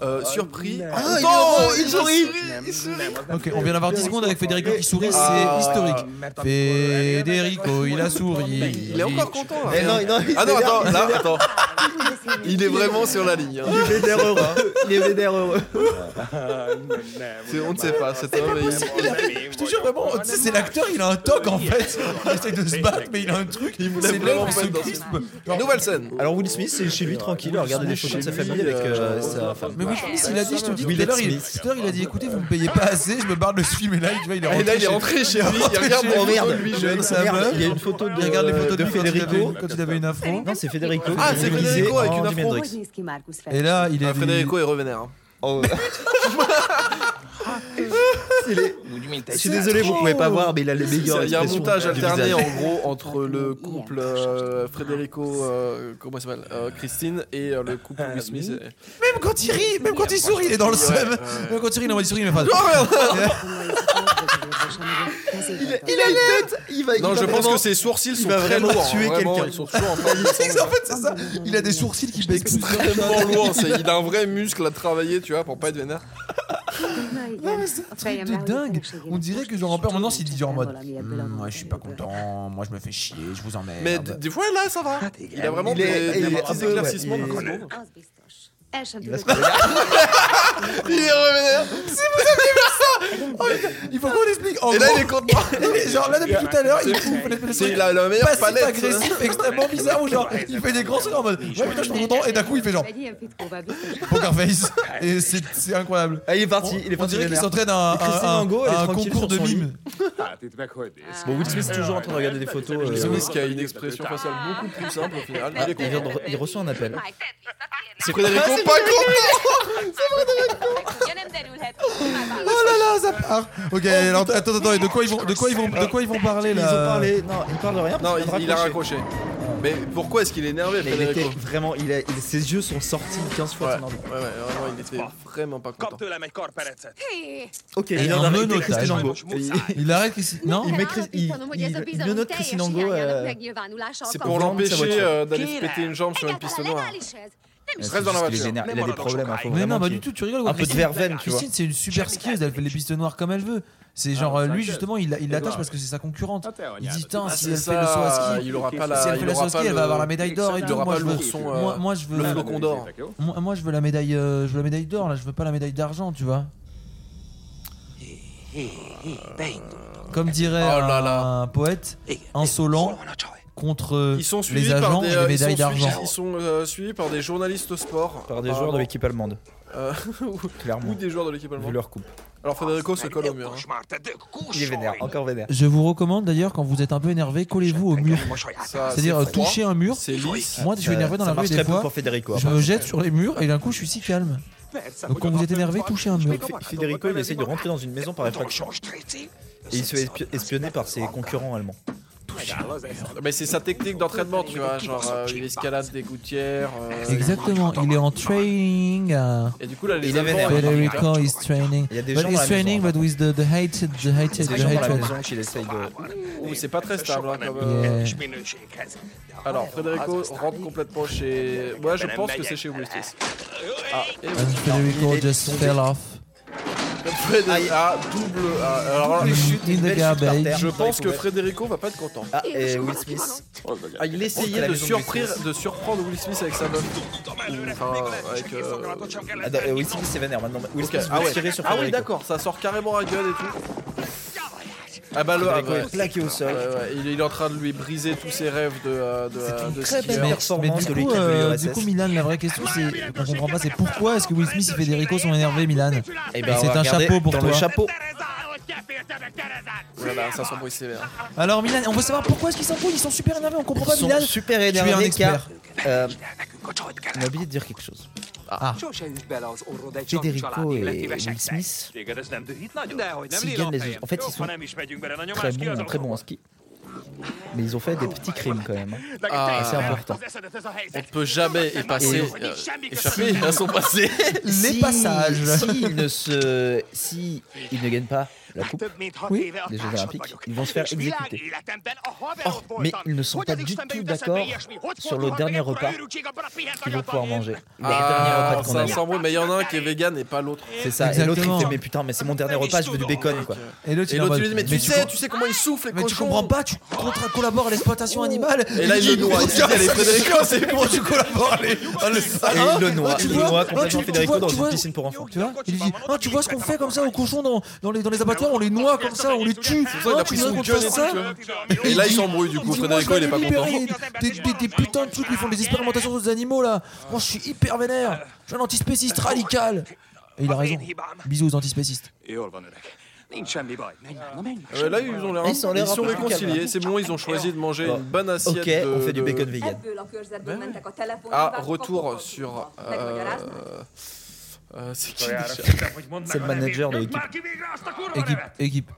[SPEAKER 9] Euh, surpris.
[SPEAKER 1] Ah, il
[SPEAKER 9] non,
[SPEAKER 1] est-
[SPEAKER 9] il sourit
[SPEAKER 1] Ok, on vient d'avoir 10 secondes avec Federico qui sourit,
[SPEAKER 9] Ah.
[SPEAKER 1] c'est historique. Federico, il a souri.
[SPEAKER 9] Il est encore content là.
[SPEAKER 8] Eh non, non, il
[SPEAKER 9] Ah non,
[SPEAKER 8] vénère,
[SPEAKER 9] attends,
[SPEAKER 8] il
[SPEAKER 9] là,
[SPEAKER 8] vénère.
[SPEAKER 9] attends. Il est vraiment sur la ligne. hein.
[SPEAKER 8] Il est vénère heureux. Il est vénère heureux.
[SPEAKER 9] C'est- On ne sait pas, cet homme est-
[SPEAKER 1] Je te jure vraiment, tu sais, c'est l'acteur, il a un toc en fait. Il essaie de se battre, mais il a un truc. Il
[SPEAKER 9] voulait vraiment
[SPEAKER 1] se
[SPEAKER 9] mettre dans ce
[SPEAKER 1] crispe.
[SPEAKER 9] Nouvelle scène.
[SPEAKER 8] Alors Will Smith, c'est chez lui tranquille, regarder des photos de sa
[SPEAKER 9] Chez lui,
[SPEAKER 8] famille avec euh,
[SPEAKER 9] euh,
[SPEAKER 8] sa femme.
[SPEAKER 1] Mais oui, je pense, il a dit, je te dis, tout
[SPEAKER 8] Will
[SPEAKER 1] à l'heure, il,
[SPEAKER 8] Smith.
[SPEAKER 1] tout à l'heure, il a dit, écoutez, vous me payez pas assez, je me barre de ce film. Et là, tu vois, il est rentré.
[SPEAKER 9] Et là, il est
[SPEAKER 1] chez-
[SPEAKER 9] rentré chez lui. Il regarde
[SPEAKER 1] Oh,
[SPEAKER 9] mon
[SPEAKER 1] merde.
[SPEAKER 9] photo de lui jeune.
[SPEAKER 1] Avec sa
[SPEAKER 8] Merde,
[SPEAKER 1] meuf.
[SPEAKER 8] il y a une photo de,
[SPEAKER 1] Il regarde les photos de,
[SPEAKER 8] de
[SPEAKER 1] lui quand il avait-
[SPEAKER 8] Federico.
[SPEAKER 1] quand il avait une afro.
[SPEAKER 8] Non, c'est Federico.
[SPEAKER 9] Ah, c'est
[SPEAKER 8] déguisé
[SPEAKER 9] Federico avec
[SPEAKER 8] en
[SPEAKER 9] une
[SPEAKER 8] Jimi
[SPEAKER 9] afro.
[SPEAKER 8] Hendrix.
[SPEAKER 1] Et là, il est.
[SPEAKER 9] Ah, Federico est revénère.
[SPEAKER 8] Il est- Je suis désolé, vous pouvez pas voir, mais il a les meilleurs.
[SPEAKER 9] Il y a un montage alterné en gros entre le couple euh, Federico, euh, comment ça s'appelle euh, Christine et euh, le couple
[SPEAKER 8] Ah
[SPEAKER 9] Will Smith. et-
[SPEAKER 1] Même quand il rit, même quand il sourit, il est dans le seum. Même quand il rit, non, il sourit, mais pas.
[SPEAKER 9] Oh,
[SPEAKER 8] Il a une tête. Il va.
[SPEAKER 9] Non, je pense que ses sourcils sont
[SPEAKER 8] va
[SPEAKER 9] très
[SPEAKER 8] vraiment
[SPEAKER 9] lourds. hein.
[SPEAKER 8] tuer
[SPEAKER 9] vraiment,
[SPEAKER 8] quelqu'un.
[SPEAKER 9] Ils sont toujours en train de-
[SPEAKER 1] C'est ça, en fait, c'est ça. Il a des sourcils qui baissent
[SPEAKER 9] extrêmement lourds. c'est- Il a un vrai muscle à travailler, tu vois, pour pas être vénère.
[SPEAKER 1] Non, mais c'est un truc de dingue. On dirait que genre en permanence il dit genre en mode Hmm, ouais, je suis pas content, moi je me fais chier, je vous emmerde.
[SPEAKER 9] Mais d- des fois, là, ça va. Il a vraiment
[SPEAKER 8] Ah bah. Il est-
[SPEAKER 9] des, des
[SPEAKER 8] il est un
[SPEAKER 9] petits
[SPEAKER 8] peu, ouais,
[SPEAKER 9] éclaircissements.
[SPEAKER 8] il est-
[SPEAKER 9] de secondes.
[SPEAKER 8] Il est revenu.
[SPEAKER 1] Oh, il faut qu'on explique. En
[SPEAKER 9] Et là,
[SPEAKER 1] gros,
[SPEAKER 9] il est content.
[SPEAKER 1] il est genre là depuis tout à l'heure, il fout une espèce de
[SPEAKER 9] C'est-
[SPEAKER 1] truc
[SPEAKER 9] Il a la meilleure
[SPEAKER 1] passif
[SPEAKER 9] palette.
[SPEAKER 1] agressif extrêmement bizarre où genre il fait des grands sourires en mode ouais putain je suis content et d'un coup il fait genre poker face et c'est c'est incroyable.
[SPEAKER 8] Ah, il est parti. Il est
[SPEAKER 1] On
[SPEAKER 8] parti.
[SPEAKER 1] dirait qu'il
[SPEAKER 8] vénère.
[SPEAKER 1] s'entraîne à un,
[SPEAKER 8] Et Christine
[SPEAKER 1] à un-
[SPEAKER 8] Angot, elle est
[SPEAKER 1] à un
[SPEAKER 8] tranquille
[SPEAKER 1] concours de
[SPEAKER 8] sur son lit.
[SPEAKER 1] mime.
[SPEAKER 8] Bon, Will Smith toujours en train de regarder des photos. euh,
[SPEAKER 9] C'est Will qui a une expression faciale beaucoup plus simple au final. Il est
[SPEAKER 8] il
[SPEAKER 9] content.
[SPEAKER 8] vient de re- Il reçoit un appel.
[SPEAKER 9] C'est Federico pas content.
[SPEAKER 1] Oh là là ça part. Ok alors, attends attends et de quoi ils vont de quoi ils vont de quoi ils vont parler
[SPEAKER 8] Oh, Ils ont
[SPEAKER 1] là
[SPEAKER 8] parlé. Non, ils parlent de rien.
[SPEAKER 9] Non,
[SPEAKER 8] parce qu'il vient de
[SPEAKER 9] il, il a
[SPEAKER 8] raccrocher.
[SPEAKER 9] raccroché. Mais pourquoi est-ce qu'il est énervé,
[SPEAKER 8] Mais il était
[SPEAKER 9] Federico
[SPEAKER 8] vraiment. Il a. il- Ses yeux sont sortis 15
[SPEAKER 9] Ouais,
[SPEAKER 8] fois.
[SPEAKER 9] ouais,
[SPEAKER 8] de son ordinateur.
[SPEAKER 9] ouais, vraiment, il était vraiment pas
[SPEAKER 3] Kap
[SPEAKER 9] content.
[SPEAKER 3] tőlem egy karperecet.
[SPEAKER 8] Ok.
[SPEAKER 1] Et
[SPEAKER 8] Il
[SPEAKER 1] un
[SPEAKER 8] vient d'arrêter
[SPEAKER 1] menottage.
[SPEAKER 8] Christine Angot.
[SPEAKER 3] Most
[SPEAKER 8] Et-
[SPEAKER 3] muszáj.
[SPEAKER 1] Il arrête qu'ici. Non
[SPEAKER 8] Il met Chris- il- il- il menote Christine Angot, euh,
[SPEAKER 9] C'est
[SPEAKER 8] Dans
[SPEAKER 9] pour
[SPEAKER 8] le ventre de sa
[SPEAKER 9] l'empêcher
[SPEAKER 8] voiture.
[SPEAKER 9] euh, d'aller se péter une jambe sur une piste noire.
[SPEAKER 8] C'est
[SPEAKER 9] Reste dans
[SPEAKER 8] juste
[SPEAKER 9] la
[SPEAKER 8] qu'il est
[SPEAKER 9] voiture.
[SPEAKER 8] vénère, Il a des problèmes. hein, faut
[SPEAKER 1] Mais
[SPEAKER 8] vraiment
[SPEAKER 1] non, pas
[SPEAKER 8] qu'il-
[SPEAKER 1] du tout, tu rigoles.
[SPEAKER 8] Un
[SPEAKER 1] quoi,
[SPEAKER 8] peu de
[SPEAKER 1] Christine.
[SPEAKER 8] verveine, tu vois.
[SPEAKER 1] Christine, c'est une super skieuse, elle fait les pistes noires comme elle veut.
[SPEAKER 9] Ah,
[SPEAKER 1] C'est genre, euh, lui, justement, il il l'attache parce que c'est sa concurrente. Il dit, tiens,
[SPEAKER 9] Ah,
[SPEAKER 1] si
[SPEAKER 9] c'est
[SPEAKER 1] elle fait
[SPEAKER 9] ça,
[SPEAKER 1] le saut à ski,
[SPEAKER 9] il aura pas la-
[SPEAKER 1] si elle fait
[SPEAKER 9] Ah, il
[SPEAKER 1] le
[SPEAKER 9] aura
[SPEAKER 1] saut à ski,
[SPEAKER 9] pas
[SPEAKER 1] elle
[SPEAKER 9] le-
[SPEAKER 1] va avoir la médaille d'or et
[SPEAKER 9] il
[SPEAKER 1] tout.
[SPEAKER 9] aura
[SPEAKER 1] Moi,
[SPEAKER 9] pas
[SPEAKER 1] je
[SPEAKER 9] le
[SPEAKER 1] veux.
[SPEAKER 9] son, euh,
[SPEAKER 1] Moi, moi, je veux.
[SPEAKER 9] Le flocon d'or.
[SPEAKER 1] Moi, moi, je veux la médaille, euh, je veux la médaille d'or, là, je veux pas la médaille d'argent, tu vois. Comme dirait
[SPEAKER 9] Oh là là.
[SPEAKER 1] un poète, insolent contre
[SPEAKER 9] Ils sont suivis
[SPEAKER 1] les agents
[SPEAKER 9] par des
[SPEAKER 1] et
[SPEAKER 9] euh,
[SPEAKER 1] les
[SPEAKER 9] ils sont
[SPEAKER 1] médailles
[SPEAKER 9] suivis-
[SPEAKER 1] d'argent.
[SPEAKER 9] Ils sont euh, suivis par des journalistes sport.
[SPEAKER 8] Par des joueurs de l'équipe allemande,
[SPEAKER 9] Euh, Ou
[SPEAKER 8] clairement.
[SPEAKER 9] des joueurs de l'équipe
[SPEAKER 8] Vu
[SPEAKER 9] allemande.
[SPEAKER 8] leur coupe.
[SPEAKER 9] Alors
[SPEAKER 1] Oh,
[SPEAKER 9] Federico se colle au mur. hein.
[SPEAKER 3] Most már te dög
[SPEAKER 8] Il est vénère,
[SPEAKER 3] kussolj.
[SPEAKER 8] encore vénère.
[SPEAKER 1] Je vous recommande d'ailleurs, quand vous êtes un peu énervé, collez-vous au mur.
[SPEAKER 3] Mosolyát.
[SPEAKER 9] Ça,
[SPEAKER 1] C'est-à-dire euh,
[SPEAKER 9] c'est froid,
[SPEAKER 1] toucher un mur.
[SPEAKER 9] C'est lisse.
[SPEAKER 1] Moi, je suis énervé dans
[SPEAKER 8] ça
[SPEAKER 1] la rue
[SPEAKER 8] marche
[SPEAKER 1] des
[SPEAKER 8] très peu
[SPEAKER 1] fois.
[SPEAKER 8] pour Federico.
[SPEAKER 1] Je me jette sur les murs et d'un coup, je suis si calme.
[SPEAKER 3] Persze,
[SPEAKER 1] Donc
[SPEAKER 3] hogy
[SPEAKER 1] quand vous êtes
[SPEAKER 3] a
[SPEAKER 1] énervé,
[SPEAKER 3] napfény
[SPEAKER 1] touchez
[SPEAKER 3] van,
[SPEAKER 1] un mur.
[SPEAKER 3] és még a
[SPEAKER 8] Federico, il essaye de rentrer dans une maison par effraction
[SPEAKER 3] Most réci.
[SPEAKER 8] et il se fait espionner par ses concurrents allemands.
[SPEAKER 3] megáll az eszem.
[SPEAKER 9] Mais c'est sa technique d'entraînement, tu vois. Genre, euh, il escalade des gouttières. euh,
[SPEAKER 1] Exactement, il est en training. uh,
[SPEAKER 9] Et du coup, là, les
[SPEAKER 8] Il est
[SPEAKER 9] Allemands,
[SPEAKER 8] vénère.
[SPEAKER 9] ils-
[SPEAKER 1] Federico is training.
[SPEAKER 8] Il y a des
[SPEAKER 1] But
[SPEAKER 8] gens dans
[SPEAKER 1] he's
[SPEAKER 8] la
[SPEAKER 1] training,
[SPEAKER 8] maison,
[SPEAKER 1] but with the, the hated, the hated,
[SPEAKER 8] Les
[SPEAKER 1] the
[SPEAKER 8] gens dans la
[SPEAKER 1] hatred.
[SPEAKER 8] maison qu'il essaye de.
[SPEAKER 9] Ouh, c'est pas très stable. hein, comme, euh,
[SPEAKER 1] Yeah.
[SPEAKER 3] És minőséghez. De a
[SPEAKER 9] Alors, Federico rentre complètement chez. Moi, je pense que c'est chez Westis. Ah, et oui.
[SPEAKER 1] And Federico
[SPEAKER 8] Il est
[SPEAKER 1] just
[SPEAKER 8] tombé.
[SPEAKER 1] fell off.
[SPEAKER 9] Fred- Ah, double. ah, alors là,
[SPEAKER 8] Une chute,
[SPEAKER 1] In
[SPEAKER 8] une
[SPEAKER 1] the
[SPEAKER 8] belle chute par
[SPEAKER 1] garbage.
[SPEAKER 8] terre.
[SPEAKER 9] je pense que Federico va pas être content.
[SPEAKER 8] Ah, et Will Smith.
[SPEAKER 9] Ah, il
[SPEAKER 8] Contre
[SPEAKER 9] essayait
[SPEAKER 8] la
[SPEAKER 9] de,
[SPEAKER 8] maison de
[SPEAKER 9] surprendre-
[SPEAKER 8] Smith.
[SPEAKER 9] de surprendre Will Smith avec sa meuf.
[SPEAKER 3] Tudom előre,
[SPEAKER 9] Enfin,
[SPEAKER 3] még lehet,
[SPEAKER 9] avec,
[SPEAKER 3] csak
[SPEAKER 9] euh,
[SPEAKER 3] északalatot sem
[SPEAKER 8] Ah,
[SPEAKER 3] kellett
[SPEAKER 8] da- euh,
[SPEAKER 3] tenni.
[SPEAKER 8] Will Smith c'est vénère maintenant. Will
[SPEAKER 9] Ok,
[SPEAKER 8] Smith
[SPEAKER 9] ah
[SPEAKER 8] veut
[SPEAKER 9] ouais,
[SPEAKER 8] tirer sur
[SPEAKER 9] ah oui
[SPEAKER 8] Federico.
[SPEAKER 9] d'accord, ça sort carrément à gueule et tout. Ah bah le, ah,
[SPEAKER 8] Federico
[SPEAKER 9] ouais.
[SPEAKER 8] est plaqué au sol.
[SPEAKER 9] Ouais, ouais, il, il est en train de lui briser tous ses rêves de, euh, de, euh, de
[SPEAKER 8] très
[SPEAKER 9] skieur.
[SPEAKER 8] belle
[SPEAKER 1] Mais, mais
[SPEAKER 8] performance
[SPEAKER 1] du,
[SPEAKER 8] de
[SPEAKER 1] coup,
[SPEAKER 8] l'équipe de
[SPEAKER 1] euh,
[SPEAKER 8] l'URSS.
[SPEAKER 1] du coup, Milan, la vraie question, c'est qu'on comprend pas, c'est pourquoi est-ce que Will Smith et Federico sont énervés, Milan
[SPEAKER 8] Eh ben, on
[SPEAKER 1] C'est
[SPEAKER 8] va
[SPEAKER 1] un
[SPEAKER 8] regarder
[SPEAKER 1] chapeau pour
[SPEAKER 8] dans
[SPEAKER 1] toi.
[SPEAKER 8] Le chapeau. oh,
[SPEAKER 1] bah,
[SPEAKER 9] Voilà, bah, ça s'embrouille sévère.
[SPEAKER 1] Alors, Milan, on veut savoir pourquoi est-ce qu'ils s'embrouillent, ils sont super énervés, on comprend pas,
[SPEAKER 8] Ils sont
[SPEAKER 1] Milan.
[SPEAKER 8] super
[SPEAKER 1] Tu es un
[SPEAKER 8] énervés
[SPEAKER 1] expert.
[SPEAKER 8] car. euh,
[SPEAKER 3] Nekünk a csajt
[SPEAKER 8] On
[SPEAKER 3] kellett.
[SPEAKER 8] a oublié de dire quelque chose.
[SPEAKER 5] Sose üt bele az orrod egy
[SPEAKER 8] Federico
[SPEAKER 5] család
[SPEAKER 8] et
[SPEAKER 5] életével
[SPEAKER 8] Will
[SPEAKER 5] segítek.
[SPEAKER 8] Smith,
[SPEAKER 3] Téged ez nem dühít nagyon?
[SPEAKER 5] Dehogy nem,
[SPEAKER 8] s'ils gagnent les En fait, ils
[SPEAKER 3] Ha
[SPEAKER 8] sont
[SPEAKER 3] nem is megyünk bele, na
[SPEAKER 8] très
[SPEAKER 3] nyomás ki az
[SPEAKER 8] bons, très bons
[SPEAKER 3] autóból.
[SPEAKER 8] en ski. Mais ils ont fait des petits crimes quand même. hein.
[SPEAKER 3] Neked
[SPEAKER 9] Ah.
[SPEAKER 3] teljesen
[SPEAKER 8] C'est important.
[SPEAKER 3] elraszt az eszedet ez a
[SPEAKER 9] On ne
[SPEAKER 3] helyzet.
[SPEAKER 9] peut jamais
[SPEAKER 8] Ah,
[SPEAKER 9] y passer,
[SPEAKER 3] Et-
[SPEAKER 9] euh, échapper à son passé.
[SPEAKER 1] Les
[SPEAKER 8] Si-
[SPEAKER 1] passages.
[SPEAKER 8] S'ils ne se, si ils ne gagnent pas la coupe
[SPEAKER 3] Több mint hat
[SPEAKER 8] Oui,
[SPEAKER 3] éve a
[SPEAKER 8] des Jeux
[SPEAKER 3] társad
[SPEAKER 8] Olympiques,
[SPEAKER 3] vagyok.
[SPEAKER 8] ils vont se faire
[SPEAKER 3] És világ
[SPEAKER 8] exécuter.
[SPEAKER 3] életemben a haverod voltam.
[SPEAKER 8] mais ils ne sont
[SPEAKER 3] Hogy
[SPEAKER 8] pas
[SPEAKER 3] az
[SPEAKER 8] du
[SPEAKER 3] Istenbe
[SPEAKER 8] tout
[SPEAKER 3] jut eszembe
[SPEAKER 8] d'accord
[SPEAKER 3] ilyesmi? Hogy
[SPEAKER 8] sur le
[SPEAKER 3] fordulhat meg
[SPEAKER 8] dernier
[SPEAKER 3] ekkora
[SPEAKER 8] repas
[SPEAKER 3] őrültség abban a pihen
[SPEAKER 8] qu'ils vont pouvoir
[SPEAKER 3] agyadban?
[SPEAKER 8] manger. Les
[SPEAKER 9] Ah,
[SPEAKER 8] derniers repas
[SPEAKER 9] ça
[SPEAKER 8] de condamnés.
[SPEAKER 9] s'embrouille, mais il y en a un qui est vegan et pas l'autre.
[SPEAKER 8] C'est ça. Et l'autre il
[SPEAKER 1] Exactement.
[SPEAKER 8] fait mais putain mais c'est
[SPEAKER 1] Ah,
[SPEAKER 8] mon dernier repas je veux du bacon quoi.
[SPEAKER 1] Et l'autre,
[SPEAKER 9] Et
[SPEAKER 1] il est en
[SPEAKER 9] l'autre lui
[SPEAKER 1] mode,
[SPEAKER 9] dit, mais tu sais, tu sais comment il souffle, les
[SPEAKER 1] mais tu
[SPEAKER 9] cochons.
[SPEAKER 1] comprends pas, tu contra- collabores à l'exploitation animale.
[SPEAKER 9] Et là, il le noie. Il dit, allez, Ah, Federico, c'est bon.
[SPEAKER 1] tu collabores les... Ah,
[SPEAKER 8] Et il le noie.
[SPEAKER 1] tu
[SPEAKER 8] Il le
[SPEAKER 1] vois,
[SPEAKER 8] noie
[SPEAKER 1] ah, tu-
[SPEAKER 8] complètement
[SPEAKER 1] tu
[SPEAKER 8] Federico
[SPEAKER 1] vois,
[SPEAKER 8] dans
[SPEAKER 1] tu
[SPEAKER 8] une
[SPEAKER 1] vois.
[SPEAKER 8] piscine pour enfants.
[SPEAKER 1] Tu vois, il dit, ah, tu vois ce qu'on fait comme ça aux cochons dans, dans, les, dans les abattoirs, on les noie comme ça, on les tue.
[SPEAKER 9] ça, il a
[SPEAKER 1] Ah,
[SPEAKER 9] pris
[SPEAKER 1] tu vois
[SPEAKER 9] son
[SPEAKER 1] qu'on
[SPEAKER 9] gun
[SPEAKER 1] fait
[SPEAKER 9] et
[SPEAKER 1] ça
[SPEAKER 9] tout, Et là, il s'embrouille du
[SPEAKER 1] Il
[SPEAKER 9] coup.
[SPEAKER 1] dit, moi, je
[SPEAKER 9] Federico,
[SPEAKER 1] vais
[SPEAKER 9] il est pas
[SPEAKER 1] aller
[SPEAKER 9] content.
[SPEAKER 1] libérer Des, des- des putains de trucs, ils font des expérimentations sur des animaux là. Moi, je suis hyper vénère. Je suis un antispéciste radical. Et il a raison. Bisous aux antispécistes.
[SPEAKER 3] Jól van, öreg. Nincs semmi baj. Menj már, na menj már.
[SPEAKER 9] Ouais, là, ils ont l'air.
[SPEAKER 8] Ils sont l'air un peu plus
[SPEAKER 9] réconciliés.
[SPEAKER 8] calmes.
[SPEAKER 9] C'est bon, ils ont choisi de manger
[SPEAKER 8] Bon.
[SPEAKER 9] une bonne assiette.
[SPEAKER 8] Ok,
[SPEAKER 9] de-
[SPEAKER 8] on fait du
[SPEAKER 9] de-
[SPEAKER 8] bacon vegan.
[SPEAKER 9] Ben? Ah, retour sur. euh, euh, C'est qui déjà
[SPEAKER 8] C'est le manager de l'équipe.
[SPEAKER 1] Équipe, équipe.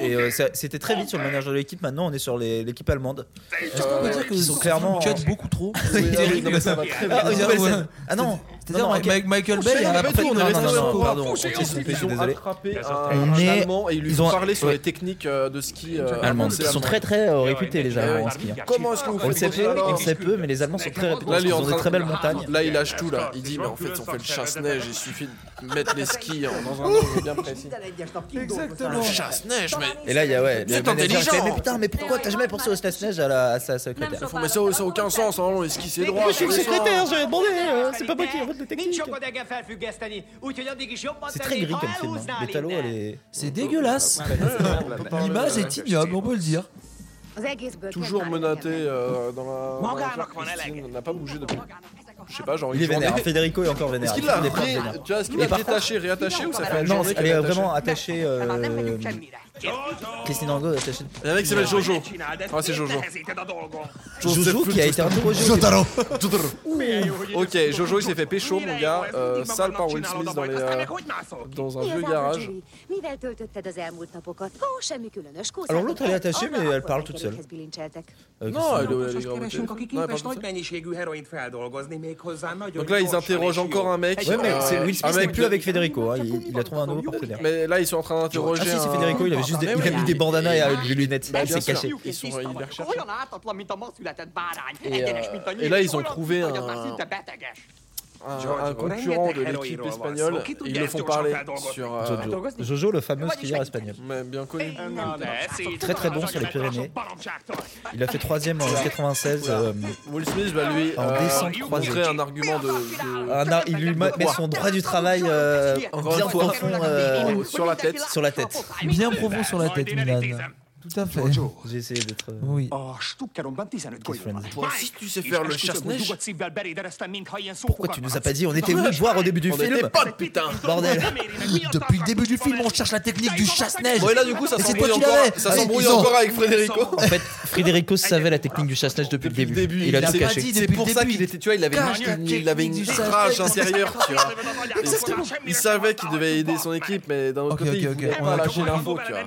[SPEAKER 8] Et euh, ça- c'était très vite sur le manager de l'équipe. Maintenant on est sur les- l'équipe allemande.
[SPEAKER 1] Est-ce qu'on peut dire que
[SPEAKER 8] ils Euh, sont
[SPEAKER 1] ce
[SPEAKER 8] clairement-
[SPEAKER 1] film cut beaucoup trop
[SPEAKER 9] Oui, ah oui, non, mais ça va très bien.
[SPEAKER 8] Ah,
[SPEAKER 1] ouais.
[SPEAKER 8] Isabelle Sen. Ah non.
[SPEAKER 1] C'est-à-dire
[SPEAKER 8] Non, non,
[SPEAKER 1] Ma-
[SPEAKER 8] ok.
[SPEAKER 1] Ma- Michael
[SPEAKER 9] Mais
[SPEAKER 1] Bay, il
[SPEAKER 9] non,
[SPEAKER 1] a
[SPEAKER 9] mais
[SPEAKER 1] pas
[SPEAKER 9] tout,
[SPEAKER 1] fait
[SPEAKER 9] on est
[SPEAKER 8] non,
[SPEAKER 9] resté
[SPEAKER 8] non,
[SPEAKER 9] dans
[SPEAKER 8] non,
[SPEAKER 9] le
[SPEAKER 8] pardon,
[SPEAKER 9] coin.
[SPEAKER 8] on s'est trompé, je
[SPEAKER 9] Ils
[SPEAKER 8] suis
[SPEAKER 9] ont
[SPEAKER 8] désolé.
[SPEAKER 9] attrapé
[SPEAKER 8] On
[SPEAKER 9] un
[SPEAKER 8] est-
[SPEAKER 9] Allemand et ils lui
[SPEAKER 8] ils
[SPEAKER 9] ont
[SPEAKER 8] ont-
[SPEAKER 9] parlé sur
[SPEAKER 8] ouais.
[SPEAKER 9] les techniques euh, de ski euh,
[SPEAKER 8] Allemandes.
[SPEAKER 9] avancées
[SPEAKER 8] Ils sont
[SPEAKER 9] allemandes.
[SPEAKER 8] très très euh, réputés les Allemands en ski. hein.
[SPEAKER 9] Comment est-ce que vous
[SPEAKER 8] On le
[SPEAKER 9] faites
[SPEAKER 8] sait
[SPEAKER 9] comme ça,
[SPEAKER 8] peu,
[SPEAKER 9] alors
[SPEAKER 8] on le sait peu, mais les Allemands sont très réputés.
[SPEAKER 9] Là,
[SPEAKER 8] parce
[SPEAKER 9] il est
[SPEAKER 8] qu'ils
[SPEAKER 9] en
[SPEAKER 8] ont des
[SPEAKER 9] train
[SPEAKER 8] très
[SPEAKER 9] de-
[SPEAKER 8] belles montagnes.
[SPEAKER 9] Là, il lâche tout, là. Il dit, mais en fait, on fait le chasse-neige, il suffit de mettre les skis en- dans un angle bien précis.
[SPEAKER 8] Eh
[SPEAKER 1] Exactement.
[SPEAKER 9] Chasse-neige, mais...
[SPEAKER 8] Et là, il y a ouais.
[SPEAKER 9] C'est
[SPEAKER 8] le manager
[SPEAKER 9] intelligent.
[SPEAKER 8] qui fait, Mais putain, mais pourquoi t'as jamais pensé au stage-neige à, la- à sa secrétaire
[SPEAKER 9] Faut- Mais ça, ça a aucun sens, hein, les skis, c'est droit. c'est ça.
[SPEAKER 8] j'avais demandé, euh, c'est pas moi qui invente les
[SPEAKER 10] Nincs jogod engem felfüggeszteni, úgyhogy addig is jobban
[SPEAKER 8] C'est très
[SPEAKER 10] tennéd,
[SPEAKER 8] gris
[SPEAKER 10] ha
[SPEAKER 8] comme film. hein.
[SPEAKER 10] elhúznál
[SPEAKER 8] Les talos,
[SPEAKER 10] innen.
[SPEAKER 8] elle est.
[SPEAKER 1] C'est dégueulasse. L'image est ignoble, on peut le dire.
[SPEAKER 9] Toujours menotté euh, dans la- dans la...
[SPEAKER 3] Magának van elege.
[SPEAKER 9] Christine n'a pas bougé depuis. Je sais pas, genre,
[SPEAKER 8] Il est
[SPEAKER 9] une journée-
[SPEAKER 8] vénère. Federico est encore vénère.
[SPEAKER 9] Est-ce qu'il l'a
[SPEAKER 8] Il est fort
[SPEAKER 9] ré-
[SPEAKER 8] vénère.
[SPEAKER 9] tu vois, est-ce qu'il
[SPEAKER 8] Et
[SPEAKER 9] l'a
[SPEAKER 8] par contre-
[SPEAKER 9] détaché, réattaché ou ça fait une
[SPEAKER 8] Non,
[SPEAKER 9] journée
[SPEAKER 8] elle
[SPEAKER 9] qu'elle
[SPEAKER 8] est
[SPEAKER 9] est
[SPEAKER 8] vraiment attachée.
[SPEAKER 9] attachée
[SPEAKER 8] euh, Christine Angot est attachée.
[SPEAKER 9] Il y en a qui s'appelle Jojo.
[SPEAKER 3] Csináld, de
[SPEAKER 9] Ah, c'est Jojo.
[SPEAKER 3] nehezíted a dolgom.
[SPEAKER 8] Jojo qui a été un nouveau Jojo.
[SPEAKER 9] euh, Ok, Jojo, il s'est fait pécho, mon gars. euh, Sale par Will Smith dans les...
[SPEAKER 3] Aztán
[SPEAKER 9] euh,
[SPEAKER 3] meg hogy mászol?
[SPEAKER 9] Dans un vieux garage.
[SPEAKER 6] Mivel töltötted az elmúlt napokat? Ó, semmi különös.
[SPEAKER 8] Alors, l'autre, elle est attachée, mais elle parle toute seule. Euh,
[SPEAKER 9] Non,
[SPEAKER 8] Christine-
[SPEAKER 9] elle est- elle est
[SPEAKER 3] Most
[SPEAKER 9] gravement
[SPEAKER 3] keresünk, aki
[SPEAKER 9] pécho. Non, elle
[SPEAKER 3] képes
[SPEAKER 9] parle comme
[SPEAKER 3] nagy
[SPEAKER 9] ça.
[SPEAKER 3] mennyiségű heroint feldolgozni méghozzá nagyon
[SPEAKER 9] Donc là, ils
[SPEAKER 3] gyorsan
[SPEAKER 9] interrogent
[SPEAKER 3] és
[SPEAKER 9] encore
[SPEAKER 3] jó.
[SPEAKER 9] un mec.
[SPEAKER 3] Egy
[SPEAKER 8] Ouais,
[SPEAKER 3] jó
[SPEAKER 8] mais
[SPEAKER 9] Euh,
[SPEAKER 8] c'est Will
[SPEAKER 9] un
[SPEAKER 8] Smith n'est
[SPEAKER 9] mec
[SPEAKER 8] plus
[SPEAKER 9] de-
[SPEAKER 8] avec Federico. hein. Il il a trouvé un nouveau partenaire.
[SPEAKER 9] Mais là, ils sont en train
[SPEAKER 8] Ah
[SPEAKER 9] d'interroger.
[SPEAKER 8] si, c'est
[SPEAKER 9] un-
[SPEAKER 8] Federico, il avait juste des,
[SPEAKER 9] Mais
[SPEAKER 8] il
[SPEAKER 9] oui.
[SPEAKER 8] a mis des bandanas et euh, des lunettes.
[SPEAKER 9] Bah, Oh
[SPEAKER 8] il
[SPEAKER 9] bien
[SPEAKER 8] s'est
[SPEAKER 9] sûr.
[SPEAKER 8] caché.
[SPEAKER 9] Ils sont ils les recherchent.
[SPEAKER 5] Olyan ártatlan, mint a ma született bárány.
[SPEAKER 9] Et,
[SPEAKER 5] Egyenes,
[SPEAKER 9] euh,
[SPEAKER 5] mint a
[SPEAKER 9] et
[SPEAKER 5] nyíl,
[SPEAKER 9] là,
[SPEAKER 5] és
[SPEAKER 9] ils ont
[SPEAKER 5] olyan,
[SPEAKER 9] trouvé
[SPEAKER 5] hogy az már
[SPEAKER 9] un-
[SPEAKER 5] szinte beteges.
[SPEAKER 9] un, un concurrent de l'équipe espagnole. et Ils le font parler sur. euh,
[SPEAKER 8] Jojo. Jojo, le fameux skieur espagnol.
[SPEAKER 9] mais bien connu.
[SPEAKER 8] Très très bon sur les Pyrénées. Il a fait troisième en 96. euh,
[SPEAKER 9] Will Smith va lui
[SPEAKER 8] En
[SPEAKER 9] euh,
[SPEAKER 8] descente croisée.
[SPEAKER 9] montrer un argument de. de-
[SPEAKER 8] un ar- il lui ma- met son droit du travail euh,
[SPEAKER 9] Encore
[SPEAKER 8] bien
[SPEAKER 9] une fois.
[SPEAKER 8] profond euh,
[SPEAKER 9] sur la tête.
[SPEAKER 8] sur la tête.
[SPEAKER 1] Bien profond sur la tête, Milan. Tout à fait.
[SPEAKER 8] J'ai essayé d'être. euh,
[SPEAKER 1] Oui.
[SPEAKER 10] A stukkeromban 15 golyó van.
[SPEAKER 9] Toi aussi, tu sais faire le chasse-neige.
[SPEAKER 10] Dugott szívvel berédereztem, mintha ilyen szó
[SPEAKER 8] Pourquoi tu nous as pas dit On était venu le voir au début du
[SPEAKER 9] On
[SPEAKER 8] film.
[SPEAKER 9] était potes, putain.
[SPEAKER 8] Bordel.
[SPEAKER 1] Depuis le début du film, on cherche la technique du chasse-neige.
[SPEAKER 9] Bon, et là, du coup, ça
[SPEAKER 1] Et c'est
[SPEAKER 9] s'embrouille
[SPEAKER 1] toi qui
[SPEAKER 9] encore,
[SPEAKER 1] l'avais.
[SPEAKER 9] ça
[SPEAKER 1] Allez,
[SPEAKER 9] s'embrouille
[SPEAKER 1] ils ont-
[SPEAKER 9] encore avec Federico.
[SPEAKER 8] En fait, Frédérico savait la technique du chasse-neige depuis,
[SPEAKER 9] Depuis le début,
[SPEAKER 8] Il a tout
[SPEAKER 9] l'avait
[SPEAKER 8] caché.
[SPEAKER 9] dit C'est pour ça qu'il était, tu vois, il avait
[SPEAKER 1] Cache la
[SPEAKER 9] une, il avait une
[SPEAKER 1] technique du
[SPEAKER 9] rage
[SPEAKER 1] sac.
[SPEAKER 9] intérieure, tu vois. Il savait qu'il devait aider son équipe, mais d'un autre
[SPEAKER 1] Ok,
[SPEAKER 9] côté,
[SPEAKER 1] ok,
[SPEAKER 9] il
[SPEAKER 1] ok.
[SPEAKER 9] voulait
[SPEAKER 1] On
[SPEAKER 9] pas
[SPEAKER 1] a
[SPEAKER 9] lâcher l'info, tu vois.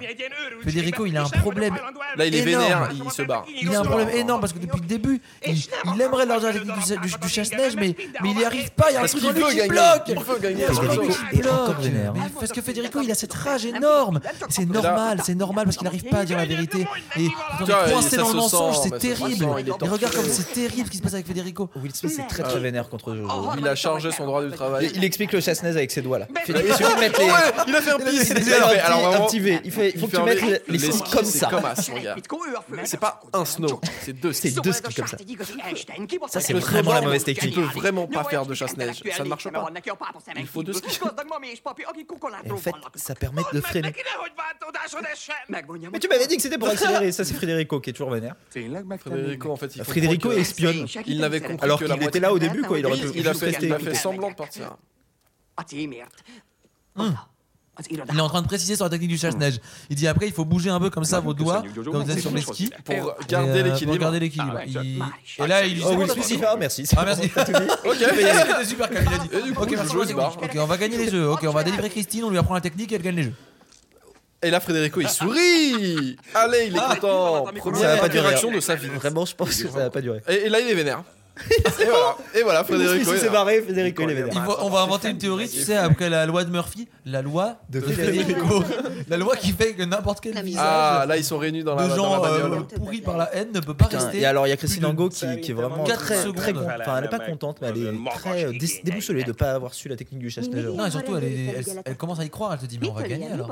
[SPEAKER 1] Federico, il a un problème.
[SPEAKER 9] Là, il est
[SPEAKER 1] Énorme.
[SPEAKER 9] vénère, il se barre.
[SPEAKER 1] Il a un problème énorme parce que depuis le début, il, il aimerait l'argent avec du, du, du chasse-neige, mais, mais il n'y arrive pas. Il y a un
[SPEAKER 9] Parce
[SPEAKER 1] truc
[SPEAKER 9] qu'il
[SPEAKER 1] en lui
[SPEAKER 9] veut
[SPEAKER 1] qui
[SPEAKER 9] gagner.
[SPEAKER 1] bloque.
[SPEAKER 9] Il veut
[SPEAKER 1] Il
[SPEAKER 9] gagner.
[SPEAKER 1] y a un truc en lui
[SPEAKER 9] Federico.
[SPEAKER 1] qui
[SPEAKER 8] Il est encore
[SPEAKER 1] bloque.
[SPEAKER 8] vénère.
[SPEAKER 1] Mais Parce que Federico, il a cette rage énorme. C'est normal, c'est normal parce qu'il n'arrive pas à dire la vérité. Et quand on
[SPEAKER 9] Tiens,
[SPEAKER 1] est
[SPEAKER 9] et
[SPEAKER 1] coincé
[SPEAKER 9] ça
[SPEAKER 1] dans
[SPEAKER 9] se
[SPEAKER 1] le mensonge,
[SPEAKER 9] sent,
[SPEAKER 1] c'est
[SPEAKER 9] bah, ça se
[SPEAKER 1] terrible.
[SPEAKER 9] sent, il est
[SPEAKER 1] Et regarde
[SPEAKER 9] torturé.
[SPEAKER 1] comme c'est terrible ce qui se passe avec Federico.
[SPEAKER 8] Will Smith est très très vénère contre Jojo.
[SPEAKER 9] Il a chargé son droit du travail.
[SPEAKER 8] Il explique le chasse-neige avec ses doigts là. Il fait-
[SPEAKER 9] Il
[SPEAKER 8] il faut que tu mettes les-
[SPEAKER 9] il a fait un
[SPEAKER 8] il
[SPEAKER 9] pli.
[SPEAKER 8] fait
[SPEAKER 9] Il
[SPEAKER 8] un
[SPEAKER 9] a fait-
[SPEAKER 8] petit-
[SPEAKER 9] alors vraiment,
[SPEAKER 8] un petit V. Il fait- il faut
[SPEAKER 9] il
[SPEAKER 8] que tu
[SPEAKER 9] fait
[SPEAKER 8] mettes
[SPEAKER 9] un-
[SPEAKER 8] les- les skis comme
[SPEAKER 9] c'est
[SPEAKER 8] ça.
[SPEAKER 9] comme as, mon gars. C'est pas un snow, c'est deux.
[SPEAKER 8] C'est deux skis comme ça. Ça, c'est
[SPEAKER 9] Le
[SPEAKER 8] vraiment la
[SPEAKER 9] snowboard,
[SPEAKER 8] mauvaise
[SPEAKER 9] Tu
[SPEAKER 8] technique.
[SPEAKER 9] peux vraiment pas faire de chasse-neige, ça ne marche pas. Il faut deux skis.
[SPEAKER 8] Et en fait, ça permet de freiner.
[SPEAKER 5] Megmondjam,
[SPEAKER 8] Mais tu m'avais dit que c'était pour accélérer. Ça, c'est Federico qui est toujours vénère.
[SPEAKER 3] Tényleg megtanulni?
[SPEAKER 9] Frédérico, en fait, il comprend
[SPEAKER 8] Federico
[SPEAKER 9] que-
[SPEAKER 8] est espionne. Oh
[SPEAKER 9] Il n'avait compris
[SPEAKER 8] Alors
[SPEAKER 9] que la
[SPEAKER 8] qu'il était
[SPEAKER 9] moitié.
[SPEAKER 8] là au début, quoi. Il aurait
[SPEAKER 9] Oui,
[SPEAKER 8] pu
[SPEAKER 9] il a
[SPEAKER 8] juste
[SPEAKER 9] fait,
[SPEAKER 8] rester
[SPEAKER 9] il a
[SPEAKER 8] écouter.
[SPEAKER 9] fait semblant de partir.
[SPEAKER 5] a címért.
[SPEAKER 1] Il est en train de préciser sur la technique du chasse-neige. Il dit après, il faut bouger un peu comme ça vos doigts quand vous êtes sur les skis.
[SPEAKER 9] Pour
[SPEAKER 1] Mais,
[SPEAKER 9] garder
[SPEAKER 1] euh, Pour
[SPEAKER 9] l'équilibre.
[SPEAKER 1] garder l'équilibre. Il-
[SPEAKER 5] ouais,
[SPEAKER 1] Et là, il
[SPEAKER 8] Oh, Will
[SPEAKER 1] dit
[SPEAKER 8] Smith, il fait Ah, merci.
[SPEAKER 1] Ah, merci.
[SPEAKER 9] Ok,
[SPEAKER 1] C'était super calme, il a dit.
[SPEAKER 9] Et du coup,
[SPEAKER 1] Ok,
[SPEAKER 9] le
[SPEAKER 1] merci,
[SPEAKER 9] jeu se
[SPEAKER 1] Frédérico.
[SPEAKER 9] barre.
[SPEAKER 1] Ok, on va gagner les jeux. Ok, on va délivrer Christine, on lui apprend la technique et elle gagne les jeux.
[SPEAKER 9] Et là, Frédérico, il sourit Allez, il est content
[SPEAKER 8] Ça va
[SPEAKER 9] Première
[SPEAKER 8] pas durer.
[SPEAKER 9] interaction de sa vie.
[SPEAKER 8] Vraiment, je pense que ça va pas durer.
[SPEAKER 9] Et, et là, il est vénère. et voilà, et voilà
[SPEAKER 8] Will
[SPEAKER 9] Frédérico.
[SPEAKER 8] Smith
[SPEAKER 9] est
[SPEAKER 8] s'est
[SPEAKER 9] là.
[SPEAKER 8] barré, Federico, il est
[SPEAKER 1] Il
[SPEAKER 8] vénère.
[SPEAKER 1] faut- on va inventer une théorie, tu sais, après la loi de Murphy, la loi de Federico. la loi qui fait que n'importe quel
[SPEAKER 6] La misère.
[SPEAKER 1] visage
[SPEAKER 9] Ah, là, ils sont réunis dans la,
[SPEAKER 1] de
[SPEAKER 9] dans la
[SPEAKER 1] gens euh,
[SPEAKER 9] bagnole.
[SPEAKER 1] pourris par la haine ne peut pas
[SPEAKER 8] Putain,
[SPEAKER 1] rester.
[SPEAKER 8] Et alors, il y a Christine
[SPEAKER 1] plus de
[SPEAKER 8] Angot qui, qui est vraiment
[SPEAKER 1] quatre
[SPEAKER 8] très, très
[SPEAKER 1] secondes.
[SPEAKER 8] contente. Enfin, elle est pas contente, mais elle est très euh, dé- déboussolée de pas avoir su la technique du chasse-neigeur.
[SPEAKER 1] Non, et surtout, elle, est- elle- elle commence à y croire, elle se dit, mais on va gagner alors.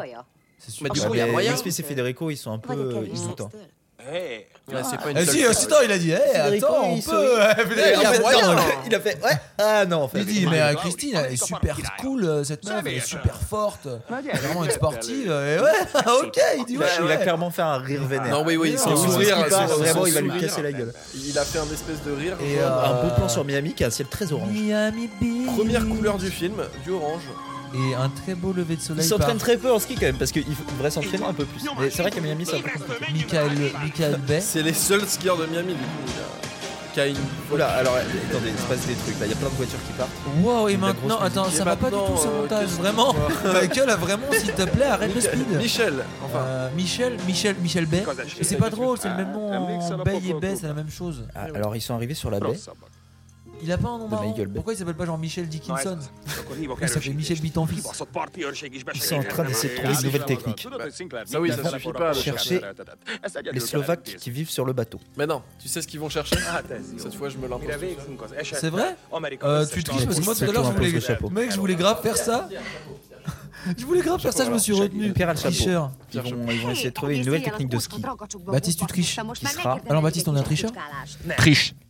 [SPEAKER 1] C'est super.
[SPEAKER 9] Mais du
[SPEAKER 8] Ah,
[SPEAKER 9] coup,
[SPEAKER 8] mais
[SPEAKER 9] il y a moyen.
[SPEAKER 8] Will Smith et Federico, ils sont un peu euh, insultants.
[SPEAKER 9] Eh,
[SPEAKER 3] Hey,
[SPEAKER 9] Ouais, c'est pas une
[SPEAKER 1] Eh
[SPEAKER 9] seule
[SPEAKER 1] si,
[SPEAKER 9] fois.
[SPEAKER 1] euh, si, attends, il a dit, Eh,
[SPEAKER 8] Federico,
[SPEAKER 1] attends,
[SPEAKER 8] il
[SPEAKER 1] on
[SPEAKER 8] sourit.
[SPEAKER 1] peut.
[SPEAKER 8] Et
[SPEAKER 1] Federico, en
[SPEAKER 8] en fait,
[SPEAKER 1] fait,
[SPEAKER 8] non,
[SPEAKER 1] non,
[SPEAKER 8] il a fait ouais ah non en fait
[SPEAKER 1] Il dit, mais euh, Christine, elle est super cool, euh, cette meuf, elle est super forte, vraiment une sportive, euh, et ouais, ok, il dit,
[SPEAKER 8] il,
[SPEAKER 1] ouais,
[SPEAKER 8] a, il a
[SPEAKER 1] ouais.
[SPEAKER 8] clairement fait un rire vénère
[SPEAKER 9] Non, oui, oui, son
[SPEAKER 1] Non,
[SPEAKER 8] Will Smith
[SPEAKER 9] sourire.
[SPEAKER 8] qui part,
[SPEAKER 9] son- son
[SPEAKER 8] vraiment il va lui
[SPEAKER 9] sourire.
[SPEAKER 8] casser la gueule
[SPEAKER 9] Il a fait un espèce de rire.
[SPEAKER 1] Et,
[SPEAKER 9] jaune.
[SPEAKER 1] euh,
[SPEAKER 8] un beau plan sur Miami qui a un ciel très orange
[SPEAKER 1] Miami Beach.
[SPEAKER 9] Première couleur du film, du orange.
[SPEAKER 1] Et un très beau lever de
[SPEAKER 8] il
[SPEAKER 1] soleil par
[SPEAKER 8] s'entraîne très peu en ski quand même parce qu'il devrait s'entraîner un peu plus mais c'est vrai qu'à Miami c'est un peu compliqué
[SPEAKER 1] Michael, Michael Bay.
[SPEAKER 9] C'est les seuls skieurs de Miami, du coup. il a- Qui a une.
[SPEAKER 8] Oula, alors attendez, il se passe des trucs là, il y a plein de voitures qui partent.
[SPEAKER 1] Wow, et
[SPEAKER 8] de la grosse
[SPEAKER 1] maintenant, attends,
[SPEAKER 9] musique.
[SPEAKER 1] ça
[SPEAKER 9] Et
[SPEAKER 1] va pas du
[SPEAKER 9] maintenant,
[SPEAKER 1] tout ce
[SPEAKER 9] euh,
[SPEAKER 1] montage,
[SPEAKER 9] qu'est-ce
[SPEAKER 1] vraiment. Michael, a vraiment, s'il te plaît, arrête le
[SPEAKER 9] Michel,
[SPEAKER 1] speed.
[SPEAKER 9] Michel, enfin.
[SPEAKER 1] Euh, Michel, Michel, Michel Bay. Et C'est pas drôle, c'est le même nom. en Bay et Bay, c'est la même chose.
[SPEAKER 8] Ah, alors ils sont arrivés sur la baie.
[SPEAKER 1] Il a pas un nom marrant.
[SPEAKER 8] Michael Bay.
[SPEAKER 1] Pourquoi il s'appelle pas genre Michel Dickinson
[SPEAKER 3] akkor hívok
[SPEAKER 1] Ça fait Michel
[SPEAKER 3] erősítést.
[SPEAKER 1] Bitanfis.
[SPEAKER 3] Kibaszott parti őrség is
[SPEAKER 8] Ils sont en
[SPEAKER 3] besegít.
[SPEAKER 8] train d'essayer
[SPEAKER 9] Ah,
[SPEAKER 8] de trouver une nouvelle technique.
[SPEAKER 3] Tudod, hogy Sinclair
[SPEAKER 9] Ça oui,
[SPEAKER 3] mindent nem
[SPEAKER 9] ça suffit
[SPEAKER 3] forró
[SPEAKER 9] pas à le
[SPEAKER 3] a
[SPEAKER 9] chercher.
[SPEAKER 8] chercher
[SPEAKER 3] kísérletet. Ezt egyedül
[SPEAKER 8] Les
[SPEAKER 3] kell
[SPEAKER 8] Slovaques
[SPEAKER 3] elintézni.
[SPEAKER 8] qui vivent sur le bateau.
[SPEAKER 9] Mais non, tu sais ce qu'ils vont chercher
[SPEAKER 1] Ah,
[SPEAKER 3] Hát ez jó.
[SPEAKER 9] Cette fois, je me l'impose.
[SPEAKER 3] Mire végzünk az esetre,
[SPEAKER 1] C'est vrai
[SPEAKER 3] Amerika
[SPEAKER 1] Euh,
[SPEAKER 3] összes
[SPEAKER 1] tu triches
[SPEAKER 3] tartalmaz-
[SPEAKER 1] parce que moi tout à
[SPEAKER 8] C'est
[SPEAKER 1] l'heure je
[SPEAKER 8] tout un peu
[SPEAKER 1] voulais
[SPEAKER 8] le chapeau.
[SPEAKER 1] mec je voulais grave faire ça. Je voulais grave faire ça, je me suis retenu.
[SPEAKER 8] Pierre Al Chapeau.
[SPEAKER 1] Tricheur.
[SPEAKER 8] Ils vont, ils vont essayer de trouver une nouvelle technique de ski.
[SPEAKER 1] Baptiste, tu triches.
[SPEAKER 8] Qui sera-
[SPEAKER 1] Alors, Baptiste, on est un tricheur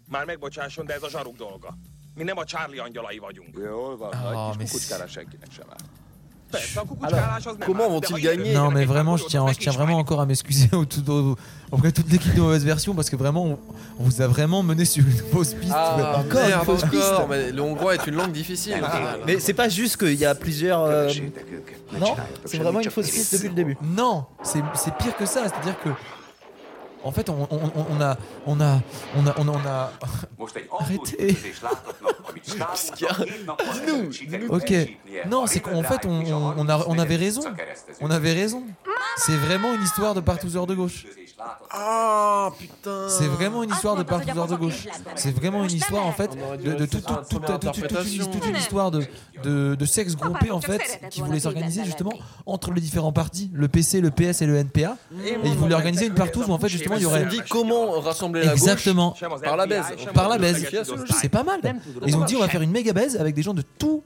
[SPEAKER 3] Már megbocsásson, de ez a zsaruk dolga. Mi nem a Charlie angyalai vagyunk.
[SPEAKER 11] Jól van,
[SPEAKER 1] Ah,
[SPEAKER 11] nagy
[SPEAKER 1] mais
[SPEAKER 11] kis kukucskálás senkinek sem áll.
[SPEAKER 3] Persze, a kukucskálás az nem
[SPEAKER 9] Comment
[SPEAKER 3] árt, de
[SPEAKER 9] vont-ils
[SPEAKER 3] ha idő-
[SPEAKER 9] gagner
[SPEAKER 1] Non, mais vraiment, je tiens, je tiens vraiment encore à m'excuser au tout, au- auprès de toute l'équipe de mauvaise version parce que vraiment, on, on vous a vraiment mené sur une fausse piste.
[SPEAKER 9] Ah,
[SPEAKER 1] encore
[SPEAKER 9] merde,
[SPEAKER 1] une fausse
[SPEAKER 9] encore,
[SPEAKER 1] piste.
[SPEAKER 9] mais le hongrois est une langue difficile.
[SPEAKER 1] Ah,
[SPEAKER 8] Mais c'est pas juste qu'il y a plusieurs. euh,
[SPEAKER 11] Kövessétek őket, ne
[SPEAKER 8] Non,
[SPEAKER 11] csináljatok
[SPEAKER 8] c'est
[SPEAKER 11] semmit,
[SPEAKER 8] vraiment une
[SPEAKER 11] csak
[SPEAKER 8] fausse
[SPEAKER 11] nézzétek.
[SPEAKER 8] piste depuis le début.
[SPEAKER 1] Non, c'est c'est pire que ça. C'est-à-dire que, en fait, on, on- on- on a, on a, on a, on a, on a-
[SPEAKER 11] Most egy
[SPEAKER 1] Arrêtez.
[SPEAKER 11] autóütközést láthatnak, amit stávunknak két nappal ezelőtt sikerült
[SPEAKER 1] Ok.
[SPEAKER 11] elsütnie.
[SPEAKER 1] Non,
[SPEAKER 11] A
[SPEAKER 1] c'est qu'en
[SPEAKER 11] River
[SPEAKER 1] fait, on-
[SPEAKER 11] Drive és a
[SPEAKER 1] on- on a- on avait
[SPEAKER 11] 34.
[SPEAKER 1] raison.
[SPEAKER 11] utcakeresztező
[SPEAKER 1] on avait raison. C'est vraiment une histoire de partouzeur de gauche.
[SPEAKER 11] ütközést láthatnak.
[SPEAKER 9] Ah, putain.
[SPEAKER 1] C'est vraiment une histoire de partouzeur de gauche. C'est vraiment une histoire en fait
[SPEAKER 9] On aurait dû
[SPEAKER 1] de, de
[SPEAKER 9] rester
[SPEAKER 1] tout-
[SPEAKER 9] sur la
[SPEAKER 1] tout- tout-
[SPEAKER 9] première
[SPEAKER 1] tout- toute, une,
[SPEAKER 9] interprétation.
[SPEAKER 1] toute une histoire de, de, de sexe groupé en fait qui voulait s'organiser justement entre les différents partis, le PC, le PS et le NPA. Et ils voulaient organiser une partouze où en fait justement il y
[SPEAKER 9] Ils se sont
[SPEAKER 1] aurait
[SPEAKER 9] dit comment rassembler la
[SPEAKER 1] exactement
[SPEAKER 9] gauche
[SPEAKER 3] Sem az
[SPEAKER 9] par la
[SPEAKER 3] FBI,
[SPEAKER 9] baise.
[SPEAKER 3] sem
[SPEAKER 1] par
[SPEAKER 3] az
[SPEAKER 1] la baise.
[SPEAKER 3] ütközés osztály.
[SPEAKER 1] C'est pas mal. Ils ont dit on va faire une méga baise avec des gens de tout,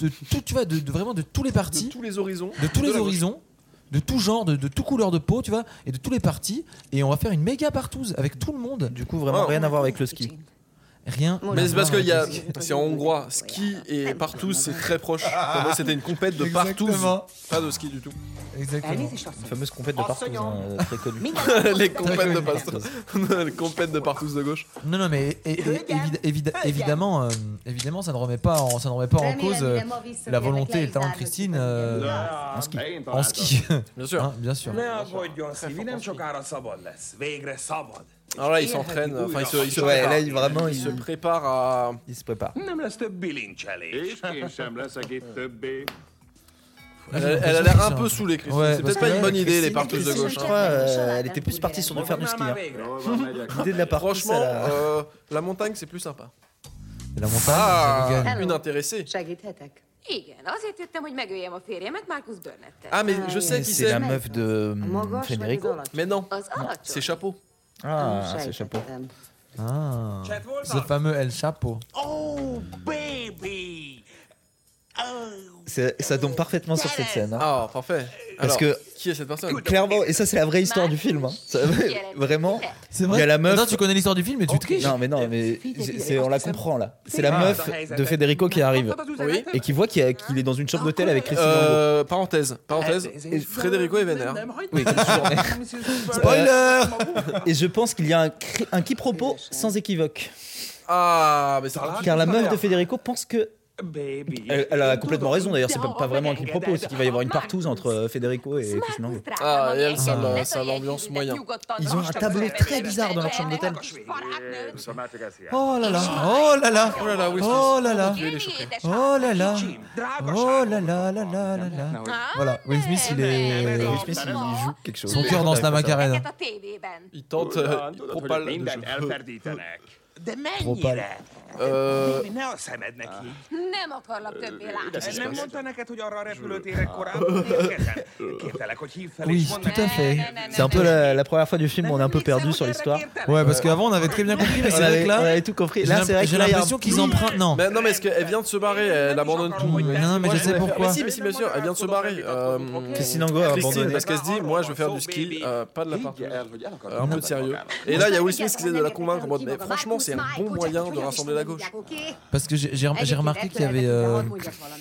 [SPEAKER 1] de tout tu vois, de, de vraiment de tous les
[SPEAKER 9] de
[SPEAKER 1] partis
[SPEAKER 9] tous les horizons.
[SPEAKER 1] de tous
[SPEAKER 9] De
[SPEAKER 1] les
[SPEAKER 9] la gauche.
[SPEAKER 1] horizons, de tout genre, de, de tout couleur de peau, tu vois, et de tous les partis, et on va faire une méga partouze avec tout le monde.
[SPEAKER 8] Du coup, vraiment
[SPEAKER 9] Oh.
[SPEAKER 8] rien à voir avec le ski.
[SPEAKER 1] Rien.
[SPEAKER 9] Mais c'est parce que il y a- c'est en hongrois. Ski et partout, c'est très proche. Pour moi, c'était une compète de partout.
[SPEAKER 1] Exactement.
[SPEAKER 9] Pas de ski du tout.
[SPEAKER 1] Exactement.
[SPEAKER 8] Une fameuse compète de partout, hein, très connue.
[SPEAKER 9] Les compètes de partout. Les compètes de partout de gauche.
[SPEAKER 1] Non, non, mais et- et- évi- évi- évidemment, euh, évidemment, ça ne remet pas en, ça ne remet pas en cause euh, la volonté et le talent de Christine euh,
[SPEAKER 4] En ski.
[SPEAKER 1] en ski.
[SPEAKER 9] Bien sûr.
[SPEAKER 1] Hein, bien sûr.
[SPEAKER 4] Ne aggódjon, Szívi, nem sokára szabad lesz. Végre szabad.
[SPEAKER 9] Alors là, ils s'entraînent. Enfin, ils se, ils se
[SPEAKER 8] Ouais,
[SPEAKER 9] préparent.
[SPEAKER 8] là, il- vraiment,
[SPEAKER 9] Ils se
[SPEAKER 8] il,
[SPEAKER 9] préparent à.
[SPEAKER 8] il se prépare.
[SPEAKER 4] Nem lesz több bilincselés.
[SPEAKER 11] És én sem leszek itt többé.
[SPEAKER 9] Elle, a- elle a l'air un peu saoulée, Christine.
[SPEAKER 1] Ouais,
[SPEAKER 9] c'est
[SPEAKER 1] parce
[SPEAKER 9] peut-être pas
[SPEAKER 1] que-
[SPEAKER 9] une bonne idée, les
[SPEAKER 8] Christine-
[SPEAKER 9] parteuses de
[SPEAKER 8] Christine,
[SPEAKER 9] gauche.
[SPEAKER 8] Je
[SPEAKER 9] hein.
[SPEAKER 8] crois, euh, elle était plus partie sur de faire du ski.
[SPEAKER 4] Már
[SPEAKER 8] hein.
[SPEAKER 4] végre.
[SPEAKER 11] Hova megyek?
[SPEAKER 8] L'idée de la partie,
[SPEAKER 9] Franchement, euh, la montagne, c'est plus sympa.
[SPEAKER 1] La montagne, ça nous
[SPEAKER 9] Ah,
[SPEAKER 1] gagne.
[SPEAKER 9] une intéressée.
[SPEAKER 6] Segíthetek? Igen, azért jöttem, hogy megöljem a férjemet Marcus Burnett-tel.
[SPEAKER 9] Ah, mais je sais qui
[SPEAKER 8] c'est
[SPEAKER 9] c'est.
[SPEAKER 8] la meuf de hum, Federico.
[SPEAKER 9] Mais non,
[SPEAKER 6] Az
[SPEAKER 9] Ah, c'est
[SPEAKER 6] alacsony.
[SPEAKER 9] chapeau.
[SPEAKER 8] Ah, c'est chapeau.
[SPEAKER 1] Ah,
[SPEAKER 4] Chet Wolfgang.
[SPEAKER 1] ce fameux El Chapo.
[SPEAKER 11] Oh, baby! Oh,
[SPEAKER 8] C'est- Ça tombe parfaitement sur cette scène. hein.
[SPEAKER 9] Ah, parfait.
[SPEAKER 8] Parce
[SPEAKER 9] Alors,
[SPEAKER 8] que-
[SPEAKER 9] Qui est cette personne
[SPEAKER 8] Clairement, et ça c'est la vraie histoire du film. hein. Ça- vraiment.
[SPEAKER 1] C'est
[SPEAKER 8] Il y a la meuf-
[SPEAKER 1] Attends, tu connais l'histoire du film, mais tu triches.
[SPEAKER 8] Non mais non mais c'est- c'est- on la comprend là. C'est
[SPEAKER 9] Ah,
[SPEAKER 4] Ah,
[SPEAKER 8] la meuf
[SPEAKER 4] bah,
[SPEAKER 8] de Federico qui arrive
[SPEAKER 9] Oui.
[SPEAKER 8] et qui voit qu'il y a- qu'il est dans une chambre d'hôtel avec Christine Angot.
[SPEAKER 9] Euh, parenthèse,
[SPEAKER 4] Ah,
[SPEAKER 9] parenthèse.
[SPEAKER 4] Eh,
[SPEAKER 9] Frédérico est vénère.
[SPEAKER 8] Oui, comme Spoiler Et je pense qu'il y a un, cri- un quiproquo sans équivoque.
[SPEAKER 9] Ah, mais c'est
[SPEAKER 8] Car la meuf de Federico pense que.
[SPEAKER 4] Baby.
[SPEAKER 8] Elle, elle a complètement raison d'ailleurs, c'est pas, pas vraiment un quiproquo, c'est qu'il va y avoir une partouze entre euh, Federico et Christine Angot.
[SPEAKER 9] Ah, et elle, ça l'a- ça a l'ambiance moyen.
[SPEAKER 8] Ils ont un tableau très bizarre dans leur chambre d'hôtel.
[SPEAKER 1] Oh là là, oh là là,
[SPEAKER 9] Oh là là, oui,
[SPEAKER 1] oh là là,
[SPEAKER 9] Dieu, il est choqué.
[SPEAKER 1] oh là là, oh là là là là là là. Voilà, Will
[SPEAKER 6] Ah
[SPEAKER 1] Smith, il est.
[SPEAKER 8] Et Will Smith, il joue quelque chose.
[SPEAKER 1] Son cœur danse la macarena.
[SPEAKER 6] a tévében.
[SPEAKER 9] Il tente, euh, il propale le
[SPEAKER 4] Mindent
[SPEAKER 9] jeu.
[SPEAKER 4] elferdítenek.
[SPEAKER 11] de
[SPEAKER 1] Propal.
[SPEAKER 11] mennyire?
[SPEAKER 9] Euh,
[SPEAKER 4] Ne a szemed neki.
[SPEAKER 6] Nem akarlak többé látni.
[SPEAKER 4] Nem mondta neked, hogy arra a repülőtérre korábban érkezem? Kértelek, hogy hívd fel
[SPEAKER 1] Oui,
[SPEAKER 4] és mondd
[SPEAKER 1] tout à
[SPEAKER 4] nekem.
[SPEAKER 1] fait.
[SPEAKER 8] C'est un peu la, la première fois du film où on est un peu perdu sur l'histoire.
[SPEAKER 1] Ouais, parce qu'avant, on avait très bien compris, mais
[SPEAKER 8] On
[SPEAKER 1] c'est vrai
[SPEAKER 8] avait-
[SPEAKER 1] que
[SPEAKER 8] on
[SPEAKER 1] là,
[SPEAKER 8] avait tout compris.
[SPEAKER 1] j'ai
[SPEAKER 8] Là,
[SPEAKER 1] l'im-
[SPEAKER 8] c'est vrai
[SPEAKER 1] j'ai
[SPEAKER 8] que là, il y a un- Bah.
[SPEAKER 1] l'impression qu'ils empruntent. Non,
[SPEAKER 9] Mais non, mais est-ce qu'elle vient de se barrer Elle abandonne tout.
[SPEAKER 1] Mais non, mais je sais pourquoi.
[SPEAKER 9] Mais si, mais si, bien sûr, elle vient de se barrer. Euh,
[SPEAKER 8] Christine Angot a
[SPEAKER 9] Christine,
[SPEAKER 8] abandonné.
[SPEAKER 9] parce qu'elle se dit, moi, je veux faire du ski, euh, pas de la partout.
[SPEAKER 11] El, hogy el akar
[SPEAKER 9] Un peu de sérieux. Et là, il y a Will Smith qui essaie de la convaincre en mode, mais franchement, c'est un bon moyen de rassembler la gauche.
[SPEAKER 1] Parce que j'ai j'ai rem- j'ai remarqué qu'il y avait euh,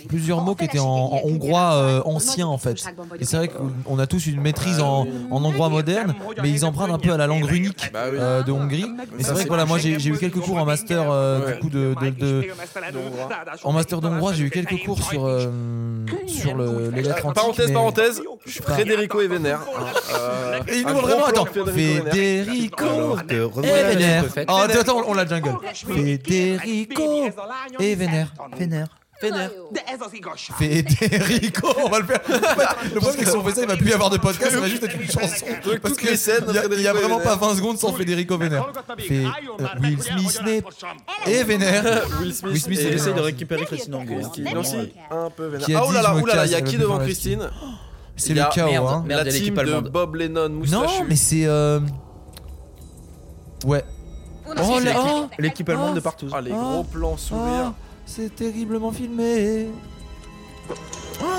[SPEAKER 1] plusieurs mots qui étaient en, en hongrois euh, ancien, en fait. Et c'est vrai qu'on a tous une maîtrise
[SPEAKER 8] Ah
[SPEAKER 1] en, en hongrois moderne, mais ils empruntent un peu à la langue runique
[SPEAKER 9] Bah oui.
[SPEAKER 1] euh, de Hongrie. Et c'est vrai que voilà, moi j'ai j'ai eu quelques cours en master, euh, du coup, de, de- de- en master
[SPEAKER 4] Ah,
[SPEAKER 1] d'hongrois, j'ai eu quelques cours sur, euh, sur le, les lettres antiques.
[SPEAKER 9] Parenthèse,
[SPEAKER 1] mais-
[SPEAKER 9] parenthèse,
[SPEAKER 1] pas.
[SPEAKER 9] Frédérico est vénère. Euh,
[SPEAKER 1] Et il
[SPEAKER 9] un
[SPEAKER 1] nous
[SPEAKER 9] grand
[SPEAKER 1] vraiment,
[SPEAKER 9] plan
[SPEAKER 1] attends,
[SPEAKER 9] Federico est vénère.
[SPEAKER 1] Federico
[SPEAKER 8] De
[SPEAKER 1] et
[SPEAKER 8] revoilà la
[SPEAKER 1] Vénère.
[SPEAKER 8] chose refaite.
[SPEAKER 1] Oh, Eh, attends, attends, on la jungle. Federico et Vénère.
[SPEAKER 8] Vénère.
[SPEAKER 6] Vénère.
[SPEAKER 4] De ez az igazság.
[SPEAKER 1] Federico, on va le faire. Le problème, c'est que si on fait ça, il va plus y avoir de podcast, ça va juste être une chanson. Parce
[SPEAKER 9] toutes les scènes,
[SPEAKER 1] que il y a- il y a
[SPEAKER 9] Federico
[SPEAKER 1] vraiment
[SPEAKER 9] Vénère.
[SPEAKER 1] pas 20 secondes sans Federico Vénère. Fait euh, Will Smith Eh, n'est- et Vénère.
[SPEAKER 9] Will Smith,
[SPEAKER 1] Will Smith
[SPEAKER 9] et-
[SPEAKER 1] est
[SPEAKER 8] Et
[SPEAKER 1] vénère.
[SPEAKER 8] essaye de récupérer Christine Angot.
[SPEAKER 9] Christine Nancy, un peu vénère.
[SPEAKER 1] Qui a
[SPEAKER 9] Ah, oh là
[SPEAKER 1] dit,
[SPEAKER 9] là,
[SPEAKER 1] je me
[SPEAKER 9] oh là là,
[SPEAKER 1] casse,
[SPEAKER 9] il y a
[SPEAKER 1] elle
[SPEAKER 9] qui
[SPEAKER 1] va
[SPEAKER 9] devant
[SPEAKER 1] plus
[SPEAKER 9] Christine
[SPEAKER 1] C'est
[SPEAKER 9] Il y
[SPEAKER 1] le
[SPEAKER 9] a-
[SPEAKER 1] chaos,
[SPEAKER 8] merde.
[SPEAKER 1] hein.
[SPEAKER 8] Merde,
[SPEAKER 9] La
[SPEAKER 8] elle est
[SPEAKER 9] team
[SPEAKER 8] équipe
[SPEAKER 9] de
[SPEAKER 8] allemande.
[SPEAKER 9] Bob Lennon, moustachu.
[SPEAKER 1] Non, mais c'est. euh, Ouais. Oh là oh,
[SPEAKER 8] L'équipe allemande de partout.
[SPEAKER 9] Ah, les gros plans sourires.
[SPEAKER 1] Ah, C'est terriblement filmé.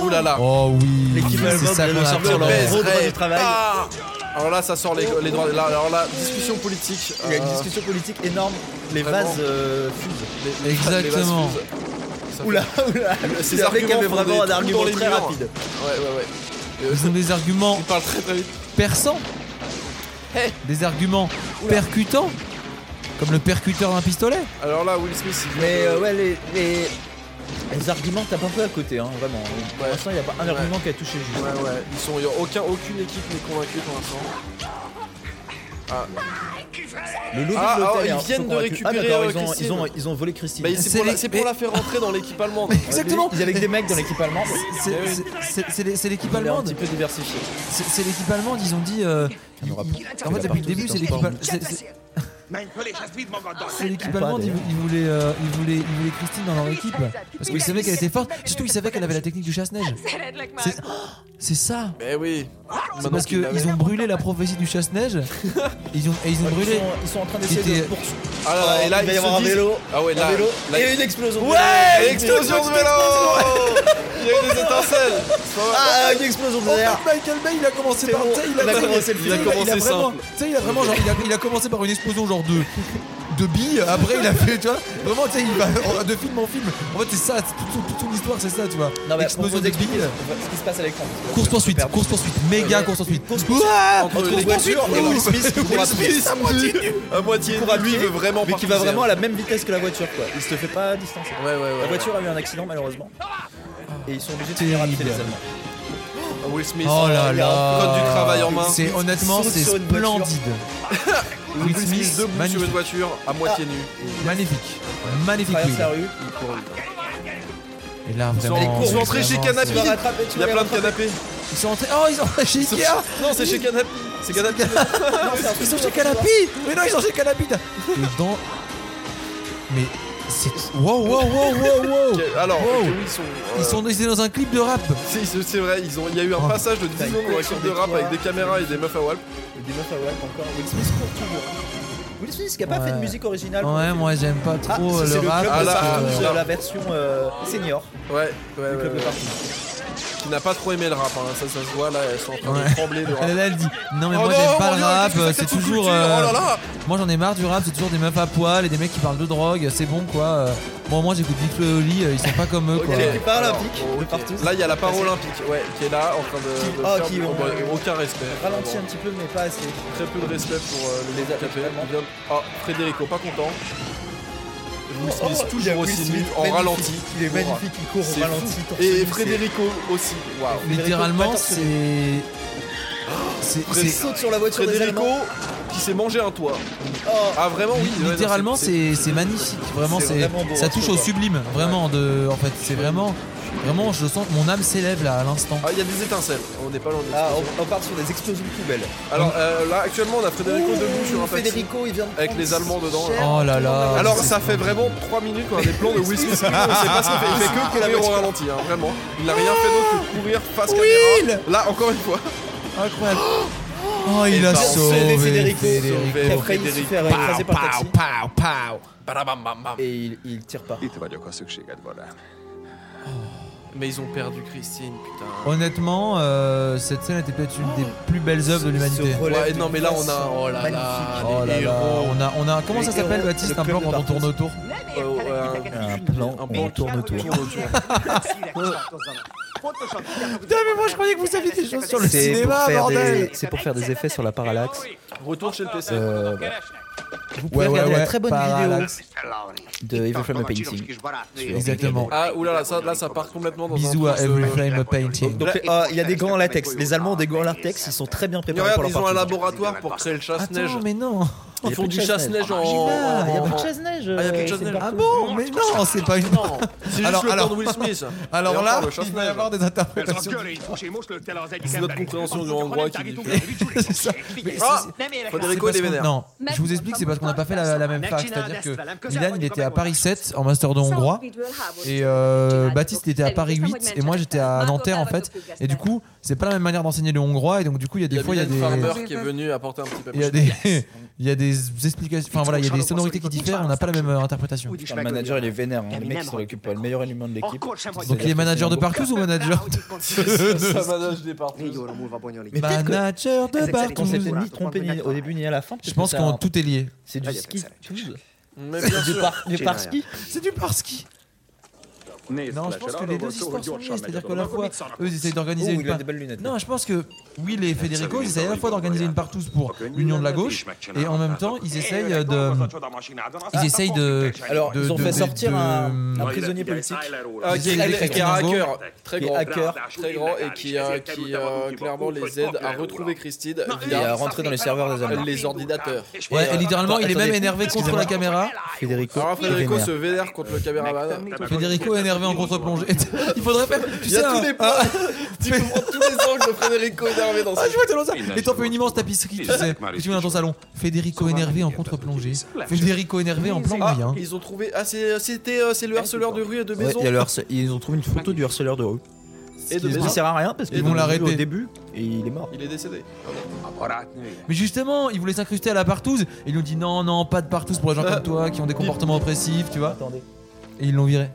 [SPEAKER 9] Oh là là.
[SPEAKER 1] Oh oui.
[SPEAKER 8] L'équipe
[SPEAKER 1] c'est
[SPEAKER 8] allemande
[SPEAKER 1] ça
[SPEAKER 8] de
[SPEAKER 1] qu'on a
[SPEAKER 8] sortir
[SPEAKER 1] fait.
[SPEAKER 8] leur
[SPEAKER 9] baiserait.
[SPEAKER 8] gros droit du travail.
[SPEAKER 9] Ah alors là, ça sort les, les droits. Là, alors là, discussion politique.
[SPEAKER 8] Il y a une
[SPEAKER 9] euh,
[SPEAKER 8] discussion politique énorme. Les
[SPEAKER 9] Vraiment.
[SPEAKER 8] vases euh, fusent.
[SPEAKER 9] les- les- les
[SPEAKER 1] Exactement.
[SPEAKER 9] vases fusent. Ça fait-
[SPEAKER 8] Oula, oula.
[SPEAKER 9] Ces
[SPEAKER 8] Le mec
[SPEAKER 9] arguments
[SPEAKER 8] avait
[SPEAKER 9] font
[SPEAKER 8] vraiment
[SPEAKER 9] des
[SPEAKER 8] un
[SPEAKER 9] trous dans
[SPEAKER 8] argument
[SPEAKER 9] les
[SPEAKER 8] très
[SPEAKER 9] murs.
[SPEAKER 8] rapide.
[SPEAKER 9] Ouais, ouais, ouais.
[SPEAKER 1] Ils ont des arguments
[SPEAKER 9] Il parle très très vite.
[SPEAKER 1] perçants, des arguments percutants, comme le percuteur d'un pistolet.
[SPEAKER 9] Alors là, Will Smith, il
[SPEAKER 8] Mais euh, ouais, les, les, les arguments tapent un peu à côté, hein, vraiment. Pour
[SPEAKER 9] Ouais.
[SPEAKER 8] l'instant, il n'y a pas un
[SPEAKER 9] Ouais.
[SPEAKER 8] argument qui a touché juste.
[SPEAKER 9] Ouais, ouais, ils sont, y a aucun, aucune équipe n'est convaincue pour l'instant.
[SPEAKER 8] Le lobby
[SPEAKER 9] Ah,
[SPEAKER 8] de
[SPEAKER 9] ah,
[SPEAKER 8] l'hôtel,
[SPEAKER 9] ils
[SPEAKER 8] est un peu
[SPEAKER 9] viennent de
[SPEAKER 8] convaincu. Ah,
[SPEAKER 9] récupérer,
[SPEAKER 8] d'accord,
[SPEAKER 9] euh,
[SPEAKER 8] ils, ont,
[SPEAKER 9] Christine.
[SPEAKER 8] ils, ont, ils ont volé Christine.
[SPEAKER 9] Bah,
[SPEAKER 1] C'est
[SPEAKER 9] c'est pour, la,
[SPEAKER 1] les-
[SPEAKER 9] c'est pour la faire rentrer dans l'équipe allemande.
[SPEAKER 1] Exactement.
[SPEAKER 8] Ils avaient que des mecs dans l'équipe allemande. Eh
[SPEAKER 1] C'est- c'est- c'est- C'est les- c'est l'équipe
[SPEAKER 8] Ils ont un petit
[SPEAKER 1] allemande.
[SPEAKER 8] peu diversifié.
[SPEAKER 1] C'est c'est l'équipe allemande. Ils ont dit. euh,
[SPEAKER 8] Il y en aura
[SPEAKER 1] ils-
[SPEAKER 8] partout,
[SPEAKER 1] en fait,
[SPEAKER 8] il y en a
[SPEAKER 1] depuis le début,
[SPEAKER 8] partout,
[SPEAKER 1] c'est
[SPEAKER 8] c'est
[SPEAKER 1] l'équipe
[SPEAKER 8] un
[SPEAKER 1] allemande. C'est- c'est-
[SPEAKER 4] Menj föl és ezt vidd magaddal.
[SPEAKER 1] C'est l'équipe
[SPEAKER 8] Pas
[SPEAKER 1] allemande. Ils,
[SPEAKER 8] d'ailleurs.
[SPEAKER 1] vou- ils voulaient, euh, ils voulaient, ils voulaient Christine dans leur équipe parce qu'ils savaient qu'elle était forte. Surtout, ils savaient qu'elle avait la technique du chasse-neige.
[SPEAKER 6] Szeretlek már.
[SPEAKER 1] C'est- C'est ça.
[SPEAKER 9] Mais oui.
[SPEAKER 1] C'est
[SPEAKER 9] Maintenant
[SPEAKER 1] parce
[SPEAKER 9] qu'il l'avait.
[SPEAKER 1] qu'ils ont brûlé la prophétie du chasse-neige. Ils ont, et ils ont
[SPEAKER 8] Ils
[SPEAKER 1] brûlé.
[SPEAKER 8] sont, ils sont en train d'essayer
[SPEAKER 1] C'était-
[SPEAKER 8] de poursuivre. Oh,
[SPEAKER 9] Ah là là, et là,
[SPEAKER 8] il va
[SPEAKER 9] ils
[SPEAKER 8] y avoir
[SPEAKER 9] se
[SPEAKER 8] un
[SPEAKER 9] disent-
[SPEAKER 8] vélo.
[SPEAKER 9] Ah ouais, là.
[SPEAKER 8] un vélo.
[SPEAKER 9] là,
[SPEAKER 8] et une explosion. de
[SPEAKER 9] Ouais,
[SPEAKER 8] vélo.
[SPEAKER 9] explosion de vélo Il y a eu des étincelles C'est pas mal.
[SPEAKER 8] Ah, une explosion de
[SPEAKER 9] Oh,
[SPEAKER 1] En fait,
[SPEAKER 8] verre.
[SPEAKER 1] Michael Bay, il a commencé
[SPEAKER 8] C'est
[SPEAKER 1] par.
[SPEAKER 8] bon,
[SPEAKER 1] tu sais,
[SPEAKER 8] il a commencé
[SPEAKER 1] il a-
[SPEAKER 8] le
[SPEAKER 9] film.
[SPEAKER 1] il a
[SPEAKER 9] Il a
[SPEAKER 1] vraiment-
[SPEAKER 9] commencé
[SPEAKER 1] tu sais, il a vraiment genre. Il a, il a commencé par une explosion genre de. de billes. Après, il a fait, tu vois, vraiment, tu sais, il va de film en film. En fait, c'est ça, c'est toute, son- toute son histoire, c'est ça, tu vois.
[SPEAKER 8] Non, mais pour
[SPEAKER 1] Explosion de
[SPEAKER 8] vous
[SPEAKER 1] billes.
[SPEAKER 8] expliquer ce qui se passe à l'écran.
[SPEAKER 1] Course poursuite,
[SPEAKER 8] Pardon.
[SPEAKER 1] course poursuite, méga
[SPEAKER 8] Ouais.
[SPEAKER 1] course poursuite. Ah
[SPEAKER 9] Entre les voitures
[SPEAKER 1] Oh,
[SPEAKER 9] et Will Smith qui court à pied.
[SPEAKER 1] à moitié nu.
[SPEAKER 9] À moitié,
[SPEAKER 8] Court à
[SPEAKER 9] lui
[SPEAKER 8] pied,
[SPEAKER 9] veut vraiment
[SPEAKER 8] Mais qui va
[SPEAKER 9] partir.
[SPEAKER 8] vraiment à la même vitesse que la voiture, quoi. Il se fait pas distancer.
[SPEAKER 9] Ouais, ouais, ouais.
[SPEAKER 8] La voiture a eu un accident, malheureusement. Et ils sont obligés de finir à pied, les Allemands.
[SPEAKER 9] Will Smith.
[SPEAKER 1] Oh là là.
[SPEAKER 9] Code du travail en main.
[SPEAKER 1] C'est honnêtement,
[SPEAKER 8] Saute
[SPEAKER 1] c'est
[SPEAKER 8] sur une voiture.
[SPEAKER 1] splendide.
[SPEAKER 9] Will Smith debout sur une voiture à moitié nu.
[SPEAKER 1] Magnifique. Magnifique.
[SPEAKER 8] Traverse
[SPEAKER 1] Will.
[SPEAKER 8] la rue, il court.
[SPEAKER 1] Et là,
[SPEAKER 9] Ils
[SPEAKER 1] vraiment.
[SPEAKER 9] sont- Ils sont entrés chez Canapé.
[SPEAKER 8] Tu vas rattraper, tu
[SPEAKER 9] Il y a
[SPEAKER 8] vas
[SPEAKER 9] plein de
[SPEAKER 8] rattraper.
[SPEAKER 9] canapés. Ah,
[SPEAKER 1] Ils sont entrés. Oh, ils sont entrés chez Ikea.
[SPEAKER 9] Non, c'est chez Canapé. C'est Canapé.
[SPEAKER 8] Non, c'est un
[SPEAKER 1] Ils
[SPEAKER 8] truc
[SPEAKER 1] sont
[SPEAKER 8] de
[SPEAKER 1] chez Canapi. Mais non, ils sont chez Canapi. t'as- Et dans. Mais c'est. Wow, wow, wow, wow, wow.
[SPEAKER 9] Alors,
[SPEAKER 1] Wow.
[SPEAKER 9] ok, oui, ils sont. euh,
[SPEAKER 1] Ils sont ils étaient dans un clip de rap.
[SPEAKER 9] C'est c'est- c'est vrai, ils ont- il y a eu un
[SPEAKER 1] Oh.
[SPEAKER 9] passage de 10
[SPEAKER 8] T'as
[SPEAKER 9] secondes
[SPEAKER 8] une
[SPEAKER 9] dans la
[SPEAKER 8] course
[SPEAKER 9] course
[SPEAKER 8] des
[SPEAKER 9] de rap
[SPEAKER 8] trois.
[SPEAKER 9] avec des caméras et des meufs à Walp.
[SPEAKER 8] hein. Des meufs à Walp encore. Will Smith court toujours. hein. Will Smith qui a pas
[SPEAKER 1] Ouais.
[SPEAKER 8] fait de musique originale. pour le
[SPEAKER 1] Ouais,
[SPEAKER 8] film.
[SPEAKER 1] moi j'aime pas
[SPEAKER 8] Ah,
[SPEAKER 1] trop euh,
[SPEAKER 8] ça, c'est
[SPEAKER 1] le
[SPEAKER 8] le
[SPEAKER 1] rap.
[SPEAKER 8] club
[SPEAKER 9] Ah
[SPEAKER 8] de
[SPEAKER 9] là,
[SPEAKER 8] partout,
[SPEAKER 9] là.
[SPEAKER 8] euh, la version euh, senior. Euh,
[SPEAKER 9] Ouais, ouais,
[SPEAKER 8] Le
[SPEAKER 9] ouais,
[SPEAKER 8] club de
[SPEAKER 9] ouais.
[SPEAKER 8] partout.
[SPEAKER 9] Qui n'a pas trop aimé le rap, hein. ça, ça se voit là, elles sont en train
[SPEAKER 1] Ouais.
[SPEAKER 9] de trembler de rap.
[SPEAKER 1] Elle, elle dit non mais
[SPEAKER 9] Oh
[SPEAKER 1] moi
[SPEAKER 9] non,
[SPEAKER 1] j'aime pas
[SPEAKER 9] mon
[SPEAKER 1] le
[SPEAKER 9] Dieu,
[SPEAKER 1] rap,
[SPEAKER 9] qu'est-ce que
[SPEAKER 1] c'est
[SPEAKER 9] cette
[SPEAKER 1] toujours.
[SPEAKER 9] sous-culture
[SPEAKER 1] euh,
[SPEAKER 9] Oh là là
[SPEAKER 1] Moi j'en ai marre du rap, c'est toujours des meufs à poil et des mecs qui parlent de drogue, c'est bon quoi. euh. Bon moi j'écoute Big Flo et Oli, euh, ils sont pas comme eux
[SPEAKER 8] Ok.
[SPEAKER 1] quoi.
[SPEAKER 8] Il y a les
[SPEAKER 9] Ok,
[SPEAKER 8] Paralympiques
[SPEAKER 9] alors,
[SPEAKER 8] de
[SPEAKER 9] Oh, ok.
[SPEAKER 8] partout.
[SPEAKER 9] Là, il y a la paralympique, ouais, qui est là en train de.
[SPEAKER 8] Qui-
[SPEAKER 9] de
[SPEAKER 8] ah,
[SPEAKER 9] faire
[SPEAKER 8] qui
[SPEAKER 9] du-
[SPEAKER 8] ont-
[SPEAKER 9] bon, aucun respect.
[SPEAKER 8] Ralentit un
[SPEAKER 9] Bon,
[SPEAKER 8] petit peu, mais pas assez.
[SPEAKER 9] Très peu de respect pour euh, les
[SPEAKER 8] Les Oh, athlètes
[SPEAKER 9] handicapés.
[SPEAKER 8] allemands.
[SPEAKER 9] Bien- Ah, Frédérico, pas content. Will
[SPEAKER 8] Oh,
[SPEAKER 9] Smith,
[SPEAKER 8] il y a
[SPEAKER 9] toujours
[SPEAKER 8] Will
[SPEAKER 9] aussi
[SPEAKER 8] Smith,
[SPEAKER 9] nul, en
[SPEAKER 8] magnifique.
[SPEAKER 9] ralenti.
[SPEAKER 8] Il est
[SPEAKER 9] Bon,
[SPEAKER 8] magnifique, il court
[SPEAKER 9] c'est
[SPEAKER 8] au ralenti.
[SPEAKER 9] fou.
[SPEAKER 8] torse nu,
[SPEAKER 9] Et
[SPEAKER 8] c'est-
[SPEAKER 9] Frédérico aussi, waouh.
[SPEAKER 1] Littéralement
[SPEAKER 8] Federico
[SPEAKER 1] c'est. C'est.
[SPEAKER 8] Il
[SPEAKER 1] c'est-
[SPEAKER 8] saute sur la voiture des
[SPEAKER 9] Frédérico
[SPEAKER 8] Allemands.
[SPEAKER 9] qui s'est mangé un toit.
[SPEAKER 8] Oh,
[SPEAKER 9] Ah vraiment oui. ouais, non,
[SPEAKER 1] Littéralement c'est c'est magnifique, vraiment
[SPEAKER 8] c'est
[SPEAKER 1] c'est.
[SPEAKER 8] vraiment beau,
[SPEAKER 1] Ça
[SPEAKER 8] hein,
[SPEAKER 1] touche
[SPEAKER 8] faut
[SPEAKER 1] au
[SPEAKER 8] voir.
[SPEAKER 1] sublime, vraiment de. En fait c'est vraiment. Vraiment je sens que mon âme s'élève là à l'instant.
[SPEAKER 9] Ah il y a des étincelles. On n'est pas loin. de
[SPEAKER 8] Ah,
[SPEAKER 9] l'explosion.
[SPEAKER 8] on, on part sur des explosions de poubelles.
[SPEAKER 9] Alors euh, là actuellement on a Frédérico debout sur un taxi.
[SPEAKER 8] Federico, il vient de
[SPEAKER 9] Avec
[SPEAKER 8] prendre
[SPEAKER 9] les Allemands dedans,
[SPEAKER 8] cher.
[SPEAKER 1] Oh là là.
[SPEAKER 9] Alors
[SPEAKER 1] c'est-
[SPEAKER 9] ça fait vraiment 3 minutes qu'on a des plans de Will Smith. On sait pas ce qu'il fait. Il fait que
[SPEAKER 1] Ah,
[SPEAKER 9] courir au ralenti, hein, vraiment. Il n'a rien fait d'autre que courir face caméra. Là encore une fois.
[SPEAKER 1] Incroyable. Oh il
[SPEAKER 9] Et
[SPEAKER 1] a
[SPEAKER 9] ben, on
[SPEAKER 1] sauvé
[SPEAKER 8] sauvé Federico.
[SPEAKER 1] Federico.
[SPEAKER 8] Il a
[SPEAKER 9] Federico.
[SPEAKER 8] failli se faire écraser par le taxi.
[SPEAKER 9] pow, pow. Badabam, bam, bam.
[SPEAKER 8] Et il, il tire pas.
[SPEAKER 4] Itt vagyok, ha szükséged van rám.
[SPEAKER 9] Mais ils ont perdu Christine, putain.
[SPEAKER 1] Honnêtement, euh, cette scène était peut-être une des plus belles œuvres de l'humanité.
[SPEAKER 8] Se relève
[SPEAKER 9] Ouais,
[SPEAKER 8] de
[SPEAKER 9] non, mais là,
[SPEAKER 8] classe,
[SPEAKER 9] on a- oh là
[SPEAKER 8] magnifique.
[SPEAKER 9] là.
[SPEAKER 1] Oh là
[SPEAKER 9] Les
[SPEAKER 1] là,
[SPEAKER 9] héros.
[SPEAKER 1] on a, on a, comment
[SPEAKER 8] Les
[SPEAKER 1] ça s'appelle
[SPEAKER 8] héros,
[SPEAKER 1] Baptiste
[SPEAKER 8] le
[SPEAKER 1] un plan
[SPEAKER 8] club
[SPEAKER 1] quand
[SPEAKER 8] de
[SPEAKER 1] on tourne autour
[SPEAKER 9] Oh, ouais, un-
[SPEAKER 8] Euh, Un plan,
[SPEAKER 9] Un
[SPEAKER 8] on
[SPEAKER 9] plan
[SPEAKER 8] tourne autour.
[SPEAKER 1] Putain mais moi je croyais que vous saviez des choses sur le
[SPEAKER 8] C'est pour,
[SPEAKER 1] cinéma
[SPEAKER 8] faire
[SPEAKER 1] bordel
[SPEAKER 8] des- c'est pour faire des effets sur la parallaxe.
[SPEAKER 9] Retourne chez le PC.
[SPEAKER 8] Euh, vous pouvez
[SPEAKER 1] Ouais, ouais,
[SPEAKER 8] regarder la
[SPEAKER 1] ouais,
[SPEAKER 8] très bonne
[SPEAKER 1] parallaxe.
[SPEAKER 8] vidéo de Evil Frame of Painting.
[SPEAKER 1] Exactement.
[SPEAKER 9] Ah oulala, ça, là ça part complètement dans
[SPEAKER 1] Bisous
[SPEAKER 9] un
[SPEAKER 1] à
[SPEAKER 9] truc de-
[SPEAKER 1] Every Flame a Painting.
[SPEAKER 8] Donc, ah, il y a des gants en latex. Les Allemands ont des gants en latex. Ils sont très bien
[SPEAKER 9] Mais
[SPEAKER 8] préparés
[SPEAKER 9] regarde,
[SPEAKER 8] pour leur
[SPEAKER 9] ils ont un
[SPEAKER 8] partie.
[SPEAKER 9] laboratoire pour créer le chasse-neige.
[SPEAKER 1] Attends mais non
[SPEAKER 8] Il y
[SPEAKER 9] Ils
[SPEAKER 8] a
[SPEAKER 9] font
[SPEAKER 8] plus de
[SPEAKER 9] du
[SPEAKER 8] chasse-neige.
[SPEAKER 9] chasse-neige en.
[SPEAKER 8] Ah, Il y a
[SPEAKER 9] en-
[SPEAKER 8] plus de
[SPEAKER 9] en-
[SPEAKER 8] chasse-neige.
[SPEAKER 9] Ah, il y a plus de
[SPEAKER 8] euh,
[SPEAKER 9] chasse-neige.
[SPEAKER 8] c'est
[SPEAKER 9] Ah,
[SPEAKER 1] Ah
[SPEAKER 8] partout.
[SPEAKER 1] bon mais non c'est pas une
[SPEAKER 9] Non, c'est juste
[SPEAKER 1] Alors,
[SPEAKER 9] le
[SPEAKER 1] alors-
[SPEAKER 9] plan de Will Smith. Et
[SPEAKER 1] Alors
[SPEAKER 9] encore
[SPEAKER 1] là
[SPEAKER 9] le
[SPEAKER 1] il va y
[SPEAKER 9] chasse-neige.
[SPEAKER 1] avoir des
[SPEAKER 4] Ez a
[SPEAKER 1] interprétations
[SPEAKER 4] görincs, és most lőtt el az egyik
[SPEAKER 9] Ez
[SPEAKER 4] emberét.
[SPEAKER 9] a konkurencia,
[SPEAKER 4] Azt
[SPEAKER 9] hogy
[SPEAKER 4] mondta, ha
[SPEAKER 9] angol
[SPEAKER 4] nem tágítunk,
[SPEAKER 9] kívül.
[SPEAKER 4] elvicsúrít a segség.
[SPEAKER 1] Mais
[SPEAKER 9] Ah
[SPEAKER 1] c'est-
[SPEAKER 10] Nem érek rá.
[SPEAKER 9] Federico, il
[SPEAKER 1] parce
[SPEAKER 9] est
[SPEAKER 1] qu'on-
[SPEAKER 9] vénère.
[SPEAKER 1] Non, je vous explique, c'est parce qu'on n'a pas fait la, la même fac. C'est-à-dire que Milan, il était à Paris 7 en master de hongrois, et euh, Baptiste il était à Paris 8, et moi j'étais à Nanterre en fait. Et du coup, c'est pas la même manière d'enseigner le hongrois, et donc du coup, il y a
[SPEAKER 9] Il y
[SPEAKER 1] des
[SPEAKER 9] a
[SPEAKER 1] fois, il y a
[SPEAKER 9] Mylène
[SPEAKER 1] des.
[SPEAKER 9] Farmer qui est venu apporter un petit
[SPEAKER 1] Il y a
[SPEAKER 9] papier.
[SPEAKER 1] des, il y a des explications, enfin voilà, il y a des sonorités qui diffèrent, on n'a pas la même euh, interprétation.
[SPEAKER 10] Úgyis
[SPEAKER 8] Le
[SPEAKER 10] megölje.
[SPEAKER 8] manager, il est vénère. hein. Le mec qui s'en occupe pas. Le meilleur élément de l'équipe.
[SPEAKER 10] Akkor sem hagyja.
[SPEAKER 1] Donc il est manager de Parcus ou manager
[SPEAKER 9] Ça manage des parties.
[SPEAKER 10] Négy óra múlva bonyolít.
[SPEAKER 8] Mais
[SPEAKER 1] Bah
[SPEAKER 8] peut-être que-
[SPEAKER 1] Manager de
[SPEAKER 8] On s'était
[SPEAKER 1] Parcus
[SPEAKER 8] ni trompé ni au début ni à la fin.
[SPEAKER 1] Je pense qu'on tout est lié.
[SPEAKER 8] C'est du
[SPEAKER 10] Allez,
[SPEAKER 8] ski.
[SPEAKER 10] avec
[SPEAKER 9] Mais bien
[SPEAKER 8] Du
[SPEAKER 9] sûr.
[SPEAKER 8] par- du
[SPEAKER 10] Génial.
[SPEAKER 8] par-ski.
[SPEAKER 1] C'est du Parski.
[SPEAKER 4] Nézd,
[SPEAKER 1] Non, je
[SPEAKER 4] Fletcher,
[SPEAKER 1] pense que
[SPEAKER 4] arról
[SPEAKER 1] les
[SPEAKER 4] van
[SPEAKER 1] deux
[SPEAKER 4] szó, hogy
[SPEAKER 1] histoires sont liées,
[SPEAKER 4] gyorsan megy a
[SPEAKER 1] c'est-à-dire que
[SPEAKER 4] dolog.
[SPEAKER 1] la
[SPEAKER 4] Akkor
[SPEAKER 1] fois,
[SPEAKER 4] mit szarnak
[SPEAKER 1] eux ils essayent
[SPEAKER 8] Oh,
[SPEAKER 1] d'organiser une
[SPEAKER 8] il a
[SPEAKER 1] part.
[SPEAKER 8] des belles lunettes.
[SPEAKER 1] Non, je pense que Will et Federico, ils essayent à la fois d'organiser une partouze pour l'union de la gauche et en même temps, ils essayent
[SPEAKER 3] Éljenek,
[SPEAKER 1] de.
[SPEAKER 3] dolgozz a csodamasinádon, aztán
[SPEAKER 1] Ils essayent de.
[SPEAKER 3] fogjuk
[SPEAKER 8] Alors,
[SPEAKER 1] de-
[SPEAKER 8] ils ont
[SPEAKER 1] de-
[SPEAKER 8] fait
[SPEAKER 1] de-
[SPEAKER 8] sortir
[SPEAKER 1] de-
[SPEAKER 8] un, un
[SPEAKER 1] Ouais,
[SPEAKER 8] prisonnier politique.
[SPEAKER 4] Tyler Owen.
[SPEAKER 9] Ah, qui est- qui est qui est un hacker très
[SPEAKER 8] Qui est
[SPEAKER 9] grand,
[SPEAKER 8] hacker.
[SPEAKER 9] très grand et qui, euh, qui euh, clairement les aide à retrouver Christine
[SPEAKER 8] Il a
[SPEAKER 9] via
[SPEAKER 8] rentré dans les serveurs des Allemands.
[SPEAKER 9] les ordinateurs.
[SPEAKER 1] Ouais, et
[SPEAKER 9] euh,
[SPEAKER 1] littéralement, il est même
[SPEAKER 8] Attendez,
[SPEAKER 1] énervé contre la caméra.
[SPEAKER 8] Federico.
[SPEAKER 9] Alors Federico
[SPEAKER 8] Vénère.
[SPEAKER 9] se vénère contre le caméraman.
[SPEAKER 1] Federico est énervé en contre-plongée. Il faudrait faire. Tu
[SPEAKER 9] Il y
[SPEAKER 1] sais,
[SPEAKER 9] a
[SPEAKER 1] un-
[SPEAKER 9] tous les plans, tu comprends tous les angles de Federico énervé dans
[SPEAKER 1] Ah,
[SPEAKER 9] ce
[SPEAKER 1] je vois, t'es dans ça. Et t'en fais une immense tapisserie, tu sais. Et tu mets dans ton salon. Federico énervé en contre-plongée. Federico énervé en plan
[SPEAKER 9] Ah,
[SPEAKER 1] moyen.
[SPEAKER 9] ils ont trouvé. Ah, c'est- c'était euh, c'est le harceleur de rue et de
[SPEAKER 8] Ouais,
[SPEAKER 9] maison.
[SPEAKER 8] il y a le harce- Ils ont trouvé une photo du harceleur de rue.
[SPEAKER 9] Et de
[SPEAKER 8] Ce qui
[SPEAKER 9] maison.
[SPEAKER 8] sert à rien parce
[SPEAKER 1] Ils
[SPEAKER 8] qu'ils
[SPEAKER 1] vont
[SPEAKER 8] l'ont l'arrêter
[SPEAKER 1] l'arrêter.
[SPEAKER 8] au début et il est mort.
[SPEAKER 9] Il est décédé.
[SPEAKER 4] A barátnője.
[SPEAKER 1] Mais justement, ils voulaient s'incruster à la partouze. Et ils lui ont dit non, non, pas de partouze pour les gens comme toi qui ont des comportements oppressifs, tu vois.
[SPEAKER 8] Attendez.
[SPEAKER 1] Et ils l'ont viré.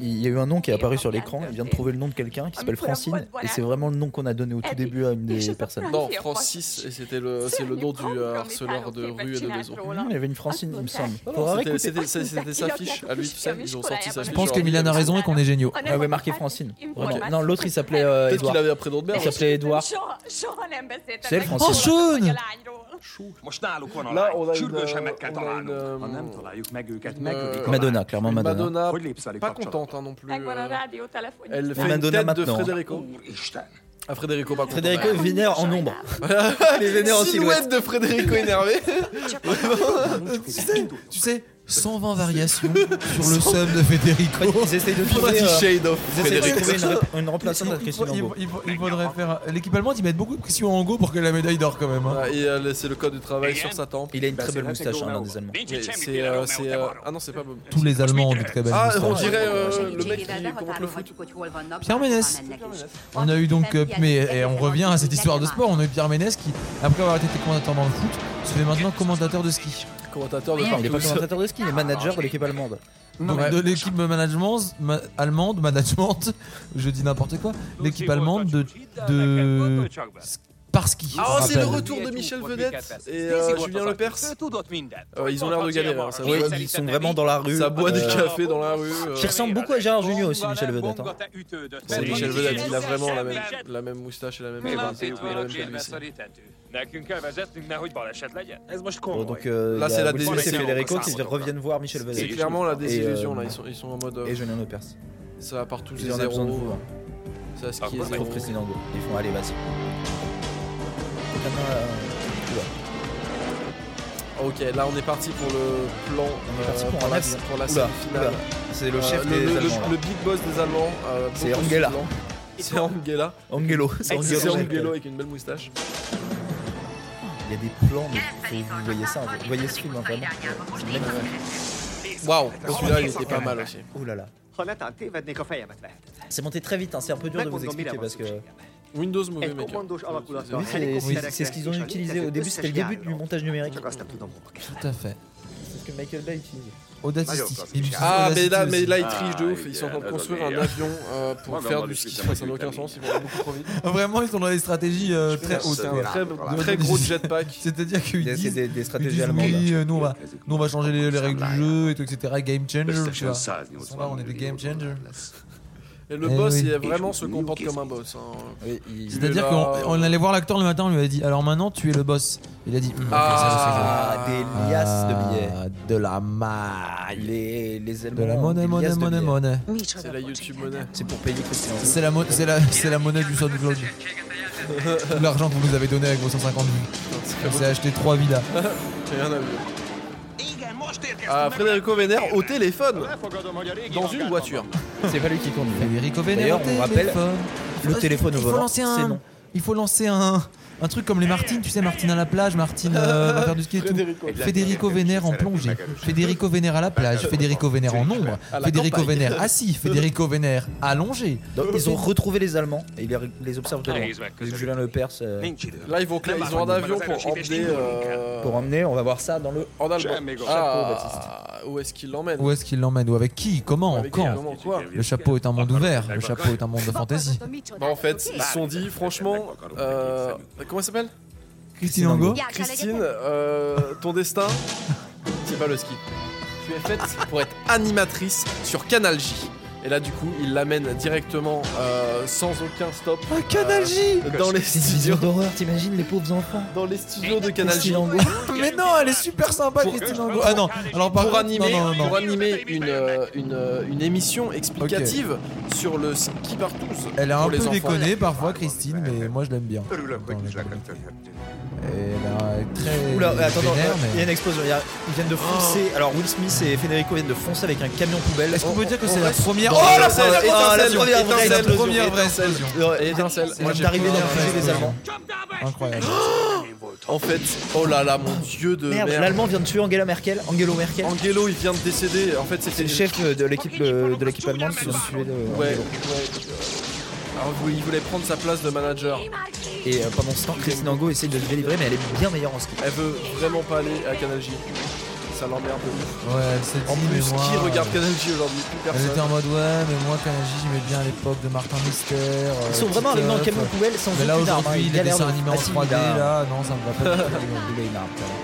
[SPEAKER 8] il y a eu un nom qui est apparu sur l'écran. Il vient de trouver le nom de quelqu'un qui s'appelle Francine. Et c'est vraiment le nom qu'on a donné au tout début à une des personnes.
[SPEAKER 9] Non, Francis, et c'était le, c'est le nom du euh, harceleur de rue et de maison.
[SPEAKER 8] Non, il y avait une Francine, il me semble.
[SPEAKER 9] Non,
[SPEAKER 8] Faudra
[SPEAKER 9] non, c'était-
[SPEAKER 8] réécouter.
[SPEAKER 9] c'était c'était- c'était sa fiche à lui, tu sais. Ils ont sorti sa
[SPEAKER 1] Je
[SPEAKER 9] fiche.
[SPEAKER 1] pense que
[SPEAKER 9] genre, euh,
[SPEAKER 1] Milan a raison et qu'on est géniaux.
[SPEAKER 8] Ah ouais, marqué Francine. Vraiment. Non, l'autre il s'appelait euh,
[SPEAKER 9] Peut-être qu'il
[SPEAKER 8] Edouard.
[SPEAKER 9] avait un prénom de
[SPEAKER 8] Il
[SPEAKER 9] merde.
[SPEAKER 8] s'appelait Edouard. C'est
[SPEAKER 1] Oh,
[SPEAKER 8] Francine.
[SPEAKER 1] Sean
[SPEAKER 6] hein,
[SPEAKER 4] Most náluk van a
[SPEAKER 9] Là,
[SPEAKER 4] lány.
[SPEAKER 9] on a une.
[SPEAKER 4] Sürgősen
[SPEAKER 9] euh,
[SPEAKER 4] meg kell
[SPEAKER 9] on a une,
[SPEAKER 4] találnunk.
[SPEAKER 9] euh,
[SPEAKER 11] Ha nem találjuk meg őket,
[SPEAKER 9] Ö,
[SPEAKER 11] megölik a
[SPEAKER 8] Madonna,
[SPEAKER 11] lányt.
[SPEAKER 8] clairement Madonna.
[SPEAKER 9] Madonna.
[SPEAKER 11] Hogy lépsz velük
[SPEAKER 9] Pas
[SPEAKER 11] kapcsolatba?
[SPEAKER 9] contente hein, non plus.
[SPEAKER 12] Megvan a
[SPEAKER 9] euh,
[SPEAKER 12] rádió telefonja.
[SPEAKER 9] Elle fait une
[SPEAKER 8] Madonna
[SPEAKER 9] tête de
[SPEAKER 8] maintenant.
[SPEAKER 9] Frédérico.
[SPEAKER 4] Úristen.
[SPEAKER 9] Ah, Frédérico, pas content.
[SPEAKER 8] Frédérico
[SPEAKER 9] Ouais.
[SPEAKER 8] Vénère en ombre. Il est vénère en silhouette.
[SPEAKER 9] Silhouette de Frédérico énervé.
[SPEAKER 1] Tu sais, tu sais, 120 variations sur le seum de Federico.
[SPEAKER 8] Ils essayent de trouver,
[SPEAKER 9] Petit
[SPEAKER 8] euh,
[SPEAKER 9] shade of
[SPEAKER 8] ils essayent de
[SPEAKER 9] Frédérico.
[SPEAKER 8] trouver une, ré- une remplaçante à Christine
[SPEAKER 1] Il,
[SPEAKER 8] Angot.
[SPEAKER 1] il- il- il faudrait faire. L'équipe allemande, ils mettent beaucoup de pression en go pour que la médaille d'or quand même. hein.
[SPEAKER 9] Ah, Et euh, c'est le code du travail sur sa tempe.
[SPEAKER 8] Il a une très belle moustache, hein, l'un des Allemands.
[SPEAKER 9] Mais C'est. euh, c'est, euh, Ah non, c'est pas Bob.
[SPEAKER 1] Tous les Allemands ont de très belles
[SPEAKER 9] Ah, on
[SPEAKER 1] moustaches.
[SPEAKER 9] dirait euh, le mec qui commente le foot.
[SPEAKER 6] Meghatározhatjuk, hogy hol vannak.
[SPEAKER 1] Pierre Ménès.
[SPEAKER 6] On
[SPEAKER 1] On a eu donc, euh, mais et on revient à cette histoire de sport. On a eu Pierre Ménès qui, après avoir été commentateur dans le foot, se fait maintenant commentateur de ski.
[SPEAKER 9] Commentateur de
[SPEAKER 8] Non, il est pas Ah,
[SPEAKER 9] partout.
[SPEAKER 8] commentateur de ski, il est manager de l'équipe allemande.
[SPEAKER 1] Donc
[SPEAKER 9] Ouais.
[SPEAKER 1] de l'équipe management ma- allemande, management, je dis n'importe quoi, l'équipe allemande de, de par ski.
[SPEAKER 9] Ah,
[SPEAKER 1] je
[SPEAKER 9] c'est le
[SPEAKER 1] rappelle.
[SPEAKER 9] retour de Michel Vedette et euh, Julien Lepers. Euh, ils ont l'air de galérer. hein, ça
[SPEAKER 8] Ouais,
[SPEAKER 9] boit-
[SPEAKER 8] ils sont vraiment dans la rue.
[SPEAKER 9] Ça boit des
[SPEAKER 8] Euh,
[SPEAKER 9] cafés dans la rue. euh.
[SPEAKER 8] Qui ressemble beaucoup à Gérard Junior aussi, Michel Vedette. hein.
[SPEAKER 9] C'est
[SPEAKER 8] Oui.
[SPEAKER 9] Michel Vedette, il a vraiment la même, la même moustache et la même et hein, la même pelvisse.
[SPEAKER 4] Nekünk kell vezetnünk, nehogy baleset legyen. Ez most
[SPEAKER 8] Bon,
[SPEAKER 4] komoly.
[SPEAKER 8] donc euh,
[SPEAKER 9] Là,
[SPEAKER 8] il y a
[SPEAKER 9] c'est la
[SPEAKER 8] Will Smith
[SPEAKER 9] désillusion.
[SPEAKER 8] et Federico qui
[SPEAKER 4] Ça,
[SPEAKER 8] reviennent voir Michel Vedette.
[SPEAKER 9] C'est clairement la
[SPEAKER 8] Et, euh,
[SPEAKER 9] désillusion là, ils sont, ils sont en mode euh,
[SPEAKER 8] Et Julien Lepers.
[SPEAKER 9] ça va partout,
[SPEAKER 8] Ils
[SPEAKER 9] les
[SPEAKER 8] en ont besoin de vous.
[SPEAKER 9] zéros,
[SPEAKER 8] hein.
[SPEAKER 9] ça
[SPEAKER 8] Qui
[SPEAKER 9] ski
[SPEAKER 8] est
[SPEAKER 9] les
[SPEAKER 8] zéro
[SPEAKER 9] zéros.
[SPEAKER 8] Christine Angot. Ils font allez vas-y. euh,
[SPEAKER 9] Ok, là on est parti pour le plan,
[SPEAKER 8] est parti
[SPEAKER 9] euh,
[SPEAKER 8] pour un
[SPEAKER 9] la,
[SPEAKER 8] axe.
[SPEAKER 9] pour la
[SPEAKER 8] Oula,
[SPEAKER 9] scène finale.
[SPEAKER 8] oula. C'est le
[SPEAKER 9] Euh,
[SPEAKER 8] chef des
[SPEAKER 9] le,
[SPEAKER 8] Allemands.
[SPEAKER 9] le
[SPEAKER 8] là.
[SPEAKER 9] big boss des Allemands. euh,
[SPEAKER 8] C'est
[SPEAKER 9] beaucoup
[SPEAKER 8] Angela.
[SPEAKER 9] sous-blanc. C'est Angela.
[SPEAKER 8] Angelo. C'est
[SPEAKER 9] C'est
[SPEAKER 8] Angelo.
[SPEAKER 9] Angelo avec une belle moustache.
[SPEAKER 8] Il y a des plans, mais vous vous voyez ça, vous voyez ce film hein, vraiment.
[SPEAKER 9] Waouh, celui-là il était pas mal aussi.
[SPEAKER 8] Oh là là.
[SPEAKER 10] Ha netán tévednék, a fejemet veheted.
[SPEAKER 8] C'est monté très vite, hein, c'est un peu dur de vous
[SPEAKER 10] Megmondom, mire
[SPEAKER 8] expliquer
[SPEAKER 10] van
[SPEAKER 8] parce que.
[SPEAKER 10] szükségem.
[SPEAKER 9] Windows Movie
[SPEAKER 10] Egy
[SPEAKER 9] Maker.
[SPEAKER 10] kommandós alakulattal
[SPEAKER 8] Oui, c'est- c'est c'est ce qu'ils ont
[SPEAKER 10] és a
[SPEAKER 8] utilisé
[SPEAKER 10] létező
[SPEAKER 8] au début,
[SPEAKER 10] összes
[SPEAKER 8] c'était le début du
[SPEAKER 10] járról.
[SPEAKER 8] montage numérique.
[SPEAKER 10] Csak azt nem tudom, hova kell.
[SPEAKER 1] Tout à fait.
[SPEAKER 8] C'est ce que Michael Bay utilise.
[SPEAKER 1] Audacity. Ils utilisent
[SPEAKER 9] Ah, mais
[SPEAKER 1] Audacity
[SPEAKER 9] là, mais
[SPEAKER 1] aussi.
[SPEAKER 9] là ils trichent de ouf.
[SPEAKER 11] Ah,
[SPEAKER 9] Ils sont en train de
[SPEAKER 11] yeah,
[SPEAKER 9] construire un
[SPEAKER 11] yeah.
[SPEAKER 9] avion euh, pour
[SPEAKER 11] Moi,
[SPEAKER 9] faire
[SPEAKER 11] moi,
[SPEAKER 9] du
[SPEAKER 11] je
[SPEAKER 9] ski.
[SPEAKER 11] suis
[SPEAKER 9] Ça n'a aucun
[SPEAKER 11] Italie.
[SPEAKER 9] sens, ils vont beaucoup trop vite.
[SPEAKER 1] Vraiment, ils sont dans des stratégies euh, très hautes.
[SPEAKER 9] C'est un
[SPEAKER 1] quoi.
[SPEAKER 9] très,
[SPEAKER 1] Ah, Voilà.
[SPEAKER 9] très gros jetpack.
[SPEAKER 1] C'est-à-dire qu'ils
[SPEAKER 8] C'est
[SPEAKER 1] disent,
[SPEAKER 8] des, des
[SPEAKER 1] ils disent
[SPEAKER 8] stratégies
[SPEAKER 1] oui,
[SPEAKER 8] allemandes.
[SPEAKER 1] euh, nous on va, nous, on va changer les, les règles du jeu et tout, etc. Game changer, tu vois. Ils sont là, on est des game changers.
[SPEAKER 9] Et le
[SPEAKER 1] Eh
[SPEAKER 9] boss,
[SPEAKER 1] oui.
[SPEAKER 9] il vraiment se comporte comme un boss. hein.
[SPEAKER 8] Oui, il-
[SPEAKER 9] Il est
[SPEAKER 1] C'est-à-dire
[SPEAKER 9] là.
[SPEAKER 1] qu'on on allait voir l'acteur le matin, on lui a dit Alors maintenant, tu es le boss. Il a dit Hum, ok, ça,
[SPEAKER 8] Ah, des
[SPEAKER 1] je sais faire.
[SPEAKER 8] liasses de billets. Ah,
[SPEAKER 1] Ah, De la maille.
[SPEAKER 8] Les, les Allemands.
[SPEAKER 1] De la monnaie,
[SPEAKER 8] des
[SPEAKER 1] monnaie,
[SPEAKER 8] liasses de
[SPEAKER 1] monnaie,
[SPEAKER 8] billets.
[SPEAKER 1] monnaie.
[SPEAKER 9] C'est la YouTube monnaie.
[SPEAKER 8] C'est pour payer Christian.
[SPEAKER 1] C'est la, mo- c'est la, c'est la monnaie du SoundCloud. Tout l'argent que vous nous avez donné avec vos 150 vues. On s'est acheté 3 villas.
[SPEAKER 9] C'est rien à voir. Ah, Frédérico Vénère au téléphone dans une voiture.
[SPEAKER 8] C'est pas lui qui conduit.
[SPEAKER 1] Federico Vénère
[SPEAKER 8] D'ailleurs,
[SPEAKER 1] au
[SPEAKER 8] on rappelle,
[SPEAKER 1] téléphone.
[SPEAKER 8] le téléphone au
[SPEAKER 1] il faut
[SPEAKER 8] volant,
[SPEAKER 1] lancer
[SPEAKER 8] c'est
[SPEAKER 1] un,
[SPEAKER 8] non.
[SPEAKER 1] Il faut lancer un, un truc comme les Martines, tu sais, Martine à la plage, Martine euh, va faire du ski et tout. Federico Vénère en plongée, Federico Vénère à la plage, Federico Vénère en ombre,
[SPEAKER 9] À la
[SPEAKER 1] Federico
[SPEAKER 9] campagne.
[SPEAKER 1] Vénère assis, Federico Vénère allongé.
[SPEAKER 8] Donc, ils ont retrouvé les Allemands et ils les- les observent de loin. Parce que Julien Lepers. euh,
[SPEAKER 4] Nincs idő.
[SPEAKER 9] Là, ils vont cla- ils ont un avion pour emmener euh,
[SPEAKER 8] Pour emmener, on va voir ça dans le.
[SPEAKER 9] en Allemagne.
[SPEAKER 4] Jamais, gros.
[SPEAKER 9] Ah, où est-ce qu'ils l'emmènent
[SPEAKER 1] Où est-ce qu'il l'emmène Ou avec qui Comment
[SPEAKER 9] Avec qui,
[SPEAKER 1] Quand
[SPEAKER 9] comment, quoi
[SPEAKER 1] Le chapeau est un monde ouvert, le chapeau est un monde de fantaisie.
[SPEAKER 9] Bah, en fait, ils se sont dit, franchement, euh, comment elle s'appelle
[SPEAKER 1] Christine Angot
[SPEAKER 9] Christine, euh, ton destin, c'est pas le ski. Tu es faite pour être animatrice sur Canal J. Et là, du coup, il l'amène directement euh, sans aucun stop
[SPEAKER 1] Ah, Canal J
[SPEAKER 9] dans les
[SPEAKER 8] C'est une vision
[SPEAKER 9] studios,
[SPEAKER 8] d'horreur, t'imagines les pauvres enfants.
[SPEAKER 9] dans les studios de Canal J.
[SPEAKER 8] Christine Angot.
[SPEAKER 1] Mais non, elle est super sympa,
[SPEAKER 9] Pour-
[SPEAKER 1] Christine Angot. Ah non, alors par
[SPEAKER 9] pour
[SPEAKER 1] contre,
[SPEAKER 9] animer,
[SPEAKER 1] non, non, non.
[SPEAKER 9] pour animer une, euh, une, euh, une émission explicative sur le ski partout.
[SPEAKER 1] Elle a un
[SPEAKER 9] pour
[SPEAKER 1] peu
[SPEAKER 9] les enfants.
[SPEAKER 1] déconné parfois, Christine, mais moi je l'aime bien. Dans la comédie. Et elle a très
[SPEAKER 8] Oula, attends, attends,
[SPEAKER 1] vénère,
[SPEAKER 8] il
[SPEAKER 1] mais... Oh.
[SPEAKER 8] y a une explosion. il y a- Ils viennent de foncer. Alors Will Smith et Federico viennent de foncer avec un camion poubelle.
[SPEAKER 1] Est-ce qu'on
[SPEAKER 8] Oh,
[SPEAKER 1] peut dire que
[SPEAKER 8] oh,
[SPEAKER 1] c'est
[SPEAKER 8] oh,
[SPEAKER 1] la
[SPEAKER 8] reste-
[SPEAKER 1] première
[SPEAKER 8] Dans-
[SPEAKER 9] Oh, la
[SPEAKER 8] dans-
[SPEAKER 9] scène,
[SPEAKER 8] dans-
[SPEAKER 9] étincelle,
[SPEAKER 8] la première vraie
[SPEAKER 9] étincelle,
[SPEAKER 1] la
[SPEAKER 8] explosion.
[SPEAKER 1] première vraie explosion.
[SPEAKER 8] Euh,
[SPEAKER 9] Et étincelle.
[SPEAKER 8] Moi
[SPEAKER 9] Moi, j'ai
[SPEAKER 8] d'arriver
[SPEAKER 9] peur.
[SPEAKER 8] à réfugier les Allemands.
[SPEAKER 1] Euh, Incroyable.
[SPEAKER 9] En fait, oh là là, mon dieu de
[SPEAKER 8] Merde,
[SPEAKER 9] merde.
[SPEAKER 8] l'Allemand vient de tuer Angela Merkel. Angelo Merkel.
[SPEAKER 1] Oh,
[SPEAKER 9] Angelo, il vient de décéder. En fait,
[SPEAKER 8] C'est
[SPEAKER 9] c'était
[SPEAKER 8] le chef euh, de l'équipe euh, de l'équipe allemande qui se suivait de
[SPEAKER 9] Ouais. ouais.
[SPEAKER 8] Angelo.
[SPEAKER 9] Alors, vous- il voulait prendre sa place de manager.
[SPEAKER 8] Et euh,
[SPEAKER 1] Euh,
[SPEAKER 8] pendant ce temps, Christine Angot essaye de se délivrer, mais elle est bien meilleure en ski.
[SPEAKER 9] Elle veut vraiment pas aller à Canal J. ça l'emmerde de ouf.
[SPEAKER 1] Ouais, elle s'est
[SPEAKER 9] En
[SPEAKER 1] dit,
[SPEAKER 9] plus,
[SPEAKER 1] Oh, mais moi,
[SPEAKER 9] qui regarde Canal J aujourd'hui Plus
[SPEAKER 1] Elle était en
[SPEAKER 9] personne.
[SPEAKER 1] mode ouais, mais moi Kanaji j'aimais bien l'époque de Martin Mister. euh,
[SPEAKER 8] Ils sont
[SPEAKER 1] Titeuf.
[SPEAKER 8] vraiment arrivés dans le camion poubelle sans
[SPEAKER 1] Mais là
[SPEAKER 8] aucune arme, hein,
[SPEAKER 1] aujourd'hui,
[SPEAKER 8] ils
[SPEAKER 1] les
[SPEAKER 8] galèrent
[SPEAKER 1] dessins
[SPEAKER 8] de-
[SPEAKER 1] animés en
[SPEAKER 8] Ah, si,
[SPEAKER 1] 3D
[SPEAKER 8] il a-
[SPEAKER 1] là, non, ça me va pas. du tout.
[SPEAKER 8] Il a une arme, pardon.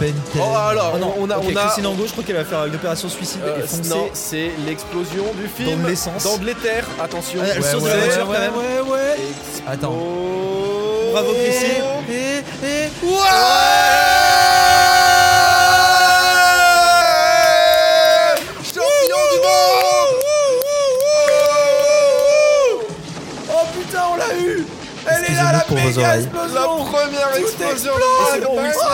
[SPEAKER 1] Ben Ten.
[SPEAKER 9] Oh alors,
[SPEAKER 8] Oh non,
[SPEAKER 9] on a.
[SPEAKER 8] ok,
[SPEAKER 9] on a
[SPEAKER 8] Christine Angot, je crois qu'elle va faire une opération suicide
[SPEAKER 9] euh,
[SPEAKER 8] et foncer.
[SPEAKER 9] non, c'est l'explosion du film.
[SPEAKER 8] Dans de l'essence.
[SPEAKER 9] Dans de l'éther, attention.
[SPEAKER 8] Ah, elle
[SPEAKER 1] Ouais,
[SPEAKER 8] saute de
[SPEAKER 1] ouais,
[SPEAKER 8] la
[SPEAKER 1] ouais,
[SPEAKER 8] voiture quand
[SPEAKER 1] ouais,
[SPEAKER 8] même.
[SPEAKER 1] ouais, ouais.
[SPEAKER 9] Explo-
[SPEAKER 1] Attends.
[SPEAKER 9] Oh.
[SPEAKER 8] Bravo Christine.
[SPEAKER 1] Et, et,
[SPEAKER 9] Ouais Champion du Oh. monde
[SPEAKER 8] Oh putain, on l'a eu
[SPEAKER 1] Elle est là, la pour vos oreilles.
[SPEAKER 9] La première explosion Et c'est bon, oui, c'est-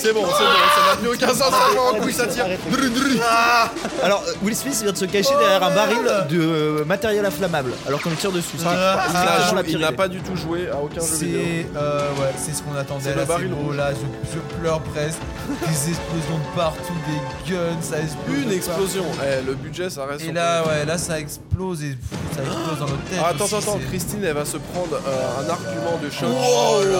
[SPEAKER 9] C'est bon, c'est bon, ça n'a plus aucun sens, ça va en couille, ça tire Drrr, drrr. Ah
[SPEAKER 8] Alors, euh, Will Smith vient de se cacher derrière un baril de euh, matériel inflammable, alors qu'on lui tire dessus.
[SPEAKER 1] Oh, Ah,
[SPEAKER 8] C'est
[SPEAKER 9] Il
[SPEAKER 8] exactement
[SPEAKER 9] n'a
[SPEAKER 8] la
[SPEAKER 9] joué-
[SPEAKER 8] pire
[SPEAKER 9] Il n'a
[SPEAKER 8] idée.
[SPEAKER 9] pas du tout joué à aucun jeu vidéo.
[SPEAKER 1] C'est euh, ouais, c'est ce qu'on attendait
[SPEAKER 9] C'est
[SPEAKER 1] là,
[SPEAKER 9] le
[SPEAKER 1] c'est
[SPEAKER 9] baril
[SPEAKER 1] beau
[SPEAKER 9] rouge.
[SPEAKER 1] là, je, je pleure presque. Des explosions de partout, des guns, ça explose.
[SPEAKER 9] Une
[SPEAKER 1] de
[SPEAKER 9] explosion Eh, le budget, ça reste...
[SPEAKER 1] partout. Et
[SPEAKER 9] sur-
[SPEAKER 1] là ouais, là ça explose et pff, ça explose dans notre tête.
[SPEAKER 9] Ah, attends,
[SPEAKER 1] aussi,
[SPEAKER 9] attends, attends,
[SPEAKER 1] c'est-
[SPEAKER 9] Christine, elle va se prendre euh, un argument de choc.
[SPEAKER 1] Oh là là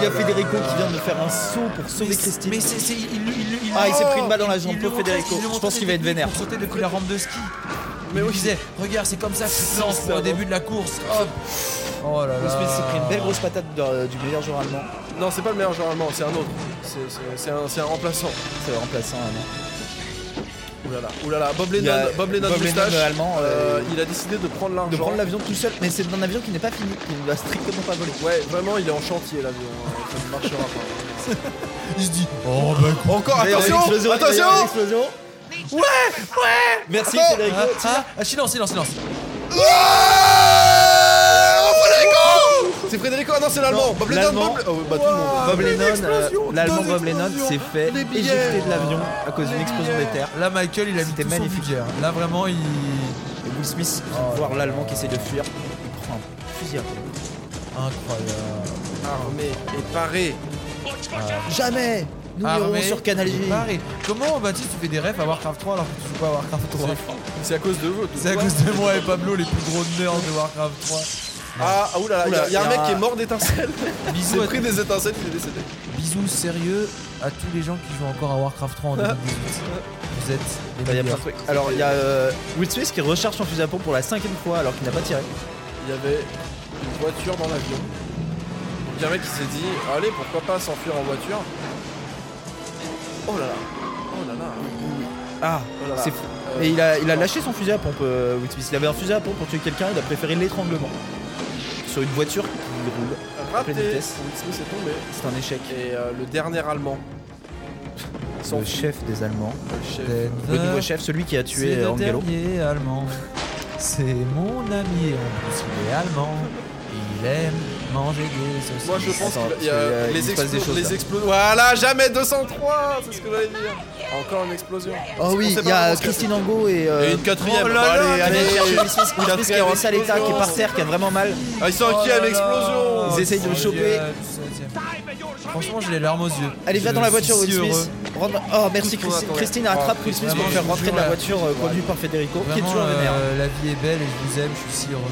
[SPEAKER 8] Il y a
[SPEAKER 1] là
[SPEAKER 8] Federico qui vient de faire un saut pour sauver
[SPEAKER 1] Mais-
[SPEAKER 8] Christine.
[SPEAKER 1] Mais c'est, c'est- il, il- il- il-
[SPEAKER 8] Ah, il s'est pris une balle dans la
[SPEAKER 1] il-
[SPEAKER 8] jambe,
[SPEAKER 1] il
[SPEAKER 8] pauvre
[SPEAKER 1] lui montrait-
[SPEAKER 8] Federico.
[SPEAKER 1] il lui
[SPEAKER 8] Je
[SPEAKER 1] montrait
[SPEAKER 8] pense qu'il va
[SPEAKER 1] des
[SPEAKER 8] être vénère.
[SPEAKER 1] techniques Pour sauter depuis la rampe de ski.
[SPEAKER 9] Mais
[SPEAKER 1] Mais
[SPEAKER 9] oui.
[SPEAKER 1] oui. disait, regarde, c'est comme ça que tu te lances
[SPEAKER 9] ça,
[SPEAKER 1] au début de la course. Hop. Oh là là.
[SPEAKER 8] Will Smith s'est pris une belle grosse patate de- du meilleur joueur allemand.
[SPEAKER 9] Non, c'est pas le meilleur genre allemand, c'est un autre. C'est- c'est- C'est un, c'est un remplaçant.
[SPEAKER 8] C'est remplaçant allemand.
[SPEAKER 9] Oulala, oulala. Bob
[SPEAKER 8] Il y a-
[SPEAKER 9] Lennon, Bob Lennon
[SPEAKER 8] Bob
[SPEAKER 9] moustache.
[SPEAKER 8] Lennon, allemand,
[SPEAKER 9] Euh,
[SPEAKER 8] euh,
[SPEAKER 9] il a décidé de prendre
[SPEAKER 8] De
[SPEAKER 9] l'argent.
[SPEAKER 8] prendre l'avion tout seul, mais c'est un avion qui n'est pas fini, qui ne va strictement pas voler.
[SPEAKER 9] Ouais, vraiment, il est en chantier l'avion. hein. Ça ne marchera pas.
[SPEAKER 1] Il se dit, oh bah écoute.
[SPEAKER 9] Encore
[SPEAKER 8] D'ailleurs,
[SPEAKER 9] attention,
[SPEAKER 8] l'explosion,
[SPEAKER 9] attention.
[SPEAKER 8] d'ailleurs, l'explosion. Ouais Ouais Merci
[SPEAKER 9] Attends.
[SPEAKER 8] Federico.
[SPEAKER 1] Ah, ah, ah, silence, silence, silence.
[SPEAKER 9] Oh, Frédérico C'est Frédérico, ah non, c'est l'allemand.
[SPEAKER 8] Non,
[SPEAKER 9] Bob Lennon,
[SPEAKER 8] l'Allemand.
[SPEAKER 9] Bob Le- oh, bah, tout le monde.
[SPEAKER 1] Wow.
[SPEAKER 8] Bob
[SPEAKER 1] Deux
[SPEAKER 8] Lennon,
[SPEAKER 1] explosions,
[SPEAKER 8] euh, l'allemand
[SPEAKER 1] deux
[SPEAKER 8] Bob Lennon
[SPEAKER 1] explosions,
[SPEAKER 8] s'est fait
[SPEAKER 9] les billets.
[SPEAKER 8] éjecter de l'avion à cause d'une explosion
[SPEAKER 9] billets.
[SPEAKER 8] d'éther.
[SPEAKER 1] Là, Michael, il a mis
[SPEAKER 8] C'était
[SPEAKER 1] tout
[SPEAKER 8] magnifique.
[SPEAKER 1] son budget. hein. Là, vraiment, il.
[SPEAKER 8] Et Will Smith,
[SPEAKER 1] Oh
[SPEAKER 8] voir
[SPEAKER 1] là
[SPEAKER 8] l'allemand
[SPEAKER 1] là.
[SPEAKER 8] qui essaie de fuir, il prend un fusil à pompe.
[SPEAKER 1] Incroyable.
[SPEAKER 9] Armé et paré.
[SPEAKER 8] Jamais Nous irons
[SPEAKER 1] Armé,
[SPEAKER 8] sur Canal J.
[SPEAKER 1] barré. Comment, Baptiste, tu fais des rêves à Warcraft 3 alors que tu joues pas à Warcraft 3
[SPEAKER 9] C'est à cause de vous. tout.
[SPEAKER 1] C'est à cause de moi et Pablo, les plus gros nerds de Warcraft 3.
[SPEAKER 9] Ah, ah, oulala, il y a- il y a un
[SPEAKER 8] Oula,
[SPEAKER 9] mec qui est mort d'étincelles. Il
[SPEAKER 1] Bisous,
[SPEAKER 9] s'est
[SPEAKER 1] à
[SPEAKER 9] pris des étincelles, il est décédé.
[SPEAKER 1] bisous sérieux à tous les gens qui jouent encore à Warcraft 3 en 2018. Vous êtes les
[SPEAKER 8] Ah. Bah, y a plein
[SPEAKER 1] meilleurs.
[SPEAKER 8] de trucs. Alors il y a euh, Will Smith qui recharge son fusil à pompe pour la cinquième fois alors qu'il n'a pas tiré.
[SPEAKER 9] il y avait une voiture dans l'avion. Donc il y a un mec qui s'est dit, allez, pourquoi pas s'enfuir en voiture Oh là là Oh là là
[SPEAKER 8] Ah,
[SPEAKER 9] Oh là là.
[SPEAKER 8] c'est fou.
[SPEAKER 9] Euh,
[SPEAKER 8] Et il a, il a lâché son fusil à pompe, euh, Will Smith. Il avait un fusil à pompe pour tuer quelqu'un, il a préféré l'étranglement. Sur une voiture qui roule.
[SPEAKER 9] Raté
[SPEAKER 8] pleine vitesse.
[SPEAKER 9] Will Smith est tombé.
[SPEAKER 8] C'est un échec.
[SPEAKER 9] Et euh, le dernier allemand. Son
[SPEAKER 8] Le chef des Allemands.
[SPEAKER 9] chef.
[SPEAKER 8] Le nouveau chef, celui qui a tué
[SPEAKER 1] C'est
[SPEAKER 8] euh,
[SPEAKER 1] le
[SPEAKER 8] Angelo.
[SPEAKER 1] dernier allemand. C'est mon ami. En plus, il est allemand. Il aime manger des saucisses.
[SPEAKER 9] Moi je pense
[SPEAKER 8] Attends,
[SPEAKER 9] qu'il y a
[SPEAKER 8] parce qu'il
[SPEAKER 9] les
[SPEAKER 8] se passe des
[SPEAKER 9] explosions.
[SPEAKER 8] choses,
[SPEAKER 9] Les
[SPEAKER 8] là.
[SPEAKER 9] explosions. Voilà, jamais 203 C'est ce que j'allais dire. Encore une explosion.
[SPEAKER 8] Oh oui, il y a Christine Angot et, euh,
[SPEAKER 9] Et une quatrième.
[SPEAKER 8] Oh là là,
[SPEAKER 9] Allez,
[SPEAKER 8] qui
[SPEAKER 9] allez.
[SPEAKER 8] viennent chercher Will Smith. Will Smith qui est en
[SPEAKER 9] Quatrième
[SPEAKER 8] sale état, qui est par
[SPEAKER 9] explosion.
[SPEAKER 8] terre, qui a vraiment mal.
[SPEAKER 9] Ah, ils sont
[SPEAKER 8] Oh
[SPEAKER 1] Oh
[SPEAKER 9] inquiets à l'explosion
[SPEAKER 8] Ils essayent de le choper.
[SPEAKER 1] Franchement, j'ai les larmes aux yeux.
[SPEAKER 8] Allez, viens
[SPEAKER 1] Je
[SPEAKER 8] dans la
[SPEAKER 1] suis
[SPEAKER 8] voiture,
[SPEAKER 1] si
[SPEAKER 8] Will
[SPEAKER 1] heureux.
[SPEAKER 8] Smith. Rentre- Oh, merci
[SPEAKER 9] Tout ce qu'on
[SPEAKER 8] Christine.
[SPEAKER 9] attendait.
[SPEAKER 8] Christine attrape Will Smith pour
[SPEAKER 1] Vraiment,
[SPEAKER 8] faire
[SPEAKER 1] je
[SPEAKER 8] rentrer
[SPEAKER 1] jure,
[SPEAKER 8] de la
[SPEAKER 1] là.
[SPEAKER 8] voiture euh, conduite par Federico, qui est
[SPEAKER 1] Vraiment,
[SPEAKER 8] toujours vénère.
[SPEAKER 1] euh, la vie est belle et je vous aime, je suis si heureux.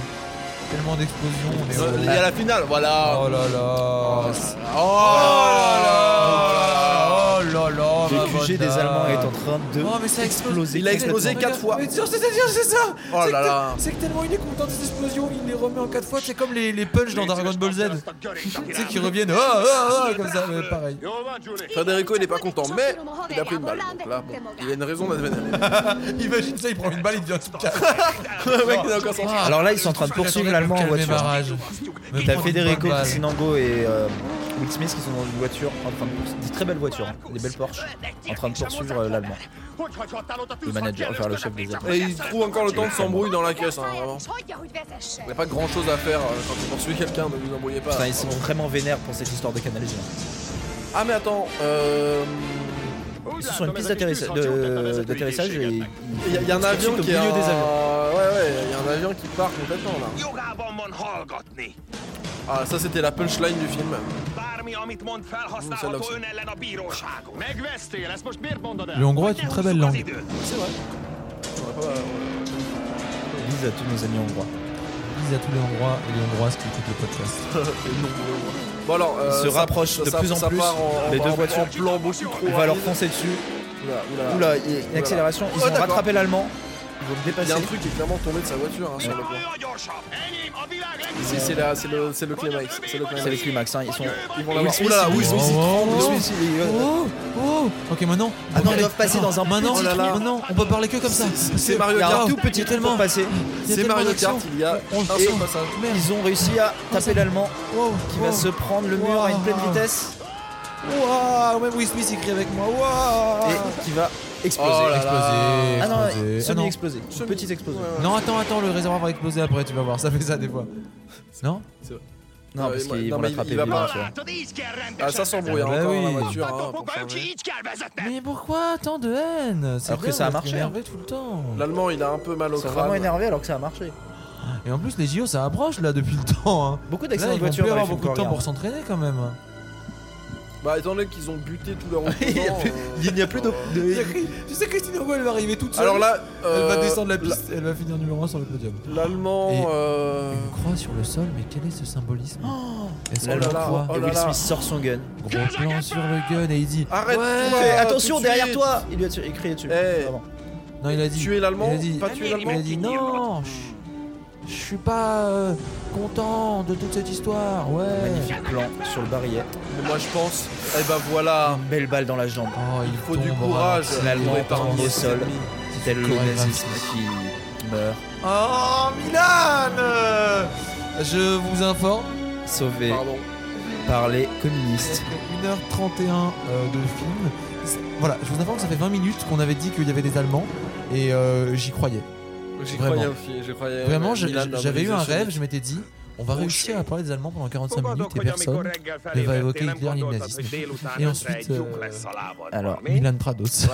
[SPEAKER 1] Tellement d'explosions, on est
[SPEAKER 9] Euh,
[SPEAKER 1] heureux.
[SPEAKER 9] Il y a la finale, voilà.
[SPEAKER 1] Oh là là.
[SPEAKER 9] Oh là là
[SPEAKER 1] Oh là là.
[SPEAKER 8] Le
[SPEAKER 1] ma
[SPEAKER 8] QG des
[SPEAKER 1] bonne
[SPEAKER 8] Allemands est
[SPEAKER 1] dame.
[SPEAKER 8] en train de.
[SPEAKER 1] Oh, mais ça a explosé.
[SPEAKER 9] Il a explosé
[SPEAKER 1] complètement.
[SPEAKER 9] 4 fois.
[SPEAKER 1] Mais c'est c'est- c'est ça
[SPEAKER 9] Oh
[SPEAKER 1] C'est
[SPEAKER 9] là
[SPEAKER 1] que-
[SPEAKER 9] là.
[SPEAKER 1] C'est que tellement il est content de cette explosion, il les remet en 4 fois. C'est comme les, les punchs dans Dragon Ball Z. Tu sais, qui reviennent oh, oh, oh, comme ça, mais pareil.
[SPEAKER 9] Federico il est pas content, mais il a pris une balle. Donc là, bon, il a une raison d'être vénéré.
[SPEAKER 1] Imagine ça, il prend une balle, il devient tout calme.
[SPEAKER 9] Le mec il est encore sorti.
[SPEAKER 8] Alors là, ils sont en train de poursuivre l'Allemand en voiture. T'as Federico, Christine Angot et euh, Will Smith qui sont dans une voiture, en train de poursuivre- des très belles voitures, hein, des belles Porsche, en train de poursuivre euh, l'Allemand. Le manager, enfin le chef des Allemands.
[SPEAKER 9] Et il trouve encore le temps de s'embrouiller dans la caisse, hein, vraiment. Il n'y a pas grand chose à faire euh, quand on poursuit quelqu'un, ne vous embrouillez pas.
[SPEAKER 8] Putain, ils sont vraiment vénères pour cette histoire de canalisation.
[SPEAKER 9] Ah mais attends, euh...
[SPEAKER 8] Ils Oh, sont sur une piste d'atterrissage de- d'atterrissage et ils-
[SPEAKER 9] Il y, a- il y a un
[SPEAKER 8] ils se
[SPEAKER 9] avion
[SPEAKER 8] foutent
[SPEAKER 9] qui
[SPEAKER 8] au
[SPEAKER 9] est
[SPEAKER 8] milieu
[SPEAKER 9] en-
[SPEAKER 8] des avions.
[SPEAKER 9] Ouais ouais, il y a un avion qui part complètement là.
[SPEAKER 4] Jogában van hallgatni.
[SPEAKER 9] Ah ça c'était la punchline du film.
[SPEAKER 4] Bármi, amit mond,
[SPEAKER 9] Hú,
[SPEAKER 4] felhasználható
[SPEAKER 9] szellemszó.
[SPEAKER 4] ön ellen a bíróságon.
[SPEAKER 11] Megvesztél, ezt most miért mondod el?
[SPEAKER 1] Le hongrois est une très belle langue.
[SPEAKER 9] C'est vrai. On aurait pas-
[SPEAKER 8] Bise à tous nos amis hongrois.
[SPEAKER 1] Bisous disent à tous les endroits et les hongroises qui écoutent le podcast.
[SPEAKER 9] Bon alors, euh,
[SPEAKER 8] se
[SPEAKER 9] ça-
[SPEAKER 8] rapprochent de
[SPEAKER 9] ça-
[SPEAKER 8] plus en
[SPEAKER 9] ça
[SPEAKER 8] plus.
[SPEAKER 9] part en-
[SPEAKER 8] les
[SPEAKER 9] en-
[SPEAKER 8] deux
[SPEAKER 9] en
[SPEAKER 8] voitures.
[SPEAKER 9] plan beaucoup trop
[SPEAKER 8] On va leur
[SPEAKER 9] rapide.
[SPEAKER 8] foncer dessus.
[SPEAKER 9] Oula,
[SPEAKER 8] Oula,
[SPEAKER 9] oula.
[SPEAKER 8] il y a une
[SPEAKER 9] Oula.
[SPEAKER 8] accélération. Ils ont
[SPEAKER 9] Oh, d'accord.
[SPEAKER 8] rattrapé l'allemand. Ils vont le
[SPEAKER 9] Il y
[SPEAKER 8] dépasser.
[SPEAKER 9] a un truc qui est clairement tombé de sa voiture hein, sur le plan. C'est c'est la- c'est le, c'est le climax. C'est le climax.
[SPEAKER 8] C'est les climax. Hein. Ils sont.
[SPEAKER 9] Ils vont
[SPEAKER 1] Will
[SPEAKER 9] l'avoir.
[SPEAKER 1] Smith,
[SPEAKER 9] Oula,
[SPEAKER 1] il-
[SPEAKER 9] Will Smith, il tremble,
[SPEAKER 1] Oh,
[SPEAKER 9] Will Smith, il-
[SPEAKER 1] Oh, oh. Ok, maintenant. Ah
[SPEAKER 8] ils doivent passer dans un
[SPEAKER 1] maintenant,
[SPEAKER 8] petit
[SPEAKER 1] oh là là.
[SPEAKER 8] trou.
[SPEAKER 1] maintenant, on peut parler que comme ça.
[SPEAKER 9] c'est Mario
[SPEAKER 8] Il y a un
[SPEAKER 9] Kart.
[SPEAKER 8] tout petit truc
[SPEAKER 1] tellement-
[SPEAKER 8] pour passer.
[SPEAKER 1] Il y a
[SPEAKER 9] C'est
[SPEAKER 1] tellement
[SPEAKER 9] Mario
[SPEAKER 1] d'actions.
[SPEAKER 9] Kart, il y a
[SPEAKER 1] On- Oh,
[SPEAKER 9] un
[SPEAKER 1] on-
[SPEAKER 9] seul passage.
[SPEAKER 1] Merde.
[SPEAKER 8] Ils ont réussi
[SPEAKER 9] Oh,
[SPEAKER 8] à taper l'allemand
[SPEAKER 1] Wow,
[SPEAKER 8] qui
[SPEAKER 1] wow.
[SPEAKER 8] va se prendre le mur à une pleine vitesse
[SPEAKER 1] Waouh, même Will Smith écrit avec moi. Waouh.
[SPEAKER 8] et qui va exploser.
[SPEAKER 9] Oh là
[SPEAKER 1] Exploser,
[SPEAKER 9] là.
[SPEAKER 8] Ah non,
[SPEAKER 1] exploser. Ah non.
[SPEAKER 8] semi-explosé. Petite explosion.
[SPEAKER 1] Non, attends, attends, le réservoir va exploser après, tu vas voir, ça fait ça des fois. Non
[SPEAKER 8] Non,
[SPEAKER 9] Ouais,
[SPEAKER 8] parce
[SPEAKER 9] il va-
[SPEAKER 8] qu'ils
[SPEAKER 9] non,
[SPEAKER 8] vont
[SPEAKER 9] mais il-
[SPEAKER 8] l'attraper
[SPEAKER 9] il va
[SPEAKER 8] vivant,
[SPEAKER 9] pas-
[SPEAKER 8] tu vois.
[SPEAKER 9] Ah, ça s'embrouille hein,
[SPEAKER 1] Bah
[SPEAKER 9] encore la
[SPEAKER 1] oui.
[SPEAKER 9] voiture. hein, pour changer.
[SPEAKER 1] Mais pourquoi tant de haine C'est
[SPEAKER 8] Alors que
[SPEAKER 1] bien
[SPEAKER 8] ça a
[SPEAKER 1] d'être
[SPEAKER 8] marché. hein.
[SPEAKER 1] énervé tout le temps.
[SPEAKER 9] L'allemand, il a un peu mal au
[SPEAKER 8] Ils sont vraiment
[SPEAKER 9] crâne.
[SPEAKER 8] énervés alors que ça a marché.
[SPEAKER 1] Et en plus, les JO ça approche là depuis le temps. Hein.
[SPEAKER 8] Beaucoup
[SPEAKER 1] Là,
[SPEAKER 8] d'accidents de
[SPEAKER 1] ils vont
[SPEAKER 8] voiture
[SPEAKER 1] plus
[SPEAKER 8] dans les
[SPEAKER 1] avoir
[SPEAKER 8] films
[SPEAKER 1] beaucoup de temps
[SPEAKER 8] coréens.
[SPEAKER 1] pour s'entraîner quand même. hein.
[SPEAKER 9] Bah, étant donné qu'ils ont buté tout leur
[SPEAKER 8] Il y a
[SPEAKER 9] euh,
[SPEAKER 8] plus- il n'y a plus de- de-
[SPEAKER 1] Tu sais, Christine Orgo, elle va arriver toute seule.
[SPEAKER 9] Alors là,
[SPEAKER 1] elle va
[SPEAKER 9] euh,
[SPEAKER 1] descendre la piste, elle va finir numéro 1 sur le podium.
[SPEAKER 9] la- L'allemand.
[SPEAKER 1] Et-
[SPEAKER 9] euh,
[SPEAKER 1] Une croix sur le sol, mais quel est ce symbolisme Est-ce
[SPEAKER 9] Oh
[SPEAKER 1] que
[SPEAKER 9] là
[SPEAKER 1] la
[SPEAKER 9] là,
[SPEAKER 1] croix
[SPEAKER 9] oh
[SPEAKER 8] Et
[SPEAKER 9] là
[SPEAKER 8] Will
[SPEAKER 9] là.
[SPEAKER 8] Smith sort son gun.
[SPEAKER 1] Gros plan sur le gun et il dit
[SPEAKER 9] Arrête
[SPEAKER 1] Ouais.
[SPEAKER 9] toi,
[SPEAKER 8] Fais
[SPEAKER 9] tout
[SPEAKER 8] attention
[SPEAKER 9] de
[SPEAKER 8] derrière
[SPEAKER 9] suite.
[SPEAKER 8] toi Il lui a, tu- il crié dessus.
[SPEAKER 9] Eh.
[SPEAKER 8] Vraiment.
[SPEAKER 1] Non, il a dit.
[SPEAKER 9] Tuer l'allemand,
[SPEAKER 1] il a dit-
[SPEAKER 9] pas tuer
[SPEAKER 1] Il a
[SPEAKER 9] l'allemand.
[SPEAKER 1] dit non, je- je suis pas euh, content de toute cette histoire, ouais.
[SPEAKER 8] Magnifique plan sur le barillet.
[SPEAKER 9] Mais Moi, je pense. Eh bah voilà.
[SPEAKER 8] Belle balle dans la jambe.
[SPEAKER 1] Oh, il
[SPEAKER 9] Il faut du
[SPEAKER 1] tombe,
[SPEAKER 9] courage.
[SPEAKER 1] oh,
[SPEAKER 8] L'allemand
[SPEAKER 9] pour épargner
[SPEAKER 8] tombe au
[SPEAKER 9] ses
[SPEAKER 8] sol.
[SPEAKER 9] ennemis.
[SPEAKER 1] c'est
[SPEAKER 8] Tel le
[SPEAKER 1] correct,
[SPEAKER 8] nazisme
[SPEAKER 1] Vincent.
[SPEAKER 8] qui meurt.
[SPEAKER 1] Oh, Milan euh, Je vous informe,
[SPEAKER 8] Sauvé
[SPEAKER 9] Pardon.
[SPEAKER 8] par les communistes.
[SPEAKER 1] 1h31 euh, de film. C'est- Voilà, je vous informe que ça fait 20 minutes qu'on avait dit qu'il y avait des Allemands et euh, j'y croyais.
[SPEAKER 9] J'y
[SPEAKER 1] Vraiment.
[SPEAKER 9] croyais aussi. j'y croyais.
[SPEAKER 1] Vraiment,
[SPEAKER 9] Ouais,
[SPEAKER 1] j'ai-
[SPEAKER 9] Eh ben, Milan a
[SPEAKER 1] j'avais eu
[SPEAKER 9] brisé
[SPEAKER 1] un
[SPEAKER 9] chez
[SPEAKER 1] rêve,
[SPEAKER 9] lui.
[SPEAKER 1] je m'étais dit, on va réussir à parler des Allemands pendant 45 minutes et
[SPEAKER 4] Fogadok, hogy amikor
[SPEAKER 1] personne.
[SPEAKER 4] reggel
[SPEAKER 1] ne va
[SPEAKER 4] felébredtél,
[SPEAKER 1] évoquer
[SPEAKER 4] nem
[SPEAKER 1] Hitler ni le
[SPEAKER 4] gondoltad,
[SPEAKER 1] nazisme.
[SPEAKER 4] hogy délután
[SPEAKER 1] Et
[SPEAKER 4] ötre
[SPEAKER 1] ensuite,
[SPEAKER 4] egy lyuk
[SPEAKER 1] euh,
[SPEAKER 4] lesz a lábadban,
[SPEAKER 8] alors,
[SPEAKER 4] mi?
[SPEAKER 1] Milan Trados.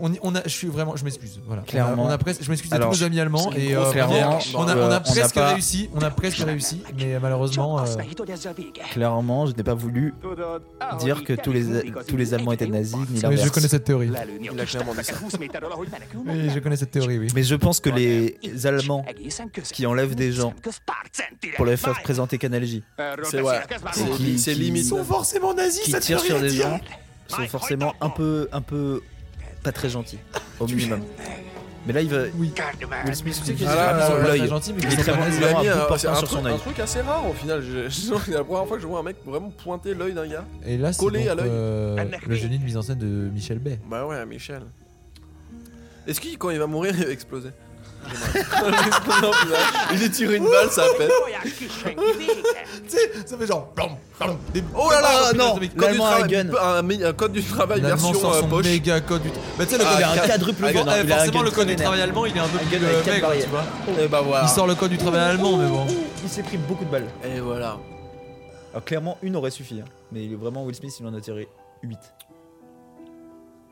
[SPEAKER 1] On, y- on a, je suis vraiment, je m'excuse. Voilà.
[SPEAKER 8] Clairement.
[SPEAKER 1] On a, on a presque, je m'excuse à tous
[SPEAKER 8] Alors,
[SPEAKER 1] nos amis allemands
[SPEAKER 8] c'est une
[SPEAKER 1] et euh,
[SPEAKER 8] grosse
[SPEAKER 1] vraiment,
[SPEAKER 9] guerre.
[SPEAKER 1] on a, on a
[SPEAKER 8] Euh, on n'a
[SPEAKER 1] presque
[SPEAKER 8] pas-
[SPEAKER 1] réussi, on a presque réussi, mais malheureusement,
[SPEAKER 5] Csak
[SPEAKER 1] euh,
[SPEAKER 5] azt ne hidd, hogy ezzel vége.
[SPEAKER 8] Clairement, je n'ai pas voulu
[SPEAKER 11] Tudod, ahogy
[SPEAKER 8] dire que
[SPEAKER 11] így
[SPEAKER 8] tous les,
[SPEAKER 11] kerülünk az
[SPEAKER 8] tous les
[SPEAKER 11] út,
[SPEAKER 8] Allemands étaient
[SPEAKER 11] egyre
[SPEAKER 8] nazis,
[SPEAKER 11] jobban
[SPEAKER 8] ni
[SPEAKER 1] oui,
[SPEAKER 8] l'inverse.
[SPEAKER 1] je connais cette théorie.
[SPEAKER 11] Lelőni a
[SPEAKER 9] Mindenki
[SPEAKER 11] kis
[SPEAKER 9] nem mond
[SPEAKER 11] tetteket 20 méterről, ahogy
[SPEAKER 1] Oui,
[SPEAKER 11] menekülnek.
[SPEAKER 1] je connais cette théorie, oui.
[SPEAKER 8] Mais je pense que les
[SPEAKER 11] Így
[SPEAKER 8] Allemands
[SPEAKER 11] egészen közel.
[SPEAKER 8] qui enlèvent des gens
[SPEAKER 11] Köz pár centire.
[SPEAKER 8] pour les faire
[SPEAKER 11] Várj!
[SPEAKER 8] présenter Canal J,
[SPEAKER 11] Erről
[SPEAKER 9] C'est ouais.
[SPEAKER 11] beszélek, ez már
[SPEAKER 9] C'est
[SPEAKER 11] rohadt.
[SPEAKER 9] li- c'est
[SPEAKER 8] Qui-
[SPEAKER 1] Ils
[SPEAKER 9] limite.
[SPEAKER 1] sont forcément nazis,
[SPEAKER 8] qui
[SPEAKER 1] cette
[SPEAKER 8] tirent
[SPEAKER 1] théorie.
[SPEAKER 8] sur des gens, sont forcément un peu, un peu pas très gentils, au minimum. Mais là, il va.
[SPEAKER 1] Oui.
[SPEAKER 8] Will Smith,
[SPEAKER 1] Tu sais qu'il y
[SPEAKER 9] Ah là,
[SPEAKER 1] a des gens qui sont
[SPEAKER 9] là,
[SPEAKER 1] pas
[SPEAKER 8] l'œil.
[SPEAKER 1] très gentils, mais
[SPEAKER 8] Il
[SPEAKER 1] qui
[SPEAKER 8] est
[SPEAKER 1] sont
[SPEAKER 8] très
[SPEAKER 1] pas
[SPEAKER 8] bon.
[SPEAKER 1] nazis.
[SPEAKER 8] Il a mis
[SPEAKER 9] un,
[SPEAKER 8] un coup de
[SPEAKER 9] c'est
[SPEAKER 8] portant
[SPEAKER 9] un
[SPEAKER 8] sur
[SPEAKER 9] truc,
[SPEAKER 8] son
[SPEAKER 9] un
[SPEAKER 8] œil.
[SPEAKER 9] truc assez rare au final. J'ai- C'est la première fois que je vois un mec vraiment pointer l'œil d'un gars.
[SPEAKER 1] Et là, c'est
[SPEAKER 9] Collé
[SPEAKER 1] donc,
[SPEAKER 9] à l'œil.
[SPEAKER 1] euh, le génie de mise en scène de Michel Bay.
[SPEAKER 9] Bah ouais, Michel. Est-ce qu'il, quand il va mourir, il va exploser Non, putain, Il est tiré une balle, ça pète.
[SPEAKER 11] Tojás kis senki, vége.
[SPEAKER 1] Tu sais, ça fait genre. blam, blam, des-
[SPEAKER 9] Oh là là,
[SPEAKER 1] Ah,
[SPEAKER 9] non
[SPEAKER 1] putain, mais-
[SPEAKER 9] Code du
[SPEAKER 8] L'allemand a un
[SPEAKER 9] travail,
[SPEAKER 8] gun.
[SPEAKER 9] un mi- un code du travail
[SPEAKER 1] L'allemand
[SPEAKER 9] version
[SPEAKER 1] sort
[SPEAKER 9] euh,
[SPEAKER 1] son
[SPEAKER 9] poche.
[SPEAKER 1] méga code du. Bah, tu sais, le
[SPEAKER 9] Ah,
[SPEAKER 1] code
[SPEAKER 8] Il a
[SPEAKER 9] quatre-
[SPEAKER 8] un quadruple
[SPEAKER 9] Ah,
[SPEAKER 8] gun.
[SPEAKER 1] Eh,
[SPEAKER 8] hein. Il a un
[SPEAKER 1] forcément,
[SPEAKER 8] gun
[SPEAKER 1] le code du
[SPEAKER 8] très
[SPEAKER 1] travail allemand, il est un peu
[SPEAKER 8] Un
[SPEAKER 1] plus
[SPEAKER 8] gun avec
[SPEAKER 1] euh,
[SPEAKER 8] quatre
[SPEAKER 1] maigre,
[SPEAKER 8] barrières. Ah.
[SPEAKER 1] tu vois.
[SPEAKER 9] Et bah voilà.
[SPEAKER 1] Il sort le code du travail allemand, mais bon.
[SPEAKER 8] Il s'est pris beaucoup de balles.
[SPEAKER 9] Et voilà.
[SPEAKER 8] Alors, clairement, une aurait suffi. hein. Mais il est vraiment, Will Smith, il en a tiré 8.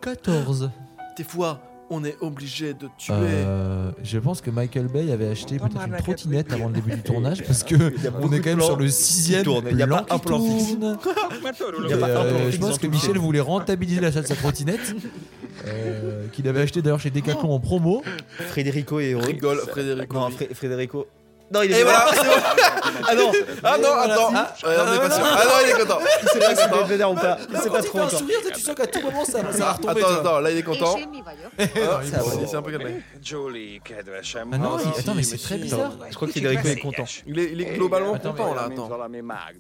[SPEAKER 1] 14.
[SPEAKER 9] Des fois, on est obligé de tuer.
[SPEAKER 1] Euh, je pense que Michael Bay avait acheté peut-être une trottinette avant le début du tournage parce que
[SPEAKER 8] beaucoup
[SPEAKER 1] on est
[SPEAKER 8] de
[SPEAKER 1] quand même
[SPEAKER 8] plans
[SPEAKER 1] sur le
[SPEAKER 8] qui
[SPEAKER 1] sixième
[SPEAKER 8] tournent. Il y a
[SPEAKER 1] plan
[SPEAKER 8] pas un
[SPEAKER 1] qui
[SPEAKER 8] plan fixe.
[SPEAKER 1] tourne.
[SPEAKER 4] Mert örülök,
[SPEAKER 8] Il y a
[SPEAKER 1] Et,
[SPEAKER 8] pas un plan
[SPEAKER 1] euh,
[SPEAKER 8] fixe
[SPEAKER 1] je
[SPEAKER 8] dans
[SPEAKER 1] pense que
[SPEAKER 8] tout le
[SPEAKER 1] Michel voulait rentabiliser l'achat de sa trottinette euh, qu'il avait acheté d'ailleurs chez Decathlon en promo.
[SPEAKER 8] Frédérico est heureux.
[SPEAKER 9] Rigole, Frédérico.
[SPEAKER 8] Non, Fré- Frédérico. Non, il est
[SPEAKER 9] Et
[SPEAKER 8] mort.
[SPEAKER 9] voilà, c'est bon.
[SPEAKER 8] Ah non
[SPEAKER 9] Ah non, attends.
[SPEAKER 8] Ah,
[SPEAKER 9] Ouais, on est pas sûr. Ah non, il est content.
[SPEAKER 8] Il sait pas si il est vénère ou pas. Ah, Il sait
[SPEAKER 1] Quand
[SPEAKER 8] pas
[SPEAKER 1] il fait
[SPEAKER 8] trop
[SPEAKER 1] un
[SPEAKER 8] encore.
[SPEAKER 1] sourire, tu sais, tu sens qu'à tout moment ça, ça va retomber. tu
[SPEAKER 9] Attends,
[SPEAKER 1] vois.
[SPEAKER 9] attends, là il est content.
[SPEAKER 6] Én semmi vagyok.
[SPEAKER 9] Ah,
[SPEAKER 8] Ça va.
[SPEAKER 9] il s'est un peu calmé.
[SPEAKER 4] Julie, kedvesem,
[SPEAKER 1] Ah non,
[SPEAKER 9] Ah,
[SPEAKER 1] il-
[SPEAKER 9] si,
[SPEAKER 1] attends, mais
[SPEAKER 9] mais
[SPEAKER 1] c'est
[SPEAKER 9] si,
[SPEAKER 1] très
[SPEAKER 9] non.
[SPEAKER 1] bizarre.
[SPEAKER 8] Je crois que Federico est content.
[SPEAKER 9] Il est, il est globalement
[SPEAKER 1] Attends,
[SPEAKER 9] content là,
[SPEAKER 4] olyan, mint
[SPEAKER 9] attends.
[SPEAKER 4] valami mágnes.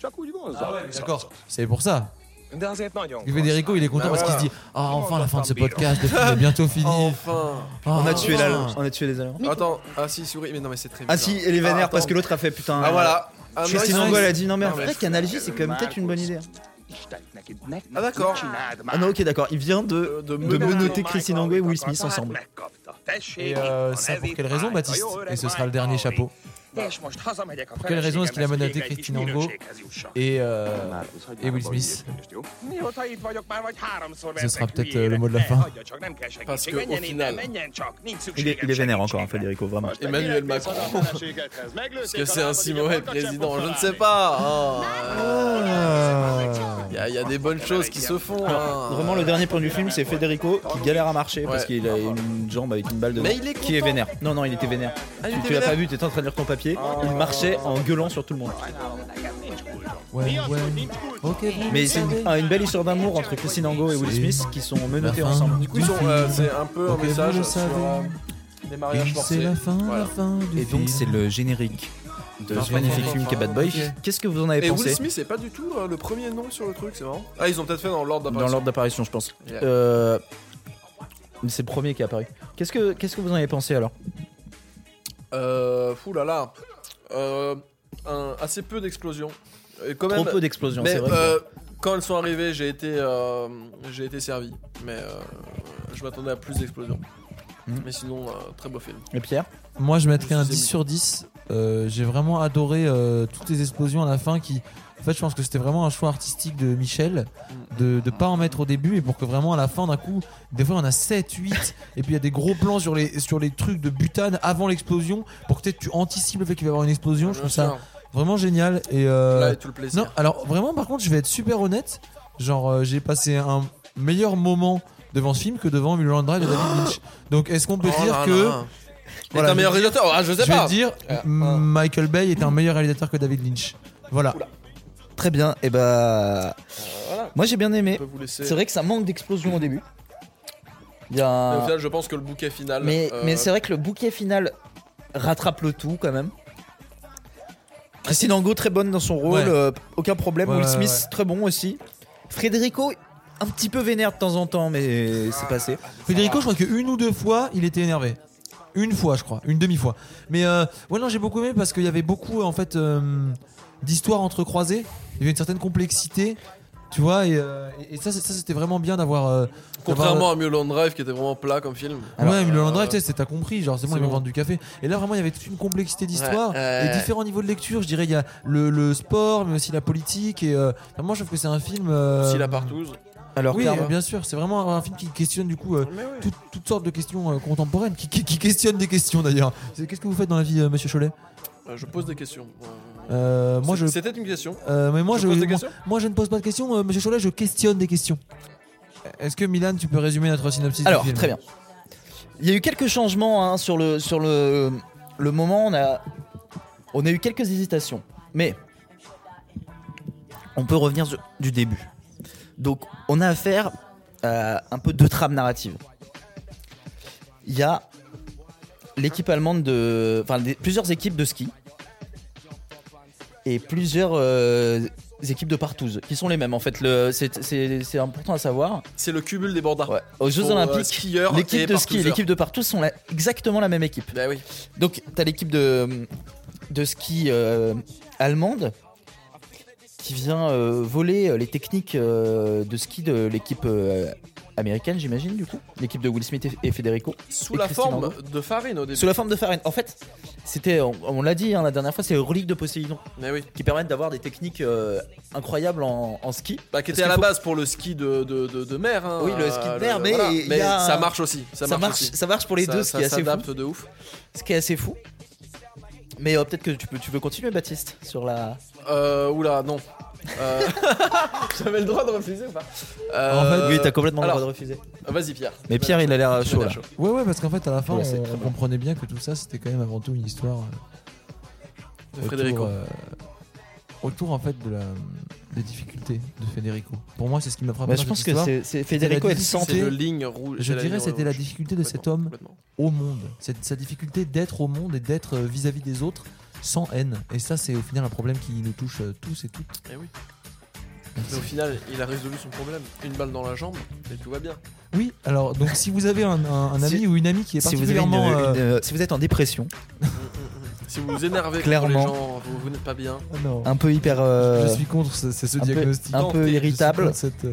[SPEAKER 4] Csak úgy
[SPEAKER 8] Ah
[SPEAKER 4] vonzol.
[SPEAKER 1] D'accord, c'est pour ça.
[SPEAKER 4] De azért nagyon
[SPEAKER 1] Federico, il est content
[SPEAKER 9] Bah
[SPEAKER 1] parce qu'il se
[SPEAKER 9] voilà.
[SPEAKER 1] dit Ah, enfin la fin de ce podcast, le film est bientôt fini.
[SPEAKER 9] Enfin.
[SPEAKER 1] Ah,
[SPEAKER 8] On a tué la
[SPEAKER 1] enfin.
[SPEAKER 8] On a tué les Allemands.
[SPEAKER 9] Attends, ah si, souris, mais non, mais c'est très
[SPEAKER 8] Ah
[SPEAKER 9] bizarre.
[SPEAKER 8] si, elle est
[SPEAKER 9] Ah,
[SPEAKER 8] vénère
[SPEAKER 9] attends.
[SPEAKER 8] parce que l'autre a fait putain.
[SPEAKER 9] Ah voilà. Ah, non,
[SPEAKER 8] Christine
[SPEAKER 9] ils sont-
[SPEAKER 8] Angot, elle a dit non mais en
[SPEAKER 9] Non, mais-
[SPEAKER 8] vrai Canal J c'est quand même peut-être une bonne idée. hein.
[SPEAKER 11] Istent neked, ne,
[SPEAKER 9] Ah d'accord.
[SPEAKER 11] csináld már.
[SPEAKER 8] Ah non ok d'accord, il vient de,
[SPEAKER 9] Euh,
[SPEAKER 8] de
[SPEAKER 9] de menotter
[SPEAKER 8] menoter
[SPEAKER 4] Michael
[SPEAKER 8] Christine Angot et Will Smith
[SPEAKER 4] Tehát
[SPEAKER 8] ensemble.
[SPEAKER 4] megkapta. Tessék,
[SPEAKER 1] Et
[SPEAKER 4] itt
[SPEAKER 1] euh,
[SPEAKER 4] van,
[SPEAKER 1] ça
[SPEAKER 4] ez
[SPEAKER 1] pour
[SPEAKER 4] itt
[SPEAKER 1] quelle raison,
[SPEAKER 4] állt a
[SPEAKER 1] Baptiste
[SPEAKER 4] jó öreg
[SPEAKER 1] Et ce sera le dernier
[SPEAKER 4] Mike
[SPEAKER 1] chapeau.
[SPEAKER 4] Tauri. És most hazamegyek a
[SPEAKER 1] Pour quelle raison est-ce qu'il a
[SPEAKER 4] feleségemhez,
[SPEAKER 1] menotté
[SPEAKER 4] még egy kis
[SPEAKER 1] Christine Angot?
[SPEAKER 4] minőséghez jussak.
[SPEAKER 1] Et, euh, et Will Smith.
[SPEAKER 4] Mióta itt vagyok, már vagy háromszor
[SPEAKER 1] Ce
[SPEAKER 4] vertek
[SPEAKER 1] sera peut-être,
[SPEAKER 4] hülyére.
[SPEAKER 1] euh, le mot de la
[SPEAKER 4] Ne,
[SPEAKER 1] fin.
[SPEAKER 4] hagyja csak, nem kell segítség.
[SPEAKER 9] Parce que,
[SPEAKER 4] Menjen
[SPEAKER 9] au
[SPEAKER 4] innen,
[SPEAKER 9] final-
[SPEAKER 4] menjen csak, nincs
[SPEAKER 8] Il
[SPEAKER 4] szükségem
[SPEAKER 8] est, il est vénère encore hein,
[SPEAKER 4] segítségre.
[SPEAKER 8] Federico vraiment.
[SPEAKER 9] Emmanuel Macron. Parce que c'est un si mauvais président, je ne sais pas. hein.
[SPEAKER 1] Ah.
[SPEAKER 9] Il y a- il y, a des bonnes choses qui se font. hein.
[SPEAKER 8] Vraiment, le dernier point du film, c'est Federico qui galère à marcher parce
[SPEAKER 9] Ouais.
[SPEAKER 8] qu'il a une jambe avec une balle dedans.
[SPEAKER 9] Mais il est
[SPEAKER 8] qui est
[SPEAKER 9] content.
[SPEAKER 8] vénère. Non, non, il était vénère.
[SPEAKER 9] Ah, il
[SPEAKER 8] tu
[SPEAKER 9] était
[SPEAKER 8] tu l'as pas
[SPEAKER 9] vénère.
[SPEAKER 8] vu, t'étais en train de lire ton papier. Il marchait en gueulant sur tout le monde.
[SPEAKER 1] Ouais, ouais. Ok,
[SPEAKER 8] Mais c'est une, ah, une belle histoire d'amour entre Christine Angot et Will Smith qui sont menottés
[SPEAKER 1] La fin.
[SPEAKER 8] ensemble.
[SPEAKER 9] Du coup, ils ont, euh, c'est un peu
[SPEAKER 1] Ok,
[SPEAKER 9] un message
[SPEAKER 1] vous le
[SPEAKER 9] sur
[SPEAKER 1] savez.
[SPEAKER 9] euh, les mariages
[SPEAKER 1] Et c'est
[SPEAKER 9] forcés.
[SPEAKER 1] la fin,
[SPEAKER 9] Voilà.
[SPEAKER 1] la fin du
[SPEAKER 8] Et donc,
[SPEAKER 1] film.
[SPEAKER 8] c'est le générique de ce magnifique film qu'est Bad Boy. Qu'est-ce que vous en avez
[SPEAKER 9] Et Will
[SPEAKER 8] pensé
[SPEAKER 9] Smith, c'est pas du tout euh, le premier nom sur le truc, c'est marrant. Ah, ils ont peut-être fait dans l'ordre
[SPEAKER 8] Dans
[SPEAKER 9] d'apparition.
[SPEAKER 8] l'ordre d'apparition, je pense.
[SPEAKER 9] Yeah.
[SPEAKER 8] Euh, c'est le premier qui est apparu. Qu'est-ce que, qu'est-ce que vous en avez pensé alors
[SPEAKER 9] Euh, fou là là. Euh, un- assez peu d'explosions. Et quand
[SPEAKER 8] Trop
[SPEAKER 9] même-
[SPEAKER 8] peu d'explosions,
[SPEAKER 9] bah, Mais
[SPEAKER 8] c'est vrai.
[SPEAKER 9] euh, quand elles sont arrivées, j'ai été, euh, j'ai été servi. Mais euh, je m'attendais à plus d'explosions.
[SPEAKER 1] Mhm.
[SPEAKER 9] Mais sinon, euh, très beau film.
[SPEAKER 8] Et Pierre
[SPEAKER 1] Moi, je mettrais
[SPEAKER 9] Je
[SPEAKER 1] un
[SPEAKER 9] sais
[SPEAKER 1] 10
[SPEAKER 9] pas.
[SPEAKER 1] sur 10. Euh, J'ai vraiment adoré euh, toutes les explosions à la fin qui. En fait, je pense que c'était vraiment un choix artistique de Michel
[SPEAKER 9] Mm.
[SPEAKER 1] de ne pas en mettre au début et pour que vraiment à la fin d'un coup, des fois on a 7, 8 et puis il y a des gros plans sur les, sur les trucs de butane avant l'explosion pour que peut-être tu anticipes le fait qu'il va y avoir une explosion. je
[SPEAKER 9] Bien
[SPEAKER 1] trouve ça
[SPEAKER 9] sûr.
[SPEAKER 1] vraiment génial. Et, euh,
[SPEAKER 9] Là est tout le plaisir.
[SPEAKER 1] non, alors vraiment, par contre, je vais être super honnête. Genre, euh, j'ai passé un meilleur moment devant ce film que devant Mulholland Drive de David Lynch. Donc, est-ce qu'on peut
[SPEAKER 9] Oh
[SPEAKER 1] dire
[SPEAKER 9] là
[SPEAKER 1] que
[SPEAKER 9] là. Il est
[SPEAKER 1] Voilà,
[SPEAKER 9] un meilleur
[SPEAKER 1] je-
[SPEAKER 9] réalisateur Ah, Je sais
[SPEAKER 1] je vais
[SPEAKER 9] pas.
[SPEAKER 1] dire
[SPEAKER 9] Ah,
[SPEAKER 1] M-
[SPEAKER 9] ah.
[SPEAKER 1] Michael Bay est un meilleur réalisateur que David Lynch. Voilà.
[SPEAKER 8] Très bien. Et bah.
[SPEAKER 9] voilà.
[SPEAKER 8] Moi j'ai bien aimé.
[SPEAKER 9] Je peux vous laisser.
[SPEAKER 8] C'est vrai que ça manque d'explosion au début. Il y a
[SPEAKER 9] Mais
[SPEAKER 8] un-
[SPEAKER 9] au final, je pense que le bouquet final.
[SPEAKER 8] Mais,
[SPEAKER 9] euh,
[SPEAKER 8] mais c'est vrai que le bouquet final rattrape le tout quand même. Christine Angot très bonne dans son rôle,
[SPEAKER 1] Ouais.
[SPEAKER 8] euh, aucun problème.
[SPEAKER 1] Ouais,
[SPEAKER 8] Will
[SPEAKER 1] ouais,
[SPEAKER 8] Smith
[SPEAKER 1] ouais.
[SPEAKER 8] très bon aussi. Federico un petit peu vénère de temps en temps, mais c'est passé.
[SPEAKER 1] Federico, je crois qu'une ou deux fois, il était énervé. Une fois, je crois, une demi-fois. Mais euh, ouais, non, j'ai beaucoup aimé parce qu'il y avait beaucoup, en fait, euh, d'histoires entrecroisées. Il y avait une certaine complexité, tu vois, et, euh, et- et ça, c'est- ça, c'était vraiment bien d'avoir. euh,
[SPEAKER 9] Contrairement
[SPEAKER 1] d'avoir-
[SPEAKER 9] à Mulholland Drive qui était vraiment plat comme film.
[SPEAKER 1] ouais, Mulholland Drive,
[SPEAKER 9] euh,
[SPEAKER 1] tu sais, c'est- t'as compris, genre c'est bon,
[SPEAKER 9] c'est
[SPEAKER 1] ils vont
[SPEAKER 9] bon.
[SPEAKER 1] vendre du café. Et là, vraiment, il y avait toute une complexité d'histoire
[SPEAKER 9] Ouais, ouais,
[SPEAKER 1] et
[SPEAKER 9] ouais.
[SPEAKER 1] différents niveaux de lecture. Je dirais, il y a le, le sport, mais aussi la politique. Et euh, moi, je trouve que c'est un film. euh,
[SPEAKER 9] Si la partouze.
[SPEAKER 8] Alors,
[SPEAKER 1] oui,
[SPEAKER 8] clairement,
[SPEAKER 1] bien sûr, c'est vraiment un film qui questionne du coup euh,
[SPEAKER 9] Mais ouais.
[SPEAKER 1] toutes, toutes sortes de questions euh, contemporaines, qui, qui, qui questionnent des questions d'ailleurs. C'est- Qu'est-ce que vous faites dans la vie, euh, monsieur Cholet
[SPEAKER 9] Euh, Je pose des questions. Euh,
[SPEAKER 1] Euh, Moi, je.
[SPEAKER 9] c'est- C'était une question.
[SPEAKER 1] euh, mais moi,
[SPEAKER 9] je
[SPEAKER 1] je,
[SPEAKER 9] pose des
[SPEAKER 1] moi,
[SPEAKER 9] questions
[SPEAKER 1] moi, je ne pose pas de questions, euh, monsieur Cholet, je questionne des questions. Est-ce que Milan, tu peux résumer notre synopsis
[SPEAKER 8] Alors,
[SPEAKER 1] du film
[SPEAKER 8] très bien. Il y a eu quelques changements hein, sur, le, sur le, le moment. On a, on a eu quelques hésitations. Mais on peut revenir sur- du début. Donc, on a affaire à un peu deux trames narratives. Il y a l'équipe allemande de. Enfin, des- plusieurs équipes de ski. Et plusieurs euh, équipes de partouze, qui sont les mêmes en fait. Le- c'est- C'est c'est important à savoir.
[SPEAKER 9] C'est le cumul des bordards.
[SPEAKER 8] Ouais. Aux Jeux
[SPEAKER 9] Pour, euh,
[SPEAKER 8] Olympiques,
[SPEAKER 9] skieurs et
[SPEAKER 8] l'équipe de ski et
[SPEAKER 9] partouzeurs.
[SPEAKER 8] l'équipe de partout sont la- exactement la même équipe.
[SPEAKER 9] Bah oui.
[SPEAKER 8] Donc, t'as l'équipe de, de ski euh, allemande qui vient euh, voler euh, les techniques euh, de ski de l'équipe euh, américaine, j'imagine, du coup. L'équipe de Will Smith et, et Federico.
[SPEAKER 9] Sous
[SPEAKER 8] Et
[SPEAKER 9] la
[SPEAKER 8] Christine
[SPEAKER 9] forme
[SPEAKER 8] Angot.
[SPEAKER 9] de farine au début.
[SPEAKER 8] Sous la forme de Farine. En fait, c'était, on, on l'a dit hein, la dernière fois, c'est les reliques de Poséidon
[SPEAKER 9] Mais oui.
[SPEAKER 8] qui permettent d'avoir des techniques euh, incroyables en, en ski.
[SPEAKER 9] Bah, qui
[SPEAKER 8] Parce
[SPEAKER 9] était à
[SPEAKER 8] qu'il
[SPEAKER 9] la
[SPEAKER 8] faut-
[SPEAKER 9] base pour le ski de, de, de, de mer. hein.
[SPEAKER 8] Oui, le ski de
[SPEAKER 9] Euh,
[SPEAKER 8] mer, mais il y
[SPEAKER 9] mais
[SPEAKER 8] a un-
[SPEAKER 9] ça marche aussi. Ça
[SPEAKER 8] Ça,
[SPEAKER 9] marche,
[SPEAKER 8] marche,
[SPEAKER 9] aussi.
[SPEAKER 8] ça marche pour les
[SPEAKER 9] Ça-
[SPEAKER 8] deux, ce qui est
[SPEAKER 9] ça
[SPEAKER 8] assez fou.
[SPEAKER 9] s'adapte de ouf.
[SPEAKER 8] Ce qui est assez fou. Mais euh, peut-être que tu peux, tu veux continuer, Baptiste, sur la.
[SPEAKER 9] Euh, oula, non. Euh, J'avais le droit de refuser ou pas Euh,
[SPEAKER 8] complètement
[SPEAKER 9] alors-
[SPEAKER 8] refuser.
[SPEAKER 9] Vas-y, Pierre.
[SPEAKER 8] Mais Pierre, il a l'air euh, chaud là.
[SPEAKER 1] Ouais, ouais, parce qu'en fait, à la fin,
[SPEAKER 8] Ouais, c'est
[SPEAKER 1] on,
[SPEAKER 8] très
[SPEAKER 1] on
[SPEAKER 8] bon.
[SPEAKER 1] comprenait bien que tout ça, c'était quand même avant tout une histoire. euh,
[SPEAKER 9] De Federico.
[SPEAKER 1] Autour, euh, autour, en fait de la, des difficultés de Federico. Pour moi, c'est ce qui m'a frappé.
[SPEAKER 8] Bah,
[SPEAKER 1] dans cette
[SPEAKER 8] je pense que
[SPEAKER 1] histoire.
[SPEAKER 8] c'est c'est- Federico est le
[SPEAKER 1] difficulté.
[SPEAKER 8] centre.
[SPEAKER 9] C'est le ligne rouge.
[SPEAKER 1] Je
[SPEAKER 9] c'est la
[SPEAKER 1] dirais
[SPEAKER 9] ligne
[SPEAKER 1] c'était la
[SPEAKER 9] rouge.
[SPEAKER 1] difficulté de cet
[SPEAKER 9] Complètement,
[SPEAKER 1] homme
[SPEAKER 9] complètement.
[SPEAKER 1] au monde, cette, sa difficulté d'être au monde et d'être euh, vis-à-vis des autres sans haine. Et ça, c'est au final un problème qui nous touche euh, tous et toutes.
[SPEAKER 9] Eh oui. Mais au final, il a résolu son problème. Une balle dans la jambe, et tout va bien.
[SPEAKER 1] Oui, alors donc si vous avez un, un- un ami
[SPEAKER 8] Si-
[SPEAKER 1] ou une amie qui est
[SPEAKER 8] Si vous, avez une-
[SPEAKER 1] particulièrement
[SPEAKER 8] une,
[SPEAKER 1] euh,
[SPEAKER 8] euh, si vous êtes en dépression,
[SPEAKER 9] Si vous vous énervez contre les
[SPEAKER 8] Clairement.
[SPEAKER 9] gens, vous, vous n'êtes pas bien.
[SPEAKER 1] ah non,
[SPEAKER 8] un peu hyper. euh,
[SPEAKER 1] je suis contre ce, c'est ce
[SPEAKER 8] un peu-
[SPEAKER 1] diagnostic.
[SPEAKER 8] un peu
[SPEAKER 9] Je suis
[SPEAKER 1] Je
[SPEAKER 8] irritable,
[SPEAKER 1] suis contre cette, euh,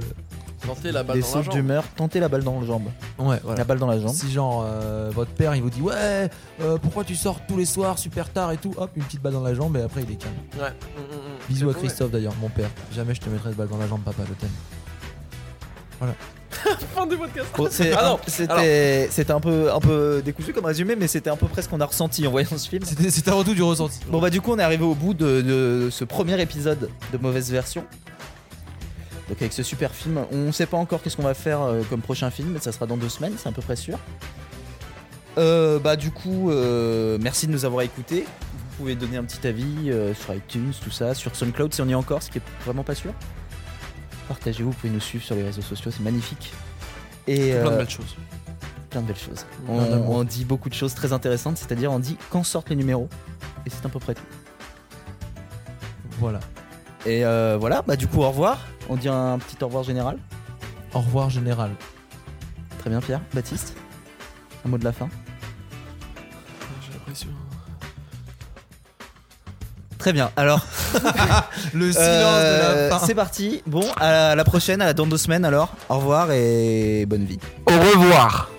[SPEAKER 9] Tentez la balle
[SPEAKER 8] des
[SPEAKER 9] dans la
[SPEAKER 8] sautes
[SPEAKER 9] jambe.
[SPEAKER 8] d'humeur, tentez la balle dans le jambe.
[SPEAKER 1] Ouais, voilà.
[SPEAKER 8] La balle dans la jambe.
[SPEAKER 1] Si genre euh, votre père il vous dit ouais euh, pourquoi tu sors tous les soirs super tard et tout hop une petite balle dans la jambe et après il est calme.
[SPEAKER 9] Ouais. Mm, mm, mm.
[SPEAKER 1] Bisous à
[SPEAKER 9] C'est
[SPEAKER 1] Christophe d'ailleurs mon père. Jamais je te mettrai de balle dans la jambe papa je t'aime.
[SPEAKER 9] vrai. Fin du podcast.
[SPEAKER 8] Bon, Oh, c'est-
[SPEAKER 9] Ah non,
[SPEAKER 8] C'était c'était un peu, un peu décousu comme résumé, mais c'était un peu presque ce qu'on a ressenti en voyant ce film.
[SPEAKER 1] C'était c'était avant tout du ressenti.
[SPEAKER 8] Bon bah du coup on est arrivé au bout de, de ce premier épisode de Mauvaise Version. Donc avec ce super film, on ne sait pas encore qu'est-ce qu'on va faire euh, comme prochain film, mais ça sera dans deux semaines, c'est à peu près sûr. Euh, bah du coup, euh, merci de nous avoir écoutés. Vous pouvez donner un petit avis euh, sur iTunes, tout ça, sur SoundCloud si on y est encore, ce qui est vraiment pas sûr. Partagez-vous, vous pouvez nous suivre sur les réseaux sociaux, c'est magnifique. Et
[SPEAKER 9] Plein de
[SPEAKER 8] euh,
[SPEAKER 9] belles choses.
[SPEAKER 8] plein de belles choses.
[SPEAKER 9] Plein
[SPEAKER 8] On,
[SPEAKER 9] d'amour.
[SPEAKER 8] on dit beaucoup de choses très intéressantes, c'est-à-dire on dit quand sortent les numéros, et c'est à peu près tout.
[SPEAKER 1] Voilà.
[SPEAKER 8] Et euh, voilà, bah du coup au revoir. On dit un petit au revoir général.
[SPEAKER 1] Au revoir, général.
[SPEAKER 8] Très bien Pierre, Baptiste. Un mot de la fin.
[SPEAKER 9] J'ai l'impression.
[SPEAKER 8] Très bien. Alors,
[SPEAKER 1] Le silence
[SPEAKER 8] euh,
[SPEAKER 1] de la fin.
[SPEAKER 8] c'est parti. Bon, à la prochaine, à la dans deux semaines alors. Au revoir et bonne vie.
[SPEAKER 9] Au revoir.